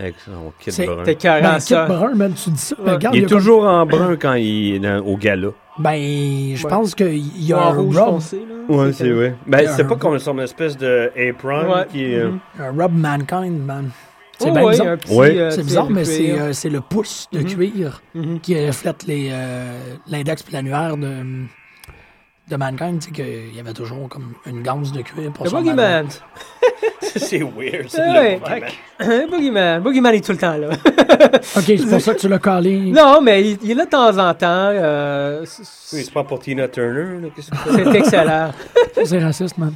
Speaker 3: Avec son kit
Speaker 2: C'est-
Speaker 3: brun.
Speaker 4: t'es carré
Speaker 2: Ben,
Speaker 4: en
Speaker 2: Kit
Speaker 4: ça.
Speaker 2: Brun, man, tu dis ça. mais
Speaker 4: Ouais.
Speaker 2: regarde,
Speaker 3: Il est
Speaker 2: y a comme-
Speaker 3: toujours en brun quand il est dans- au gala.
Speaker 2: Ben, je
Speaker 4: Ouais.
Speaker 2: pense qu'il y a
Speaker 4: En
Speaker 2: un
Speaker 4: rouge
Speaker 2: rub,
Speaker 4: foncé, là.
Speaker 3: Ouais, c'est vrai. Ben, c'est
Speaker 2: Euh,
Speaker 3: pas comme son espèce de apron
Speaker 4: Ouais.
Speaker 3: qui est. euh,
Speaker 4: Mhm.
Speaker 2: un rub mankind, man. C'est
Speaker 4: Oh,
Speaker 2: bien
Speaker 4: ouais,
Speaker 2: bizarre.
Speaker 4: un petit,
Speaker 3: Ouais.
Speaker 4: euh,
Speaker 2: C'est
Speaker 4: tu sais,
Speaker 2: bizarre, mais c'est
Speaker 4: cuir.
Speaker 2: euh, c'est le pouce de
Speaker 4: Mhm.
Speaker 2: cuir
Speaker 4: Mhm.
Speaker 2: qui reflète les, euh, l'index puis l'annuaire de, mm, de Mankind. Tu sais qu'il y avait toujours comme une ganse de cuir pour
Speaker 4: Le
Speaker 2: son ballon.
Speaker 4: Boogeyman.
Speaker 3: *laughs* c'est weird, ça.
Speaker 4: Mm-hmm. Ouais. Hein, *laughs* Boogeyman. Boogeyman est tout le temps là.
Speaker 2: Ok, c'est pour ça que tu l'as calé.
Speaker 4: *laughs* non, mais il, il est là de temps en temps. euh, c-
Speaker 3: Oui,
Speaker 4: c-
Speaker 3: c'est pas pour Tina Turner, là,
Speaker 4: *laughs*
Speaker 3: qu'est-ce que c'est?
Speaker 4: c'est excellent.
Speaker 2: C'est raciste, man.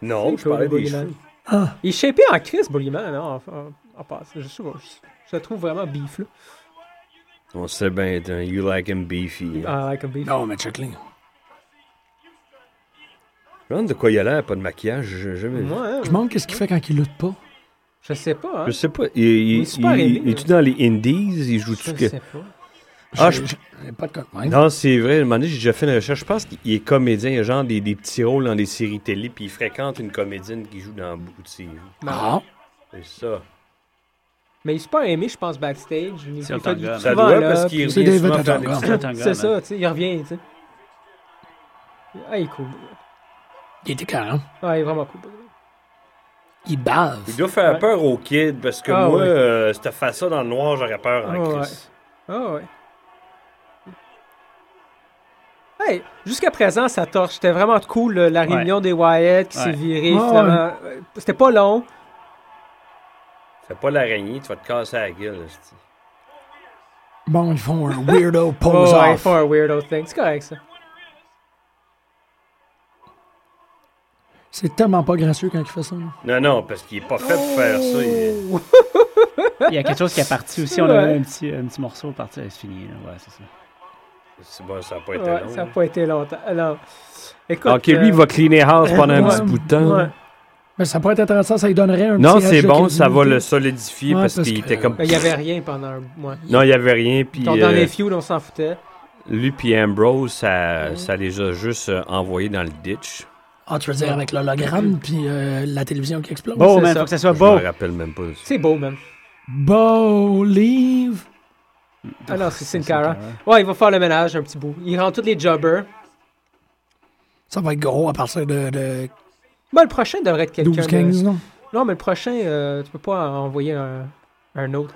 Speaker 3: Non, Oh, je
Speaker 4: Cool,
Speaker 3: parlais des
Speaker 4: Boogeyman.
Speaker 3: cheveux.
Speaker 2: Ah.
Speaker 4: Il est shapé en Chris, Boogeyman, non, en, en, en passe. Je sais pas. je- Je le trouve vraiment beef, là.
Speaker 3: On sait bien, t'as un You Like Him Beefy. hein.
Speaker 4: I Ah, like a beef.
Speaker 2: Non, mais check les.
Speaker 3: Je me demande de quoi il a l'air, pas de maquillage, j'ai jamais vu.
Speaker 4: Moi, hein,
Speaker 2: Je me demande qu'est-ce qu'il fait quand il lutte pas.
Speaker 4: je sais pas. Hein.
Speaker 3: Je sais pas, il, il,
Speaker 4: Il est super
Speaker 3: il-
Speaker 4: aimé,
Speaker 3: il- est-tu dans les indies? Il joue-tu
Speaker 4: Je
Speaker 3: que...
Speaker 4: sais pas.
Speaker 3: Ah,
Speaker 2: J'ai-
Speaker 3: je-
Speaker 2: j'ai pas de compte.
Speaker 3: Non, c'est vrai, à un moment donné, j'ai déjà fait une recherche. Je pense qu'il est comédien, il a genre des, des petits rôles dans des séries télé, puis il fréquente une comédienne qui joue dans beaucoup de séries.
Speaker 2: Ah,
Speaker 3: C'est ça.
Speaker 4: Mais il est super aimé, je pense, backstage. Il, il
Speaker 5: C'est le
Speaker 4: fait du-
Speaker 5: Tonga.
Speaker 3: Ça
Speaker 4: souvent,
Speaker 3: doit
Speaker 4: là,
Speaker 3: parce qu'il
Speaker 2: c'est
Speaker 3: revient
Speaker 2: David
Speaker 3: souvent faire des
Speaker 2: Attenborough.
Speaker 3: petits-
Speaker 5: C'est un gars,
Speaker 4: C'est
Speaker 5: man.
Speaker 4: ça, tu sais, il revient, tu sais. Ah, il est cool.
Speaker 2: il était carré.
Speaker 4: Ah, il est vraiment cool. Boogeyman.
Speaker 2: Il bave.
Speaker 3: Il doit faire
Speaker 4: Ouais.
Speaker 3: peur aux kids parce que
Speaker 4: Ah,
Speaker 3: moi,
Speaker 4: ouais.
Speaker 3: euh, cette face-là dans le noir, j'aurais peur en
Speaker 4: Ah,
Speaker 3: Christ.
Speaker 4: Ah ouais. Hey, jusqu'à présent, ça torche. C'était vraiment cool, le- la
Speaker 5: Ouais.
Speaker 4: réunion des Wyatt qui s'est
Speaker 5: Ouais.
Speaker 4: virée.
Speaker 2: Ah
Speaker 4: finalement. Euh, C'était pas long.
Speaker 3: Fais pas l'araignée, tu vas te casser la gueule. hostie.
Speaker 2: Bon, ils font un
Speaker 4: *laughs*
Speaker 2: weirdo pose
Speaker 4: Oh, ouais,
Speaker 2: off.
Speaker 4: for a weirdo thing. C'est correct, ça.
Speaker 2: C'est tellement pas gracieux quand il fait ça. là.
Speaker 3: Non, non, parce qu'il est pas fait pour faire ça. il-
Speaker 5: Il y a quelque chose qui est parti aussi. On a eu un petit, un petit morceau parti. C'est fini. là. Ouais, c'est ça.
Speaker 3: C'est bon, ça n'a pas été
Speaker 4: Ouais,
Speaker 3: long. hein.
Speaker 4: ça n'a
Speaker 3: là.
Speaker 4: pas été longtemps. Alors, écoute.
Speaker 3: Ben
Speaker 4: euh,
Speaker 3: ok, lui, il va cleaner house pendant un
Speaker 2: ouais,
Speaker 3: petit bout de temps.
Speaker 4: ouais.
Speaker 2: Mais ça pourrait être intéressant, ça lui donnerait Euh, un
Speaker 3: Non,
Speaker 2: petit edge
Speaker 3: c'est
Speaker 2: de
Speaker 3: bon, ça va
Speaker 2: crédibilité.
Speaker 3: le solidifier
Speaker 2: Ouais,
Speaker 3: parce,
Speaker 2: parce
Speaker 3: qu'il
Speaker 2: que-
Speaker 3: était comme.
Speaker 4: ben, Il n'y avait rien pendant un mois.
Speaker 3: Non, il n'y avait rien. Puis,
Speaker 4: Donc, dans
Speaker 3: euh,
Speaker 4: les feuds, on s'en foutait.
Speaker 3: lui puis Ambrose, ça,
Speaker 4: Mhm.
Speaker 3: ça les a juste euh, envoyés dans le ditch.
Speaker 2: Ah, tu veux dire avec l'hologramme puis euh, la télévision qui explose?
Speaker 5: Beau,
Speaker 4: c'est
Speaker 5: man.
Speaker 4: ça.
Speaker 5: Faut que ça
Speaker 3: Je
Speaker 5: soit
Speaker 3: me
Speaker 5: beau.
Speaker 3: rappelle même pas.
Speaker 4: C'est beau, man.
Speaker 2: Believe.
Speaker 4: Ah non, c'est Sin Cara. Ouais, il va faire le ménage un petit bout. Il rend tous les jobbers.
Speaker 2: Ça va être gros à partir de, de
Speaker 4: Bah, le prochain devrait être quelqu'un. de-
Speaker 2: 12-15, non?
Speaker 4: Non, mais le prochain, euh, tu peux pas en- envoyer un, un autre.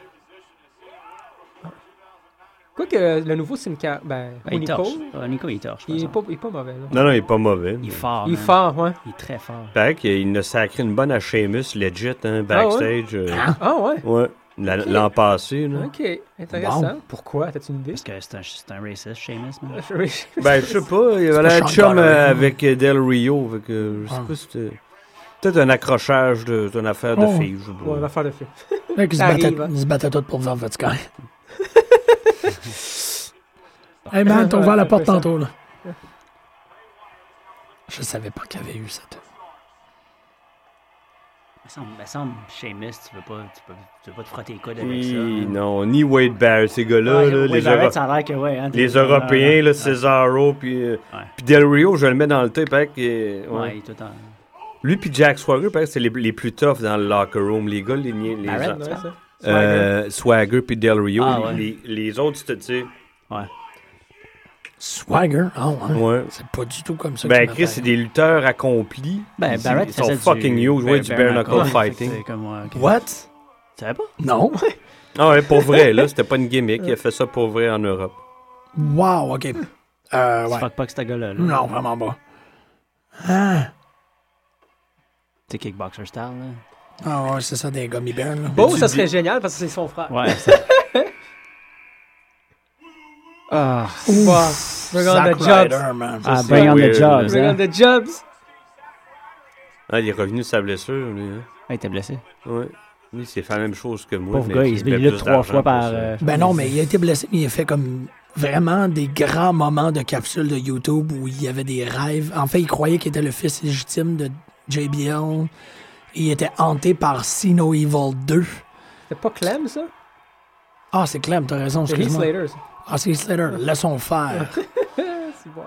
Speaker 4: Quoique euh, le nouveau, c'est une carte. Ben,
Speaker 5: Ben, il
Speaker 4: Nico,
Speaker 5: torche. Ouais, Nico, il torche. par
Speaker 4: il est,
Speaker 5: exemple.
Speaker 4: pas, il est pas mauvais. là.
Speaker 3: Non, non, il est pas mauvais.
Speaker 5: Il est fort.
Speaker 4: il est
Speaker 5: man.
Speaker 4: fort, ouais.
Speaker 5: Il est très fort.
Speaker 3: Il paraît qu'il a sacré une bonne à Sheamus, legit, hein, backstage. euh,
Speaker 4: Ah, ouais.
Speaker 3: ouais, la-
Speaker 4: Ok.
Speaker 3: l'an passé. Là.
Speaker 4: Ok, intéressant. Pourquoi T'as-tu une idée
Speaker 5: Parce que c'est un, c'est un racist, Seamus.
Speaker 4: *laughs*
Speaker 5: man.
Speaker 3: Ben, je sais pas, il avait
Speaker 2: pas
Speaker 3: l'air
Speaker 2: Sean
Speaker 3: chum
Speaker 2: Connery,
Speaker 3: euh,
Speaker 2: non?
Speaker 3: avec euh, Del Rio. fait que je sais
Speaker 2: Ah.
Speaker 3: pas si c'était. Peut-être un accrochage de- d'une affaire de
Speaker 2: Oh.
Speaker 3: filles, je sais pas.
Speaker 4: Ouais, l'affaire de film.
Speaker 2: Là, qu'ils se
Speaker 4: Ça
Speaker 2: battaient,
Speaker 4: arrive, hein.
Speaker 2: ils se battaient tous pour Velvet
Speaker 4: *laughs*
Speaker 2: Sky. hey man, t'as ouvert la porte
Speaker 4: Ça.
Speaker 2: tantôt, là. Je savais pas qu'il y avait eu cette.
Speaker 5: Me semble, me semble, Seamus, tu veux pas, tu peux, tu veux pas te frotter les coudes avec
Speaker 3: Hi,
Speaker 5: ça. man.
Speaker 3: non, ni Wade Barrett, ces gars-là,
Speaker 5: Ouais,
Speaker 3: là,
Speaker 5: ouais,
Speaker 3: les,
Speaker 5: Barrett,
Speaker 3: Euro-
Speaker 5: ça a l'air que ouais. hein, t'es-
Speaker 3: les Européens, là, Cesaro, puis euh,
Speaker 5: Ouais.
Speaker 3: puis Del Rio, je le mets dans le tape. Hein, qui est- ouais.
Speaker 5: Ouais, il est tout en.
Speaker 3: Lui puis Jack Swagger, parce que c'est les, les plus toughs dans le locker room, les gars, les, les, les
Speaker 5: Barrett,
Speaker 3: euh,
Speaker 5: tu
Speaker 4: Ouais,
Speaker 5: parles?
Speaker 4: ça.
Speaker 3: Swagger. puis Del Rio,
Speaker 5: Ah,
Speaker 3: les, les- les autres, tu te dis.
Speaker 2: Swagger? Ah ouais.
Speaker 3: Ouais.
Speaker 2: C'est pas du tout comme ça.
Speaker 3: Ben
Speaker 2: qu'il
Speaker 3: Chris,
Speaker 2: m'apparaît.
Speaker 3: c'est des lutteurs accomplis.
Speaker 5: Ben,
Speaker 3: Ils-
Speaker 5: Barrett
Speaker 3: ils sont
Speaker 5: faisait du-
Speaker 3: fucking huge, ouais,
Speaker 5: Bar-
Speaker 3: du bare knuckle
Speaker 5: Ouais,
Speaker 3: fighting.
Speaker 5: fait que c'est comme, ouais, ok.
Speaker 2: What?
Speaker 5: Tu savais pas?
Speaker 2: Non?
Speaker 3: Ah *laughs* ouais, pour vrai, là, c'était pas une gimmick, il a fait ça pour vrai en Europe.
Speaker 2: Wow, ok. Euh,
Speaker 5: Tu
Speaker 2: ouais.
Speaker 5: fuck pas que ce gars-là. là.
Speaker 2: Non, vraiment pas. Ah,
Speaker 5: C'est kickboxer style, là.
Speaker 2: ah ouais, c'est ça, des gummy bears, là.
Speaker 4: Beau, ça serait génial parce que c'est son frère.
Speaker 5: Ouais, ça.
Speaker 4: Ah, wow. Bring on
Speaker 2: Zack
Speaker 4: the jobs.
Speaker 2: Ryder, man.
Speaker 11: Ah,
Speaker 7: c'est
Speaker 11: bring on the
Speaker 7: weird.
Speaker 11: jobs.
Speaker 4: Bring
Speaker 11: hein.
Speaker 4: on the jobs.
Speaker 3: Ah, il est revenu de sa blessure, lui. Hein?
Speaker 5: Ah, il était blessé.
Speaker 3: Ouais. Lui, c'est fait la même chose que moi.
Speaker 11: Pauvre
Speaker 3: mais
Speaker 11: gars,
Speaker 3: qui
Speaker 11: il se
Speaker 3: met
Speaker 11: met lutte
Speaker 3: plus
Speaker 11: trois
Speaker 3: d'argent
Speaker 11: fois
Speaker 3: pour
Speaker 11: par.
Speaker 3: ça.
Speaker 11: euh,
Speaker 2: Ben non, mais il a été blessé, mais il a fait comme vraiment des grands moments de capsule de YouTube où il y avait des rêves. En fait, il croyait qu'il était le fils légitime de JBL. Il était hanté par Sino Evil 2.
Speaker 4: C'était pas Clem, ça?
Speaker 2: Ah, c'est Clem, t'as raison,
Speaker 4: C'est Heath
Speaker 2: excuse-moi.
Speaker 4: Slater, ça.
Speaker 2: Ah, c'est Heath
Speaker 4: *laughs*
Speaker 2: Slater. Laissons faire.
Speaker 4: C'est bon.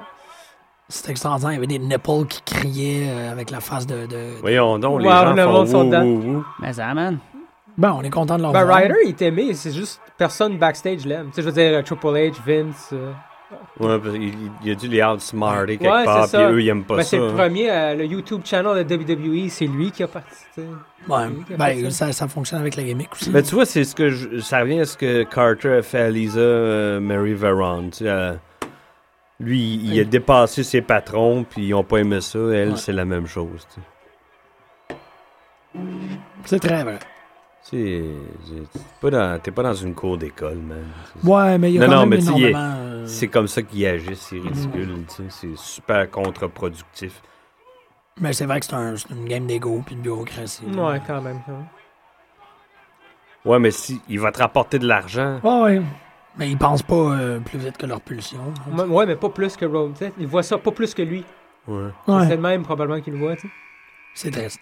Speaker 2: C'était extraordinaire. Il y avait des nipples qui criaient euh, avec la face de. de-
Speaker 3: Voyons donc, les
Speaker 4: Wow,
Speaker 3: gens
Speaker 4: le
Speaker 3: font
Speaker 4: monde sont
Speaker 3: wouh,
Speaker 4: dedans.
Speaker 3: wouh, wouh.
Speaker 5: Mais ça, man.
Speaker 2: Ben, on est content de leur
Speaker 4: Ben,
Speaker 2: voir.
Speaker 4: Ryder, il est aimé, c'est juste personne backstage l'aime. Tu sais, je veux dire, euh, Triple H, Vince. euh,
Speaker 3: Ouais, parce qu'il- il a dû les outsmarter quelque
Speaker 4: Ouais,
Speaker 3: part,
Speaker 4: c'est
Speaker 3: puis
Speaker 4: ça.
Speaker 3: eux, ils aiment pas
Speaker 4: ben,
Speaker 3: ça.
Speaker 4: c'est le
Speaker 3: hein.
Speaker 4: premier, euh, le YouTube channel de WWE, c'est lui qui a parti. tu sais.
Speaker 2: Ouais. Ben, ça, ça fonctionne avec la gimmick aussi.
Speaker 3: Ben, tu vois, c'est ce que je- ça revient à ce que Carter a fait à Lisa euh, Mary Veron. tu sais, euh, lui, il, il a dépassé ses patrons, puis ils ont pas aimé ça. Elle,
Speaker 2: Ouais.
Speaker 3: c'est la même chose. tu sais.
Speaker 2: C'est très vrai.
Speaker 3: C'est c'est- t'es pas dans- t'es pas dans une cour d'école, man. C'est-
Speaker 2: Ouais, mais il y a
Speaker 3: Non,
Speaker 2: quand
Speaker 3: non,
Speaker 2: même
Speaker 3: mais tu y es.
Speaker 2: énormément, euh,
Speaker 3: C'est comme ça qu'ils agissent,
Speaker 4: Mhm.
Speaker 3: c'est ridicule, tu sais, c'est super contre-productif.
Speaker 2: Mais c'est vrai que c'est un- c'est une game d'ego puis de bureaucratie.
Speaker 4: Ouais, quand même. hein.
Speaker 3: Ouais, mais si il va te rapporter de l'argent,
Speaker 2: Ouais, ouais. Mais ils pensent pas euh, plus vite que leur pulsion.
Speaker 4: Ouais, ouais, mais pas plus que Rome. tu sais. Il voit ça pas plus que lui.
Speaker 3: ouais.
Speaker 4: C'est
Speaker 2: Ouais,
Speaker 4: le même probablement qu'il le voit. tu sais.
Speaker 2: c'est triste.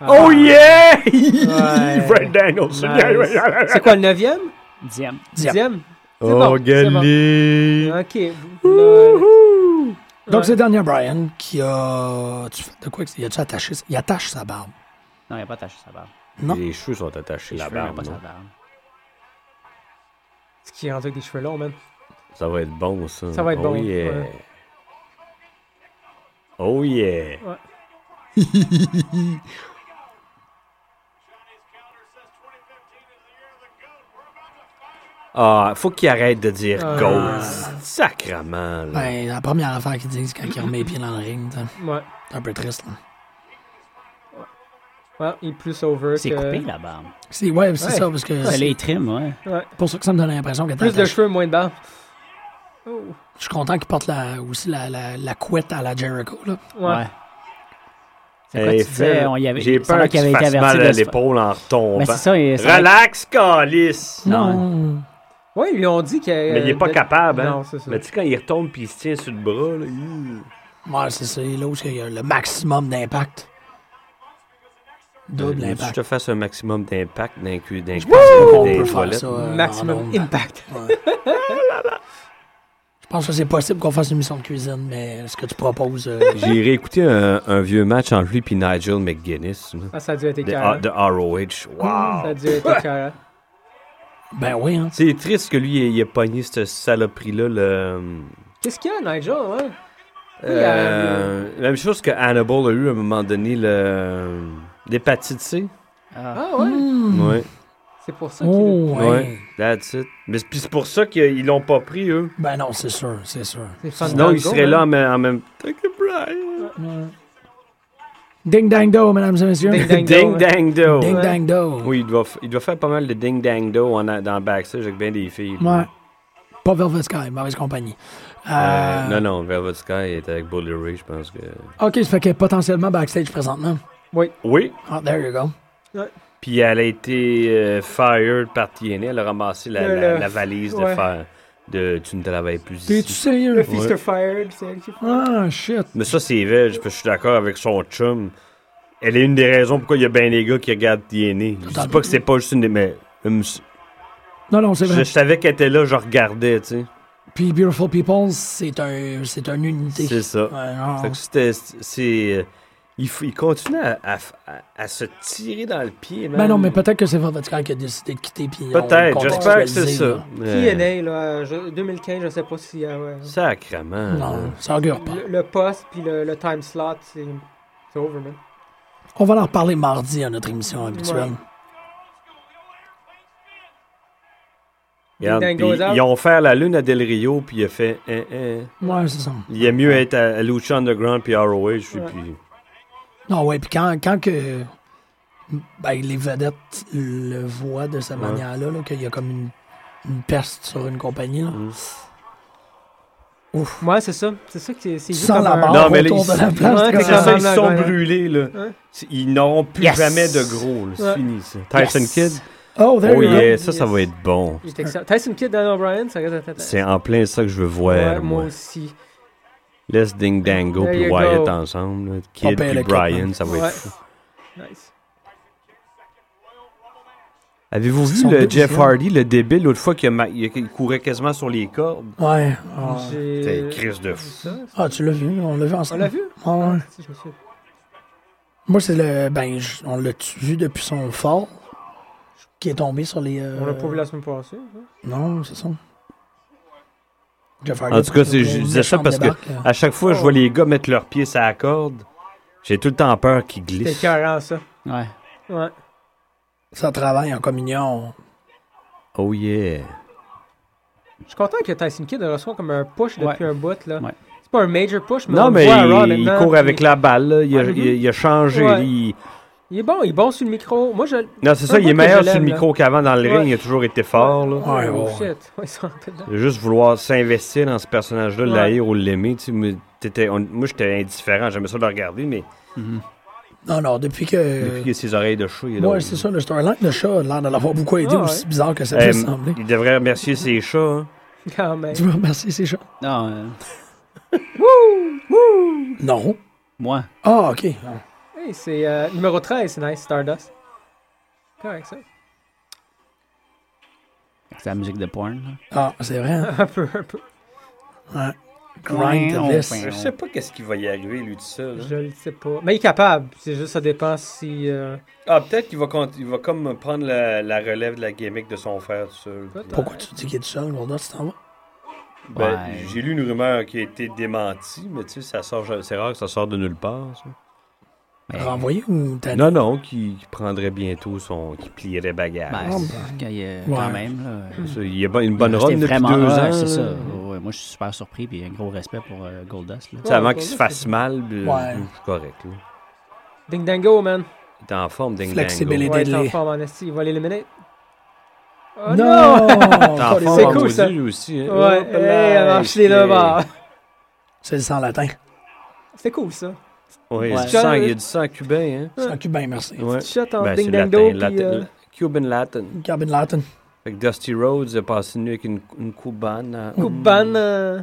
Speaker 4: Ah.
Speaker 3: Oh yeah!
Speaker 4: Ouais.
Speaker 3: Brett Danielson.
Speaker 4: Nice. C'est quoi le neuvième?
Speaker 11: Dixième.
Speaker 4: Dixième? C'est
Speaker 3: Oh,
Speaker 4: bon, c'est bon.
Speaker 3: Gali!
Speaker 4: Ok. Le-
Speaker 2: Donc,
Speaker 4: Ouais.
Speaker 2: c'est Daniel Bryan qui a. Tu fais de quoi que c'est- Il a-tu attaché ça? Il attache sa barbe.
Speaker 5: Non, il n'a pas attaché sa barbe.
Speaker 2: Non.
Speaker 3: Les cheveux sont attachés,
Speaker 5: Les
Speaker 3: la
Speaker 5: cheveux, il a
Speaker 3: barbe.
Speaker 5: pas sa
Speaker 3: non?
Speaker 5: barbe.
Speaker 4: Ce qui est rendu avec des cheveux longs, man.
Speaker 3: Ça va être bon, ça.
Speaker 4: Ça va être
Speaker 3: oh
Speaker 4: bon,
Speaker 3: Yeah.
Speaker 4: ouais.
Speaker 3: Oh yeah! *laughs* Ah, faut qu'il arrête de dire
Speaker 4: Ah.
Speaker 3: ghost. Sacrement, là.
Speaker 2: Ben, la première affaire qu'ils disent quand il remet les pieds dans le ring, t'sais.
Speaker 4: Ouais.
Speaker 2: c'est un peu triste. là.
Speaker 4: Ouais, il est plus over
Speaker 5: C'est
Speaker 4: que...
Speaker 5: coupé, la barbe.
Speaker 2: C'est, ouais, c'est
Speaker 4: Ouais.
Speaker 2: ça, parce que
Speaker 5: C'est
Speaker 2: c'est
Speaker 5: les trims, ouais.
Speaker 2: pour ça que ça me donne l'impression qu'elle
Speaker 4: Plus de
Speaker 2: attaché.
Speaker 4: cheveux, moins de barbe. Oh.
Speaker 2: Je suis content qu'il porte la, aussi la, la, la couette à la Jericho. Là.
Speaker 4: Ouais.
Speaker 11: C'est quoi tu
Speaker 3: Hey,
Speaker 11: disais?
Speaker 3: Eh, Phil,
Speaker 11: On y avait.
Speaker 3: J'ai
Speaker 11: il semblait
Speaker 3: peur
Speaker 11: qu'il
Speaker 3: qu'il
Speaker 11: avait
Speaker 3: se
Speaker 11: été
Speaker 3: fasse
Speaker 11: averti
Speaker 3: mal
Speaker 11: de
Speaker 3: à
Speaker 11: se-
Speaker 3: l'épaule en retombant.
Speaker 5: Ben,
Speaker 11: Mais c'est ça. il- ça-
Speaker 3: Relax, calice!
Speaker 11: Non.
Speaker 2: Non.
Speaker 4: Ah Ouais, ils lui ont dit que. euh,
Speaker 3: Mais il est
Speaker 11: Euh,
Speaker 3: pas capable, hein?
Speaker 4: Non, c'est ça.
Speaker 3: Mais tu sais, quand il retombe puis il se tient sur le bras, là, il-
Speaker 2: Ouais, c'est ça. Là où il y a le maximum d'impact. Double
Speaker 3: Faut que
Speaker 2: impact.
Speaker 3: Euh, je te fasse un maximum d'impact d'un cul d'un cul-
Speaker 2: On
Speaker 3: des
Speaker 2: peut faire
Speaker 3: toilettes.
Speaker 2: ça. euh, en
Speaker 4: Maximum
Speaker 2: ondes.
Speaker 4: impact.
Speaker 2: Ouais. *laughs* Je pense que c'est possible qu'on fasse une mission de cuisine, mais ce que tu proposes. euh,
Speaker 3: J'ai réécouté un, un vieux match entre lui et Nigel McGuinness là,
Speaker 4: Ah, ça a dû être
Speaker 3: de,
Speaker 4: écœurant.
Speaker 3: de ROH.
Speaker 4: Ça
Speaker 3: Wow!
Speaker 4: a dû
Speaker 3: *laughs*
Speaker 4: être écœurant.
Speaker 2: ben oui, hein.
Speaker 3: C'est triste que lui il ait pogné cette saloperie-là. Le,
Speaker 4: Qu'est-ce qu'il y a, Nigel, ouais?
Speaker 3: Euh, la même chose que Hannibal a eu à un moment donné, le, l'hépatite C.
Speaker 5: Ah.
Speaker 4: Ah, ouais.
Speaker 2: Hmm.
Speaker 3: Mm. Ouais.
Speaker 4: C'est pour ça qu'il.
Speaker 2: Oh, ouais.
Speaker 3: Ouais. That's it. Mais c'est- puis c'est pour ça qu'ils l'ont pas pris, eux.
Speaker 2: Ben non, c'est sûr, c'est sûr.
Speaker 4: C'est
Speaker 3: Sinon,
Speaker 4: Fandango,
Speaker 3: ils seraient
Speaker 4: hein.
Speaker 3: là en même, en même temps que Brian.
Speaker 2: Ding dang do, mesdames et messieurs.
Speaker 4: Ding, dang,
Speaker 2: hein?
Speaker 3: Ding
Speaker 4: dang.
Speaker 3: dang do.
Speaker 2: Ding
Speaker 4: Ouais.
Speaker 2: dang do.
Speaker 3: Oui, il doit, f- il doit faire pas mal de ding dang do en, a- dans le backstage avec bien des filles. là.
Speaker 2: Ouais. Pas Velvet Sky, mauvaise compagnie. Euh,
Speaker 3: Euh, non, non, Velvet Sky est avec Bully Ray, je pense que.
Speaker 2: Ok, ça fait que potentiellement backstage présentement.
Speaker 3: Oui.
Speaker 2: Oh, there you go.
Speaker 3: Puis elle a été euh, fired par TNA. Elle a ramassé la,
Speaker 4: Le-
Speaker 3: la-
Speaker 4: le-
Speaker 3: la valise
Speaker 4: ouais.
Speaker 3: de faire de Tu ne travailles plus
Speaker 2: T'es-tu
Speaker 3: ici.
Speaker 4: Le
Speaker 2: sérieux?
Speaker 4: Feast of Fired, c'est elle qui fait.
Speaker 2: Ah, shit.
Speaker 3: Mais ça, c'est vrai, je, je suis d'accord avec son chum. Elle est une des raisons pourquoi il y a bien des gars qui regardent TNA. Je dis pas que c'est pas juste une des. Mais. euh,
Speaker 2: Non, non, c'est
Speaker 3: je, je
Speaker 2: vrai.
Speaker 3: savais qu'elle était là, je regardais, tu sais.
Speaker 2: Puis Beautiful People, c'est un, c'est une unité.
Speaker 3: C'est ça.
Speaker 2: Ouais, ah, non.
Speaker 3: Fait que c'était. C'est. euh, Il, faut- il continue à, à- à- à se tirer dans le pied, man.
Speaker 2: Ben non, mais peut-être que c'est Velvet Sky qui a décidé de quitter. puis ils ont
Speaker 3: Peut-être, j'espère que c'est
Speaker 2: contextualisé,
Speaker 3: ça.
Speaker 2: là.
Speaker 3: Mais-
Speaker 4: TNA, là, je- 2015, je sais pas si. euh, ouais.
Speaker 3: Sacrement.
Speaker 2: Non, ça augure pas.
Speaker 4: Le, le poste puis le, le time slot, c'est. C'est over, man.
Speaker 2: On va en reparler mardi à notre émission habituelle.
Speaker 4: Ouais.
Speaker 3: Regarde,
Speaker 4: Ding
Speaker 3: puis
Speaker 4: dong goes out.
Speaker 3: ils ont fait la lune à Del Rio, puis il a fait. Hein, hein.
Speaker 2: Ouais, c'est ça.
Speaker 3: Il aime mieux être à à Lucha Underground puis ROH. puis-
Speaker 4: Ouais.
Speaker 3: puis-
Speaker 2: Non, ouais, puis quand, quand que ben, les vedettes le
Speaker 3: Mm.
Speaker 2: voient de cette manière-là, là, qu'il y a comme une, une peste sur une compagnie, là, Ouf.
Speaker 4: Moi, c'est ça. C'est ça qui est. C'est
Speaker 2: Tu
Speaker 4: vu
Speaker 2: sens
Speaker 4: comme
Speaker 2: la
Speaker 4: un-
Speaker 2: barre
Speaker 3: Non, mais là,
Speaker 2: autour
Speaker 3: ils-
Speaker 2: Ah, de la place.
Speaker 4: Ouais,
Speaker 2: comme-
Speaker 3: C'est
Speaker 4: c'est
Speaker 3: ça,
Speaker 4: ça,
Speaker 3: ils
Speaker 4: là,
Speaker 3: sont
Speaker 4: ouais.
Speaker 3: brûlés, là.
Speaker 4: Hein?
Speaker 3: C'est- Ils n'auront plus
Speaker 2: Yes!
Speaker 3: jamais de gros, là. C'est
Speaker 4: Ouais.
Speaker 3: fini, ça. Tyson
Speaker 2: Yes.
Speaker 3: Kidd.
Speaker 2: Oh, there
Speaker 3: Oh
Speaker 2: you go.
Speaker 3: yeah, ça, ça va être bon.
Speaker 4: Il est excellent. Tyson Kidd, Dan O'Brien, ça reste
Speaker 3: C'est en plein ça que je veux voir,
Speaker 4: Ouais,
Speaker 3: moi.
Speaker 4: moi aussi.
Speaker 3: Laisse Ding Dango
Speaker 4: There
Speaker 3: puis
Speaker 4: you
Speaker 3: Wyatt
Speaker 4: go.
Speaker 3: ensemble. là. Kid
Speaker 2: ben,
Speaker 3: puis
Speaker 2: le
Speaker 3: Brian,
Speaker 2: Kidman.
Speaker 3: ça va
Speaker 4: Ouais.
Speaker 3: être Ah fou.
Speaker 4: Nice.
Speaker 3: Avez-vous
Speaker 2: Ils
Speaker 3: vu
Speaker 2: sont
Speaker 3: le
Speaker 2: deux
Speaker 3: Jeff
Speaker 2: vieux.
Speaker 3: Hardy, le débile, l'autre fois qu'il a ma- il a- il courait quasiment sur les cordes?
Speaker 2: Ouais. Ah.
Speaker 4: J'ai-
Speaker 3: C'était une crise de fou.
Speaker 4: Ça, c'est-
Speaker 2: Ah, tu l'as vu, on l'a vu
Speaker 4: On
Speaker 2: ensemble.
Speaker 4: l'a vu?
Speaker 2: Ah, ouais.
Speaker 4: Si, je me suis-
Speaker 2: Moi, c'est le. Ben, je- on l'a vu depuis son fort qui est tombé sur les. euh,
Speaker 4: On l'a pas vu la semaine passée. hein?
Speaker 2: Non, c'est ça. Jeff
Speaker 3: En tout cas, c'est-
Speaker 2: le
Speaker 3: je disais ça
Speaker 2: méchant
Speaker 3: parce que-
Speaker 2: débarque,
Speaker 4: hein.
Speaker 2: euh.
Speaker 3: À chaque fois, je vois les gars mettre leurs pieds à la corde. J'ai tout le temps peur qu'ils
Speaker 4: C'était
Speaker 3: glissent.
Speaker 4: écœurant, ça.
Speaker 5: Ouais.
Speaker 4: Ouais.
Speaker 2: Ça travaille en communion.
Speaker 3: Oh yeah.
Speaker 4: Je suis content que Tyson Kidd reçoit comme un push depuis
Speaker 5: Ouais.
Speaker 4: un bout, là.
Speaker 5: Ouais.
Speaker 4: C'est pas un major push, mais on
Speaker 3: Non,
Speaker 4: le
Speaker 3: mais
Speaker 4: voit à Raw
Speaker 3: il, il
Speaker 4: maintenant,
Speaker 3: court
Speaker 4: puis-
Speaker 3: avec la balle. là. Il, a,
Speaker 4: Mhm.
Speaker 3: il a- il a changé.
Speaker 4: Ouais.
Speaker 3: il-
Speaker 4: Il est bon, il est bon sur le micro. Moi, je.
Speaker 3: Non, c'est ça,
Speaker 4: Un
Speaker 3: il est
Speaker 4: bout que
Speaker 3: meilleur
Speaker 4: je
Speaker 3: sur le
Speaker 4: l'aime,
Speaker 3: micro qu'avant dans le
Speaker 4: Ouais.
Speaker 3: ring. Il a toujours été fort. Là.
Speaker 2: Ouais,
Speaker 4: oh,
Speaker 2: ouais.
Speaker 4: shit. *laughs* Ouais, ils sont en dedans.
Speaker 3: De Juste vouloir s'investir dans ce personnage-là,
Speaker 4: Ouais.
Speaker 3: l'haïr ou l'aimer. tu sais, mais t'étais- on- moi, j'étais indifférent. J'aimais ça de le regarder, mais
Speaker 5: Mhm.
Speaker 2: Non, non, depuis que.
Speaker 5: Euh,
Speaker 3: depuis qu'il a ses oreilles de chat, il est
Speaker 2: Ouais,
Speaker 3: drôle.
Speaker 2: c'est ça, le storyline de chat a l'air de l'avoir beaucoup aidé,
Speaker 4: Ah, ouais.
Speaker 2: aussi bizarre que ça
Speaker 3: Euh,
Speaker 2: puisse sembler.
Speaker 3: il devrait remercier ses chats. hein.
Speaker 4: Quand même.
Speaker 2: Tu veux remercier ces chats?
Speaker 5: Non, euh,
Speaker 2: Non.
Speaker 5: moi.
Speaker 2: Ah, ok.
Speaker 4: Hey, c'est euh, numéro 13, c'est nice, Stardust. Correct, ça. *laughs*
Speaker 5: C'est la musique de porn. là.
Speaker 2: Ah, c'est vrai. hein?
Speaker 4: Un peu, un peu.
Speaker 2: Ouais. Grind to this.
Speaker 3: Je sais pas qu'est-ce qui va y arriver, lui, tout seul. hein?
Speaker 4: Je le sais pas. Mais il est capable. C'est juste, ça dépend si. euh,
Speaker 3: Ah, peut-être qu'il va, cont- il va comme prendre la, la relève de la gimmick de son frère tout seul.
Speaker 4: peut-être.
Speaker 2: Pourquoi tu dis qu'il est tout seul, Golda, tu t'en vas?
Speaker 3: Ben,
Speaker 5: Ouais.
Speaker 3: J'ai lu une rumeur qui a été démentie, mais tu sais, ça sort, c'est rare que ça sorte de nulle part. ça.
Speaker 5: Mais-
Speaker 2: Renvoyé ou
Speaker 5: Ben,
Speaker 2: t'as
Speaker 3: Ben. Non, non, qui, qui prendrait bientôt son. qui plierait bagage.
Speaker 5: Ben,
Speaker 2: non,
Speaker 5: c'est-
Speaker 2: ben.
Speaker 5: quand, il, euh,
Speaker 2: Ouais.
Speaker 5: quand même. Là,
Speaker 3: Ça, il y a pas- une bonne
Speaker 5: C'était
Speaker 3: run depuis
Speaker 5: vraiment-
Speaker 3: deux
Speaker 5: ouais,
Speaker 3: ans.
Speaker 5: C'est
Speaker 3: là.
Speaker 5: ça. Ouais, ouais, moi, je suis super surpris. Puis un gros respect pour euh, Goldust. là.
Speaker 3: Tu sais, avant
Speaker 4: Ouais,
Speaker 3: qu'il
Speaker 4: ouais,
Speaker 3: se fasse mal, puis,
Speaker 2: Ouais.
Speaker 3: euh, c'est correct. là.
Speaker 4: Ding Dango, man.
Speaker 3: Il est en forme, Ding
Speaker 2: Flexibilité.
Speaker 3: Dango.
Speaker 4: Ouais, il est en
Speaker 2: Dédlé.
Speaker 4: forme en esti. Il va l'éliminer.
Speaker 2: Non!
Speaker 4: Oh
Speaker 3: Il est en forme,
Speaker 4: C'est
Speaker 3: en
Speaker 4: cool,
Speaker 3: maudit,
Speaker 4: ça.
Speaker 3: lui aussi. hein.
Speaker 4: Ouais,
Speaker 3: Hop
Speaker 4: hey, bah.
Speaker 3: là,
Speaker 4: elle marche les deux
Speaker 3: hey.
Speaker 4: barres.
Speaker 2: C'est le sang latin.
Speaker 4: C'était cool, ça.
Speaker 3: Ouais,
Speaker 5: Ouais.
Speaker 3: du sang- Il y a du sang cubain.
Speaker 2: C'est un cubain, merci.
Speaker 3: Hein? Ouais.
Speaker 4: Petit shot en
Speaker 3: Ben, c'est
Speaker 4: Ding
Speaker 3: latin,
Speaker 4: Dango. puis,
Speaker 3: latin,
Speaker 4: euh,
Speaker 3: Cuban Latin.
Speaker 2: Gabin Latin.
Speaker 3: Fait que Dusty Rhodes a passé une nuit avec une, une cubane. hein.
Speaker 4: Kuban. euh,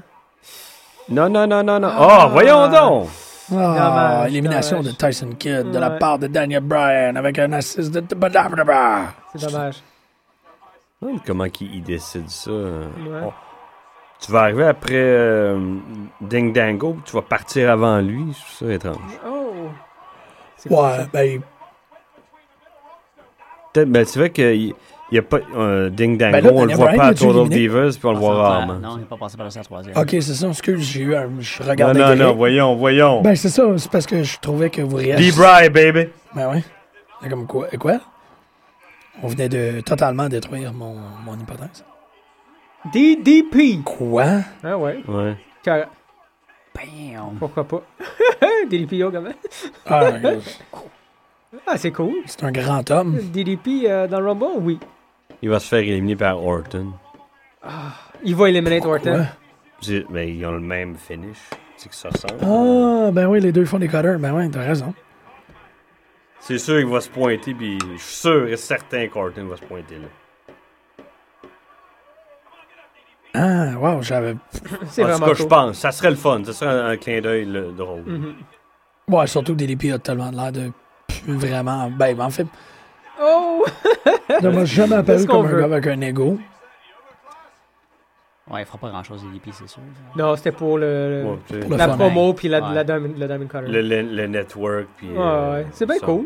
Speaker 3: Non, non, non, non, non.
Speaker 4: Ah.
Speaker 3: Oh, voyons donc!
Speaker 2: Ah,
Speaker 4: Dommage,
Speaker 2: élimination
Speaker 4: dommage.
Speaker 2: de Tyson Kidd de la
Speaker 4: Ouais.
Speaker 2: part de Daniel Bryan avec un assist de...
Speaker 4: C'est dommage.
Speaker 3: Hum, Comment qu'il- il, décide ça?
Speaker 4: Ouais.
Speaker 3: Oh. Tu vas arriver après euh, Ding Dango, puis tu vas partir avant lui. C'est ça étrange.
Speaker 4: Oh. C'est cool,
Speaker 2: Ouais,
Speaker 4: ça.
Speaker 2: ben,
Speaker 3: Peut-être, ben, c'est vrai que il, il y a pas, euh, Ding Dango,
Speaker 2: Ben là,
Speaker 3: on le
Speaker 2: Daniel
Speaker 3: voit
Speaker 2: Bryan,
Speaker 3: pas à
Speaker 2: il a-tu
Speaker 3: Total
Speaker 2: éliminé?
Speaker 3: Divas, puis on le voit
Speaker 5: Enfin,
Speaker 3: rarement.
Speaker 5: Non, il n'est pas passé par la troisième.
Speaker 2: ok, c'est ça, excuse, j'ai eu un... Je
Speaker 3: Non,
Speaker 2: regardais
Speaker 3: non,
Speaker 2: direct.
Speaker 3: non, voyons, voyons.
Speaker 2: Ben, c'est ça, c'est parce que je trouvais que vous
Speaker 3: Dee
Speaker 2: réagissiez.
Speaker 3: Bry, baby!
Speaker 2: Ben ouais. C'est comme quoi? Et quoi? On venait de totalement détruire mon, mon hypothèse.
Speaker 4: DDP.
Speaker 2: Quoi?
Speaker 4: Ah ouais.
Speaker 3: Ouais.
Speaker 4: Car-
Speaker 5: Bam!
Speaker 4: Pourquoi pas? *laughs* DDP Yoga, man.
Speaker 2: Ah, *laughs*
Speaker 4: Ah, c'est cool.
Speaker 2: c'est un grand homme.
Speaker 4: DDP euh, dans le Rumble, oui.
Speaker 3: Il va se faire éliminer par Orton.
Speaker 4: Il va éliminer Orton.
Speaker 2: Quoi?
Speaker 3: C'est- Ben, ils ont le même finish. C'est que ça ressemble.
Speaker 2: Ah, ben oui, les deux font des cutters. Ben oui, t'as raison.
Speaker 3: C'est sûr qu'il va se pointer, puis je suis sûr et certain qu'Orton va se pointer là.
Speaker 2: Ah, wow, j'avais.
Speaker 4: C'est
Speaker 3: en tout
Speaker 4: vraiment
Speaker 3: cas, je
Speaker 4: cool.
Speaker 3: pense. Ça serait le fun. Ça serait un, un clin d'œil le- drôle.
Speaker 4: Mhm.
Speaker 2: Ouais, surtout que DDP a tellement l'air de plus vraiment. Ben, en fait,
Speaker 4: Oh!
Speaker 2: il m'a jamais apparu
Speaker 4: Qu'est-ce qu'on
Speaker 2: comme un
Speaker 4: veut?
Speaker 2: gars avec un ego.
Speaker 5: Ouais, il fera pas grand-chose, Lilipi, c'est sûr.
Speaker 4: Non, c'était pour le, le-
Speaker 3: Ouais, tu sais,
Speaker 2: Pour le
Speaker 4: la
Speaker 2: fun.
Speaker 4: promo puis la,
Speaker 5: Ouais.
Speaker 4: la, Diamond- la Diamond Cutter.
Speaker 3: le, le- le network, puis.
Speaker 4: Ouais,
Speaker 3: euh,
Speaker 4: ouais. C'est bien
Speaker 3: son-
Speaker 4: cool.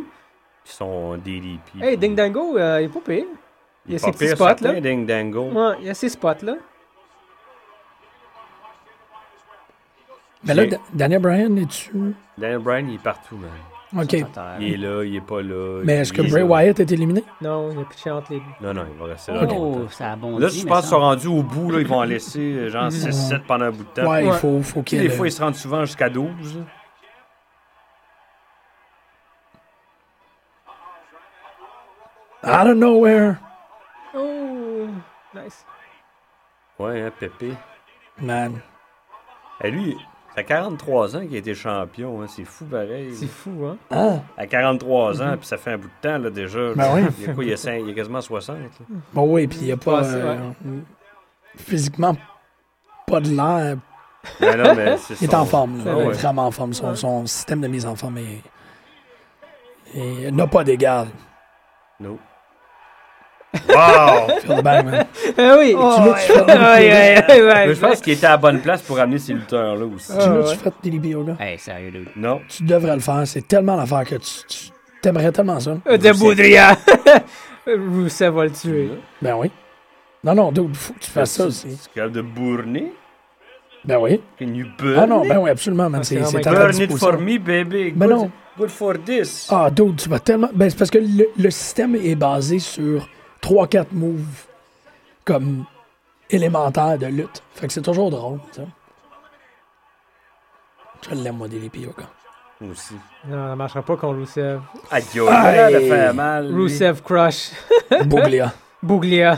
Speaker 3: Son DDP.
Speaker 4: Hey, Ding Dango, euh, il est pas pire. il y a ses petits spots, là.
Speaker 3: Ding Dango.
Speaker 4: Ouais, il y a ces spots-là.
Speaker 2: Mais là,
Speaker 3: J'ai-
Speaker 2: Da- Daniel Bryan, es-tu.
Speaker 3: Daniel Bryan, il est partout, man.
Speaker 2: Ok.
Speaker 3: Il est là, il est pas là.
Speaker 2: Mais est-ce
Speaker 3: il
Speaker 2: que
Speaker 3: est
Speaker 2: Bray
Speaker 3: là.
Speaker 2: Wyatt est éliminé?
Speaker 4: Non, il y a pitché entre les deux.
Speaker 3: Non, non, il va rester là.
Speaker 5: Oh,
Speaker 3: longtemps.
Speaker 5: ça a bondi.
Speaker 3: Là, je pense qu'ils sont rendus au bout, là, ils vont en laisser euh, genre 6-7 pendant un bout de temps.
Speaker 2: Ouais, il
Speaker 4: Ouais.
Speaker 2: faut, faut
Speaker 3: Tu
Speaker 2: qu'il.
Speaker 3: sais, des fois, ils se rendent souvent jusqu'à 12. là.
Speaker 2: Out of nowhere!
Speaker 4: Oh! Nice.
Speaker 3: Ouais, hein, Pépé.
Speaker 2: Man.
Speaker 3: Eh, lui, ça fait 43 ans qu'il a été champion. hein. C'est fou pareil.
Speaker 4: C'est fou, hein? *laughs*
Speaker 3: À 43 ans, puis ça fait un bout de temps là, déjà.
Speaker 2: Ben oui.
Speaker 3: Il y a quoi, il y a, cinq- il y a quasiment 60. là.
Speaker 2: Bon, oui, puis il n'y a pas.
Speaker 4: Passé,
Speaker 2: euh,
Speaker 4: ouais. Mm.
Speaker 2: Physiquement, pas de l'air.
Speaker 3: Ben non, mais c'est
Speaker 2: Il est
Speaker 3: son-
Speaker 2: en forme, là.
Speaker 4: Ah
Speaker 2: Il est
Speaker 3: ouais.
Speaker 2: vraiment en forme. Son, son système de mise en forme est. et n'a pas d'égard.
Speaker 3: No. Wow!
Speaker 2: Feel the bang, man.
Speaker 4: Ah oui!
Speaker 2: Tu
Speaker 3: Oh.
Speaker 2: l'as, tu
Speaker 4: Ouais,
Speaker 2: fais-
Speaker 4: ouais, ouais, ouais.
Speaker 3: Mais je pense qu'il était à la bonne place pour amener ces lutteurs-là aussi.
Speaker 2: tu l'as,
Speaker 4: ouais.
Speaker 2: tu fais des libio, là.
Speaker 5: Hey, sérieux, dude.
Speaker 3: Non.
Speaker 2: Tu devrais le faire. C'est tellement l'affaire que tu, tu- t'aimerais tellement ça.
Speaker 4: Euh, De Boudria! *laughs* Rousseff va le tuer.
Speaker 2: Ben oui. Non, non, dude, faut que tu fasses ça aussi.
Speaker 3: C'est capable de bourner.
Speaker 2: Ben oui.
Speaker 3: Can you
Speaker 2: Ah
Speaker 3: burn
Speaker 2: non,
Speaker 3: it?
Speaker 2: ben oui, absolument, man.
Speaker 4: Ah,
Speaker 2: C'est,
Speaker 4: c'est
Speaker 2: c'est
Speaker 4: vraiment
Speaker 2: à ta
Speaker 3: Burn it
Speaker 2: disposition.
Speaker 3: for me, baby.
Speaker 2: Ben
Speaker 3: good,
Speaker 2: non.
Speaker 3: good for this.
Speaker 2: Ah, dude, tu vas tellement. Ben, c'est parce que le, le système est basé sur 3-4 moves comme élémentaire de lutte. Fait que c'est toujours drôle, tu sais. Je l'aime, moi, des Lépio,
Speaker 3: *laughs*
Speaker 2: quand.
Speaker 3: Moi aussi.
Speaker 4: Non, ça marchera pas contre Rousseff.
Speaker 3: Aïe, il a l'air de faire mal. lui.
Speaker 4: Rousseff crush.
Speaker 2: Bouglia.
Speaker 4: Bouglia.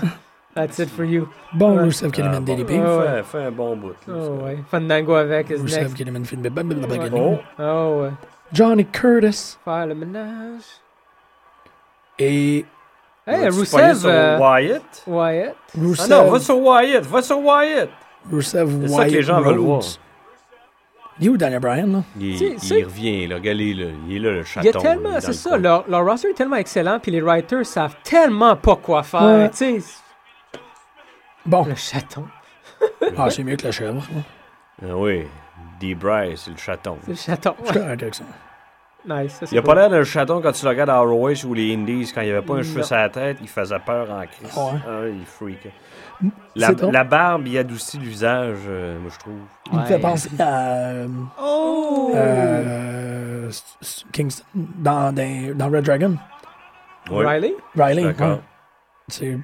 Speaker 4: That's it for you.
Speaker 2: Bon,
Speaker 4: Ouais.
Speaker 2: Rusev qui
Speaker 3: Ah,
Speaker 2: élimine
Speaker 3: bon,
Speaker 2: DDP.
Speaker 3: fait-
Speaker 4: Ouais.
Speaker 3: Fait un bon bout. là,
Speaker 4: Oh
Speaker 3: ça.
Speaker 4: ouais. Fandango avec his
Speaker 2: Rusev
Speaker 4: next.
Speaker 2: qui élimine Finn Balor. Blablabla.
Speaker 3: Oh,
Speaker 4: Oh ouais.
Speaker 2: Johnny Curtis
Speaker 4: Faire le ménage.
Speaker 2: et
Speaker 4: Hey,
Speaker 3: vas-tu pogner
Speaker 4: Rousseff.
Speaker 3: sur
Speaker 4: euh,
Speaker 3: Wyatt.
Speaker 4: Wyatt.
Speaker 3: Ah
Speaker 2: Rusev.
Speaker 3: non, va sur Wyatt, va sur Wyatt.
Speaker 2: Rusev
Speaker 3: C'est ça que les gens veulent voir.
Speaker 2: Il est où Daniel Bryan, là?
Speaker 12: Il,
Speaker 4: Tu sais,
Speaker 12: il
Speaker 4: c'est-
Speaker 12: revient, là. Regardez, là. Il est là, le chaton.
Speaker 4: Il y a
Speaker 12: là,
Speaker 4: tellement.
Speaker 12: dans
Speaker 4: C'est
Speaker 12: le
Speaker 4: ça,
Speaker 12: coin.
Speaker 4: leur, leur roster est tellement excellent, puis les writers savent tellement pas quoi faire.
Speaker 2: Ouais.
Speaker 4: Tu sais,
Speaker 2: Bon.
Speaker 4: le chaton.
Speaker 2: Ah, c'est mieux que la chèvre. là.
Speaker 12: Ah oui, D. Bryce, c'est le chaton.
Speaker 4: Le chaton.
Speaker 2: Je suis correct avec ça.
Speaker 4: Nice. ça, c'est
Speaker 3: Il a
Speaker 4: cool.
Speaker 3: pas l'air d'un chaton quand tu le regardes à ROH ou les Indies, quand il n'y avait pas un cheveu
Speaker 4: Non.
Speaker 3: sur la tête, il faisait peur en crise.
Speaker 2: Ouais.
Speaker 3: Ah, il freak. La,
Speaker 2: C'est drôle.
Speaker 3: la barbe, il adoucit le visage, euh, moi je trouve.
Speaker 2: Il me fait
Speaker 5: Ouais.
Speaker 2: penser à. euh,
Speaker 4: Oh!
Speaker 2: euh, s- s- Kingston dans, dans, dans Red Dragon.
Speaker 12: Ouais.
Speaker 4: Riley?
Speaker 2: Riley.
Speaker 12: D'accord.
Speaker 2: ouais. C'est.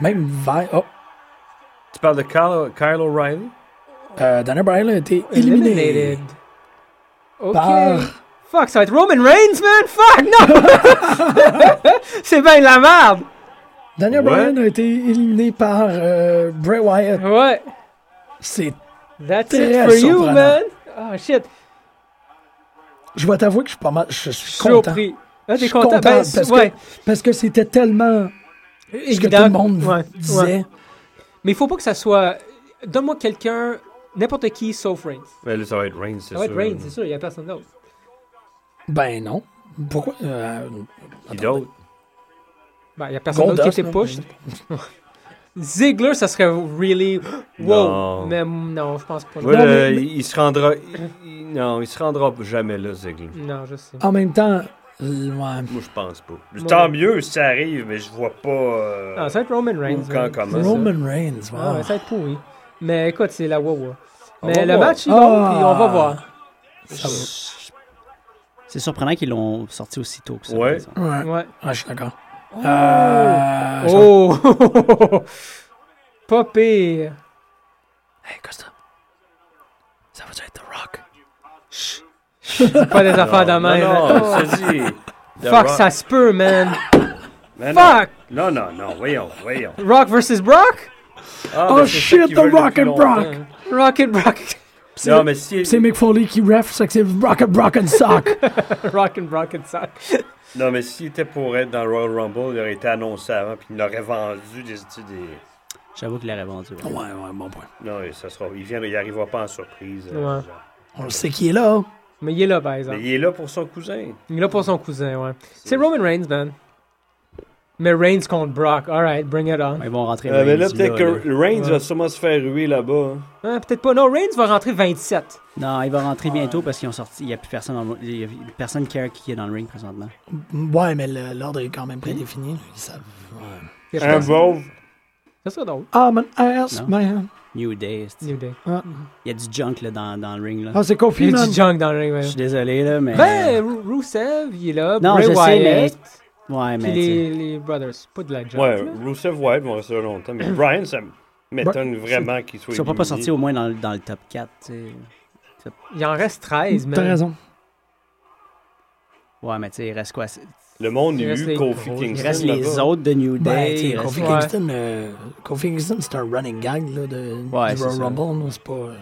Speaker 2: Même Vi- Oh,
Speaker 3: Tu parles de Kyle, Kyle O'Reilly?
Speaker 2: euh, Daniel Bryan a été éliminé.
Speaker 4: Eliminated. Ok.
Speaker 2: Par-
Speaker 4: Fuck, ça va être Roman Reigns, man! Fuck, non! *laughs* c'est bien de la merde!
Speaker 2: Daniel
Speaker 3: Ouais.
Speaker 2: Bryan a été éliminé par euh, Bray Wyatt.
Speaker 4: Ouais.
Speaker 2: C'est.
Speaker 4: That's
Speaker 2: Très
Speaker 4: it for you,
Speaker 2: surprenant.
Speaker 4: man! Oh shit,
Speaker 2: Je vais t'avouer que je suis pas mal. Je
Speaker 4: je
Speaker 2: suis
Speaker 4: suis
Speaker 2: content.
Speaker 4: surpris. Ah,
Speaker 2: Je
Speaker 4: t'es
Speaker 2: suis
Speaker 4: content?
Speaker 2: content
Speaker 4: Ben,
Speaker 2: parce,
Speaker 4: ouais.
Speaker 2: que, parce que c'était tellement ce que tout
Speaker 4: Évident.
Speaker 2: le monde
Speaker 4: Ouais, ouais.
Speaker 2: disait.
Speaker 4: Mais il faut pas que ça soit. Donne-moi quelqu'un, n'importe qui sauf Reigns.
Speaker 3: Ben là, ça va être Reigns, c'est
Speaker 4: Ça va être
Speaker 3: sûr.
Speaker 4: Reigns, c'est sûr, il n'y a personne d'autre.
Speaker 2: Ben non. Pourquoi euh,
Speaker 3: Puis d'autres.
Speaker 4: Ben, il n'y a personne d'autre qui
Speaker 2: Goldust,
Speaker 4: était
Speaker 2: là.
Speaker 4: push. Ziggler, ça serait really. Wow!
Speaker 3: Non.
Speaker 4: Mais mm, non, je pense pas.
Speaker 3: Ouais,
Speaker 2: Non,
Speaker 3: là,
Speaker 2: mais-
Speaker 3: il- Il se rendra. il- il- non, il se rendra jamais là, Ziggler.
Speaker 4: Non, je sais.
Speaker 2: En même temps, l- ouais.
Speaker 3: Moi, je pense pas.
Speaker 4: Ouais.
Speaker 3: Tant mieux si ça arrive, mais je vois pas. euh,
Speaker 4: Ah, ça va être Roman Reigns.
Speaker 3: quand,
Speaker 4: ouais.
Speaker 3: comment,
Speaker 4: C'est ça.
Speaker 2: Roman Reigns, wow.
Speaker 4: Ah, ouais, ça va être pourri. Mais écoute, c'est la Wawa.
Speaker 3: On
Speaker 4: Mais
Speaker 3: va
Speaker 4: le
Speaker 3: voir.
Speaker 4: match, il est bon,
Speaker 2: Ah.
Speaker 4: puis on va voir.
Speaker 2: Ça va.
Speaker 5: C'est surprenant qu'ils l'ont sorti aussi tôt que ça.
Speaker 3: Ouais.
Speaker 5: par exemple.
Speaker 2: Ouais.
Speaker 4: Ouais.
Speaker 2: Ouais, je suis d'accord. Euh, ça-
Speaker 4: Oh! *laughs* pas pire.
Speaker 2: Hey, Costa. Ça va être The Rock?
Speaker 4: Pas des affaires de
Speaker 3: Non,
Speaker 4: même.
Speaker 3: non,
Speaker 4: hein.
Speaker 3: je te dis. The
Speaker 4: Fuck,
Speaker 3: Rock-
Speaker 4: ça se peut, man.
Speaker 3: Mais *laughs* non.
Speaker 4: Fuck!
Speaker 3: Non, non, non, voyons, voyons.
Speaker 4: Rock versus Brock?
Speaker 3: Ah,
Speaker 2: Oh,
Speaker 3: ben, c'est ça
Speaker 2: shit,
Speaker 3: qu'ils
Speaker 2: The
Speaker 3: veulent
Speaker 2: Rock
Speaker 3: depuis
Speaker 2: and
Speaker 3: longtemps.
Speaker 2: Brock!
Speaker 4: Rock and Brock. *laughs*
Speaker 3: Non, mais si.
Speaker 2: C'est Mick Foley qui ref, c'est que c'est Rock and Brock and Sock.
Speaker 4: Rock and Brock and Sock.
Speaker 3: Non, mais s'il était pour être dans le Royal Rumble, il aurait été annoncé avant, puis il l'aurait vendu des. des- des-
Speaker 5: J'avoue qu'il l'aurait vendu. ouais.
Speaker 2: ouais, ouais, bon point.
Speaker 3: Non, et ça sera... il n'arrivera arrivera pas en surprise. euh,
Speaker 4: Ouais.
Speaker 3: genre.
Speaker 2: On le sait qui est là.
Speaker 4: Mais il est là, par
Speaker 3: Mais
Speaker 4: exemple.
Speaker 3: il est là pour son cousin.
Speaker 4: Il est là pour son cousin, ouais. C'est Roman Reigns, man. Mais Reigns contre Brock. Alright, bring it on.
Speaker 5: Ils vont rentrer.
Speaker 3: Euh, mais là,
Speaker 5: Reigns,
Speaker 3: peut-être
Speaker 5: là.
Speaker 3: que Reigns
Speaker 4: Ouais.
Speaker 3: va sûrement se faire ruer là-bas. hein.
Speaker 4: Ah, Peut-être pas. Non, Reigns va rentrer 27.
Speaker 5: Non, il va rentrer bientôt parce qu'ils ont sorti. Il n'y a plus personne dans le... il y a personne qui qui est dans le ring présentement.
Speaker 2: Ouais, mais le- l'ordre est quand même prédéfini. là. Ils savent.
Speaker 4: Il y a
Speaker 3: Un
Speaker 4: personne.
Speaker 3: Vauve.
Speaker 4: Ça serait drôle.
Speaker 2: I'm an ass
Speaker 5: Non.
Speaker 2: man.
Speaker 5: New Day. c'est-
Speaker 4: New Day.
Speaker 5: Il y a du junk là, dans, dans le ring. Là.
Speaker 2: Ah, c'est
Speaker 4: Il
Speaker 2: Kofi,
Speaker 4: y a
Speaker 2: man.
Speaker 4: du junk dans le ring, man.
Speaker 5: Je suis désolé, là, mais.
Speaker 4: Ben, Ru- Rusev, il est là.
Speaker 5: Non,
Speaker 4: Bray
Speaker 5: je sais,
Speaker 4: Wyatt.
Speaker 5: ouais,
Speaker 4: Puis
Speaker 5: mais. tu sais.
Speaker 4: les, les Brothers. Pas de la junk.
Speaker 3: Ouais,
Speaker 4: là.
Speaker 3: Rusev Wyatt vont rester là longtemps. Mais Brian, ça m'étonne vraiment qu'il soit.
Speaker 5: Ils sont pas, pas sortis
Speaker 3: éliminé.
Speaker 5: au moins dans, le- dans le top 4. tu sais.
Speaker 4: Il en reste 13, man.
Speaker 2: T'as raison.
Speaker 5: Ouais, mais tu sais, il reste quoi? c'est-
Speaker 3: Le monde
Speaker 4: Il
Speaker 3: a
Speaker 4: reste les
Speaker 3: eu Kofi
Speaker 4: gros,
Speaker 5: Il
Speaker 3: Kingston.
Speaker 5: reste les
Speaker 3: là-bas.
Speaker 5: autres de New
Speaker 2: Ben,
Speaker 5: Day.
Speaker 2: tu sais,
Speaker 5: il reste-
Speaker 2: Kofi
Speaker 4: ouais.
Speaker 2: Kingston, euh, Kofi Kingston, c'est un running gag là, de
Speaker 5: Ouais,
Speaker 2: du
Speaker 5: c'est
Speaker 2: Royal
Speaker 5: ça.
Speaker 2: Rumble. là, C'est pas. euh,
Speaker 5: On va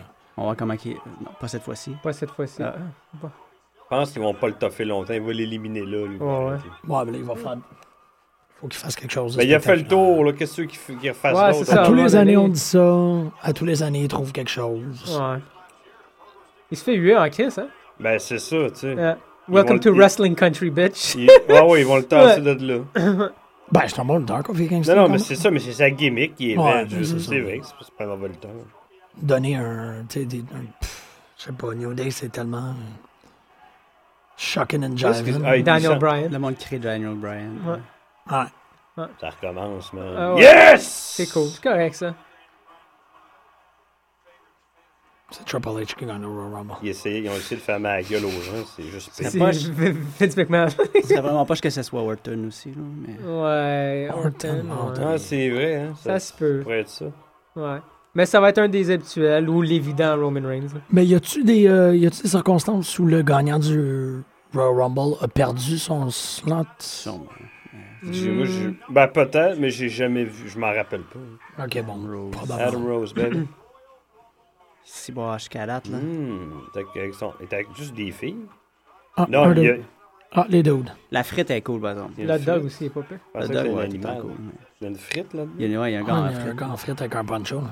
Speaker 5: voir comment qu'il... Non, pas cette fois-ci.
Speaker 4: Pas cette fois-ci.
Speaker 5: Ah.
Speaker 4: Ah, bon.
Speaker 3: Je pense qu'ils vont pas le toffer longtemps. Ils vont l'éliminer là. lui.
Speaker 4: Ouais, ouais.
Speaker 2: Ouais, mais ah, ben là, il va faire. Faut qu'il fasse quelque chose. de
Speaker 3: Ben, il a fait le
Speaker 2: spectaculaire.
Speaker 3: tour. là. Qu'est-ce qu'il faut qu'il refasse
Speaker 4: Ouais,
Speaker 3: d'autre?
Speaker 4: c'est ça.
Speaker 2: À tous
Speaker 4: À un
Speaker 2: les
Speaker 4: moment
Speaker 2: années,
Speaker 4: donné-
Speaker 2: on dit ça. À tous les années, il trouve quelque chose.
Speaker 4: Ouais. Il se fait huer en Chris, hein?
Speaker 3: Ben, c'est ça, tu sais.
Speaker 4: Euh, welcome
Speaker 3: Ils
Speaker 4: to
Speaker 3: vont-
Speaker 4: Wrestling Country, bitch.
Speaker 3: Ils- Ouais, ouais, ils vont le tasser de là.
Speaker 2: Ben, c'est un bon dark, Kofi Kingston.
Speaker 3: Non, non, mais
Speaker 2: quand
Speaker 3: c'est ça, mais c'est sa gimmick qui est
Speaker 2: Ouais,
Speaker 3: vendue.
Speaker 2: c'est
Speaker 3: ça,
Speaker 2: ça.
Speaker 3: C'est vrai, c'est pas- c'est pas un mauvais lutteur.
Speaker 2: même. Donner un. Tu sais, des- un- pff, je sais pas, New Day, c'est tellement. Shocking and
Speaker 3: Qu'est-ce que-
Speaker 2: jiving.
Speaker 3: ah, il dit
Speaker 4: Daniel
Speaker 3: ça.
Speaker 4: Bryan.
Speaker 5: Le monde crée Daniel Bryan.
Speaker 4: Ouais.
Speaker 2: Ouais.
Speaker 3: Ça recommence, man.
Speaker 4: Ah ouais.
Speaker 3: Yes!
Speaker 4: C'est cool. C'est correct, ça.
Speaker 2: C'est Triple H qui gagne le Royal Rumble.
Speaker 3: Ils, essayent- ils ont essayé de faire ma gueule aux gens, c'est juste
Speaker 4: C'est
Speaker 3: pire.
Speaker 4: *laughs* Vince McMahon.
Speaker 5: Ce serait vraiment pas que ce soit Orton aussi, là, mais...
Speaker 4: Ouais,
Speaker 2: Orton,
Speaker 4: Orton.
Speaker 2: Orton.
Speaker 4: ouais.
Speaker 3: Ah, c'est vrai, hein.
Speaker 4: Ça se peut.
Speaker 3: pourrait être ça.
Speaker 4: Ouais. Mais ça va être un des habituels ou l'évident Roman Reigns. là.
Speaker 2: Mais y a-tu des, euh, y a-tu des circonstances où le gagnant du Royal Rumble a perdu son slot?
Speaker 5: Son
Speaker 3: J'ai- moi, j'ai-
Speaker 4: Mm.
Speaker 3: Ben, peut-être, mais j'ai jamais vu. Je m'en rappelle pas.
Speaker 2: Ok, bon,
Speaker 5: Rose.
Speaker 3: Adam
Speaker 2: probablement.
Speaker 3: Rose, ben.
Speaker 5: ciboire calate, là.
Speaker 3: Hmm, t'as- avec son- t'as avec juste des filles.
Speaker 2: Ah,
Speaker 3: Non,
Speaker 2: un
Speaker 3: il y a.
Speaker 2: dude. Ah, les dudes.
Speaker 5: La frite est cool, par exemple.
Speaker 3: il y a
Speaker 4: La
Speaker 3: une
Speaker 4: dog
Speaker 3: frite.
Speaker 4: aussi est pas pire.
Speaker 3: Je
Speaker 5: La
Speaker 3: pensais que
Speaker 5: dog,
Speaker 3: c'était un
Speaker 5: ouais, tout le temps
Speaker 3: animal.
Speaker 5: cool. mais-
Speaker 3: Il y a une frite là-dedans.
Speaker 5: Il y a, ouais, il y a un gars
Speaker 2: Ah,
Speaker 5: en
Speaker 2: il y a un
Speaker 5: frite.
Speaker 2: gars en frite avec un poncho. là.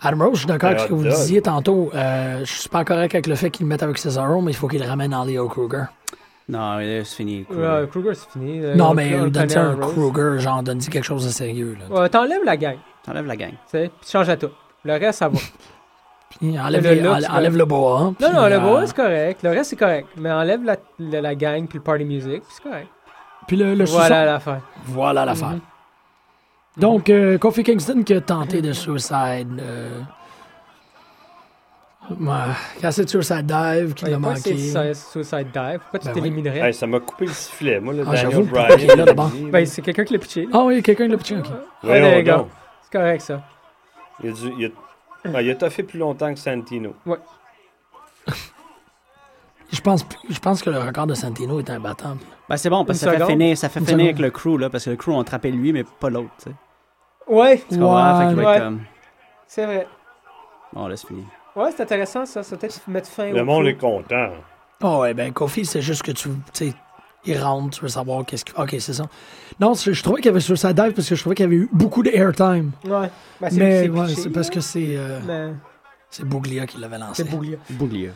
Speaker 2: Adam Rose, je suis d'accord avec ce que
Speaker 3: Un
Speaker 2: vous
Speaker 3: hot dog.
Speaker 2: disiez tantôt. Euh, je suis pas correct avec le fait qu'il le mette avec Cesaro, mais il faut qu'il le ramène en Leo Kruger.
Speaker 4: Euh,
Speaker 5: Non, là, c'est fini. cool.
Speaker 4: Ouais, Kruger, c'est fini. là.
Speaker 2: non,
Speaker 4: On-
Speaker 2: mais
Speaker 4: on
Speaker 2: euh,
Speaker 4: le
Speaker 2: donne
Speaker 4: connaît,
Speaker 2: un
Speaker 4: Rose.
Speaker 2: Kruger, genre, donne quelque chose de sérieux. Là.
Speaker 4: Ouais, t'enlèves la gang.
Speaker 5: T'enlèves la gang.
Speaker 4: Tu sais, puis change à tout. Le reste,
Speaker 2: *laughs*
Speaker 4: ça va.
Speaker 2: Puis enlève,
Speaker 4: Le
Speaker 2: les-
Speaker 4: look,
Speaker 2: enlève-
Speaker 4: c'est-
Speaker 2: enlève le boa. hein,
Speaker 4: Non,
Speaker 2: puis,
Speaker 4: non, le
Speaker 2: euh,
Speaker 4: boa, c'est correct. Le reste, c'est correct. Mais enlève la, la, la gang puis le party music, puis c'est correct.
Speaker 2: Puis le, le
Speaker 4: Voilà l'affaire.
Speaker 2: sous-sol. Voilà l'affaire.
Speaker 4: Mhm.
Speaker 2: Donc, euh, Kofi Kingston qui a tenté de suicide. Euh, ouais, qui a essayé de suicide dive, qui
Speaker 4: Ouais,
Speaker 2: l'a
Speaker 4: y a pas
Speaker 2: manqué.
Speaker 4: que c'est su- Suicide Dive. Pourquoi tu
Speaker 2: Ben oui.
Speaker 4: t'éliminerais?
Speaker 3: Hey, ça m'a coupé le sifflet, moi, le
Speaker 2: Ah, j'avoue,
Speaker 3: Daniel
Speaker 2: le
Speaker 3: Bryan.
Speaker 2: paquet, là, d'abord.
Speaker 3: il dit,
Speaker 4: Hein? Ben, c'est quelqu'un qui l'a pitché. là.
Speaker 2: Ah oui, quelqu'un l'a pitché. ok.
Speaker 3: Voyons
Speaker 4: Allez, les gars.
Speaker 3: donc.
Speaker 2: Ah.
Speaker 4: C'est correct, ça.
Speaker 3: Il a, dû- il a- ah, il a toffé plus longtemps que Santino.
Speaker 2: Je pense, je pense que le record de Santino est imbattable.
Speaker 5: Ben, c'est bon, parce que
Speaker 4: Une
Speaker 5: ça fait,
Speaker 4: seconde.
Speaker 5: finir, ça fait
Speaker 2: Une
Speaker 5: finir
Speaker 2: seconde.
Speaker 5: avec le crew, là, parce que le crew, on attrapait lui, mais pas l'autre, tu sais.
Speaker 4: Ouais,
Speaker 5: Tu comprends? Fait qu'il va
Speaker 4: Ouais.
Speaker 5: être comme...
Speaker 4: c'est vrai.
Speaker 5: Bon, là, c'est fini.
Speaker 4: Ouais, c'est intéressant, ça. Ça peut-être mettre fin
Speaker 3: Le
Speaker 4: Eh, au
Speaker 3: monde
Speaker 4: crew.
Speaker 3: est content.
Speaker 2: Ah ouais, ben Kofi, c'est juste que tu tu sais, il rentre, tu veux savoir qu'est-ce qu'il Ok, c'est ça. Non, c'est- je trouvais qu'il y avait suicide dive parce que je trouvais qu'il y avait eu beaucoup d'airtime.
Speaker 4: Ouais. Ben, c'est-
Speaker 2: Mais
Speaker 4: c'est
Speaker 2: ouais,
Speaker 4: pitché,
Speaker 2: c'est parce
Speaker 4: là.
Speaker 2: que c'est euh,
Speaker 4: Ben,
Speaker 2: c'est Bouglia qui l'avait lancé.
Speaker 4: c'est Bouglia.
Speaker 5: Bouglia.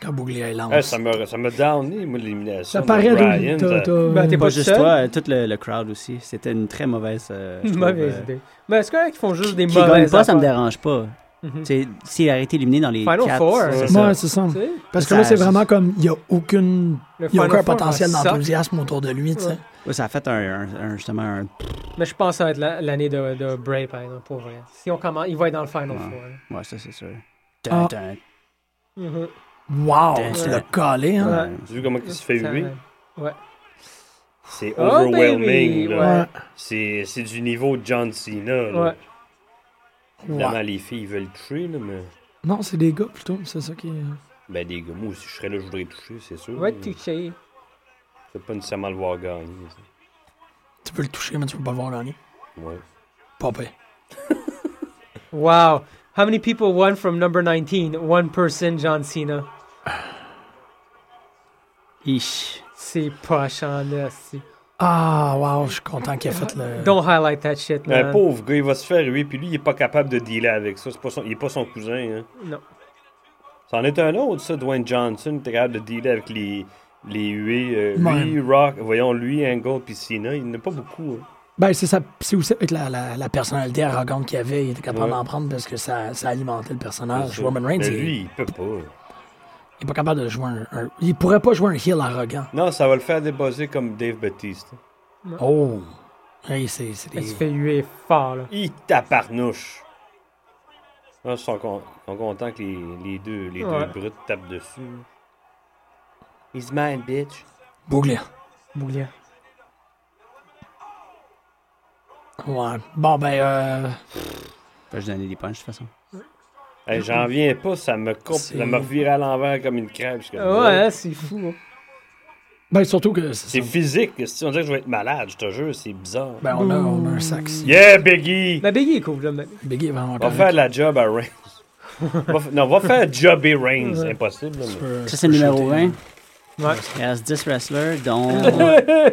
Speaker 2: Quand Bouglia est lance.
Speaker 3: Hey, Eh, ça m'a ça m'a downé, moi, l'élimination.
Speaker 2: Ah, ça
Speaker 3: de
Speaker 2: paraît
Speaker 3: Bryan,
Speaker 2: d'où t'as-
Speaker 3: ça-
Speaker 2: t'as-
Speaker 4: Ben, t'es
Speaker 5: Pas
Speaker 4: Pas
Speaker 5: juste
Speaker 4: seul.
Speaker 5: toi, euh, tout le, le crowd aussi. C'était une très mauvaise... euh, je
Speaker 4: Une *laughs*
Speaker 5: trouve,
Speaker 4: mauvaise
Speaker 5: euh,
Speaker 4: idée. Mais c'est correct qu'ils font juste des
Speaker 5: Qui gagne
Speaker 4: mauvaises
Speaker 5: pas, ça me
Speaker 4: affaires.
Speaker 5: dérange pas.
Speaker 4: Mhm.
Speaker 5: Tu sais, S'il a été éliminé dans les
Speaker 4: Final
Speaker 5: quatre,
Speaker 4: Four. hein.
Speaker 5: c'est
Speaker 3: Ouais.
Speaker 5: ça.
Speaker 2: Ouais, c'est ça.
Speaker 4: Tu sais,
Speaker 2: Parce que
Speaker 5: Ça-
Speaker 2: là, c'est vraiment comme, il n'y a aucune, il
Speaker 4: le
Speaker 2: y a
Speaker 4: Final
Speaker 2: aucun
Speaker 4: Four,
Speaker 2: potentiel
Speaker 4: ça suck.
Speaker 2: d'enthousiasme autour de lui, tu sais.
Speaker 4: Ouais.
Speaker 5: Ouais, ça a fait un, un- un- justement un...
Speaker 4: Mais je pense que ça va être la- l'année de, de Bray, par exemple, pour vrai. Si on commence, il va être dans le Final
Speaker 5: Ouais.
Speaker 4: Four. hein. là.
Speaker 5: Ouais, ça, c'est sûr.
Speaker 2: Ah.
Speaker 5: Dun,
Speaker 4: Mhm.
Speaker 2: Wow,
Speaker 5: Ouais.
Speaker 2: tu l'as collé,
Speaker 5: dun,
Speaker 2: hein?
Speaker 5: dun.
Speaker 3: Tu as vu comment il se fait
Speaker 4: Ça-
Speaker 3: huer? C'est
Speaker 4: Oh,
Speaker 3: overwhelming.
Speaker 4: baby,
Speaker 3: là.
Speaker 4: Ouais.
Speaker 3: C'est c'est du niveau de John Cena. là.
Speaker 4: Ouais.
Speaker 2: Ouais.
Speaker 3: Évidemment, les filles, ils veulent toucher, là, mais.
Speaker 2: Non, c'est des gars plutôt, c'est ça qui. est-
Speaker 3: Ben, des gars, moi aussi, je serais là, je voudrais toucher, c'est sûr.
Speaker 4: Il va
Speaker 3: là.
Speaker 4: être touché.
Speaker 3: Je veux pas nécessairement le voir gagner. ça.
Speaker 2: Tu peux le toucher, mais tu peux pas le voir gagner.
Speaker 3: Ouais.
Speaker 2: Pas pire.
Speaker 4: Wow. How many people won from number 19? One person, John Cena.
Speaker 5: Ish.
Speaker 4: C'est poche en esti.
Speaker 2: Ah, wow, je suis content qu'il ait fait le.
Speaker 4: Don't highlight that shit,
Speaker 3: Un
Speaker 4: man.
Speaker 3: pauvre gars, il va se faire huer, puis lui, il est pas capable de dealer avec ça. C'est Pas son- Il est pas son cousin. Hein.
Speaker 4: Non.
Speaker 3: C'en est un autre, ça, Dwayne Johnson, t'es capable de dealer avec les, les huées. euh,
Speaker 2: Ouais.
Speaker 3: lui, Rock, voyons, lui, Angle, puis Cena, il n'y en a pas beaucoup. hein.
Speaker 2: Ben, c'est ça. C'est aussi avec la, la, la personnalité arrogante qu'il avait, il était capable
Speaker 3: Ouais.
Speaker 2: d'en prendre parce que ça, ça alimentait le personnage.
Speaker 3: C'est
Speaker 2: Ah, Roman
Speaker 3: ça.
Speaker 2: Reigns,
Speaker 3: Mais
Speaker 2: il,
Speaker 3: lui, il peut pas.
Speaker 2: il est pas capable de jouer un, un- Il pourrait pas jouer un heel arrogant.
Speaker 3: Non, ça va le faire débosser comme Dave Batista.
Speaker 2: Oh! Hey, c'est c'est
Speaker 4: Il
Speaker 3: Ben,
Speaker 2: des.
Speaker 4: se fait huer fort, là.
Speaker 3: Il taparnouche. Là, Ah, ils sont, con- ils sont contents que les, les deux, les
Speaker 4: Ouais.
Speaker 3: deux brutes tapent dessus. He's mine, bitch.
Speaker 2: Bouglia.
Speaker 4: Boulia.
Speaker 2: Ouais. Bon, ben, euh. ben,
Speaker 5: Faut que je donner des punches, de toute façon.
Speaker 4: Hein?
Speaker 3: Hey, J'en viens pas, ça me coupe.
Speaker 2: C'est-
Speaker 3: Ça me revire à l'envers comme une crêpe. je suis comme,
Speaker 4: Ouais, hein, c'est fou. hein.
Speaker 2: Ben, surtout que.
Speaker 3: C'est physique. Si on dirait que je vais être malade, je te jure, c'est bizarre.
Speaker 2: Ben, on a, on a un sax.
Speaker 3: Yeah, Biggie!
Speaker 4: Ma béguille est cool, là. mais-
Speaker 2: Biggie est vraiment
Speaker 3: Va
Speaker 4: ben,
Speaker 2: correct.
Speaker 3: faire la job à Reigns. Va f- non, va faire job et Reigns. C'est impossible. là,
Speaker 2: Tu
Speaker 4: *laughs*
Speaker 2: peux-
Speaker 11: Ça,
Speaker 2: tu
Speaker 11: c'est
Speaker 2: peux
Speaker 11: le numéro
Speaker 2: shooter.
Speaker 11: 20.
Speaker 4: Ouais.
Speaker 11: Il reste 10 wrestlers, dont *laughs*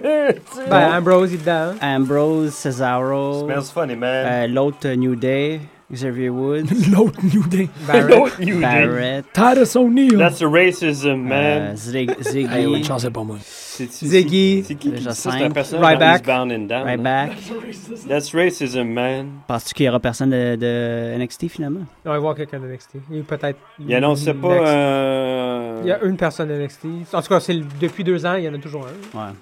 Speaker 4: Ben, Ambrose, il est dedans. hein.
Speaker 11: Ambrose,
Speaker 3: mais-
Speaker 11: Cesaro,
Speaker 3: Smells funny, man.
Speaker 4: Ben,
Speaker 11: euh, l'autre euh, New Day, Xavier Woods,
Speaker 2: *laughs* L'autre *laughs* New Day.
Speaker 3: *laughs*
Speaker 4: Barrett.
Speaker 3: You
Speaker 4: ben,
Speaker 3: did.
Speaker 11: Barrett,
Speaker 2: Titus O'Neill.
Speaker 3: That's the racism,
Speaker 11: euh,
Speaker 3: man.
Speaker 11: Zig-
Speaker 2: Hey, ouais, une
Speaker 11: Ziggy,
Speaker 2: chance, c'est pas moi.
Speaker 3: C'est
Speaker 4: Ziggy.
Speaker 3: C'est qui qui dit
Speaker 11: Déjà
Speaker 3: ça? C'est un
Speaker 11: cinq.
Speaker 3: personnage dans
Speaker 4: Ryback.
Speaker 3: Eastbound and Down. hein?
Speaker 11: Ryback.
Speaker 3: That's racism, man.
Speaker 11: Penses-tu qu'il y aura personne de, de NXT finalement?
Speaker 4: On va voir quelqu'un de NXT. Il est peut-être.
Speaker 3: Il annonçait pas
Speaker 4: Next.
Speaker 3: euh,
Speaker 4: Il y a une personne de NXT. En tout cas, c'est le- depuis deux ans, il y en a toujours un.
Speaker 11: Ouais.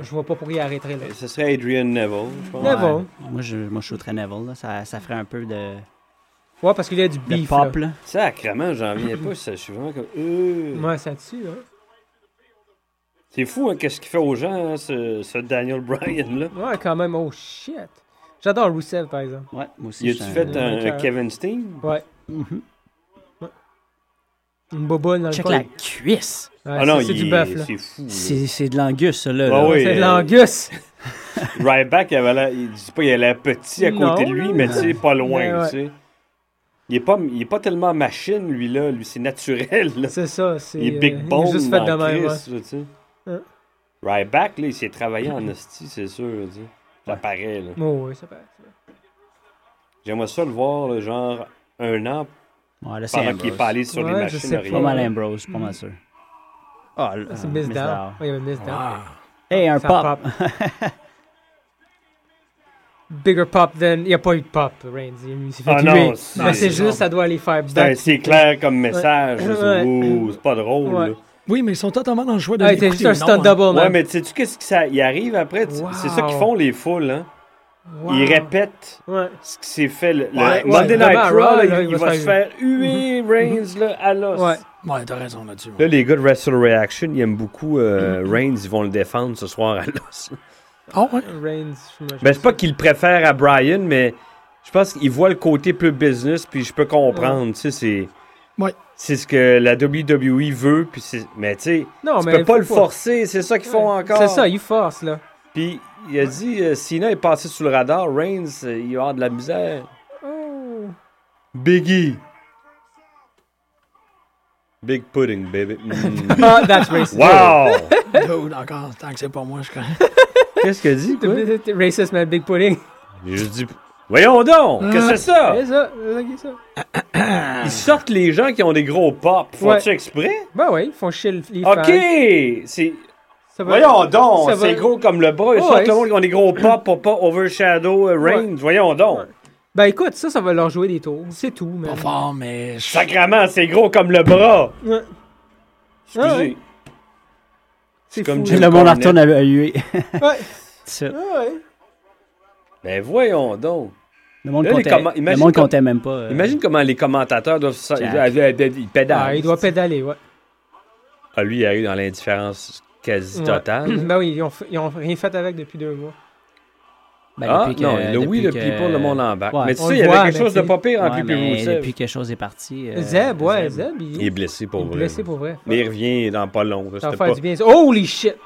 Speaker 4: Je vois pas pour y arrêter là.
Speaker 3: Ce serait Adrian Neville, je pense.
Speaker 4: Ouais. Neville.
Speaker 11: Moi, je, moi, je shooterais Neville. là. Ça, ça ferait un peu de,
Speaker 4: Ouais, parce qu'il y a du
Speaker 11: de
Speaker 4: beef.
Speaker 11: pop.
Speaker 4: là.
Speaker 11: Là.
Speaker 3: Sacrement, j'en viens pas. ça, Je suis vraiment comme. euh.
Speaker 4: Ouais, ça dessus. Hein.
Speaker 3: C'est fou, hein, qu'est-ce qu'il fait aux gens, hein, ce, ce Daniel Bryan-là.
Speaker 4: Ouais, quand même. Oh shit. J'adore Rousseff, par exemple.
Speaker 11: Ouais, moi aussi.
Speaker 3: Y
Speaker 11: je
Speaker 3: a-tu
Speaker 11: suis
Speaker 3: fait
Speaker 11: un-
Speaker 3: un,
Speaker 4: Ouais.
Speaker 3: un Kevin Steen?
Speaker 4: Ouais.
Speaker 11: Mhm.
Speaker 4: Une bobolle dans
Speaker 11: Check
Speaker 4: le
Speaker 11: la
Speaker 4: col.
Speaker 11: cuisse.
Speaker 4: Ouais,
Speaker 3: ah
Speaker 4: ça,
Speaker 3: non,
Speaker 4: c'est
Speaker 3: il
Speaker 4: du
Speaker 3: est-
Speaker 4: bœuf, là.
Speaker 3: C'est fou. là.
Speaker 11: C'est c'est de l'angus, ça, là.
Speaker 3: Ah
Speaker 11: là.
Speaker 3: oui,
Speaker 4: C'est de
Speaker 3: euh,
Speaker 4: l'angus. *laughs*
Speaker 3: Ryback, il avait l'air- il dit pas, il allait petit à côté
Speaker 4: Non,
Speaker 3: de lui,
Speaker 4: non,
Speaker 3: mais tu sais, pas loin,
Speaker 4: Mais ouais.
Speaker 3: tu sais. Il est, pas, il est pas tellement machine, lui-là. Lui, c'est naturel, là.
Speaker 4: C'est ça. C'est.
Speaker 3: Il est
Speaker 4: euh,
Speaker 3: big bone
Speaker 4: Il est juste fait de
Speaker 3: dans
Speaker 4: même. ouais.
Speaker 3: Chris, là, tu sais.
Speaker 4: Hein.
Speaker 3: Ryback, là, il s'est travaillé en hostie, c'est sûr, tu sais. Ça paraît, là.
Speaker 4: Oh, oui, ça paraît.
Speaker 3: J'aimerais ça le voir, là, genre, un an
Speaker 11: Ouais, là, c'est
Speaker 3: pendant qu'il est
Speaker 11: Ambrose.
Speaker 3: pas allé sur
Speaker 4: Ouais,
Speaker 3: les
Speaker 4: je
Speaker 3: machines.
Speaker 4: sais
Speaker 3: rien.
Speaker 11: Pas mal
Speaker 4: Ouais.
Speaker 11: Ambrose, je suis pas mal sûr. Ah, là,
Speaker 4: C'est
Speaker 11: ah,
Speaker 4: Miss
Speaker 11: Miss
Speaker 4: Down.
Speaker 11: Down.
Speaker 4: Ouais, il y avait Miss Down.
Speaker 2: Ah.
Speaker 11: Hey, un
Speaker 4: Ça
Speaker 11: pop.
Speaker 4: pop. *laughs* Bigger pop than. Il n'y a pas eu de pop, Reigns. Il s'est fait
Speaker 3: Ah
Speaker 4: huer.
Speaker 3: non, c'est-
Speaker 4: Mais c'est juste, ça doit aller faire
Speaker 3: C'est un-
Speaker 4: back.
Speaker 3: C'est clair comme message. là, c'est-
Speaker 4: Ouais.
Speaker 3: ouh, C'est pas drôle.
Speaker 4: Ouais.
Speaker 3: là.
Speaker 2: Oui, mais ils sont totalement dans le choix de.
Speaker 4: Ah, c'était
Speaker 2: l'écouter
Speaker 4: juste un
Speaker 2: ou non,
Speaker 4: stunt
Speaker 2: hein.
Speaker 4: double,
Speaker 3: Ouais,
Speaker 4: man.
Speaker 3: mais tu sais-tu qu'est-ce qui ça- y arrive après? Tu-
Speaker 4: Wow.
Speaker 3: C'est ça qu'ils font les foules. Hein? Ils répètent
Speaker 4: Ouais.
Speaker 3: ce qui s'est fait. Le, le
Speaker 2: Ouais,
Speaker 3: Monday
Speaker 2: ouais.
Speaker 3: Night
Speaker 4: Demain,
Speaker 3: Raw, là, il, il
Speaker 4: se
Speaker 3: va se faire huer Reigns là, à l'os.
Speaker 4: Mhm. Ouais.
Speaker 2: Ouais, t'as raison là-dessus.
Speaker 3: Là, les gars de Wrestle Reaction, ils aiment beaucoup euh,
Speaker 4: Mhm.
Speaker 3: Reigns. Ils vont le défendre ce soir à l'os.
Speaker 2: Ah, ouais.
Speaker 4: Reigns, je me-
Speaker 3: Ben, c'est pas qu'ils le préfèrent à Brian, mais je pense qu'ils voient le côté plus business, puis je peux comprendre. Tu sais, c'est.
Speaker 2: Ouais.
Speaker 3: C'est ce que la WWE veut, puis c'est. Mais tu sais.
Speaker 4: Non,
Speaker 3: tu
Speaker 4: mais
Speaker 3: peux pas
Speaker 4: faut
Speaker 3: le forcer, c'est ça qu'ils font
Speaker 4: Ouais.
Speaker 3: encore.
Speaker 4: *laughs* C'est ça, ils forcent, là.
Speaker 3: Puis il a dit, euh, Cena est passé sous le radar, Reigns, euh, il va avoir de la misère.
Speaker 4: Oh.
Speaker 3: Biggie. Big pudding, baby.
Speaker 4: *laughs*
Speaker 3: Mm.
Speaker 4: Ah, that's racist. *laughs*
Speaker 3: wow!
Speaker 2: Dude, encore, tant que c'est pas moi, je connais.
Speaker 3: Qu'est-ce qu'il a dit, quoi?
Speaker 4: T'es Racist, man, Big Pudding.
Speaker 3: J'ai juste dit, voyons donc, qu'est-ce que c'est ça?
Speaker 4: C'est ça, c'est ça qui est ça.
Speaker 3: Ils sortent les gens qui ont des gros pop. Font-tu
Speaker 4: Ouais.
Speaker 3: exprès?
Speaker 4: Ben ouais, ils font chier le- les
Speaker 3: Ok!
Speaker 4: fans.
Speaker 3: C'est...
Speaker 4: Ça va-
Speaker 3: Voyons donc,
Speaker 4: ça va-
Speaker 3: c'est gros comme le bras. Ils
Speaker 4: Ouais,
Speaker 3: sortent le
Speaker 4: c'est-
Speaker 3: monde qui ont des gros pop pour pas overshadow euh, Reigns. Voyons donc.
Speaker 4: Ben écoute, ça, ça va leur jouer des tours. C'est tout,
Speaker 2: *laughs*
Speaker 4: man.
Speaker 2: Pas fort, mais. je-
Speaker 3: Sacrement, c'est gros comme le bras.
Speaker 4: Ouais.
Speaker 3: Excusez.
Speaker 4: Ah Ouais, ouais. C'est
Speaker 3: comme
Speaker 4: fou.
Speaker 3: Jim-
Speaker 11: Le monde en
Speaker 3: Cornette.
Speaker 11: retourne à à *laughs* huer.
Speaker 4: Ouais, Ah
Speaker 11: Ça.
Speaker 4: ouais.
Speaker 3: Ben voyons donc.
Speaker 11: Le monde
Speaker 3: Là, les
Speaker 11: comptait,
Speaker 3: commen-
Speaker 11: le
Speaker 3: imagine
Speaker 11: monde
Speaker 3: comme-
Speaker 11: comptait même pas. euh,
Speaker 3: Imagine comment les commentateurs doivent. sa-
Speaker 11: Jack.
Speaker 3: Ils, ils- ils- ils pédalent.
Speaker 4: Ah, il doit pédaler, ouais.
Speaker 3: Ah, lui, il arrive dans l'indifférence quasi
Speaker 4: Ouais. *clears throat*
Speaker 3: totale.
Speaker 4: Ben oui, ils ont, f- ils ont rien fait avec depuis deux mois.
Speaker 11: ben, *clears throat*
Speaker 3: ah,
Speaker 11: depuis que-
Speaker 3: non, le oui, le
Speaker 11: depuis que-
Speaker 3: people, le monde en bas.
Speaker 11: Ouais.
Speaker 3: Mais tu
Speaker 4: On
Speaker 3: sais, il
Speaker 4: le
Speaker 3: y
Speaker 4: voit,
Speaker 3: avait quelque
Speaker 4: mais
Speaker 3: chose de
Speaker 4: tu-
Speaker 3: pas pire entre
Speaker 11: Ouais,
Speaker 3: lui et
Speaker 11: mais
Speaker 3: Rusev.
Speaker 11: depuis que chose est parti. euh,
Speaker 4: Zeb, ouais, Zeb,
Speaker 3: Il est blessé pour
Speaker 4: il est
Speaker 3: vrai.
Speaker 4: blessé pour vrai.
Speaker 3: Mais il revient dans pas long. là,
Speaker 4: Ça
Speaker 3: C'était
Speaker 4: va faire
Speaker 3: pas...
Speaker 4: du bien. Holy shit!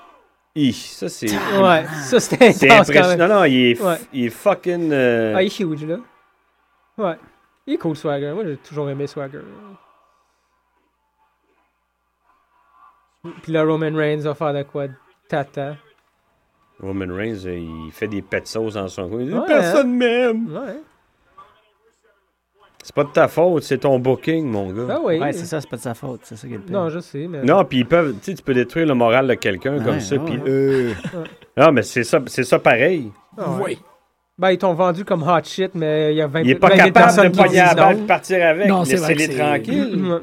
Speaker 3: Hi, ça, c'est.
Speaker 4: Ah, Ouais, ça c'était
Speaker 3: C'est
Speaker 4: intense quand même.
Speaker 3: impressionnant. Non, non, il est, f-
Speaker 4: Ouais.
Speaker 3: il est fucking. euh,
Speaker 4: Ah, il est huge, là. Ouais. Il est cool, Swagger. Moi, j'ai toujours aimé Swagger. Puis là, Roman Reigns va faire de quoi? de Tata.
Speaker 3: Roman Reigns, euh, il fait des pets sauces dans son coin. Il dit,
Speaker 4: Ouais.
Speaker 3: Personne m'aime.
Speaker 4: Ouais.
Speaker 3: C'est pas de ta faute, c'est ton booking, mon gars.
Speaker 4: Ben oui.
Speaker 11: Ouais, c'est ça, c'est pas de sa faute. C'est ça qui est le pire.
Speaker 4: Non, je sais, mais...
Speaker 3: Non, puis ils peuvent, tu sais, tu peux détruire le moral de quelqu'un
Speaker 11: Ouais,
Speaker 3: comme ça,
Speaker 11: ouais.
Speaker 3: puis euh. Non, mais c'est ça, c'est ça pareil.
Speaker 4: Ah, ouais.
Speaker 2: Oui.
Speaker 4: Ben, ils t'ont vendu comme hot shit, mais il y a 20
Speaker 3: Il est pas
Speaker 4: 20 000
Speaker 3: capable
Speaker 4: personnes
Speaker 3: de
Speaker 4: qui
Speaker 3: pogner la
Speaker 4: disent
Speaker 3: balle
Speaker 4: non.
Speaker 3: et partir avec.
Speaker 2: Non, c'est vrai que
Speaker 3: Laissez-les
Speaker 2: c'est-
Speaker 3: tranquilles.
Speaker 4: Ouais.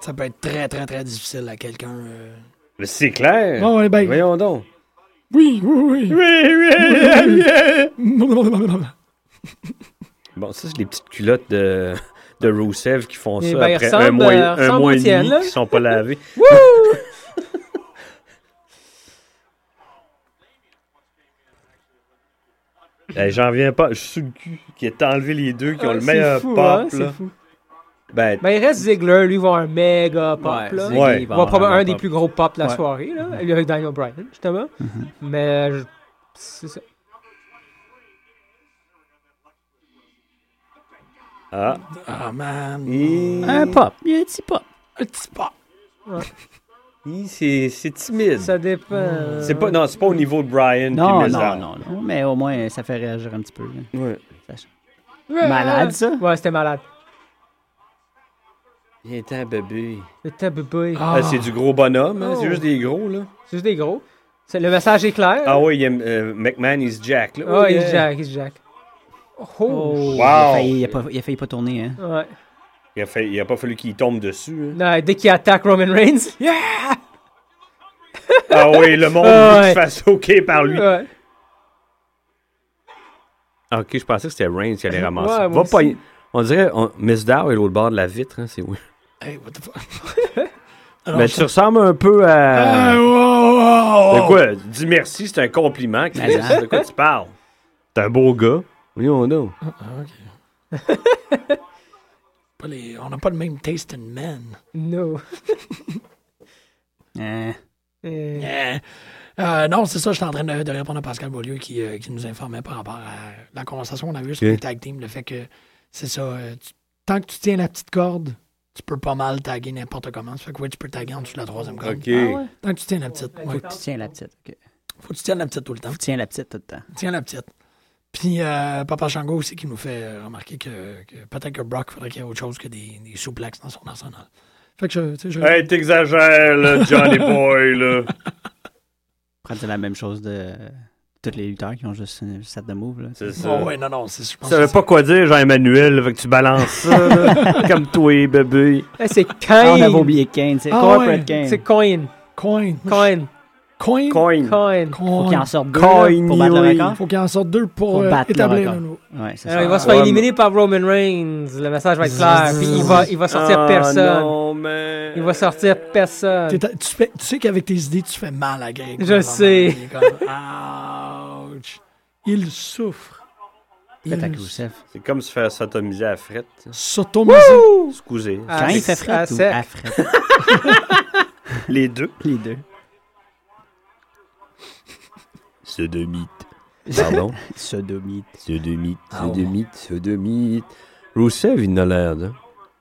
Speaker 2: Ça peut être très, très, très difficile à quelqu'un. euh.
Speaker 3: Mais c'est clair.
Speaker 2: Ah, ouais, ben.
Speaker 3: Voyons donc.
Speaker 2: Oui, oui, oui.
Speaker 3: Bon, ça, c'est les petites culottes de, de Rousseff qui font
Speaker 4: Eh
Speaker 3: ça
Speaker 4: ben, il
Speaker 3: après un
Speaker 4: ressemble,
Speaker 3: mois,
Speaker 4: euh,
Speaker 3: un
Speaker 4: ressemble
Speaker 3: mois
Speaker 4: aux
Speaker 3: et
Speaker 4: tiennes,
Speaker 3: demi
Speaker 4: là.
Speaker 3: qui sont pas
Speaker 4: *laughs*
Speaker 3: lavées.
Speaker 4: *laughs* Wouh!
Speaker 3: Eh, J'en viens pas. Je suis le cul qui est enlevé les deux qui ont
Speaker 4: Ah,
Speaker 3: le
Speaker 4: c'est
Speaker 3: meilleur
Speaker 4: Ah, fou,
Speaker 3: pop.
Speaker 4: hein, c'est
Speaker 3: là.
Speaker 4: fou.
Speaker 3: Ben,
Speaker 4: Ben, il reste Ziggler, lui, il va avoir un méga pop, là.
Speaker 5: Ziggy
Speaker 3: Ouais.
Speaker 5: va
Speaker 4: Il va
Speaker 5: avoir
Speaker 4: probablement
Speaker 5: vraiment
Speaker 4: un des
Speaker 5: pop.
Speaker 4: plus gros pop de la
Speaker 5: Ouais.
Speaker 4: soirée, là, avec Daniel Bryan, justement. Mais, je- c'est ça.
Speaker 3: ah,
Speaker 2: *laughs* Ah, man.
Speaker 11: Un pop. Il y a un petit pop.
Speaker 2: Un petit pas.
Speaker 3: hi, c'est c'est timide.
Speaker 4: Ça dépend. euh,
Speaker 3: C'est pas, non, c'est pas au niveau de Brian.
Speaker 11: Non,
Speaker 3: puis
Speaker 11: non,
Speaker 3: Mizar.
Speaker 11: non, non. Mais au moins, ça fait réagir un petit peu. là.
Speaker 3: Ouais.
Speaker 4: ouais.
Speaker 11: Malade, ça.
Speaker 4: Ouais, c'était malade.
Speaker 3: Il était un bébé.
Speaker 4: C'était bébé.
Speaker 3: Ah, c'est du gros bonhomme, hein, c'est
Speaker 4: Oh.
Speaker 3: juste des gros, là.
Speaker 4: C'est juste des gros. C'est- Le message est clair.
Speaker 3: Ah oui, il aime, euh, McMahon, il se jack, là.
Speaker 4: Oh, il
Speaker 3: yeah.
Speaker 4: se jack, il se jack. Oh,
Speaker 11: Oh,
Speaker 3: Wow.
Speaker 11: Il a failli, il a pas, il a failli pas tourner, hein.
Speaker 4: Ouais.
Speaker 3: Il a, fait- il a pas fallu qu'il tombe dessus. hein.
Speaker 4: Non, dès qu'il attaque Roman Reigns, yeah!
Speaker 3: ah oui, le monde
Speaker 4: Ah,
Speaker 3: veut qu'il
Speaker 4: ouais.
Speaker 3: se fasse OK par lui.
Speaker 4: Ouais.
Speaker 3: Ah, ok, je pensais que c'était Reigns qui allait ramasser.
Speaker 4: Ouais, moi
Speaker 3: Va
Speaker 4: aussi.
Speaker 3: pogner- On dirait, on- Miss Dow est l'autre bord de la vitre, hein, c'est oui.
Speaker 2: Hey, what the fuck?
Speaker 3: Mais tu ressembles un peu
Speaker 2: Ah,
Speaker 3: à.
Speaker 2: wow, wow,
Speaker 3: De
Speaker 2: wow.
Speaker 3: quoi Dis merci, c'est un compliment. Chris.
Speaker 11: Mais non.
Speaker 3: de quoi tu parles T'es un beau gars. Oui, on a.
Speaker 2: Ah, *laughs* Pas les- On n'a pas le même taste in men.
Speaker 4: No.
Speaker 11: Hein.
Speaker 4: Euh,
Speaker 2: Yeah. Euh, non, c'est ça, je suis en train de, de répondre à Pascal Beaulieu qui, euh, qui nous informait par rapport à la conversation qu'on a eue sur
Speaker 3: Ok.
Speaker 2: les tag teams, le fait que c'est ça, euh, tu- tant que tu tiens la petite corde, tu peux pas mal taguer n'importe comment. Ça fait que ouais, tu peux taguer en dessous de la troisième corde. Tant que tu tiens la petite, ouais.
Speaker 11: Tu tiens la petite. ok.
Speaker 2: faut que tu tiennes la petite tout le temps.
Speaker 11: Tu tiens la petite tout le temps.
Speaker 2: Tiens la petite. Puis euh, Papa Shango aussi qui nous fait euh, remarquer que, que peut-être que Brock faudrait qu'il y ait autre chose que des, des souplexes dans son arsenal. Fait que je, tu sais, je-
Speaker 3: Hey, t'exagères, là, Johnny Boy, là.
Speaker 11: Prends la même chose de euh, tous les lutteurs qui ont juste un set de moves, là.
Speaker 3: C'est ça.
Speaker 2: Oh, ouais, non, non, c'est je
Speaker 3: Tu
Speaker 2: pense que
Speaker 3: savais
Speaker 2: c'est-
Speaker 3: pas quoi dire, Jean-Emmanuel, là, fait que tu balances ça, là, comme toi, bébé.
Speaker 4: eh, c'est
Speaker 11: Ah, on
Speaker 4: Kane.
Speaker 11: avait oublié Kane, c'est
Speaker 2: Ah
Speaker 11: corporate
Speaker 2: ouais,
Speaker 11: Kane.
Speaker 4: C'est Coin.
Speaker 2: Coin.
Speaker 4: Coin.
Speaker 2: Coin.
Speaker 3: Coin.
Speaker 4: Coin.
Speaker 11: Faut
Speaker 2: Coin.
Speaker 11: qu'il en sorte deux
Speaker 3: Coin,
Speaker 11: là, pour battre le
Speaker 3: oui.
Speaker 11: record.
Speaker 2: Faut qu'il en sorte deux pour,
Speaker 11: Pour
Speaker 2: euh,
Speaker 11: battre le
Speaker 2: établir
Speaker 11: record.
Speaker 2: le nouveau.
Speaker 11: Ouais, c'est ça.
Speaker 4: Alors, Ah, il va se faire
Speaker 3: Ah, Ouais,
Speaker 4: éliminer par Roman Reigns. Le message va être clair. Puis il va, il va sortir
Speaker 3: Ah,
Speaker 4: personne.
Speaker 3: Non, mais...
Speaker 4: Il va sortir personne.
Speaker 2: T'es- Tu, fais- tu sais qu'avec tes idées, tu fais mal à Greg.
Speaker 4: Je sais.
Speaker 2: Il est comme, ouch. Il souffre.
Speaker 11: Peut-être à
Speaker 2: Il
Speaker 11: Rousseff.
Speaker 3: C'est comme se faire s'atomiser à la frette. hein.
Speaker 2: s'automise.
Speaker 3: Excusez.
Speaker 4: Ah.
Speaker 11: Quand il
Speaker 4: sec-
Speaker 11: fait
Speaker 4: à
Speaker 11: fret ou
Speaker 4: sec.
Speaker 11: à fret?
Speaker 3: Les deux.
Speaker 11: Les deux.
Speaker 3: Ce deux *laughs* mythes. Pardon?
Speaker 11: Ce demi.
Speaker 3: ce deux mythes, ce
Speaker 2: Ah ouais.
Speaker 3: deux mythes, ce deux mythes. Rousseff, il en a l'air, là.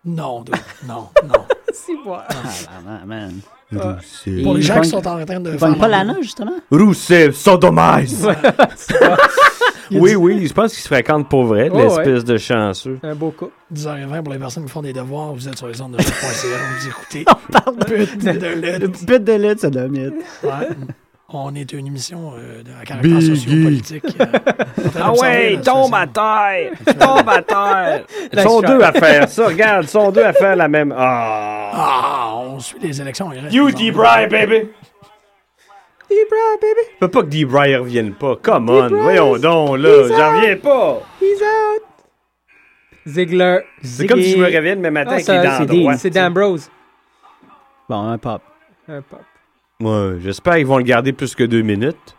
Speaker 2: Non, dude, non, non.
Speaker 4: C'est moi.
Speaker 11: Ah, là, là, man.
Speaker 3: Rousseff.
Speaker 2: Pour les
Speaker 11: Il
Speaker 2: gens qui
Speaker 11: pogne-
Speaker 2: sont en train de
Speaker 11: Il
Speaker 2: faire
Speaker 11: pogne pas
Speaker 2: leur-
Speaker 11: l'ana, justement?
Speaker 3: Rousseff, sodomise! *laughs* oui, oui, je pense qu'il se fréquente pour vrai,
Speaker 4: Oh,
Speaker 3: l'espèce de chanceux.
Speaker 4: Un beau coup.
Speaker 2: 10h20 pour les personnes qui font des devoirs, vous êtes sur
Speaker 11: *laughs*
Speaker 2: les ondes de choc.ca, vous écoutez. Pute de
Speaker 11: Le
Speaker 2: lutte.
Speaker 11: pute Euh, de lutte, ça domine.
Speaker 2: Ouais. On est une émission euh, de- à caractère sociopolitique. ah
Speaker 3: terre! Tombe à terre! *laughs* Ils sont
Speaker 4: Nice try.
Speaker 3: deux à faire ça, regarde, ils sont deux à faire la même. Ah!
Speaker 2: Ah, on suit les élections. il reste-
Speaker 3: You, D-Bry, baby!
Speaker 4: Debra, baby.
Speaker 3: Je peux pas que D-Bry revienne pas, come on, voyons donc, là, j'en reviens pas!
Speaker 4: He's out. Ziggler.
Speaker 3: C'est comme si je me réveillais demain matin
Speaker 4: Ah,
Speaker 3: avec
Speaker 4: ça,
Speaker 3: les dents
Speaker 4: c'est
Speaker 3: droites.
Speaker 4: C'est d'Ambrose.
Speaker 11: Bon, un pop.
Speaker 4: Un pop.
Speaker 3: Ouais, j'espère qu'ils vont le garder plus que deux minutes.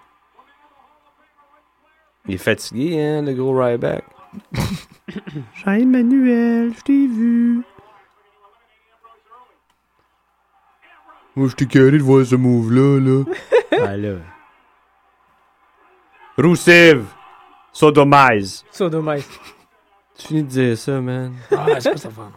Speaker 3: Il est fatigué, hein, le gros Ryback. Jean-Emmanuel, je t'ai vu. Moi, je t'ai carré de voir ce move-là, là.
Speaker 11: Ah, là.
Speaker 3: Roussev, sodomise.
Speaker 4: Sodomite.
Speaker 3: Tu finis de dire ça, man.
Speaker 2: Ah, c'est pas ça le fun.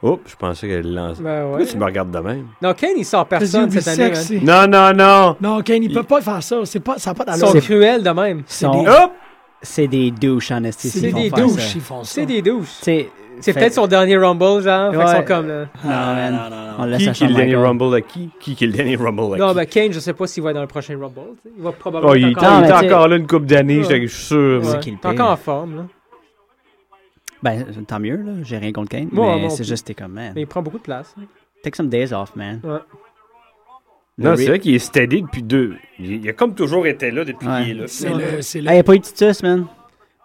Speaker 3: Oups, je pensais qu'elle le lancer.
Speaker 4: Ben ouais.
Speaker 3: Pourquoi tu me regardes de même?
Speaker 4: Non, Kane, il sort personne cette année. hein. man.
Speaker 2: Sexy.
Speaker 3: *laughs* Non, non, non.
Speaker 2: Non, Kane, il peut pas faire ça. C'est pas, ça n'a pas
Speaker 3: Ah,
Speaker 4: Ils sont
Speaker 2: d'allure.
Speaker 4: cruels de même.
Speaker 11: Ils sont-
Speaker 3: Hop!
Speaker 11: C'est des douches, en esti.
Speaker 2: C'est
Speaker 11: s'ils
Speaker 2: des
Speaker 11: font faire
Speaker 2: douches,
Speaker 11: ça.
Speaker 2: ils font ça.
Speaker 4: C'est des douches.
Speaker 11: C'est
Speaker 4: C'est
Speaker 11: fait-
Speaker 4: peut-être son dernier Rumble, genre. Fait qu'ils sont
Speaker 11: Ouais.
Speaker 4: comme. là.
Speaker 11: Non, man.
Speaker 2: non, non, non.
Speaker 11: On laisse
Speaker 3: Qui
Speaker 11: à
Speaker 3: qui est le
Speaker 11: Shawn
Speaker 3: dernier
Speaker 11: Michaels.
Speaker 3: Rumble à qui? Qui qui est le dernier Rumble à qui?
Speaker 4: Non, ben Kane, je sais pas s'il va être dans le prochain Rumble. tu sais. Il va probablement.
Speaker 3: Oh, il,
Speaker 4: être
Speaker 3: est-
Speaker 4: encore-
Speaker 11: Non,
Speaker 3: il
Speaker 11: mais
Speaker 3: était
Speaker 11: tu sais-
Speaker 3: encore là une coupe d'années,
Speaker 4: Ouais.
Speaker 3: je suis sûr.
Speaker 4: Ouais.
Speaker 11: C'est qui le
Speaker 4: T'es encore
Speaker 11: pire.
Speaker 4: en forme, là.
Speaker 11: Ben, tant mieux, là. J'ai rien contre Kane.
Speaker 4: Moi,
Speaker 11: mais
Speaker 4: moi,
Speaker 11: c'est
Speaker 4: plus.
Speaker 11: juste, t'es comme, man.
Speaker 4: Mais il prend beaucoup de place. hein.
Speaker 11: Take some days off, man.
Speaker 3: Non,
Speaker 11: Le
Speaker 3: c'est
Speaker 11: Ray-
Speaker 3: vrai qu'il est steady depuis deux. Il, il a comme toujours été là depuis
Speaker 11: Ouais.
Speaker 3: qu'il est là.
Speaker 2: C'est le. C'est le.
Speaker 11: Hey, pas eu de Titus, man.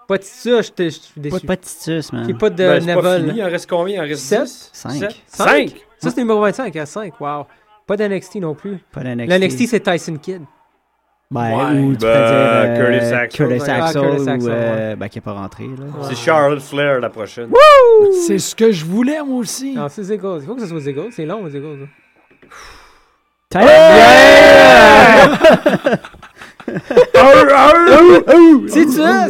Speaker 4: Pas de ça, je t'ai- je suis
Speaker 11: Pas,
Speaker 4: déçu.
Speaker 11: pas de Titus,
Speaker 4: Puis
Speaker 11: man.
Speaker 4: pas de
Speaker 3: Ben, c'est pas
Speaker 4: Neville.
Speaker 3: fini. Il en reste combien? Il en reste
Speaker 4: Sept.
Speaker 3: 10?
Speaker 11: Cinq.
Speaker 3: 5?
Speaker 4: Ça, c'est numéro 25 à 5. Wow. Pas d'NXT non plus.
Speaker 11: Pas d'NXT.
Speaker 4: L'NXT, c'est Tyson Kidd.
Speaker 5: Ben,
Speaker 2: Ouais.
Speaker 5: ou tu
Speaker 3: Ben,
Speaker 5: faisais, euh,
Speaker 3: Curtis Axel,
Speaker 5: Curtis
Speaker 3: ouais.
Speaker 5: Axel,
Speaker 4: Ah, Curtis
Speaker 5: ou,
Speaker 4: Axel,
Speaker 5: euh, ben, qui n'est pas rentré. Là.
Speaker 4: Ouais.
Speaker 3: C'est Charlotte Flair la prochaine.
Speaker 2: C'est ce que je voulais, moi aussi.
Speaker 4: Non, c'est Ziggles. Il faut que ce soit Ziggles. C'est long, Oh! Ziggles.
Speaker 5: Tyler Oh,
Speaker 4: C'est ça?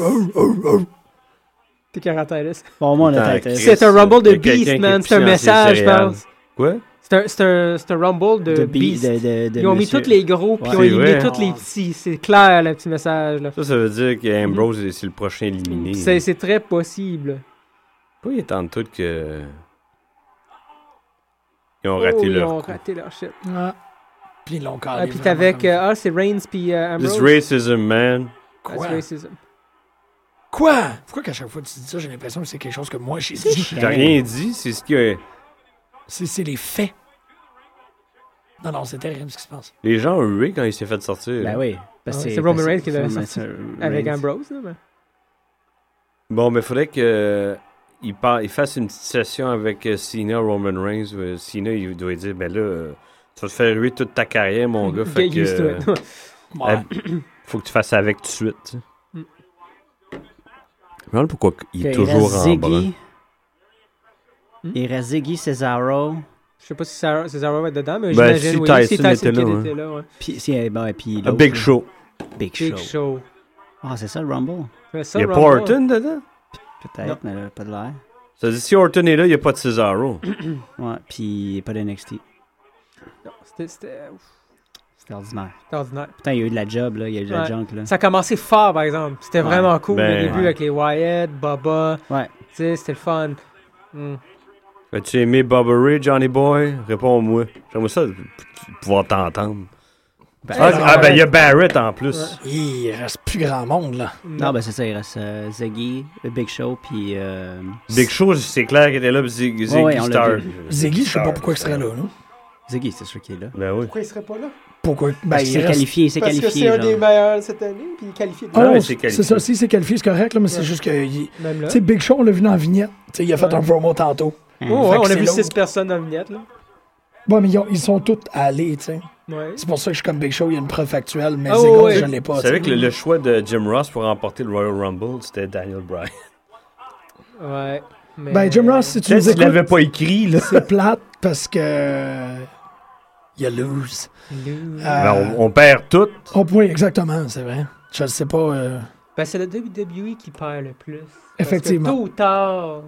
Speaker 4: T'es caractériste.
Speaker 5: Bon, moi, on
Speaker 3: Putain,
Speaker 5: a Titus.
Speaker 3: Chris.
Speaker 4: C'est un Rumble
Speaker 3: y a
Speaker 4: de
Speaker 3: quelqu'un qui
Speaker 4: Beast,
Speaker 3: est
Speaker 4: man. C'est un
Speaker 3: fiancé
Speaker 4: message, je
Speaker 3: céréales.
Speaker 4: pense.
Speaker 3: Quoi?
Speaker 4: C'est un, c'est un, c'est un Rumble de,
Speaker 5: De bi-
Speaker 4: Beast.
Speaker 5: de- de- de
Speaker 4: Ils ont mis
Speaker 5: monsieur.
Speaker 4: tous les gros, puis
Speaker 5: Ouais.
Speaker 4: ils ont
Speaker 3: C'est
Speaker 4: éliminé
Speaker 3: vrai.
Speaker 4: tous les petits. C'est clair, le petit message. là.
Speaker 3: Ça, ça veut dire que Ambrose est- c'est le prochain éliminé.
Speaker 4: C'est c'est très possible.
Speaker 3: Pourquoi il est en tout que. Ils ont
Speaker 4: Oh,
Speaker 3: raté
Speaker 4: ils
Speaker 3: leur
Speaker 4: ont
Speaker 3: coup.
Speaker 4: raté leur shit.
Speaker 2: Ah. Puis ils l'ont calé.
Speaker 4: Ah, puis t'es
Speaker 2: vraiment
Speaker 4: avec...
Speaker 2: comme-
Speaker 4: euh, ah, c'est Reigns, puis euh, Ambrose.
Speaker 3: This racism, man.
Speaker 4: ah, That's
Speaker 2: Quoi?
Speaker 4: racism.
Speaker 2: Quoi? Pourquoi qu'à chaque fois que tu dis ça, j'ai l'impression que c'est quelque chose que moi j'ai dit?
Speaker 5: Ben
Speaker 3: T'as rien dit, c'est ce que.
Speaker 2: C'est c'est les faits. Non, non, c'est terrible ce qui se passe.
Speaker 3: Les gens ont hué quand il s'est fait sortir.
Speaker 5: Ben oui. parce
Speaker 4: Ah,
Speaker 5: que
Speaker 4: c'est Roman
Speaker 5: parce que
Speaker 4: Reigns qui l'avait
Speaker 5: c'est
Speaker 4: sorti
Speaker 5: Roman
Speaker 4: Avec
Speaker 5: Reigns.
Speaker 4: Ambrose, là, ben. mais...
Speaker 3: Bon, mais faudrait que. euh, Il, par- il fasse une petite session avec euh, Cena, Roman Reigns. Euh, Cena, il doit dire Ben là, euh, tu vas te faire huer toute ta carrière, mon gars. Fait
Speaker 4: Get used
Speaker 3: que. euh,
Speaker 4: to it.
Speaker 2: Ouais.
Speaker 3: Ah, faut que tu fasses avec tout de suite. tu sais.
Speaker 4: Mm.
Speaker 3: Je me demande pourquoi il est
Speaker 5: Ok,
Speaker 3: toujours
Speaker 5: reste
Speaker 3: en brun.
Speaker 5: Ziggy. Il reste Ziggy, Cesaro.
Speaker 4: Je sais pas si Sarah, si Sarah va être dedans, mais
Speaker 3: Ben,
Speaker 4: j'imagine
Speaker 3: si
Speaker 4: oui,
Speaker 3: Tyson
Speaker 4: si
Speaker 3: était
Speaker 4: Kidd
Speaker 3: là, hein.
Speaker 4: était là, ouais.
Speaker 5: Puis, c'est- ben, ouais, puis
Speaker 3: A
Speaker 5: l'autre,
Speaker 3: Big
Speaker 5: là.
Speaker 3: Show.
Speaker 5: Big Show.
Speaker 4: Big Show.
Speaker 5: Ah, c'est ça le Rumble?
Speaker 4: Mais ça,
Speaker 3: Il y a pas
Speaker 4: Rumble-
Speaker 3: Orton dedans
Speaker 5: Peut-être, mais là, pas de l'air.
Speaker 3: Ça veut dire, si Orton est là, il n'y a pas de Cesaro.
Speaker 5: Ouais, puis pas de NXT.
Speaker 4: Non, c'était- C'était ouf,
Speaker 5: C'était ordinaire.
Speaker 4: c'était ordinaire.
Speaker 5: Putain, il y a eu de la job, là. Il y a eu de la
Speaker 4: Ouais.
Speaker 5: junk, là.
Speaker 4: Ça a commencé fort, par exemple. C'était
Speaker 5: Ouais.
Speaker 4: vraiment cool
Speaker 3: Ben,
Speaker 4: au début
Speaker 5: ouais.
Speaker 4: avec les Wyatt, Baba.
Speaker 5: Ouais.
Speaker 4: Tu sais, c'était le fun. Mm.
Speaker 3: As-tu aimé Bobbery, Johnny Boy Réponds-moi. J'aimerais ça p- pouvoir t'entendre. ah,
Speaker 4: ouais.
Speaker 3: ah, ben, il y a Barrett en plus.
Speaker 4: Ouais.
Speaker 2: Il reste plus grand monde, là.
Speaker 5: Non, ben c'est ça, il reste euh, Ziggy, le Big Show, puis. euh,
Speaker 3: Big Show, c'est clair qu'il était là, puis Zig- Ziggy
Speaker 5: Ouais, ouais, on l'a
Speaker 3: Star.
Speaker 5: vu.
Speaker 2: Ziggy, je sais pas
Speaker 3: Star,
Speaker 2: pourquoi il serait
Speaker 3: Star.
Speaker 2: là, là.
Speaker 5: Ziggy, c'est sûr qu'il est là.
Speaker 3: Ben oui.
Speaker 4: Pourquoi il serait pas là?
Speaker 2: Pourquoi? Ben,
Speaker 5: Parce qu'il
Speaker 2: il
Speaker 5: s'est
Speaker 2: reste...
Speaker 5: qualifié, il s'est
Speaker 4: Parce que
Speaker 5: qualifié.
Speaker 4: c'est un des
Speaker 5: genre.
Speaker 4: meilleurs cette année, puis il est qualifié.
Speaker 2: Ah,
Speaker 3: Non, mais
Speaker 2: non,
Speaker 3: c'est
Speaker 2: c'est
Speaker 3: qualifié.
Speaker 2: ça, si c'est qualifié, c'est correct, là, mais c'est
Speaker 4: Ouais.
Speaker 2: juste que. il-
Speaker 4: Même là.
Speaker 2: Tu sais, Big Show, on l'a vu dans la vignette. Tu sais, il a fait
Speaker 4: Hein? Ouais.
Speaker 2: un promo tantôt.
Speaker 4: Oh, ouais,
Speaker 2: Fait que
Speaker 4: on a
Speaker 2: c'est
Speaker 4: vu
Speaker 2: l'autre.
Speaker 4: six personnes dans la vignette, là.
Speaker 2: Ouais, mais ils, ont- ils sont tous allés, tu sais.
Speaker 4: Ouais.
Speaker 2: C'est pour ça que je suis comme Big Show, il y a une preuve factuelle, mais
Speaker 4: Ah,
Speaker 2: Ziggles,
Speaker 4: ouais.
Speaker 2: je l'ai pas.
Speaker 3: Vous
Speaker 2: tu sais.
Speaker 3: savez que le, le choix de Jim Ross pour remporter le Royal Rumble, c'était Daniel Bryan.
Speaker 4: Ouais. mais-
Speaker 2: Ben, Jim Ross, si tu
Speaker 3: Tu
Speaker 2: nous
Speaker 3: sais, tu
Speaker 2: écoutes,
Speaker 3: l'avais pas écrit, là.
Speaker 2: c'est plate parce que. Il a lose.
Speaker 4: Lou.
Speaker 2: Euh,
Speaker 3: Ben, on, on perd tout.
Speaker 2: Oh, oui, exactement, c'est vrai. Je ne sais pas. euh,
Speaker 4: Ben, c'est le WWE qui perd le plus.
Speaker 2: Effectivement.
Speaker 4: Parce que tôt ou tard.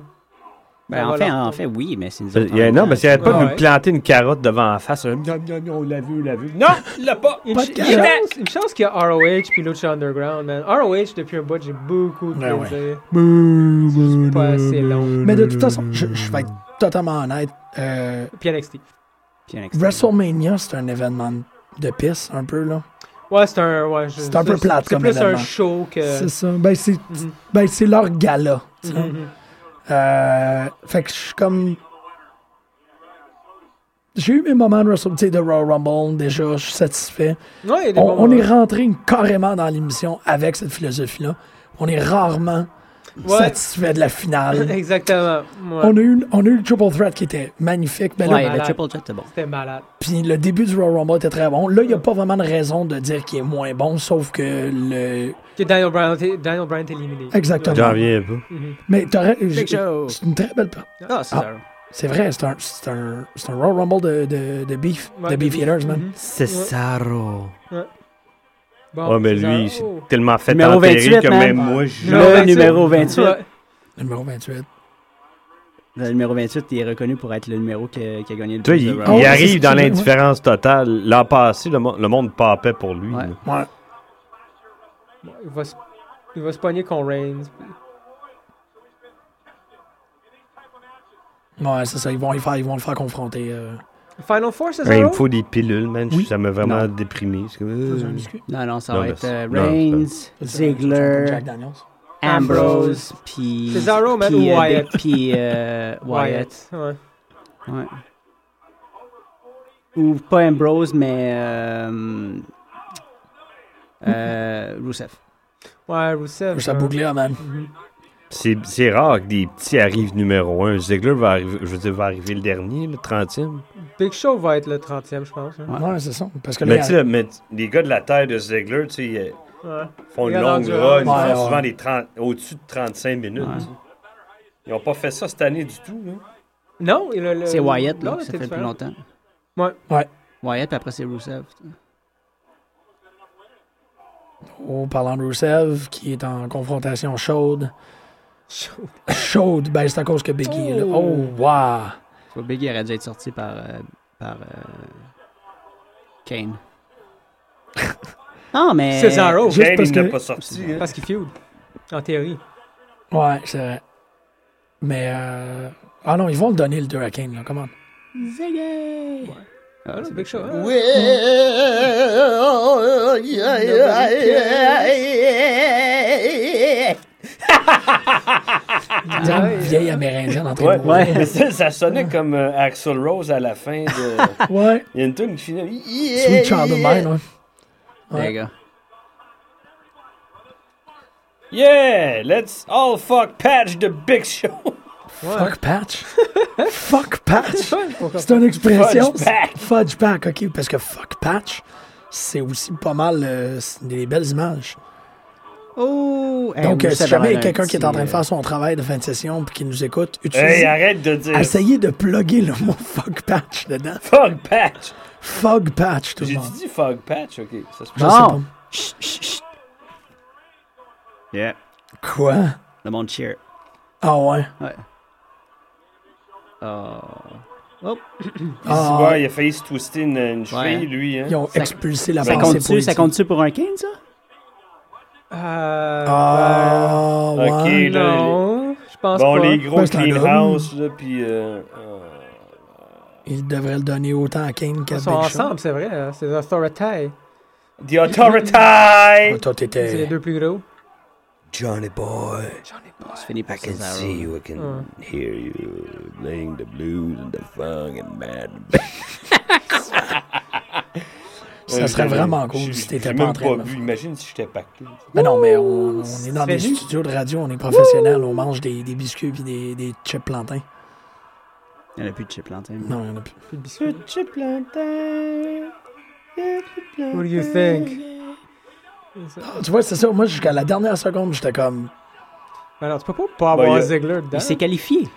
Speaker 5: Ben, en,
Speaker 4: voilà.
Speaker 5: fait, en fait, oui, mais c'est une.
Speaker 3: Il y a- non, mais s'il n'arrête pas de
Speaker 4: Ouais.
Speaker 3: nous planter une carotte devant la face, euh, Miam, miam, miam, on l'a vu, on l'a vu. Non!
Speaker 4: Il l'a pas. Une,
Speaker 2: Pas de
Speaker 4: ch- une
Speaker 2: carotte.
Speaker 4: chance, une chance qu'il y a ROH puis l'autre chez Underground, man. ROH, depuis un bout, j'ai beaucoup de
Speaker 2: Ouais, Ben ouais.
Speaker 4: plaisir. C'est pas assez long.
Speaker 2: Mais de toute façon, je, je vais être totalement honnête. euh,
Speaker 4: Puis NXT.
Speaker 2: WrestleMania, c'est un événement de pisse, un peu, là.
Speaker 4: Ouais, c'est un. Ouais, je-
Speaker 2: C'est un peu plate
Speaker 4: C'est
Speaker 2: comme
Speaker 4: plus un
Speaker 2: événement.
Speaker 4: show que.
Speaker 2: C'est ça. Ben, c'est
Speaker 4: Mhm.
Speaker 2: ben, c'est leur gala. tu sais.
Speaker 4: Mhm.
Speaker 2: Euh, fait que je suis comme. J'ai eu mes moments de Wrestle- tu sais, de Royal Rumble, déjà, je suis satisfait.
Speaker 4: Ouais, il y a des
Speaker 2: On,
Speaker 4: bons
Speaker 2: on est
Speaker 4: moments.
Speaker 2: rentré carrément dans l'émission avec cette philosophie-là. On est rarement
Speaker 4: Ouais.
Speaker 2: satisfait de la
Speaker 4: *laughs*
Speaker 2: finale.
Speaker 4: Exactement. Ouais.
Speaker 2: on, a eu, une- on a eu le Triple Threat qui était magnifique, mais là,
Speaker 5: Ouais, le
Speaker 4: malade.
Speaker 5: Triple Jet, c'est bon.
Speaker 4: C'était malade.
Speaker 2: Puis le début du Royal Rumble était très bon. Là, il n'y a pas vraiment de raison de dire qu'il est moins bon, sauf que le.
Speaker 4: Que Daniel Bryan, t'es- Daniel Bryan est éliminé.
Speaker 2: Exactement.
Speaker 3: J'en viens pas.
Speaker 4: Mhm.
Speaker 2: Mais t'aurais. j-
Speaker 5: Show.
Speaker 2: C'est une très belle. per-
Speaker 5: Ah, c'est
Speaker 2: Ah.
Speaker 5: ça.
Speaker 2: C'est vrai, c'est un, c'est un, c'est un Royal Rumble de, de, de beef,
Speaker 4: Ouais,
Speaker 2: de
Speaker 4: de
Speaker 2: beef
Speaker 4: beef.
Speaker 2: eaters, man.
Speaker 4: Mhm.
Speaker 3: Cesaro.
Speaker 4: Bon,
Speaker 3: Ouais, mais lui, il
Speaker 4: c'est
Speaker 3: s'est
Speaker 4: ça. Oh.
Speaker 3: tellement fait
Speaker 5: Numéro
Speaker 3: enterrer
Speaker 5: 28,
Speaker 3: que
Speaker 5: man.
Speaker 3: même moi, je...
Speaker 4: Numéro
Speaker 5: Le
Speaker 4: 28.
Speaker 5: numéro 28.
Speaker 4: Ouais.
Speaker 2: Numéro 28.
Speaker 5: Le numéro 28, il est reconnu pour être le numéro que- qui a gagné le
Speaker 3: Tu sais,
Speaker 5: plus de
Speaker 3: il,
Speaker 5: Rumble.
Speaker 2: Oh,
Speaker 3: il
Speaker 2: c'est ce
Speaker 3: arrive
Speaker 2: que
Speaker 3: dans
Speaker 2: tu veux,
Speaker 3: l'indifférence totale. L'an passé, le, mo- le monde papait pour lui.
Speaker 5: Ouais.
Speaker 3: là.
Speaker 2: Ouais.
Speaker 4: Bon, il, va se... il va se pogner contre Reigns.
Speaker 2: Ouais, c'est ça. Ils vont, y faire, ils vont le faire confronter. euh.
Speaker 4: Final Four, c'est
Speaker 3: Ouais, il
Speaker 4: ça?
Speaker 3: me faut des pilules, man.
Speaker 2: Oui.
Speaker 3: Ça m'a vraiment
Speaker 5: Non.
Speaker 3: déprimé. C'est comme, euh,
Speaker 5: Non, non, ça
Speaker 3: Non,
Speaker 5: va
Speaker 3: mais
Speaker 5: être
Speaker 3: c'est-
Speaker 5: euh,
Speaker 3: non,
Speaker 5: Reigns,
Speaker 2: Jack
Speaker 5: Ziggler,
Speaker 2: Daniels.
Speaker 5: Ambrose, puis.
Speaker 4: Cesaro, man,
Speaker 5: puis,
Speaker 4: ou
Speaker 5: euh,
Speaker 11: *laughs*
Speaker 4: Wyatt?
Speaker 5: Big- Puis euh, Wyatt.
Speaker 4: Ouais.
Speaker 5: Ouais. Ou pas Ambrose, mais. Euh, euh, Rusev.
Speaker 11: euh,
Speaker 4: Ouais, Rusev.
Speaker 2: Ça
Speaker 4: ouais. euh,
Speaker 2: boucle là, man.
Speaker 4: Mhm.
Speaker 3: C'est c'est rare que des petits arrivent numéro un. Ziggler va arriver, je veux dire, va arriver le dernier, le 30e.
Speaker 4: Big Show va être le 30e, je pense. hein.
Speaker 2: Ouais, c'est ça. Parce que
Speaker 3: Mais
Speaker 2: là,
Speaker 3: tu sais, le- mais les gars de la taille de Ziggler, tu sais, ils, euh,
Speaker 4: Ouais.
Speaker 3: font
Speaker 4: Il
Speaker 3: une
Speaker 4: a
Speaker 3: longue
Speaker 4: rendu-
Speaker 3: run.
Speaker 2: Ouais,
Speaker 3: Ils font
Speaker 2: ouais.
Speaker 3: souvent des 30 au-dessus de 35 minutes. tu sais. Ils n'ont pas fait ça cette année du tout. hein.
Speaker 4: Non, il a le-
Speaker 11: C'est Wyatt,
Speaker 4: Non,
Speaker 11: là, que ça
Speaker 4: t'es
Speaker 11: fait le plus
Speaker 4: Euh, différent.
Speaker 11: longtemps.
Speaker 4: Ouais.
Speaker 2: Ouais.
Speaker 11: Wyatt, puis après, c'est Rusev.
Speaker 2: oh, parlant de Rusev, qui est en confrontation chaude. Chaude, ben c'est à cause que Biggie est là. Oh,
Speaker 4: Oh.
Speaker 2: wow!
Speaker 11: Tu vois, Biggie aurait dû être sorti par. euh, par euh,
Speaker 4: *laughs*
Speaker 11: Kane. non, mais.
Speaker 4: Cesaro.
Speaker 2: Juste
Speaker 3: Kane,
Speaker 2: parce
Speaker 3: il n'a
Speaker 2: que-
Speaker 3: pas sorti. hein.
Speaker 4: Parce qu'il feud. En théorie.
Speaker 2: Ouais, c'est vrai. Mais, euh... ah non, ils vont le donner le 2 à Kane, là, comment?
Speaker 11: Ziggy!
Speaker 4: Ah, c'est Big Show. hein.
Speaker 2: Une vieille amérindienne en train
Speaker 3: Ouais,
Speaker 2: de mourir.
Speaker 3: *laughs* mais ça, ça sonnait comme euh, Axl Rose à la fin de.
Speaker 2: Ouais.
Speaker 3: Il y a une tune qui finit.
Speaker 2: Sweet Child of Mine, ouais.
Speaker 11: Les gars.
Speaker 3: Yeah, let's all fuck patch the big show. *laughs*
Speaker 2: Fuck Patch. fuck Patch.
Speaker 4: Ouais, pourquoi
Speaker 2: C'est une expression.
Speaker 3: Fudge Patch.
Speaker 2: Fudge Pack, ok, parce que Fuck Patch, c'est aussi pas mal euh, c'est des belles images.
Speaker 11: Oh! Hey,
Speaker 2: Donc, euh,
Speaker 11: Rusev
Speaker 2: si jamais
Speaker 11: avait
Speaker 2: il y a
Speaker 11: un
Speaker 2: quelqu'un qui est en
Speaker 11: petit,
Speaker 2: train de
Speaker 11: euh,
Speaker 2: faire son travail de fin de session puis qui nous écoute, utilisez,
Speaker 3: Hey, arrête de dire
Speaker 2: essayez de plugger le mot *laughs* Fuck Patch dedans.
Speaker 3: fuck patch.
Speaker 2: Fog Patch, tout le
Speaker 3: J'ai
Speaker 2: monde.
Speaker 3: dit fuck patch, ok. Ça se
Speaker 2: Je
Speaker 3: passe.
Speaker 2: sais
Speaker 11: Non.
Speaker 2: pas.
Speaker 11: Chut, chut, chut.
Speaker 5: Yeah.
Speaker 2: Quoi?
Speaker 5: Le monde cheer.
Speaker 2: Ah ouais.
Speaker 11: Oh.
Speaker 2: Ah,
Speaker 3: Ouais, il a failli se twister une, une cheville,
Speaker 11: Ouais.
Speaker 3: lui. Hein.
Speaker 2: Ils ont
Speaker 11: Ça-
Speaker 2: expulsé la
Speaker 11: Ça
Speaker 2: pensée
Speaker 11: compte-tu ça
Speaker 2: poétique.
Speaker 11: compte pour un Kane, ça?
Speaker 4: Euh,
Speaker 2: Ah, ouais.
Speaker 3: Ok,
Speaker 4: ben,
Speaker 3: là.
Speaker 4: non, je pense
Speaker 3: Bon,
Speaker 4: pas.
Speaker 3: les gros
Speaker 2: Ben, c'est un
Speaker 3: clean
Speaker 2: homme.
Speaker 3: house, là, puis. euh, euh,
Speaker 2: Il devrait le donner autant à Kane qu'à
Speaker 4: Ils
Speaker 2: Big
Speaker 4: sont
Speaker 2: Show.
Speaker 4: ensemble, c'est vrai. hein, C'est Authority.
Speaker 3: the Authority! Euh,
Speaker 2: Ah, toi,
Speaker 4: C'est les
Speaker 2: t'étais...
Speaker 4: deux plus gros.
Speaker 12: Johnny boy,
Speaker 11: C'est fini par
Speaker 12: I can
Speaker 11: Cesaro.
Speaker 12: see you, I can
Speaker 4: Ouais.
Speaker 12: hear you playing the blues and the funk and mad.
Speaker 2: Ça serait
Speaker 3: Euh,
Speaker 2: vraiment
Speaker 3: j'ai-
Speaker 2: cool si
Speaker 3: j'ai-
Speaker 2: t'étais
Speaker 3: j'ai
Speaker 2: pas en
Speaker 3: même
Speaker 2: train de...
Speaker 3: vu. Imagine si j'étais pacté.
Speaker 2: Mais Ben non, mais on, on est dans
Speaker 4: Salut.
Speaker 2: des studios de radio, on est professionnels, on mange des, des biscuits et des, des chips plantains.
Speaker 11: Il n'y en a plus de chip plantain.
Speaker 2: Non, il y en a plus.
Speaker 4: Plus de biscuits. What do you think? C'est ça.
Speaker 2: Ah, tu vois, c'est ça, moi, jusqu'à la dernière seconde, j'étais comme...
Speaker 4: Ben non, tu peux pas pas
Speaker 3: Ben,
Speaker 4: avoir
Speaker 3: il y a-
Speaker 4: Ziggler dedans.
Speaker 11: Il s'est qualifié.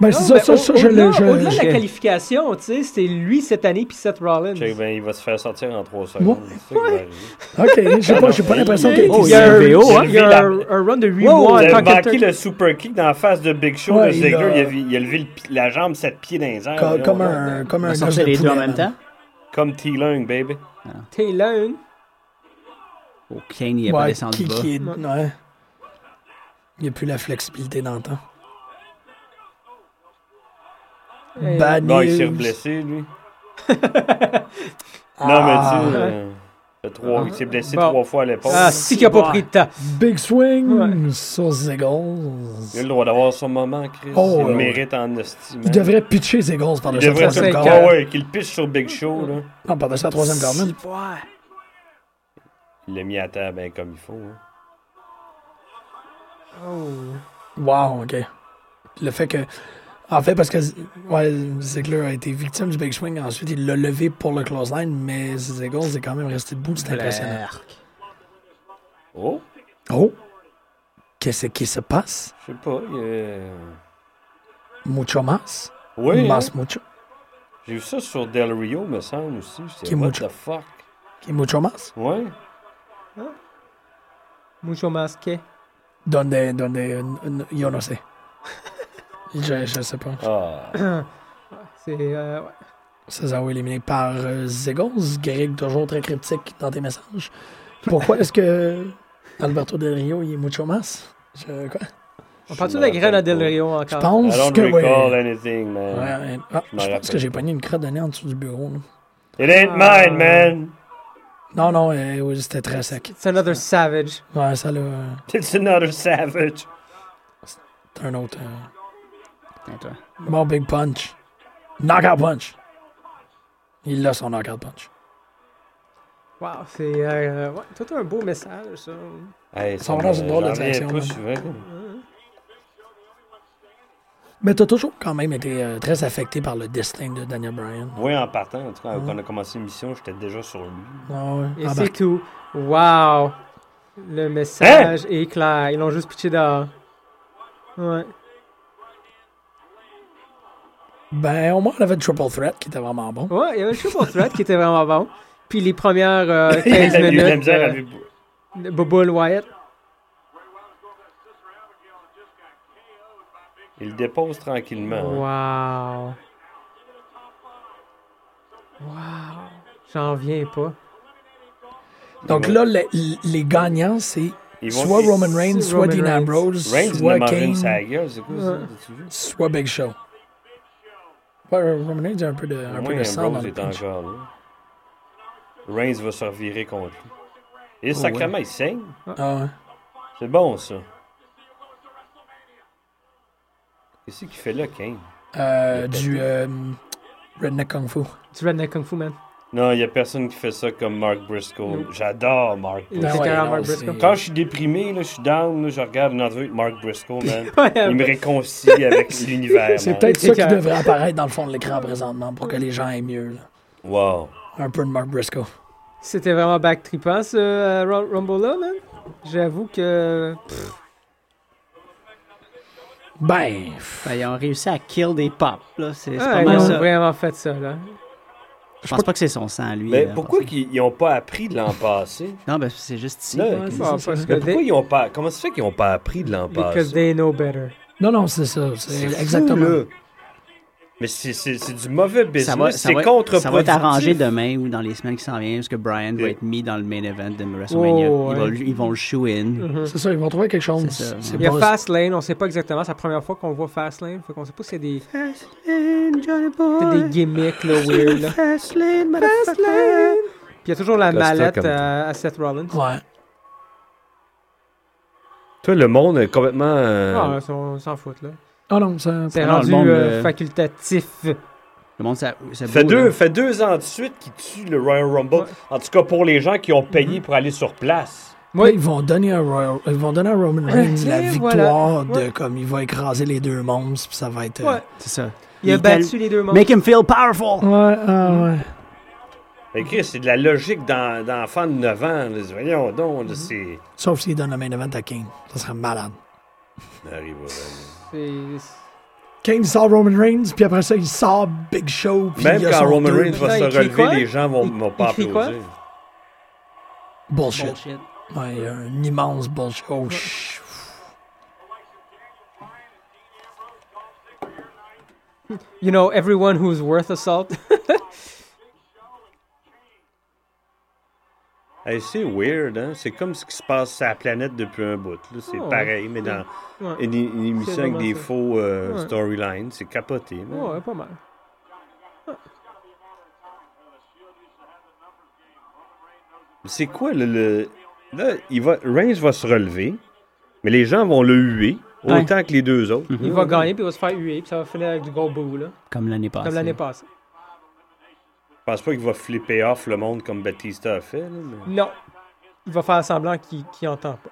Speaker 2: Ben,
Speaker 4: Non,
Speaker 2: c'est ça,
Speaker 4: ben,
Speaker 2: ça,
Speaker 4: au-
Speaker 2: ça, je
Speaker 4: au-delà,
Speaker 2: l'ai... je-
Speaker 4: au-delà de la
Speaker 2: je-
Speaker 4: qualification, tu sais, c'est lui cette année puis Seth Rollins.
Speaker 3: Check, ben, il va se faire sortir en 3 secondes. C'est ça qui va arriver.
Speaker 2: *laughs* Ok, j'ai pas, j'ai pas l'impression qu'il
Speaker 11: Oh,
Speaker 4: il y a, un,
Speaker 11: il y a un VO, hein?
Speaker 4: il y a un, un run de 8
Speaker 3: Wow,
Speaker 4: mois
Speaker 3: il
Speaker 4: en
Speaker 3: a
Speaker 4: tant que
Speaker 3: manqué
Speaker 4: third-
Speaker 3: le super kick dans la face de Big Show.
Speaker 2: Ouais,
Speaker 3: de
Speaker 2: il
Speaker 3: Ziggler,
Speaker 2: a-
Speaker 3: il a, vi- il a levé le pi- la jambe, cette pied dans les airs.
Speaker 2: Comme,
Speaker 3: là,
Speaker 2: comme
Speaker 3: on-
Speaker 2: un, comme
Speaker 11: Il
Speaker 2: un
Speaker 11: a
Speaker 2: gosse
Speaker 11: sorti
Speaker 2: de
Speaker 11: les deux en
Speaker 2: poulet,
Speaker 11: même
Speaker 2: man.
Speaker 11: temps.
Speaker 3: Comme T-Lung, baby.
Speaker 4: Taylor.
Speaker 11: Oh, Kane, il est
Speaker 2: Ouais,
Speaker 11: pas descendu
Speaker 2: qui,
Speaker 11: bas.
Speaker 2: qui est- ouais. Il n'y a plus la flexibilité dans le temps.
Speaker 4: Hey.
Speaker 2: Bad
Speaker 3: Non, il
Speaker 2: news.
Speaker 3: s'est
Speaker 2: *laughs*
Speaker 3: reblessé, lui. Non,
Speaker 2: Ah.
Speaker 3: mais tu sais, euh, le trois- il s'est blessé
Speaker 4: Bon.
Speaker 3: trois fois à l'épaule.
Speaker 4: Ah, si qu'il a pas pris de temps.
Speaker 2: Big swing
Speaker 4: Ouais.
Speaker 2: sur Zegals.
Speaker 3: Il a le droit d'avoir son moment, Chris.
Speaker 2: Oh,
Speaker 3: il
Speaker 2: ouais.
Speaker 3: le mérite en estime.
Speaker 2: Il devrait pitcher Zegals par
Speaker 3: Il
Speaker 2: le sa
Speaker 3: devrait se
Speaker 2: troisième
Speaker 4: cinq
Speaker 2: corde.
Speaker 4: ans.
Speaker 3: Ah ouais, qu'il pisse sur Big Show, là.
Speaker 2: Non, par sa troisième corde.
Speaker 3: Il l'a mis à terre ben comme il faut. hein.
Speaker 4: Oh.
Speaker 2: Wow, ok. Le fait que. En fait, parce que Z- ouais, Ziggler a été victime du Big Swing, ensuite il l'a levé pour le close line, mais Ziggles est quand même resté debout, c'est impressionnant.
Speaker 3: Oh,
Speaker 2: Oh! Qu'est-ce qui se passe?
Speaker 3: je sais pas. il, euh,
Speaker 2: Mucho mas?
Speaker 3: Oui, hein.
Speaker 2: Mas mucho?
Speaker 3: j'ai vu ça sur Del Rio, me semble, aussi. J'étais,
Speaker 2: Qui est
Speaker 3: what
Speaker 2: mucho.
Speaker 3: the fuck?
Speaker 2: Qui est mucho mas?
Speaker 3: Ouais.
Speaker 4: Mucho masqué.
Speaker 2: Donde, donde, n- n- yo no
Speaker 3: *laughs*
Speaker 2: sé. je, je sais pas.
Speaker 3: Ah,
Speaker 4: C'est. Euh, ouais.
Speaker 2: Cesaro éliminé par euh, Zegos. Greg, toujours très cryptique dans tes messages. Pourquoi est-ce que Alberto Del Rio il est mucho mas? Je, quoi?
Speaker 4: On
Speaker 3: Je
Speaker 4: parle-tu de
Speaker 3: me
Speaker 4: la
Speaker 3: rappelle
Speaker 4: graine à Del
Speaker 3: pas.
Speaker 4: Rio
Speaker 2: Je
Speaker 4: encore?
Speaker 3: I
Speaker 2: pense
Speaker 3: don't
Speaker 2: que oui.
Speaker 3: recall anything, man.
Speaker 2: Ouais, ouais. Ah,
Speaker 3: Je m'en
Speaker 2: je pense
Speaker 3: rappelle.
Speaker 2: que j'ai pogné une crotte de nez en dessous du bureau. là.
Speaker 3: It ain't
Speaker 4: Ah.
Speaker 3: mine, man.
Speaker 2: Non, non, euh, oui, c'était très sec.
Speaker 4: It's another savage.
Speaker 2: Ouais, ça là, euh, *laughs*
Speaker 3: It's another savage.
Speaker 2: c'est un autre. euh,
Speaker 11: Putain, toi.
Speaker 2: Bon, big punch. Knockout punch. Il a son knockout punch.
Speaker 4: Wow, c'est. Euh, ouais, tout un beau message, ça.
Speaker 3: Hey, ça
Speaker 2: Son
Speaker 3: me-
Speaker 2: bras, c'est une drôle
Speaker 3: j'en
Speaker 2: de
Speaker 3: reviens
Speaker 2: réaction,
Speaker 3: pas
Speaker 2: man.
Speaker 3: souvent.
Speaker 2: Mais t'as toujours quand même été euh, très affecté par le destin de Daniel Bryan.
Speaker 3: Oui, en partant, en tout cas, quand
Speaker 2: Ouais.
Speaker 3: on a commencé l'émission, j'étais déjà sur
Speaker 2: *laughs*
Speaker 3: lui.
Speaker 2: Ah ouais.
Speaker 4: Et
Speaker 2: Ah ben,
Speaker 4: c'est tout. Wow! Le message
Speaker 3: Hein?
Speaker 4: est clair. Ils l'ont juste pitché dehors. Ouais.
Speaker 2: ben, au moins, on avait le Triple Threat qui était vraiment bon.
Speaker 4: Ouais, il y avait le Triple Threat qui était vraiment bon. Puis les premières euh,
Speaker 3: *laughs* Il a eu
Speaker 4: 15
Speaker 3: de la
Speaker 4: minutes.
Speaker 3: misère
Speaker 4: euh,
Speaker 3: à lui-
Speaker 4: de Bubble Wyatt.
Speaker 3: Il le dépose tranquillement. hein.
Speaker 4: Wow. Wow. J'en viens pas.
Speaker 2: Donc
Speaker 3: Ouais.
Speaker 2: là, le- le- les gagnants, c'est
Speaker 3: euh, Ils vont-
Speaker 2: soit
Speaker 3: ils-
Speaker 2: Roman Reigns,
Speaker 4: C'est
Speaker 2: soit
Speaker 4: Roman
Speaker 2: Dean
Speaker 4: Reigns.
Speaker 2: Ambrose,
Speaker 3: Reigns, il en a
Speaker 2: soit
Speaker 3: mangé une
Speaker 2: Kane,
Speaker 3: sa gueule, c'est quoi ça?
Speaker 4: Ouais.
Speaker 3: T'as-tu vu?
Speaker 2: soit Big Show. Ouais, Roman Reigns a un peu de, un peu
Speaker 3: Oui,
Speaker 2: de sang dans
Speaker 3: Ambrose
Speaker 2: le
Speaker 3: est
Speaker 2: punch.
Speaker 3: encore là. Reigns va se revirer contre lui. Et sacrément, il saigne.
Speaker 2: Ah ouais.
Speaker 3: C'est bon, ça. Qu'est-ce qu'il fait là, Kane?
Speaker 2: Euh, du euh, Redneck Kung Fu.
Speaker 3: Ah.
Speaker 4: Tu vas de Kung Fu Man.
Speaker 3: Non, il y a personne qui fait ça comme Mark Briscoe.
Speaker 2: Mm.
Speaker 3: J'adore Mark Briscoe.
Speaker 4: Il
Speaker 11: Ben
Speaker 4: était
Speaker 2: ouais,
Speaker 4: carrément
Speaker 2: non,
Speaker 4: Mark
Speaker 2: c'est-
Speaker 4: Briscoe.
Speaker 3: Quand je suis déprimé, là, je suis down, là, je regarde une entrevue avec Mark
Speaker 11: *laughs*
Speaker 3: Briscoe, man. Il me
Speaker 4: Ouais,
Speaker 3: réconcilie avec l'univers,
Speaker 2: C'est
Speaker 3: man.
Speaker 2: peut-être ça qui
Speaker 4: Écœurant.
Speaker 2: devrait apparaître dans le fond de l'écran présentement pour que les gens aient mieux. là.
Speaker 3: Wow.
Speaker 2: Un peu de Mark Briscoe.
Speaker 4: C'était vraiment back trippant ce euh, Ru- Rumble-là, man. J'avoue que.
Speaker 2: Ben,
Speaker 11: Ben, ils ont réussi à kill des pop. Là. C'est, c'est
Speaker 4: Ah,
Speaker 11: pas
Speaker 4: ils
Speaker 11: mal
Speaker 4: ont
Speaker 11: ça.
Speaker 4: vraiment fait ça, là.
Speaker 11: Je pense pas que c'est son sang, lui.
Speaker 3: Mais
Speaker 11: là,
Speaker 3: pourquoi
Speaker 11: parce que-
Speaker 3: qu'ils n'ont pas appris de l'an passé?
Speaker 11: Non, ben, c'est juste ici.
Speaker 3: Là,
Speaker 4: Ouais,
Speaker 3: qu'ils-
Speaker 4: pas- parce que
Speaker 3: Mais pourquoi
Speaker 4: they-
Speaker 3: ils ont pas... Comment ça fait qu'ils n'ont pas appris de l'an
Speaker 4: Because
Speaker 3: passé?
Speaker 4: they know better.
Speaker 2: non, non, c'est ça.
Speaker 3: C'est
Speaker 11: euh,
Speaker 2: C'est
Speaker 3: fou,
Speaker 2: exactement.
Speaker 3: là. Mais c'est- c'est c'est du mauvais
Speaker 11: Ça va,
Speaker 3: business.
Speaker 11: ça,
Speaker 3: C'est
Speaker 11: va,
Speaker 3: contre
Speaker 11: ça va être arrangé demain ou dans les semaines qui s'en viennent parce que Brian va
Speaker 3: Et-
Speaker 11: être mis dans le main event de WrestleMania.
Speaker 4: Oh,
Speaker 11: ils, vont,
Speaker 4: ouais.
Speaker 11: le- ils vont le shoe-in.
Speaker 4: Mhm.
Speaker 2: C'est ça, ils vont trouver quelque chose.
Speaker 11: C'est ça.
Speaker 2: C'est
Speaker 4: Il y a
Speaker 2: pas-
Speaker 4: Fastlane, on sait pas exactement, c'est la première fois qu'on voit Fastlane, fait qu'on sait pas si c'est des. Peut-être des gimmicks, là, weird, là. Puis il y a toujours la
Speaker 3: Costa
Speaker 4: mallette
Speaker 3: comme
Speaker 4: à, à Seth Rollins.
Speaker 2: Ouais.
Speaker 3: Toi, le monde est complètement... euh,
Speaker 4: Ah, là, on on s'en fout, là.
Speaker 2: Ah non, ça.
Speaker 4: C'est
Speaker 11: Ah non,
Speaker 4: rendu
Speaker 11: le monde,
Speaker 4: euh,
Speaker 11: euh,
Speaker 4: facultatif.
Speaker 11: Le monde, ça, hein. ça
Speaker 3: fait,
Speaker 11: beau,
Speaker 3: deux,
Speaker 11: là.
Speaker 3: fait deux ans de suite qu'ils tuent le Royal Rumble.
Speaker 4: Ouais.
Speaker 3: En tout cas, pour les gens qui ont
Speaker 11: Mm-hmm.
Speaker 3: payé pour aller sur place.
Speaker 4: Moi,
Speaker 2: Ils vont donner à, Royal- ils vont donner à Roman Reigns la
Speaker 4: Et
Speaker 2: victoire
Speaker 4: voilà.
Speaker 2: de comme il va écraser les deux monstres, puis ça va être. euh,
Speaker 4: Ouais.
Speaker 11: C'est ça.
Speaker 4: il a
Speaker 11: Il t'a-
Speaker 4: battu les deux membres.
Speaker 11: Make him feel powerful.
Speaker 2: Ouais, ah ouais.
Speaker 3: Mais Chris, c'est de la logique d'en- d'enfant de 9 ans. là. Voyons
Speaker 4: Mm-hmm.
Speaker 3: donc, là, c'est...
Speaker 2: Sauf s'il donne le main event à Kane. Ça serait malade.
Speaker 3: Arrive, ouais.
Speaker 4: C'est-
Speaker 2: Kane sort Roman Reigns, puis après ça, il sort Big Show. Puis
Speaker 3: Même
Speaker 2: il y a
Speaker 3: quand
Speaker 2: son
Speaker 3: Roman
Speaker 2: deux-
Speaker 3: Reigns va
Speaker 4: Putain, il
Speaker 3: se
Speaker 4: crie quoi?
Speaker 3: relever, les gens
Speaker 4: *laughs*
Speaker 3: vont,
Speaker 4: Il-
Speaker 3: vont pas
Speaker 4: il crie quoi?
Speaker 3: applaudir.
Speaker 2: Bullshit.
Speaker 11: Bullshit.
Speaker 2: Ouais, il y a un immense bullshit. Oh, ch-
Speaker 4: You know, everyone who's worth a salt. *laughs*
Speaker 3: Hey, c'est weird, hein? C'est comme ce qui se passe sur la planète depuis un bout. là. C'est
Speaker 4: Ouais.
Speaker 3: pareil, mais dans
Speaker 4: Ouais.
Speaker 3: une, une émission avec
Speaker 4: vraiment
Speaker 3: des
Speaker 4: ça.
Speaker 3: faux euh,
Speaker 4: Ouais.
Speaker 3: storylines. C'est capoté, man.
Speaker 4: Ouais, pas mal.
Speaker 3: C'est quoi le, le- Là, il va... Reigns va se relever, mais les gens vont le huer
Speaker 11: Ouais.
Speaker 3: autant que les deux autres.
Speaker 4: Il va gagner, puis il va se faire huer, puis ça va finir avec du gros bout, là.
Speaker 11: Comme l'année passée.
Speaker 4: Comme l'année passée.
Speaker 3: Je pense pas qu'il va flipper off le monde comme Batista a fait. là, mais-
Speaker 4: Non. Il va faire semblant qu'il qu'il entend *laughs* pas.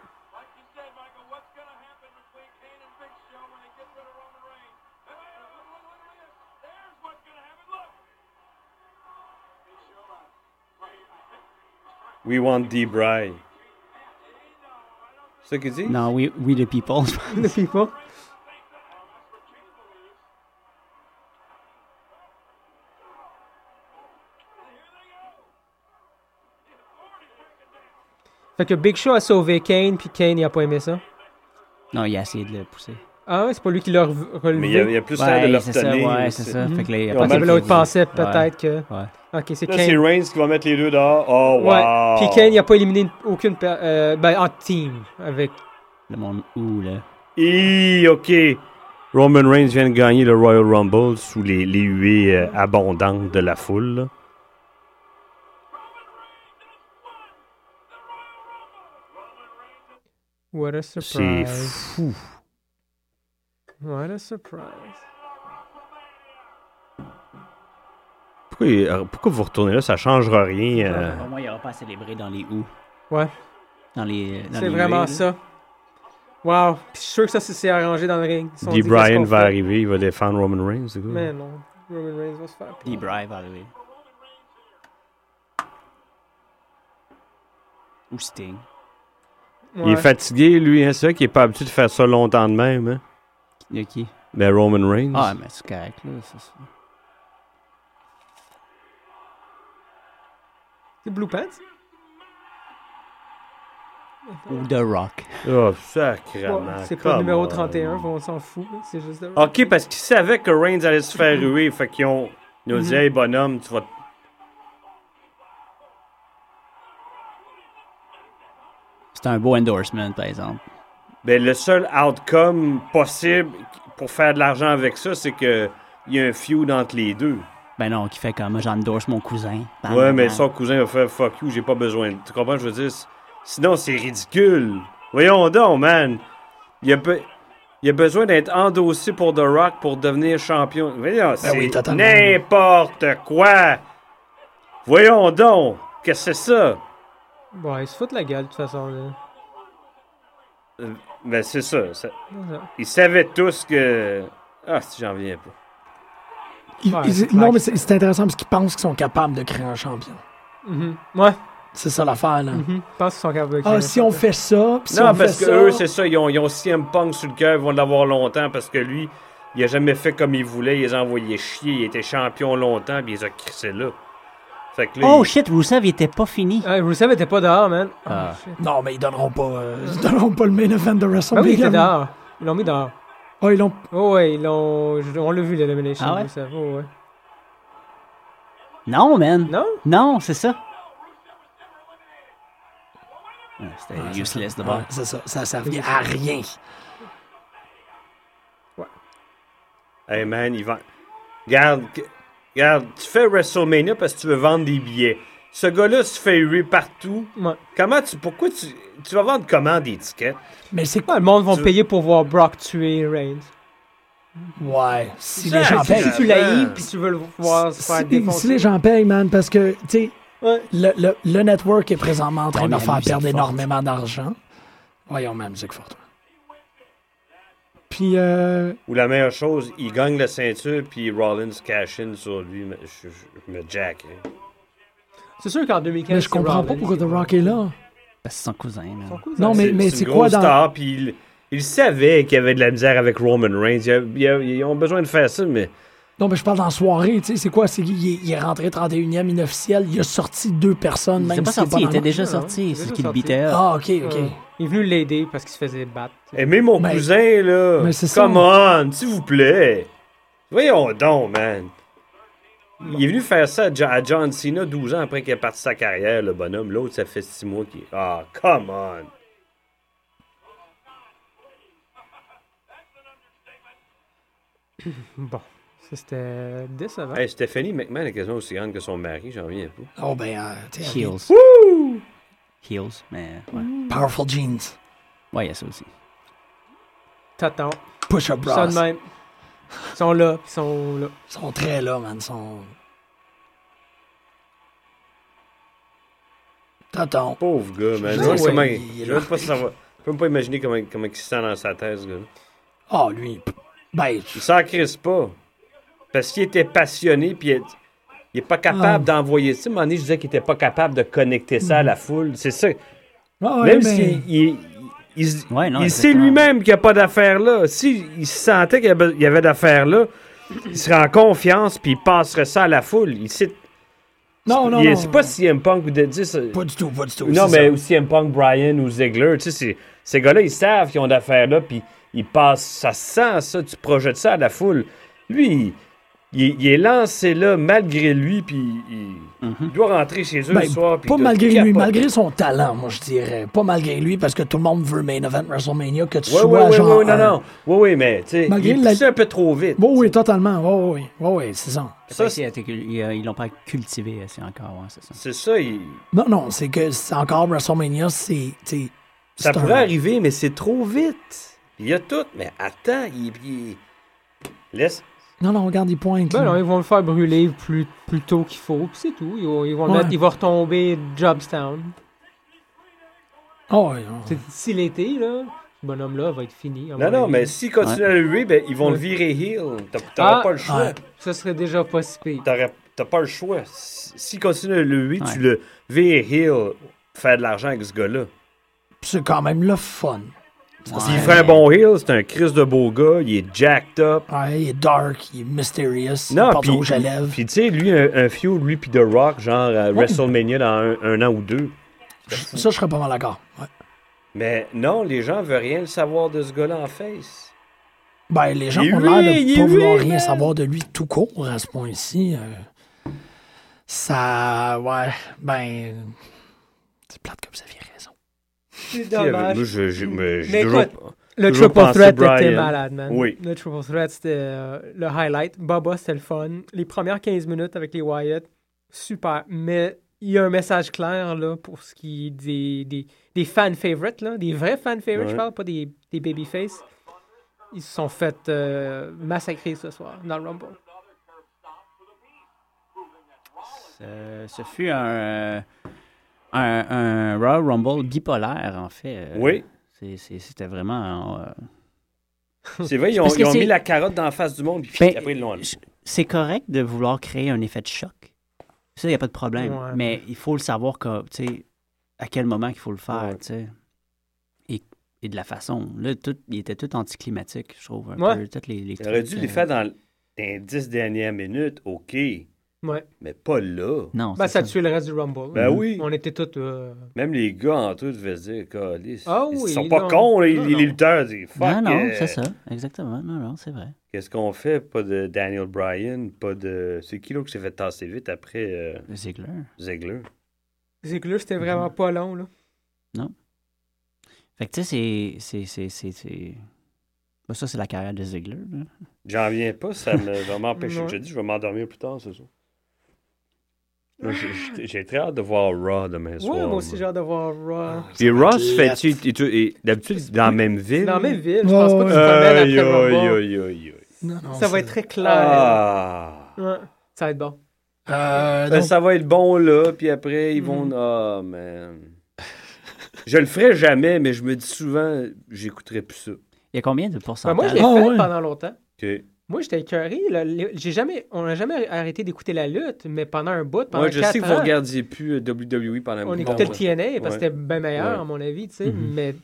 Speaker 3: We want D-Bry. C'est ça qu'il dit?
Speaker 11: Non, we, we the people. *laughs*
Speaker 4: Le people. Fait que Big Show a sauvé Kane, puis Kane, il a pas aimé ça.
Speaker 11: non, il a essayé de le pousser.
Speaker 4: Ah ouais, c'est pas lui qui l'a re- relevé. Ah,
Speaker 3: Mais il y a, il y a plus l'air de
Speaker 11: Ouais,
Speaker 3: leur
Speaker 11: c'est ça.
Speaker 3: tenir. Mmh.
Speaker 11: Ouais, c'est ça. Fait que là, il a
Speaker 3: Ils ont
Speaker 11: pas
Speaker 4: Parce que
Speaker 3: mal
Speaker 11: de-
Speaker 4: l'autre pensait
Speaker 11: Ouais.
Speaker 4: peut-être que.
Speaker 11: Ouais.
Speaker 4: Ok, c'est
Speaker 3: Là, c'est
Speaker 4: Kane.
Speaker 3: Reigns qui va mettre les deux dehors. Oh, wow!
Speaker 4: Ouais. Puis Kane, il a pas éliminé une- aucune. per- euh, ben, en team. Avec.
Speaker 11: Le monde où, là?
Speaker 3: Et OK. Roman Reigns vient de gagner le Royal Rumble sous les, les huées euh, abondantes de la foule. là.
Speaker 4: What a
Speaker 3: C'est
Speaker 4: surprise.
Speaker 3: fou.
Speaker 4: What a surprise.
Speaker 3: Pourquoi, euh, pourquoi vous retournez là? Ça changera rien. euh.
Speaker 11: Au moins, il n'y aura pas à célébrer dans les où.
Speaker 4: Ouais.
Speaker 11: Dans les. dans
Speaker 4: C'est
Speaker 11: les
Speaker 4: vraiment
Speaker 11: rues, là.
Speaker 4: ça. Wow. Puis je suis sûr que ça, c'est- c'est arrangé dans le ring. Ils se sont
Speaker 3: Dee
Speaker 4: dit, qu'est-ce
Speaker 3: Bryan
Speaker 4: qu'on
Speaker 3: va
Speaker 4: fait?
Speaker 3: arriver, il va défendre Roman Reigns. c'est quoi?
Speaker 4: Mais non. Roman Reigns va se faire.
Speaker 5: Dee Bry va arriver. Ou Sting.
Speaker 3: Il est
Speaker 4: Ouais.
Speaker 3: fatigué, lui, hein, c'est vrai qu'il est pas habitué de faire ça longtemps de même. Hein?
Speaker 5: Il y a qui?
Speaker 3: Ben, Roman Reigns.
Speaker 5: Ah, mais c'est correct, là. c'est ça.
Speaker 4: C'est Blue Pants?
Speaker 5: Ou The Rock.
Speaker 3: Oh, sacrément.
Speaker 4: Ouais, c'est pas le numéro
Speaker 3: come on.
Speaker 4: 31, on s'en fout. là, C'est juste. de-
Speaker 3: Ok, parce qu'ils savaient que Reigns allait se faire ruer. Fait qu'ils ont. Ils ont dit,
Speaker 4: Mhm.
Speaker 3: hey, bonhomme, tu vas. te-
Speaker 5: C'est un beau endorsement, par exemple.
Speaker 3: Ben, le seul outcome possible pour faire de l'argent avec ça, c'est que. Il y a un feud entre les deux.
Speaker 5: Ben non, qui fait comme moi, j'endorse mon cousin. Bam,
Speaker 3: ouais, mais
Speaker 5: bam.
Speaker 3: son cousin va faire fuck you, j'ai pas besoin. de- Tu comprends, je veux dire? c'est- Sinon, c'est ridicule. Voyons donc, man. Il y a, be- il y a besoin d'être endossé pour The Rock pour devenir champion. Voyons, c'est
Speaker 2: Ben oui, totalement.
Speaker 3: n'importe quoi. Voyons donc. Qu'est-ce que c'est ça?
Speaker 4: Bon, ils se foutent la gueule, de toute façon. Là.
Speaker 3: Ben, c'est ça, ça-
Speaker 4: Ouais.
Speaker 3: Ils savaient tous que. Ah, si j'en viens pas.
Speaker 2: Ils-
Speaker 4: Ouais,
Speaker 2: ils-
Speaker 4: c'est clair.
Speaker 2: non, mais c'est c'est intéressant parce qu'ils pensent qu'ils sont capables de créer un champion.
Speaker 4: Mhm. Ouais.
Speaker 2: C'est ça l'affaire, là.
Speaker 4: mhm. Je pense qu'ils sont capables de créer
Speaker 2: Ah, si on
Speaker 4: ça.
Speaker 2: fait ça, pis si
Speaker 3: non,
Speaker 2: on
Speaker 3: parce
Speaker 2: fait
Speaker 3: que
Speaker 2: ça...
Speaker 3: eux, c'est ça, ils ont, ils ont CM Punk sur le cœur, ils vont l'avoir longtemps parce que lui, il a jamais fait comme il voulait, il les a envoyés chier, il était champion longtemps, puis il les a crissés là. Fait que là,
Speaker 5: Oh
Speaker 3: il-
Speaker 5: shit, Rousseff, il était pas fini.
Speaker 3: Euh.
Speaker 4: Ah, Rusev était pas dehors, man. Oh,
Speaker 5: Ah.
Speaker 4: shit.
Speaker 2: Non, mais ils donneront pas, euh, ils donneront pas le main event de
Speaker 4: Ah oui, il
Speaker 2: WrestleMania.
Speaker 4: était dehors. Ils l'ont mis dehors.
Speaker 2: Ah, ils l'ont...
Speaker 4: Oh ouais, ils l'ont. je- On l'a vu, l'élimination
Speaker 5: Ah
Speaker 4: de
Speaker 5: ouais?
Speaker 4: Rusev. Oh ouais.
Speaker 5: Non, man.
Speaker 4: Non?
Speaker 5: Non, c'est ça. Ah, C'était useless de bord.
Speaker 2: Ah Ouais, c'est ça, ça servait à rien.
Speaker 3: hey man, il vend. Garde, garde, tu fais WrestleMania parce que tu veux vendre des billets. Ce gars-là se fait huer partout.
Speaker 4: Ouais.
Speaker 3: Comment tu. Pourquoi tu. Tu vas vendre comment des tickets?
Speaker 2: Mais c'est quoi?
Speaker 4: Ouais, le monde va
Speaker 3: Tu-
Speaker 4: payer pour voir Brock tuer Reigns.
Speaker 2: Ouais, si
Speaker 3: Ça,
Speaker 2: les gens
Speaker 3: c'est
Speaker 2: payent...
Speaker 3: ça.
Speaker 4: Si tu l'haïs, puis tu veux le voir se faire
Speaker 2: Si,
Speaker 4: défoncer.
Speaker 2: si les gens payent, man, parce que, tu sais,
Speaker 4: Ouais.
Speaker 2: le, le, le network est présentement en train
Speaker 5: Ouais,
Speaker 2: de
Speaker 5: mais
Speaker 2: faire
Speaker 5: lui, c'est
Speaker 2: perdre
Speaker 5: fort.
Speaker 2: énormément d'argent. Voyons, man, musique forte. Puis, euh,
Speaker 3: Ou la meilleure chose, il gagne la ceinture, puis Rollins cash in sur lui. mais Je, je- je me jack. hein.
Speaker 4: C'est sûr qu'en 2015.
Speaker 2: mais je
Speaker 4: c'est
Speaker 2: comprends
Speaker 4: Rollins
Speaker 2: pas pourquoi
Speaker 4: qui-
Speaker 2: The Rock est là.
Speaker 5: Parce que c'est son cousin, man.
Speaker 4: Son cousin.
Speaker 2: Non, mais,
Speaker 3: C'est-
Speaker 2: mais
Speaker 3: c'est
Speaker 2: c'est
Speaker 3: une grosse
Speaker 2: quoi dans...
Speaker 3: star, puis il, il savait qu'il y avait de la misère avec Roman Reigns. Il y a- il y a- ils ont besoin de faire ça, mais
Speaker 2: Non, mais je parle dans la soirée, tu sais, c'est quoi? C'est qu'il est- il est rentré 31e inofficiel, il a sorti deux personnes,
Speaker 5: Il était
Speaker 2: même
Speaker 5: pas
Speaker 2: s'il est
Speaker 5: sorti, il
Speaker 2: dans
Speaker 5: était
Speaker 2: le-
Speaker 5: déjà
Speaker 4: marché, non?
Speaker 5: sorti.
Speaker 4: Il
Speaker 5: C'est
Speaker 4: était
Speaker 5: qui le
Speaker 4: sorti.
Speaker 5: beatait. up.
Speaker 2: Ah, ok, ok.
Speaker 4: Ouais. Il est venu l'aider parce qu'il se faisait battre.
Speaker 3: aimez mon
Speaker 2: Mais-
Speaker 3: cousin, là.
Speaker 2: mais c'est ça.
Speaker 3: Come on, s'il vous plaît. Voyons donc, man. Il est venu faire ça à Jo- à John Cena 12 ans après qu'il ait parti sa carrière, le bonhomme. L'autre, ça fait 6 mois qu'il. Ah, come on.
Speaker 4: Bon, ça c'était décevant.
Speaker 3: Hey, Stephanie McMahon est quasiment aussi grande que son mari, j'en reviens pas.
Speaker 2: Oh, ben, euh, tu sais,
Speaker 5: Ah, Heels. Heels, mais ouais.
Speaker 2: Powerful Jeans,
Speaker 5: Ouais, il y a ça aussi.
Speaker 4: T'attends.
Speaker 2: Push-Up Bras.
Speaker 4: Ça de même. Ils sont là, ils sont là.
Speaker 2: Ils sont très là, man, ils sont... Tonton.
Speaker 3: Pauvre gars, man.
Speaker 2: Je
Speaker 3: Je sais
Speaker 2: sais
Speaker 3: comment
Speaker 2: ouais,
Speaker 3: il-
Speaker 2: il est
Speaker 3: je
Speaker 2: là.
Speaker 3: peux pas savoir- je peux même pas imaginer comment, comment il se sent dans sa tête, ce gars.
Speaker 2: Ah, lui, p- ben,
Speaker 3: Il s'en crisse pas. Parce qu'il était passionné, puis il, il est pas
Speaker 2: Ah.
Speaker 3: capable d'envoyer ça. Mais je disais qu'il était pas capable de connecter ça à la foule. C'est ça.
Speaker 2: ah, ouais,
Speaker 3: Même
Speaker 2: Mhm. mais-
Speaker 3: s'il il, il se-
Speaker 5: Ouais, non,
Speaker 3: il sait
Speaker 5: exactement.
Speaker 3: lui-même qu'il n'y a pas d'affaires là. S'il il se sentait qu'il y avait- il y avait d'affaires là, il serait en confiance, puis il passerait ça à la foule. Il sait.
Speaker 2: Non, non,
Speaker 3: il-
Speaker 2: non.
Speaker 3: C'est pas CM Punk ou euh, de dire ça.
Speaker 2: Pas du tout, pas du tout.
Speaker 3: Non,
Speaker 2: c'est
Speaker 3: mais
Speaker 2: ça.
Speaker 3: aussi M. Punk, Brian ou Ziggler, tu sais, c'est- ces gars-là, ils savent qu'ils ont d'affaires là, puis ils passent, ça sent ça, tu projettes ça à la foule. Lui, il, il- il est lancé là, malgré lui, puis il, il doit rentrer chez eux
Speaker 2: Ben,
Speaker 3: le soir. puis il
Speaker 2: pas
Speaker 3: doit
Speaker 2: malgré lui,
Speaker 3: capoter.
Speaker 2: malgré son talent, moi je dirais. Pas malgré lui, parce que tout le monde veut main event WrestleMania, que tu
Speaker 3: Ouais,
Speaker 2: sois
Speaker 3: ouais, ouais,
Speaker 2: genre.
Speaker 3: ouais, non,
Speaker 2: un-
Speaker 3: non. Oui, oui, mais, tu sais,
Speaker 2: Malgré
Speaker 3: il
Speaker 2: la-
Speaker 3: pousse un peu trop vite.
Speaker 2: Oui, oui, totalement. Oui, oui, oui, oui, c'est ça.
Speaker 3: Ça,
Speaker 5: Ça,
Speaker 3: c'est-
Speaker 5: ils l'ont pas cultivé assez encore, ouais, c'est ça.
Speaker 3: C'est ça, il-
Speaker 2: Non, non, c'est que c'est encore WrestleMania, c'est. tu sais,
Speaker 3: ça
Speaker 2: c'est un-
Speaker 3: pourrait arriver, mais c'est trop vite. Il y a tout, mais attends, il... il- Laisse...
Speaker 2: Non, non, regarde, il pointe.
Speaker 4: Ben
Speaker 2: là.
Speaker 4: non, ils vont le faire brûler plus, plus tôt qu'il faut, puis c'est tout. Ils vont, ils vont le
Speaker 2: Ouais.
Speaker 4: mettre, il va retomber Jobstown.
Speaker 2: Ah, ouais, ouais.
Speaker 4: C'est d'ici l'été, là. bonhomme-là va être fini. à
Speaker 3: Non,
Speaker 4: mon
Speaker 3: non,
Speaker 4: avis.
Speaker 3: mais s'ils continuent à le huer, ben, ils vont le
Speaker 4: Ouais.
Speaker 3: virer heal. T'as- T'auras
Speaker 4: Ah.
Speaker 3: pas le choix.
Speaker 2: Ouais.
Speaker 4: Ça serait déjà pas si pire.
Speaker 3: T'aurais- T'as pas le choix. S- S'ils continuent à le huer,
Speaker 13: Ouais.
Speaker 3: tu le vires heal, faire de l'argent avec ce gars-là.
Speaker 2: C'est quand même le fun.
Speaker 3: S'il ferait un bon heal, c'est un Chris de beau gars, il est jacked up.
Speaker 2: Ouais, il est dark, il est mysterious,
Speaker 3: Non,
Speaker 2: il porte
Speaker 3: puis-
Speaker 2: rouge à lèvres.
Speaker 3: Puis tu sais, lui, un, un feud, lui, puis The Rock, genre à WrestleMania dans un, un an ou deux.
Speaker 2: Ça, je serais pas mal d'accord. ouais.
Speaker 3: Mais non, les gens veulent rien savoir de ce gars-là en face.
Speaker 2: Ben, les gens
Speaker 3: Il est
Speaker 2: ont l'air
Speaker 3: lui, il
Speaker 2: de
Speaker 3: est
Speaker 2: pas
Speaker 3: lui,
Speaker 2: vouloir rien
Speaker 3: man.
Speaker 2: savoir de lui tout court à ce point-ci. euh, ça. Ouais, ben. C'est plate que vous aviez raison.
Speaker 4: C'est
Speaker 3: Tu sais,
Speaker 4: dommage.
Speaker 3: moi, je- je- mais j'ai
Speaker 4: Mais
Speaker 3: toujours-
Speaker 4: Le
Speaker 3: Toujours
Speaker 4: triple
Speaker 3: pensé
Speaker 4: threat était
Speaker 3: Brian.
Speaker 4: malade, man.
Speaker 3: Oui.
Speaker 4: Le triple threat, c'était euh, le highlight. Baba, c'était le fun. Les premières 15 minutes avec les Wyatt, super. Mais il y a un message clair là, pour ce qui est des, des, des fan favorites, là, des vrais fan favorites,
Speaker 3: Ouais.
Speaker 4: je parle, pas des, des babyface. Ils se sont fait euh, massacrer ce soir dans le Rumble.
Speaker 5: Ce, ce fut un, euh, un, un Royal Rumble bipolaire, en fait. Euh,
Speaker 3: Oui,
Speaker 5: c'est- c'est- C'était vraiment. euh,
Speaker 3: c'est vrai, ils ont,
Speaker 5: Parce que
Speaker 3: ils ont
Speaker 5: c'est-
Speaker 3: mis la carotte dans la face du monde, puis
Speaker 5: Ben,
Speaker 3: après ils l'ont enlevé.
Speaker 5: je- C'est correct de vouloir créer un effet de choc. Ça, il n'y a pas de problème.
Speaker 4: Ouais.
Speaker 5: Mais il faut le savoir que, tu sais, à quel moment qu'il faut le faire,
Speaker 3: Ouais.
Speaker 5: tu sais. Et, et de la façon. Là, tout, il était tout anticlimatique, je trouve. Un
Speaker 4: Ouais.
Speaker 5: peu, toutes les, les
Speaker 3: Ils auraient dû
Speaker 5: trucs,
Speaker 3: les
Speaker 5: euh,
Speaker 3: faire dans les 10 dernières minutes, OK,
Speaker 4: Ouais.
Speaker 3: mais pas là.
Speaker 5: Non,
Speaker 4: Ben,
Speaker 5: c'est
Speaker 4: ça a
Speaker 5: ça.
Speaker 4: tué le reste du Rumble.
Speaker 3: Ben oui,
Speaker 4: On était tous. euh,
Speaker 3: même les gars entre eux devaient se dire, Calisse,
Speaker 4: Ah
Speaker 3: ils
Speaker 4: oui,
Speaker 3: sont pas
Speaker 4: non.
Speaker 3: cons, là,
Speaker 4: Non,
Speaker 3: les,
Speaker 4: non.
Speaker 3: les lutteurs. ils disent,
Speaker 5: Non,
Speaker 3: Fuck,
Speaker 5: non,
Speaker 3: euh,
Speaker 5: c'est ça. Exactement. Non, non, c'est vrai.
Speaker 3: Qu'est-ce qu'on fait? Pas de Daniel Bryan, pas de. C'est qui là qui s'est fait tasser vite après euh,
Speaker 5: Le Ziggler.
Speaker 3: Ziegler?
Speaker 4: Ziggler, c'était
Speaker 3: Mhm.
Speaker 4: vraiment pas long. Là.
Speaker 5: Fait que, tu sais, c'est- c'est. c'est- c'est- c'est- Ben, ça, c'est la carrière de Ziggler. là.
Speaker 3: J'en viens pas, ça
Speaker 4: *laughs*
Speaker 3: me va m'empêcher.
Speaker 4: Ouais.
Speaker 3: Je te dis, je vais m'endormir plus tard, c'est ça. Là, j'ai- j'ai- J'ai très hâte de voir Raw demain soir.
Speaker 4: Ah. Ouais, moi aussi, j'ai hâte de voir euh, Raw.
Speaker 14: Et Ross
Speaker 2: Plate.
Speaker 14: fait-tu. et tu- et D'habitude, dans la même
Speaker 3: Ah,
Speaker 14: ville.
Speaker 4: Dans la même ville, je pense pas que tu te
Speaker 3: Euh,
Speaker 4: promènes après
Speaker 14: Aïe,
Speaker 4: le Rumble.
Speaker 14: aïe, aïe, aïe, aïe.
Speaker 2: Non, non,
Speaker 4: Ça va
Speaker 2: c'est-
Speaker 4: être très clair.
Speaker 3: Ah!
Speaker 4: Ouais. Ça va être bon. Ben,
Speaker 2: Euh,
Speaker 3: Ben,
Speaker 2: donc,
Speaker 3: ça va être bon là, puis après, ils vont.
Speaker 4: Mhm.
Speaker 3: Ah, man. Je le ferai jamais, mais je me dis souvent, j'écouterai plus ça.
Speaker 5: Il y a combien de
Speaker 4: Ben,
Speaker 5: pourcentage?
Speaker 4: moi, je l'ai
Speaker 2: Ah,
Speaker 4: fait
Speaker 2: ouais.
Speaker 4: pendant longtemps.
Speaker 3: OK.
Speaker 4: Moi, j'étais écœuré. là. Les- J'ai jamais, on n'a jamais arrêté d'écouter la lutte, mais pendant un bout, pendant
Speaker 3: Moi, je
Speaker 4: quatre
Speaker 3: sais que
Speaker 4: ans,
Speaker 3: vous regardiez plus euh, WWE pendant un
Speaker 4: on
Speaker 3: bout de
Speaker 4: écoutait
Speaker 3: temps.
Speaker 4: le TNA parce que
Speaker 3: Ouais.
Speaker 4: c'était bien meilleur,
Speaker 3: Ouais.
Speaker 4: à mon avis, tu sais.
Speaker 13: Mhm.
Speaker 4: Mais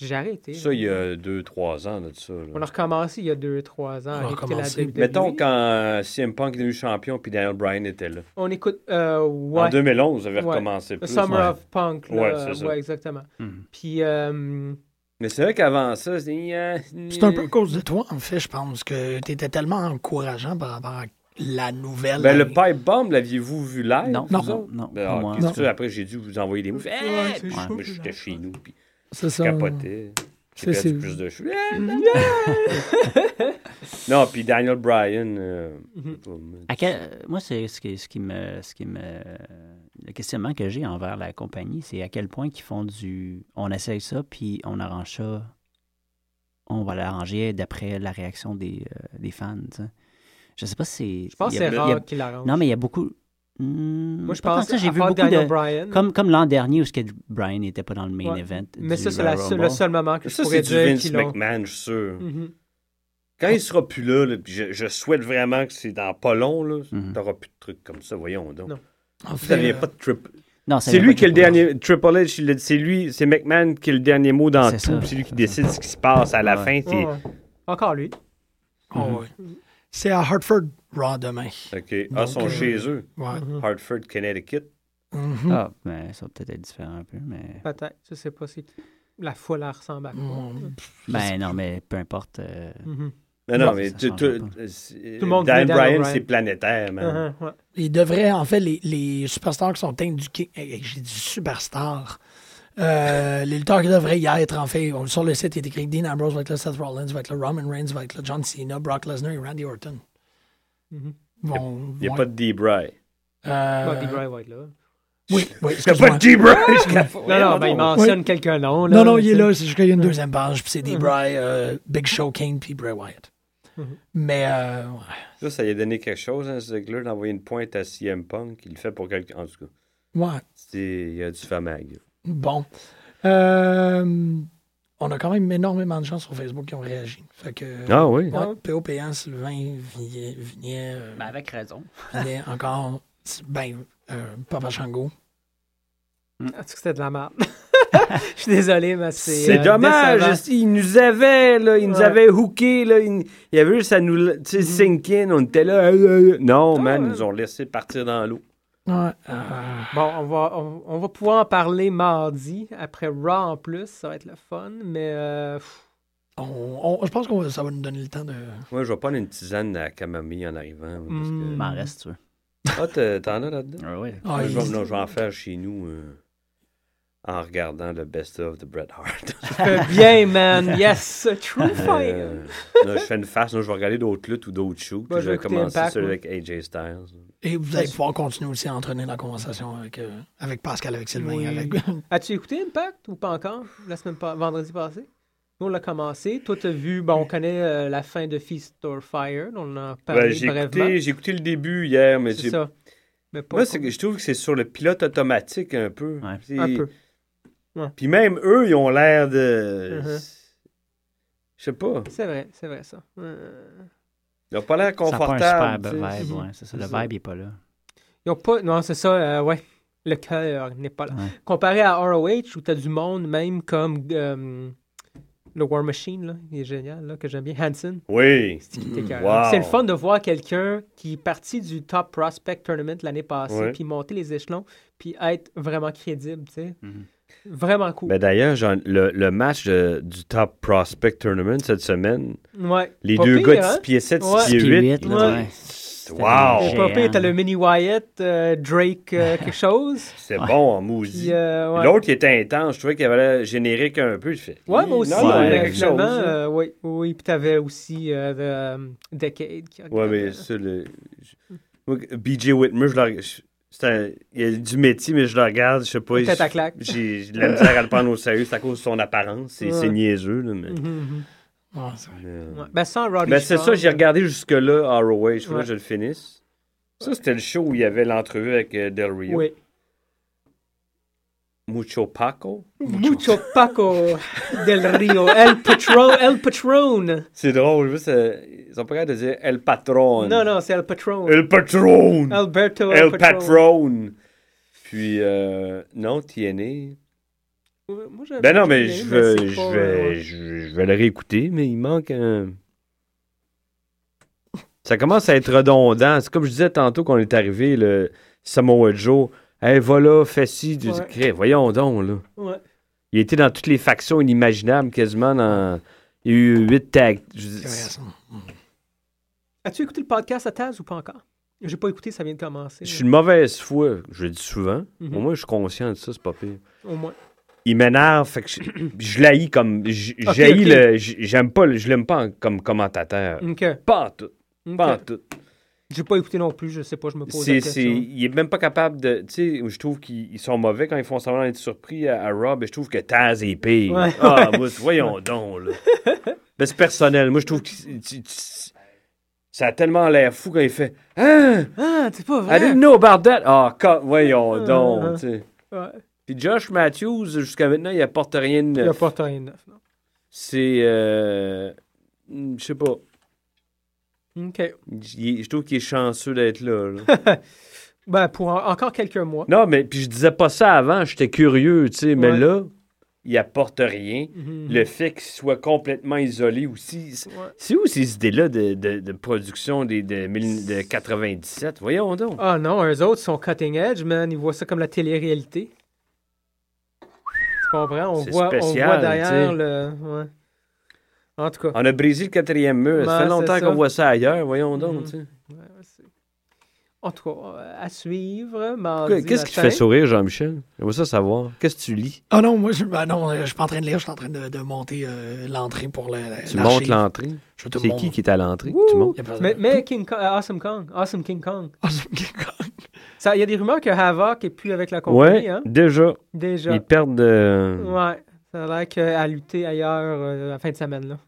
Speaker 4: j'ai arrêté.
Speaker 3: Ça, il y a 2-3 ans là, de ça. là.
Speaker 4: On a recommencé il y a 2-3 ans. à
Speaker 2: On a
Speaker 4: écouter la E.
Speaker 2: recommencé.
Speaker 4: WWE.
Speaker 3: Mettons quand euh, CM Punk est devenu champion puis Daniel Bryan était là.
Speaker 4: On écoute. euh,
Speaker 3: En
Speaker 4: ouais.
Speaker 3: 2011, vous avez
Speaker 4: Ouais.
Speaker 3: recommencé plus.
Speaker 4: Summer
Speaker 3: Ouais.
Speaker 4: of Punk. Là,
Speaker 3: Ouais, c'est ça.
Speaker 4: ouais, exactement.
Speaker 5: Mhm.
Speaker 4: Puis. euh,
Speaker 3: Mais c'est vrai qu'avant ça, c'est...
Speaker 2: c'est un peu à cause de toi, en fait, je pense, que tu étais tellement encourageant par rapport à la nouvelle.
Speaker 3: Ben, le pipe bomb, l'aviez-vous vu live?
Speaker 5: Non,
Speaker 3: vous
Speaker 5: non,
Speaker 3: autres?
Speaker 5: non, non,
Speaker 3: Ben,
Speaker 5: pas
Speaker 3: ah,
Speaker 5: moi.
Speaker 3: qu'est-ce
Speaker 2: Non.
Speaker 3: que ça, après, j'ai dû vous envoyer des moves. Eh,
Speaker 2: Ouais, c'est
Speaker 3: puis
Speaker 2: chaud,
Speaker 3: moi,
Speaker 2: c'est
Speaker 3: j'étais
Speaker 2: chaud.
Speaker 3: chez nous, puis
Speaker 2: C'est
Speaker 3: je
Speaker 2: ça.
Speaker 3: capotais. J'ai
Speaker 2: C'est-
Speaker 3: perdu
Speaker 2: c'est-
Speaker 3: plus de cheveux. Eh, non, non. non, puis Daniel Bryan... euh,
Speaker 2: Hmm.
Speaker 4: Mhm.
Speaker 5: À quel- euh, moi, c'est ce, qui- ce qui me, ce qui me, le questionnement que j'ai envers la compagnie, c'est à quel point qu'ils font du, on essaye ça puis on arrange ça, on va l'arranger d'après la réaction des, euh, des fans. tu sais. Je sais pas si c'est.
Speaker 4: je pense
Speaker 5: il
Speaker 4: que
Speaker 5: y a-
Speaker 4: c'est
Speaker 5: il y a-
Speaker 4: rare qu'il arrange.
Speaker 5: Non, mais il y a beaucoup. Hmm,
Speaker 4: Moi, je
Speaker 5: pas
Speaker 4: pense
Speaker 5: tant que
Speaker 4: que
Speaker 5: ça, j'ai vu beaucoup
Speaker 4: Daniel
Speaker 5: de.
Speaker 4: Bryan.
Speaker 5: Comme, comme l'an dernier où ce que Brian n'était pas dans le main
Speaker 4: Ouais.
Speaker 5: event.
Speaker 4: Mais
Speaker 5: du
Speaker 4: ça, c'est la-
Speaker 5: Royal
Speaker 4: le
Speaker 5: Rumble.
Speaker 4: seul moment que je
Speaker 3: Ça,
Speaker 4: pourrais
Speaker 3: c'est du
Speaker 4: dire
Speaker 3: Vince
Speaker 4: qu'ils l'ont.
Speaker 3: McMahon, je suis sûr.
Speaker 2: Hmm.
Speaker 4: Mhm.
Speaker 3: Quand il sera plus là, là, puis je, je souhaite vraiment que c'est dans pas long, là,
Speaker 5: Mhm.
Speaker 3: t'auras plus de trucs comme ça, voyons donc.
Speaker 4: Non.
Speaker 2: En
Speaker 3: Ça
Speaker 2: fait,
Speaker 3: vient
Speaker 2: euh,
Speaker 3: pas de Triple.
Speaker 5: Non, ça
Speaker 3: C'est
Speaker 5: vient
Speaker 3: lui
Speaker 5: pas
Speaker 3: qui a le
Speaker 5: de Triple H.
Speaker 14: dernier. Triple H, il l'a dit, c'est lui, c'est McMahon qui a le dernier mot dans
Speaker 5: C'est
Speaker 14: tout.
Speaker 5: ça.
Speaker 14: C'est lui qui décide ce qui se passe à la
Speaker 5: Ouais.
Speaker 14: fin. c'est-
Speaker 4: Ouais, ouais. Encore lui.
Speaker 2: oh,
Speaker 3: Mm-hmm.
Speaker 2: ouais. C'est à Hartford Raw demain.
Speaker 3: OK. Ah, ils
Speaker 2: Donc,
Speaker 3: sont
Speaker 2: euh,
Speaker 3: chez eux.
Speaker 2: Ouais.
Speaker 4: Mhm.
Speaker 3: Hartford, Connecticut.
Speaker 2: Mhm.
Speaker 5: Ah, mais ça va peut-être être différent un peu, mais.
Speaker 4: Peut-être. Je sais pas si la foule elle ressemble à quoi.
Speaker 2: Mon-
Speaker 5: Ben non, mais peu importe. euh,
Speaker 4: Mhm.
Speaker 3: Non, non,
Speaker 5: Non,
Speaker 3: mais
Speaker 5: ça
Speaker 3: tu-
Speaker 5: change
Speaker 3: tu-
Speaker 5: pas.
Speaker 3: euh, c'est-
Speaker 4: Tout le monde
Speaker 3: Dan
Speaker 4: dit Dan
Speaker 3: Bryan,
Speaker 4: O'Brien.
Speaker 3: c'est planétaire,
Speaker 5: Ben
Speaker 3: man.
Speaker 4: Uh-huh, ouais.
Speaker 2: Il devrait, en fait, les, les superstars qui sont indiqués, hey, hey, j'ai dit superstars,
Speaker 3: *laughs*
Speaker 2: Euh, les lutteurs qui devraient y être, en fait, on- sur le site, il est écrit que Dean Ambrose va être là, Seth Rollins va être là, Roman Reigns va être là, John Cena, Brock Lesnar et Randy Orton.
Speaker 4: Mhm.
Speaker 2: Bon,
Speaker 3: Il n'y a pas de D-Bry.
Speaker 5: Euh,
Speaker 4: Bobby Bray va être là.
Speaker 2: euh, Oui, oui,
Speaker 3: Il n'y
Speaker 2: *laughs*
Speaker 3: a
Speaker 2: excuse-moi.
Speaker 3: pas de D-Bry!
Speaker 4: Non, non, ben, il mentionne quelqu'un nom. Là,
Speaker 2: non, non, il est
Speaker 4: tu sais.
Speaker 2: là, c'est juste qu'il y a une deuxième page, puis c'est D.
Speaker 4: Mhm.
Speaker 2: Bray, euh, Big Show King, puis Bray Wyatt.
Speaker 3: Mm-hmm.
Speaker 4: Mhm.
Speaker 2: Mais, euh, ouais.
Speaker 3: Ça, ça lui a donné quelque chose, hein, Ziggler, d'envoyer une pointe à CM Punk. Il le fait pour quelqu'un. En tout cas,
Speaker 2: ouais,
Speaker 3: c'est- il a du famag.
Speaker 2: Bon. Euh, on a quand même énormément de gens sur Facebook qui ont réagi. Fait que,
Speaker 7: Ah oui.
Speaker 2: ouais, PO Payant, Sylvain, Vignet, Vignet, euh, *laughs*
Speaker 5: Ben, avec raison.
Speaker 2: Vignet, encore, ben, euh, Papa Chango.
Speaker 4: Ah, tu sais que c'était de la merde. *laughs* Je suis désolé, mais c'est.
Speaker 3: C'est
Speaker 4: euh,
Speaker 3: dommage.
Speaker 4: décevant.
Speaker 3: esti, Ils nous avaient, là, ils nous
Speaker 4: Ouais. Mm-hmm.
Speaker 3: avaient hooké, là. Ils, il y avait juste à nous, la- tu sais, sink in. On était là. euh, euh, euh. Non, man,
Speaker 4: Ah, ouais.
Speaker 3: ils nous ont laissé partir dans l'eau.
Speaker 2: Ouais. euh,
Speaker 4: Bon, on va, on, on va pouvoir en parler mardi, après Raw en plus, ça va être le fun, mais euh, pff,
Speaker 2: on- on- je pense que ça va nous donner le temps de.
Speaker 3: Moi, je vais prendre une tisane à camomille en arrivant. parce que-
Speaker 4: hmm,
Speaker 5: Il m'en reste, tu veux.
Speaker 3: Ah, t'es- t'en as là-dedans?
Speaker 5: Ah, oui.
Speaker 2: Ah,
Speaker 3: Moi, je, vais,
Speaker 2: il-
Speaker 3: non, je vais en faire chez nous euh, en regardant le best of de Bret
Speaker 4: *laughs*
Speaker 3: Hart.
Speaker 4: fais bien, man. Yes, true fight.
Speaker 3: Euh, là, je fais une face. Là, je vais regarder d'autres luttes ou d'autres shows. puis
Speaker 4: Moi, je
Speaker 3: je
Speaker 4: vais
Speaker 3: vais
Speaker 4: écouter
Speaker 3: commencer
Speaker 4: Impact,
Speaker 3: celui
Speaker 4: moi.
Speaker 3: avec AJ Styles.
Speaker 2: Et vous allez pouvoir continuer aussi à entraîner la conversation avec, euh, avec Pascal, avec Sylvain,
Speaker 4: Oui. *laughs*
Speaker 2: avec.
Speaker 4: As-tu écouté Impact ou pas encore la semaine pa- vendredi passé? Nous, on l'a commencé. Toi, t'as vu, bon, on connaît euh, la fin de Feast or Fire. On en a parlé
Speaker 3: Ben, j'ai,
Speaker 4: brièvement.
Speaker 3: écouté, j'ai écouté le début hier, mais
Speaker 4: C'est
Speaker 3: j'ai
Speaker 4: ça. Mais pas
Speaker 3: Moi,
Speaker 4: le
Speaker 3: c'est
Speaker 4: coup.
Speaker 3: que je trouve que c'est sur le pilote automatique un peu.
Speaker 5: Ouais.
Speaker 3: C'est-
Speaker 4: Un peu.
Speaker 3: Puis même eux, ils ont l'air de.
Speaker 4: Mhm.
Speaker 3: Je sais pas.
Speaker 4: C'est vrai, c'est vrai, ça. Euh,
Speaker 3: Ils ont pas l'air
Speaker 5: Ça n'a pas un
Speaker 3: confortables. tu
Speaker 5: super
Speaker 3: sais.
Speaker 5: vibe, ouais, c'est ça. Le
Speaker 3: C'est ça.
Speaker 5: vibe n'est pas là.
Speaker 4: Ils ont pas. Non, c'est ça, euh, ouais. Le cœur n'est pas là.
Speaker 5: Ouais.
Speaker 4: Comparé à ROH, où t'as du monde, même comme euh, le War Machine, là, il est génial, là, que j'aime bien, Hanson.
Speaker 3: Oui.
Speaker 4: C'est qui était écœurant.
Speaker 3: Hmm, wow.
Speaker 4: C'est le fun de voir quelqu'un qui est parti du Top Prospect Tournament l'année passée,
Speaker 3: Ouais.
Speaker 4: puis monter les échelons, puis être vraiment crédible, tu sais.
Speaker 5: Mhm.
Speaker 4: Vraiment cool.
Speaker 3: Ben d'ailleurs, j'en- le, le match euh, du Top Prospect Tournament cette semaine,
Speaker 4: ouais.
Speaker 3: les
Speaker 4: Pas
Speaker 3: deux
Speaker 4: pire,
Speaker 3: gars de
Speaker 4: hein?
Speaker 3: 6 pieds 7, 6
Speaker 4: Ouais.
Speaker 3: pieds
Speaker 5: Puis
Speaker 3: 8.
Speaker 5: huit, là,
Speaker 4: ouais.
Speaker 5: ouais.
Speaker 3: Wow!
Speaker 4: Et pas pire,
Speaker 5: Géant.
Speaker 4: t'as le Mini Wyatt, euh,
Speaker 3: *laughs*
Speaker 4: Drake, euh, quelque chose.
Speaker 3: C'est bon en
Speaker 4: Puis,
Speaker 3: maudit.
Speaker 4: euh, ouais.
Speaker 3: L'autre, il était intense. Je trouvais qu'il avait l'air générique un peu. Je fais,
Speaker 4: Ouais, moi aussi.
Speaker 3: Non, non, il y a
Speaker 4: euh,
Speaker 3: quelque
Speaker 4: finalement,
Speaker 3: chose. hein.
Speaker 4: euh, oui, oui. Puis t'avais aussi euh, The, euh, Decade. qui
Speaker 3: Ouais,
Speaker 4: regarde,
Speaker 3: mais
Speaker 4: euh,
Speaker 3: ça, le... je- Moi, BJ Whitmer, je le... je- c'est un- il y a du métier, mais je le regarde, je sais pas.
Speaker 4: Tête
Speaker 3: je-
Speaker 4: à claque.
Speaker 3: J'ai j'ai de la misère à le prendre au sérieux, c'est à cause de son apparence. C'est c'est
Speaker 4: Ouais.
Speaker 3: niaiseux, là, mais.
Speaker 4: mhm, mhm.
Speaker 2: Ouais, c'est vrai.
Speaker 3: euh,
Speaker 4: Ouais. Ben, sans Roddy
Speaker 3: Ben, c'est ça,
Speaker 4: Strong,
Speaker 3: j'ai regardé jusque-là ROH, je voulais
Speaker 4: Ouais.
Speaker 3: que je le finisse. Ça, c'était le show où il y avait l'entrevue avec euh, Del Rio.
Speaker 4: Oui.
Speaker 3: Mucho Paco.
Speaker 4: Mucho Paco del Rio. El Patron. El Patron.
Speaker 3: C'est drôle, juste, euh, ils ont pas l'air de dire El Patron.
Speaker 4: Non, non, c'est El Patron.
Speaker 3: El Patron!
Speaker 4: Alberto El,
Speaker 3: El Patron! Puis, euh, non, TNA.
Speaker 4: Ouais, moi, j'avais
Speaker 3: Ben non, mais
Speaker 4: bien
Speaker 3: je
Speaker 4: aimé,
Speaker 3: vais,
Speaker 4: mais c'est
Speaker 3: je,
Speaker 4: pas,
Speaker 3: vais,
Speaker 4: euh,
Speaker 3: je, je vais le réécouter, mais il manque un. Ça commence à être redondant. C'est comme je disais tantôt qu'on est arrivé, le Samoa Joe. Hey, voilà, fais ci, du
Speaker 4: Ouais.
Speaker 3: crée. Voyons donc, là.
Speaker 4: ouais.
Speaker 3: Il était dans toutes les factions inimaginables, quasiment. Dans... Il y a eu huit tags. Je veux
Speaker 2: C'est vrai,
Speaker 3: dire, c'est-
Speaker 2: ça.
Speaker 4: As-tu écouté le podcast à Taz ou pas encore? J'ai pas écouté, ça vient de commencer.
Speaker 3: je suis une mauvaise foi, je le dis souvent.
Speaker 4: Mhm.
Speaker 3: Au moins, je suis conscient de ça, c'est pas pire.
Speaker 4: Au moins.
Speaker 3: il m'énerve, fait que je, *clears throat* je l'haïs comme. Je,
Speaker 4: Ok,
Speaker 3: j'haïs
Speaker 4: ok.
Speaker 3: le- je- j'aime pas, le- je l'aime pas en- comme commentateur.
Speaker 4: OK.
Speaker 3: Pas en tout.
Speaker 4: ok.
Speaker 3: Pas en tout.
Speaker 4: J'ai pas écouté non plus, je sais pas, je me pose la
Speaker 3: C'est, c'est-
Speaker 4: question.
Speaker 3: il est même pas capable de. Tu sais, je trouve qu'ils ils sont mauvais quand ils font semblant d'être surpris à, à Rob. Et je trouve que Taz est pire.
Speaker 4: Ouais.
Speaker 3: Ah,
Speaker 4: *laughs*
Speaker 3: moi, voyons donc, là. Mais c'est personnel. Moi, je trouve que c'est- tu- tu- ça a tellement l'air fou quand il fait Ah,
Speaker 4: Ah, c'est pas
Speaker 3: I
Speaker 4: vrai!
Speaker 3: didn't know about that. Ah, co- voyons
Speaker 4: Ah, ah.
Speaker 3: donc, tu sais.
Speaker 4: Ouais.
Speaker 3: Puis Josh Matthews, jusqu'à maintenant, il apporte rien de
Speaker 4: Il n'y a
Speaker 3: neuf.
Speaker 4: pas rien de neuf, non.
Speaker 3: C'est. euh, Je sais pas.
Speaker 4: OK.
Speaker 3: Il est- Je trouve qu'il est chanceux d'être là.
Speaker 4: *laughs*
Speaker 3: là.
Speaker 4: Ben, pour en- encore quelques mois.
Speaker 3: non, mais puis je disais pas ça avant, j'étais curieux, tu sais,
Speaker 4: Ouais.
Speaker 3: mais là, il apporte rien.
Speaker 4: Mhm.
Speaker 3: Le fait qu'il soit complètement isolé aussi. c'est-
Speaker 4: Ouais.
Speaker 3: C'est où ces idées-là de, de- de production des, de, 1000 de 97? Voyons donc.
Speaker 4: Ah non, eux autres sont cutting edge, man. Ils voient ça comme la télé-réalité. Tu comprends? On,
Speaker 3: C'est
Speaker 4: voit, on
Speaker 3: spécial,
Speaker 4: voit derrière
Speaker 3: tu sais.
Speaker 4: le. Ouais. En tout cas.
Speaker 3: On a brisé le quatrième mur.
Speaker 4: Ben,
Speaker 3: ça fait
Speaker 4: c'est
Speaker 3: longtemps
Speaker 4: ça.
Speaker 3: qu'on voit ça ailleurs. Voyons
Speaker 4: Mhm.
Speaker 3: donc. tu sais.
Speaker 4: ouais, ouais, c'est- en tout cas, euh, à suivre. mardi
Speaker 3: Quoi, Qu'est-ce qui te
Speaker 4: matin.
Speaker 3: fait sourire, Jean-Michel? J'aimerais ça savoir. Qu'est-ce que tu lis?
Speaker 2: Ah non, moi, je, ben non, euh, je suis pas en train de lire, je suis en train de, de monter euh, l'entrée pour la. la-
Speaker 3: Tu
Speaker 2: l'archive.
Speaker 3: montes l'entrée.
Speaker 2: Je te
Speaker 3: C'est
Speaker 2: montre.
Speaker 3: qui qui est à l'entrée?
Speaker 4: Ouh!
Speaker 3: Tu montes?
Speaker 2: Y a pas-
Speaker 4: Mais, mais King Kong- euh, Awesome Kong. Awesome King Kong.
Speaker 2: Ah, c'est qui-
Speaker 4: Ça, Il y a des rumeurs que Havoc est plus avec la compagnie,
Speaker 3: Ouais,
Speaker 4: hein,
Speaker 3: déjà.
Speaker 4: Déjà.
Speaker 3: Ils perdent. euh,
Speaker 4: Ouais. Ça a l'air qu'à lutter ailleurs euh, la fin de semaine, là.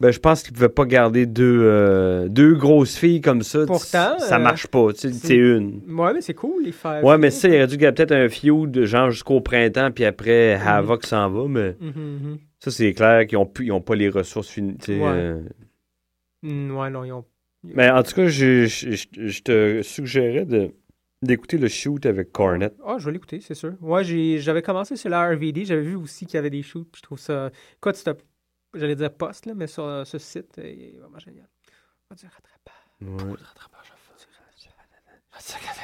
Speaker 3: ben, je pense qu'ils ne pouvaient pas garder deux, euh, deux grosses filles comme ça.
Speaker 4: Pourtant,
Speaker 3: Ça
Speaker 4: euh,
Speaker 3: marche pas. Tu sais,
Speaker 4: c'est- hein.
Speaker 3: c'est une.
Speaker 4: Ouais, mais c'est cool, les faire.
Speaker 3: Ouais, mais ça,
Speaker 4: Mm.
Speaker 3: il aurait dû garder peut-être un feud, genre jusqu'au printemps, puis après, Havoc s'en va, mais
Speaker 4: Mhm, mhm.
Speaker 3: Ça, c'est clair qu'ils n'ont ils ont pas les ressources finies.
Speaker 4: Ouais. Mm, ouais, non, ils ont.
Speaker 3: euh. Mais en tout cas, je, je- je- je te suggérais de- d'écouter le shoot avec Cornet.
Speaker 4: Ah, je vais l'écouter, c'est sûr. Ouais, j'ai- j'avais commencé sur la RVD, j'avais vu aussi qu'il y avait des shoots, puis je trouve ça. Quoi, tu J'allais dire poste, là, mais sur euh, ce site, euh, il est vraiment génial. On va dire rattrapage.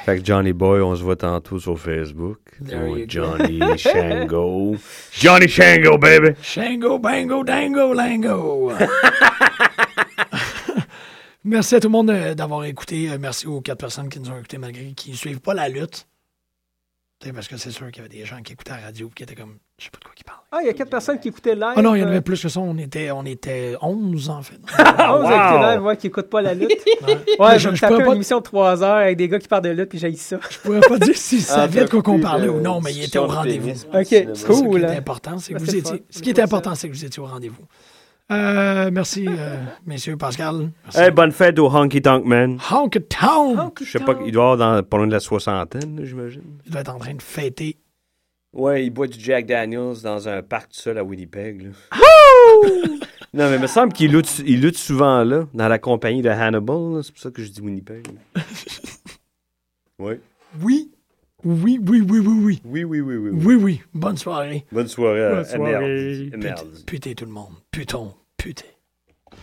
Speaker 3: Fait que Johnny Boy, on se voit tantôt sur Facebook.
Speaker 2: There
Speaker 3: Oh,
Speaker 2: you go.
Speaker 3: Johnny *laughs* Shango. Johnny Shango, baby!
Speaker 2: Shango, bango, dango, lango. *laughs* Merci à tout le monde euh, d'avoir écouté. Euh, Merci aux quatre personnes qui nous ont écoutés malgré qu'ils ne suivent pas la lutte. Tu sais, Parce que c'est sûr qu'il y avait des gens qui écoutaient la radio et qui étaient comme, je sais pas de quoi ils parlent.
Speaker 4: Ah, il y a quatre personnes qui écoutaient live.
Speaker 2: Ah non, il y en
Speaker 4: euh,
Speaker 2: avait plus que ça. On était, on était 11 en fait.
Speaker 4: Ah, vous avez
Speaker 3: Wow!
Speaker 4: été live, ouais, qui écoutent pas la lutte.
Speaker 2: *laughs* Ouais.
Speaker 4: Ouais, je
Speaker 2: je,
Speaker 4: vais me
Speaker 2: je
Speaker 4: taper
Speaker 2: pourrais
Speaker 4: une
Speaker 2: pas,
Speaker 4: émission de 3 heures avec des gars qui parlent de lutte, puis j'ai ça.
Speaker 2: je pourrais pas dire s'ils savaient
Speaker 12: t'as
Speaker 2: de quoi qu'on
Speaker 12: plus
Speaker 2: parlait
Speaker 12: de
Speaker 2: ou non, mais ils étaient
Speaker 12: discussion
Speaker 2: au
Speaker 12: de
Speaker 2: rendez-vous.
Speaker 12: pénis,
Speaker 3: Ah,
Speaker 4: Ok,
Speaker 12: cinéma.
Speaker 4: c'est
Speaker 2: C'est
Speaker 4: cool.
Speaker 2: ça qui
Speaker 4: là.
Speaker 2: était important, c'est que
Speaker 4: Ben,
Speaker 2: vous
Speaker 4: c'est le
Speaker 2: étiez.
Speaker 4: fun.
Speaker 2: Ce qui était
Speaker 4: Cool, ça.
Speaker 2: important, c'est que vous étiez au rendez-vous. Euh, *laughs* merci, euh, messieurs Pascal. Merci.
Speaker 3: Hey, bonne fête au Honky Tonk Man.
Speaker 2: Honk Town!
Speaker 3: Je sais pas, il doit avoir dans, pas loin de la soixantaine, là, j'imagine.
Speaker 2: Il doit être en train de fêter.
Speaker 3: Ouais, il boit du Jack Daniels dans un parc tout seul à Winnipeg. là. *laughs* non, mais il me semble qu'il lutte, il lutte souvent là, dans la compagnie de Hannibal. là. C'est pour ça que je dis Winnipeg. oui.
Speaker 2: Oui, oui, oui, oui, oui, oui.
Speaker 3: Oui, oui, oui, oui. oui.
Speaker 2: Oui, oui. Bonne soirée.
Speaker 3: Bonne soirée à,
Speaker 4: Bonne
Speaker 3: à Merde.
Speaker 4: soirée.
Speaker 3: À Merde.
Speaker 2: Putez tout le monde. Puton, puté.
Speaker 3: Oh,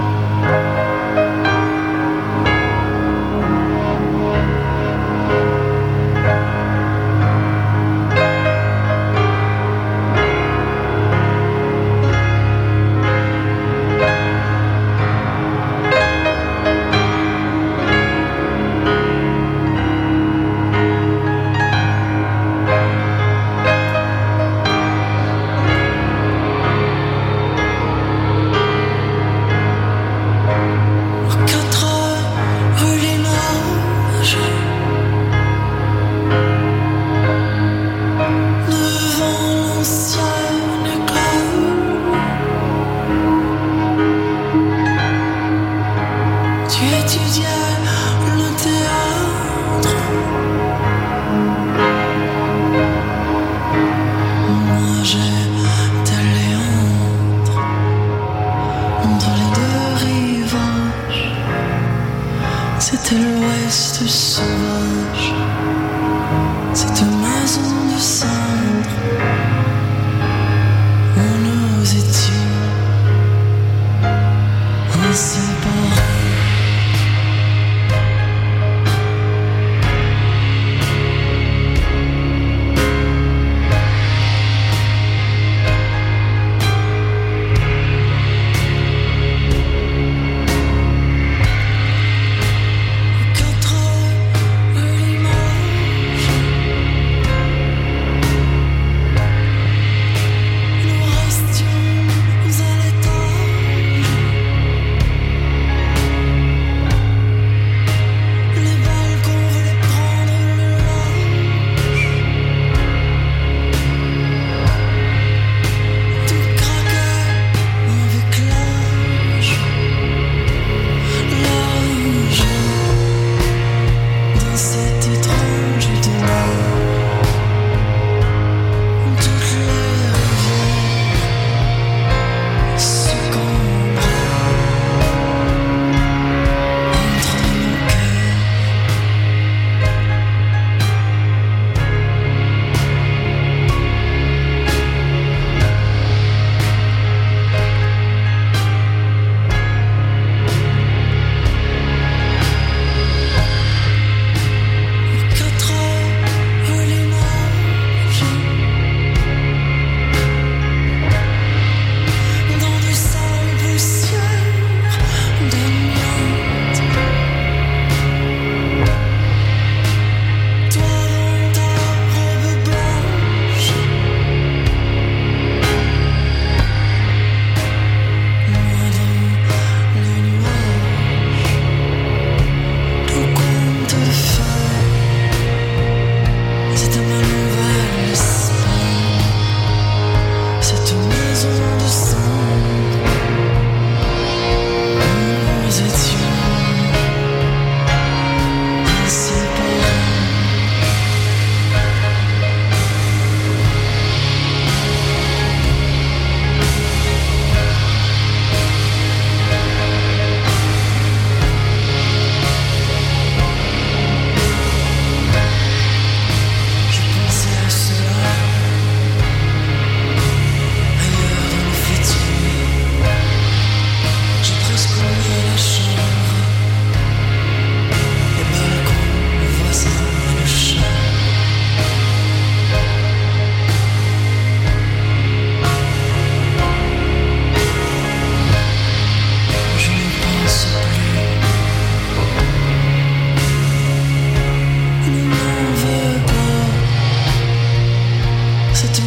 Speaker 15: Thank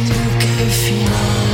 Speaker 15: Patreon.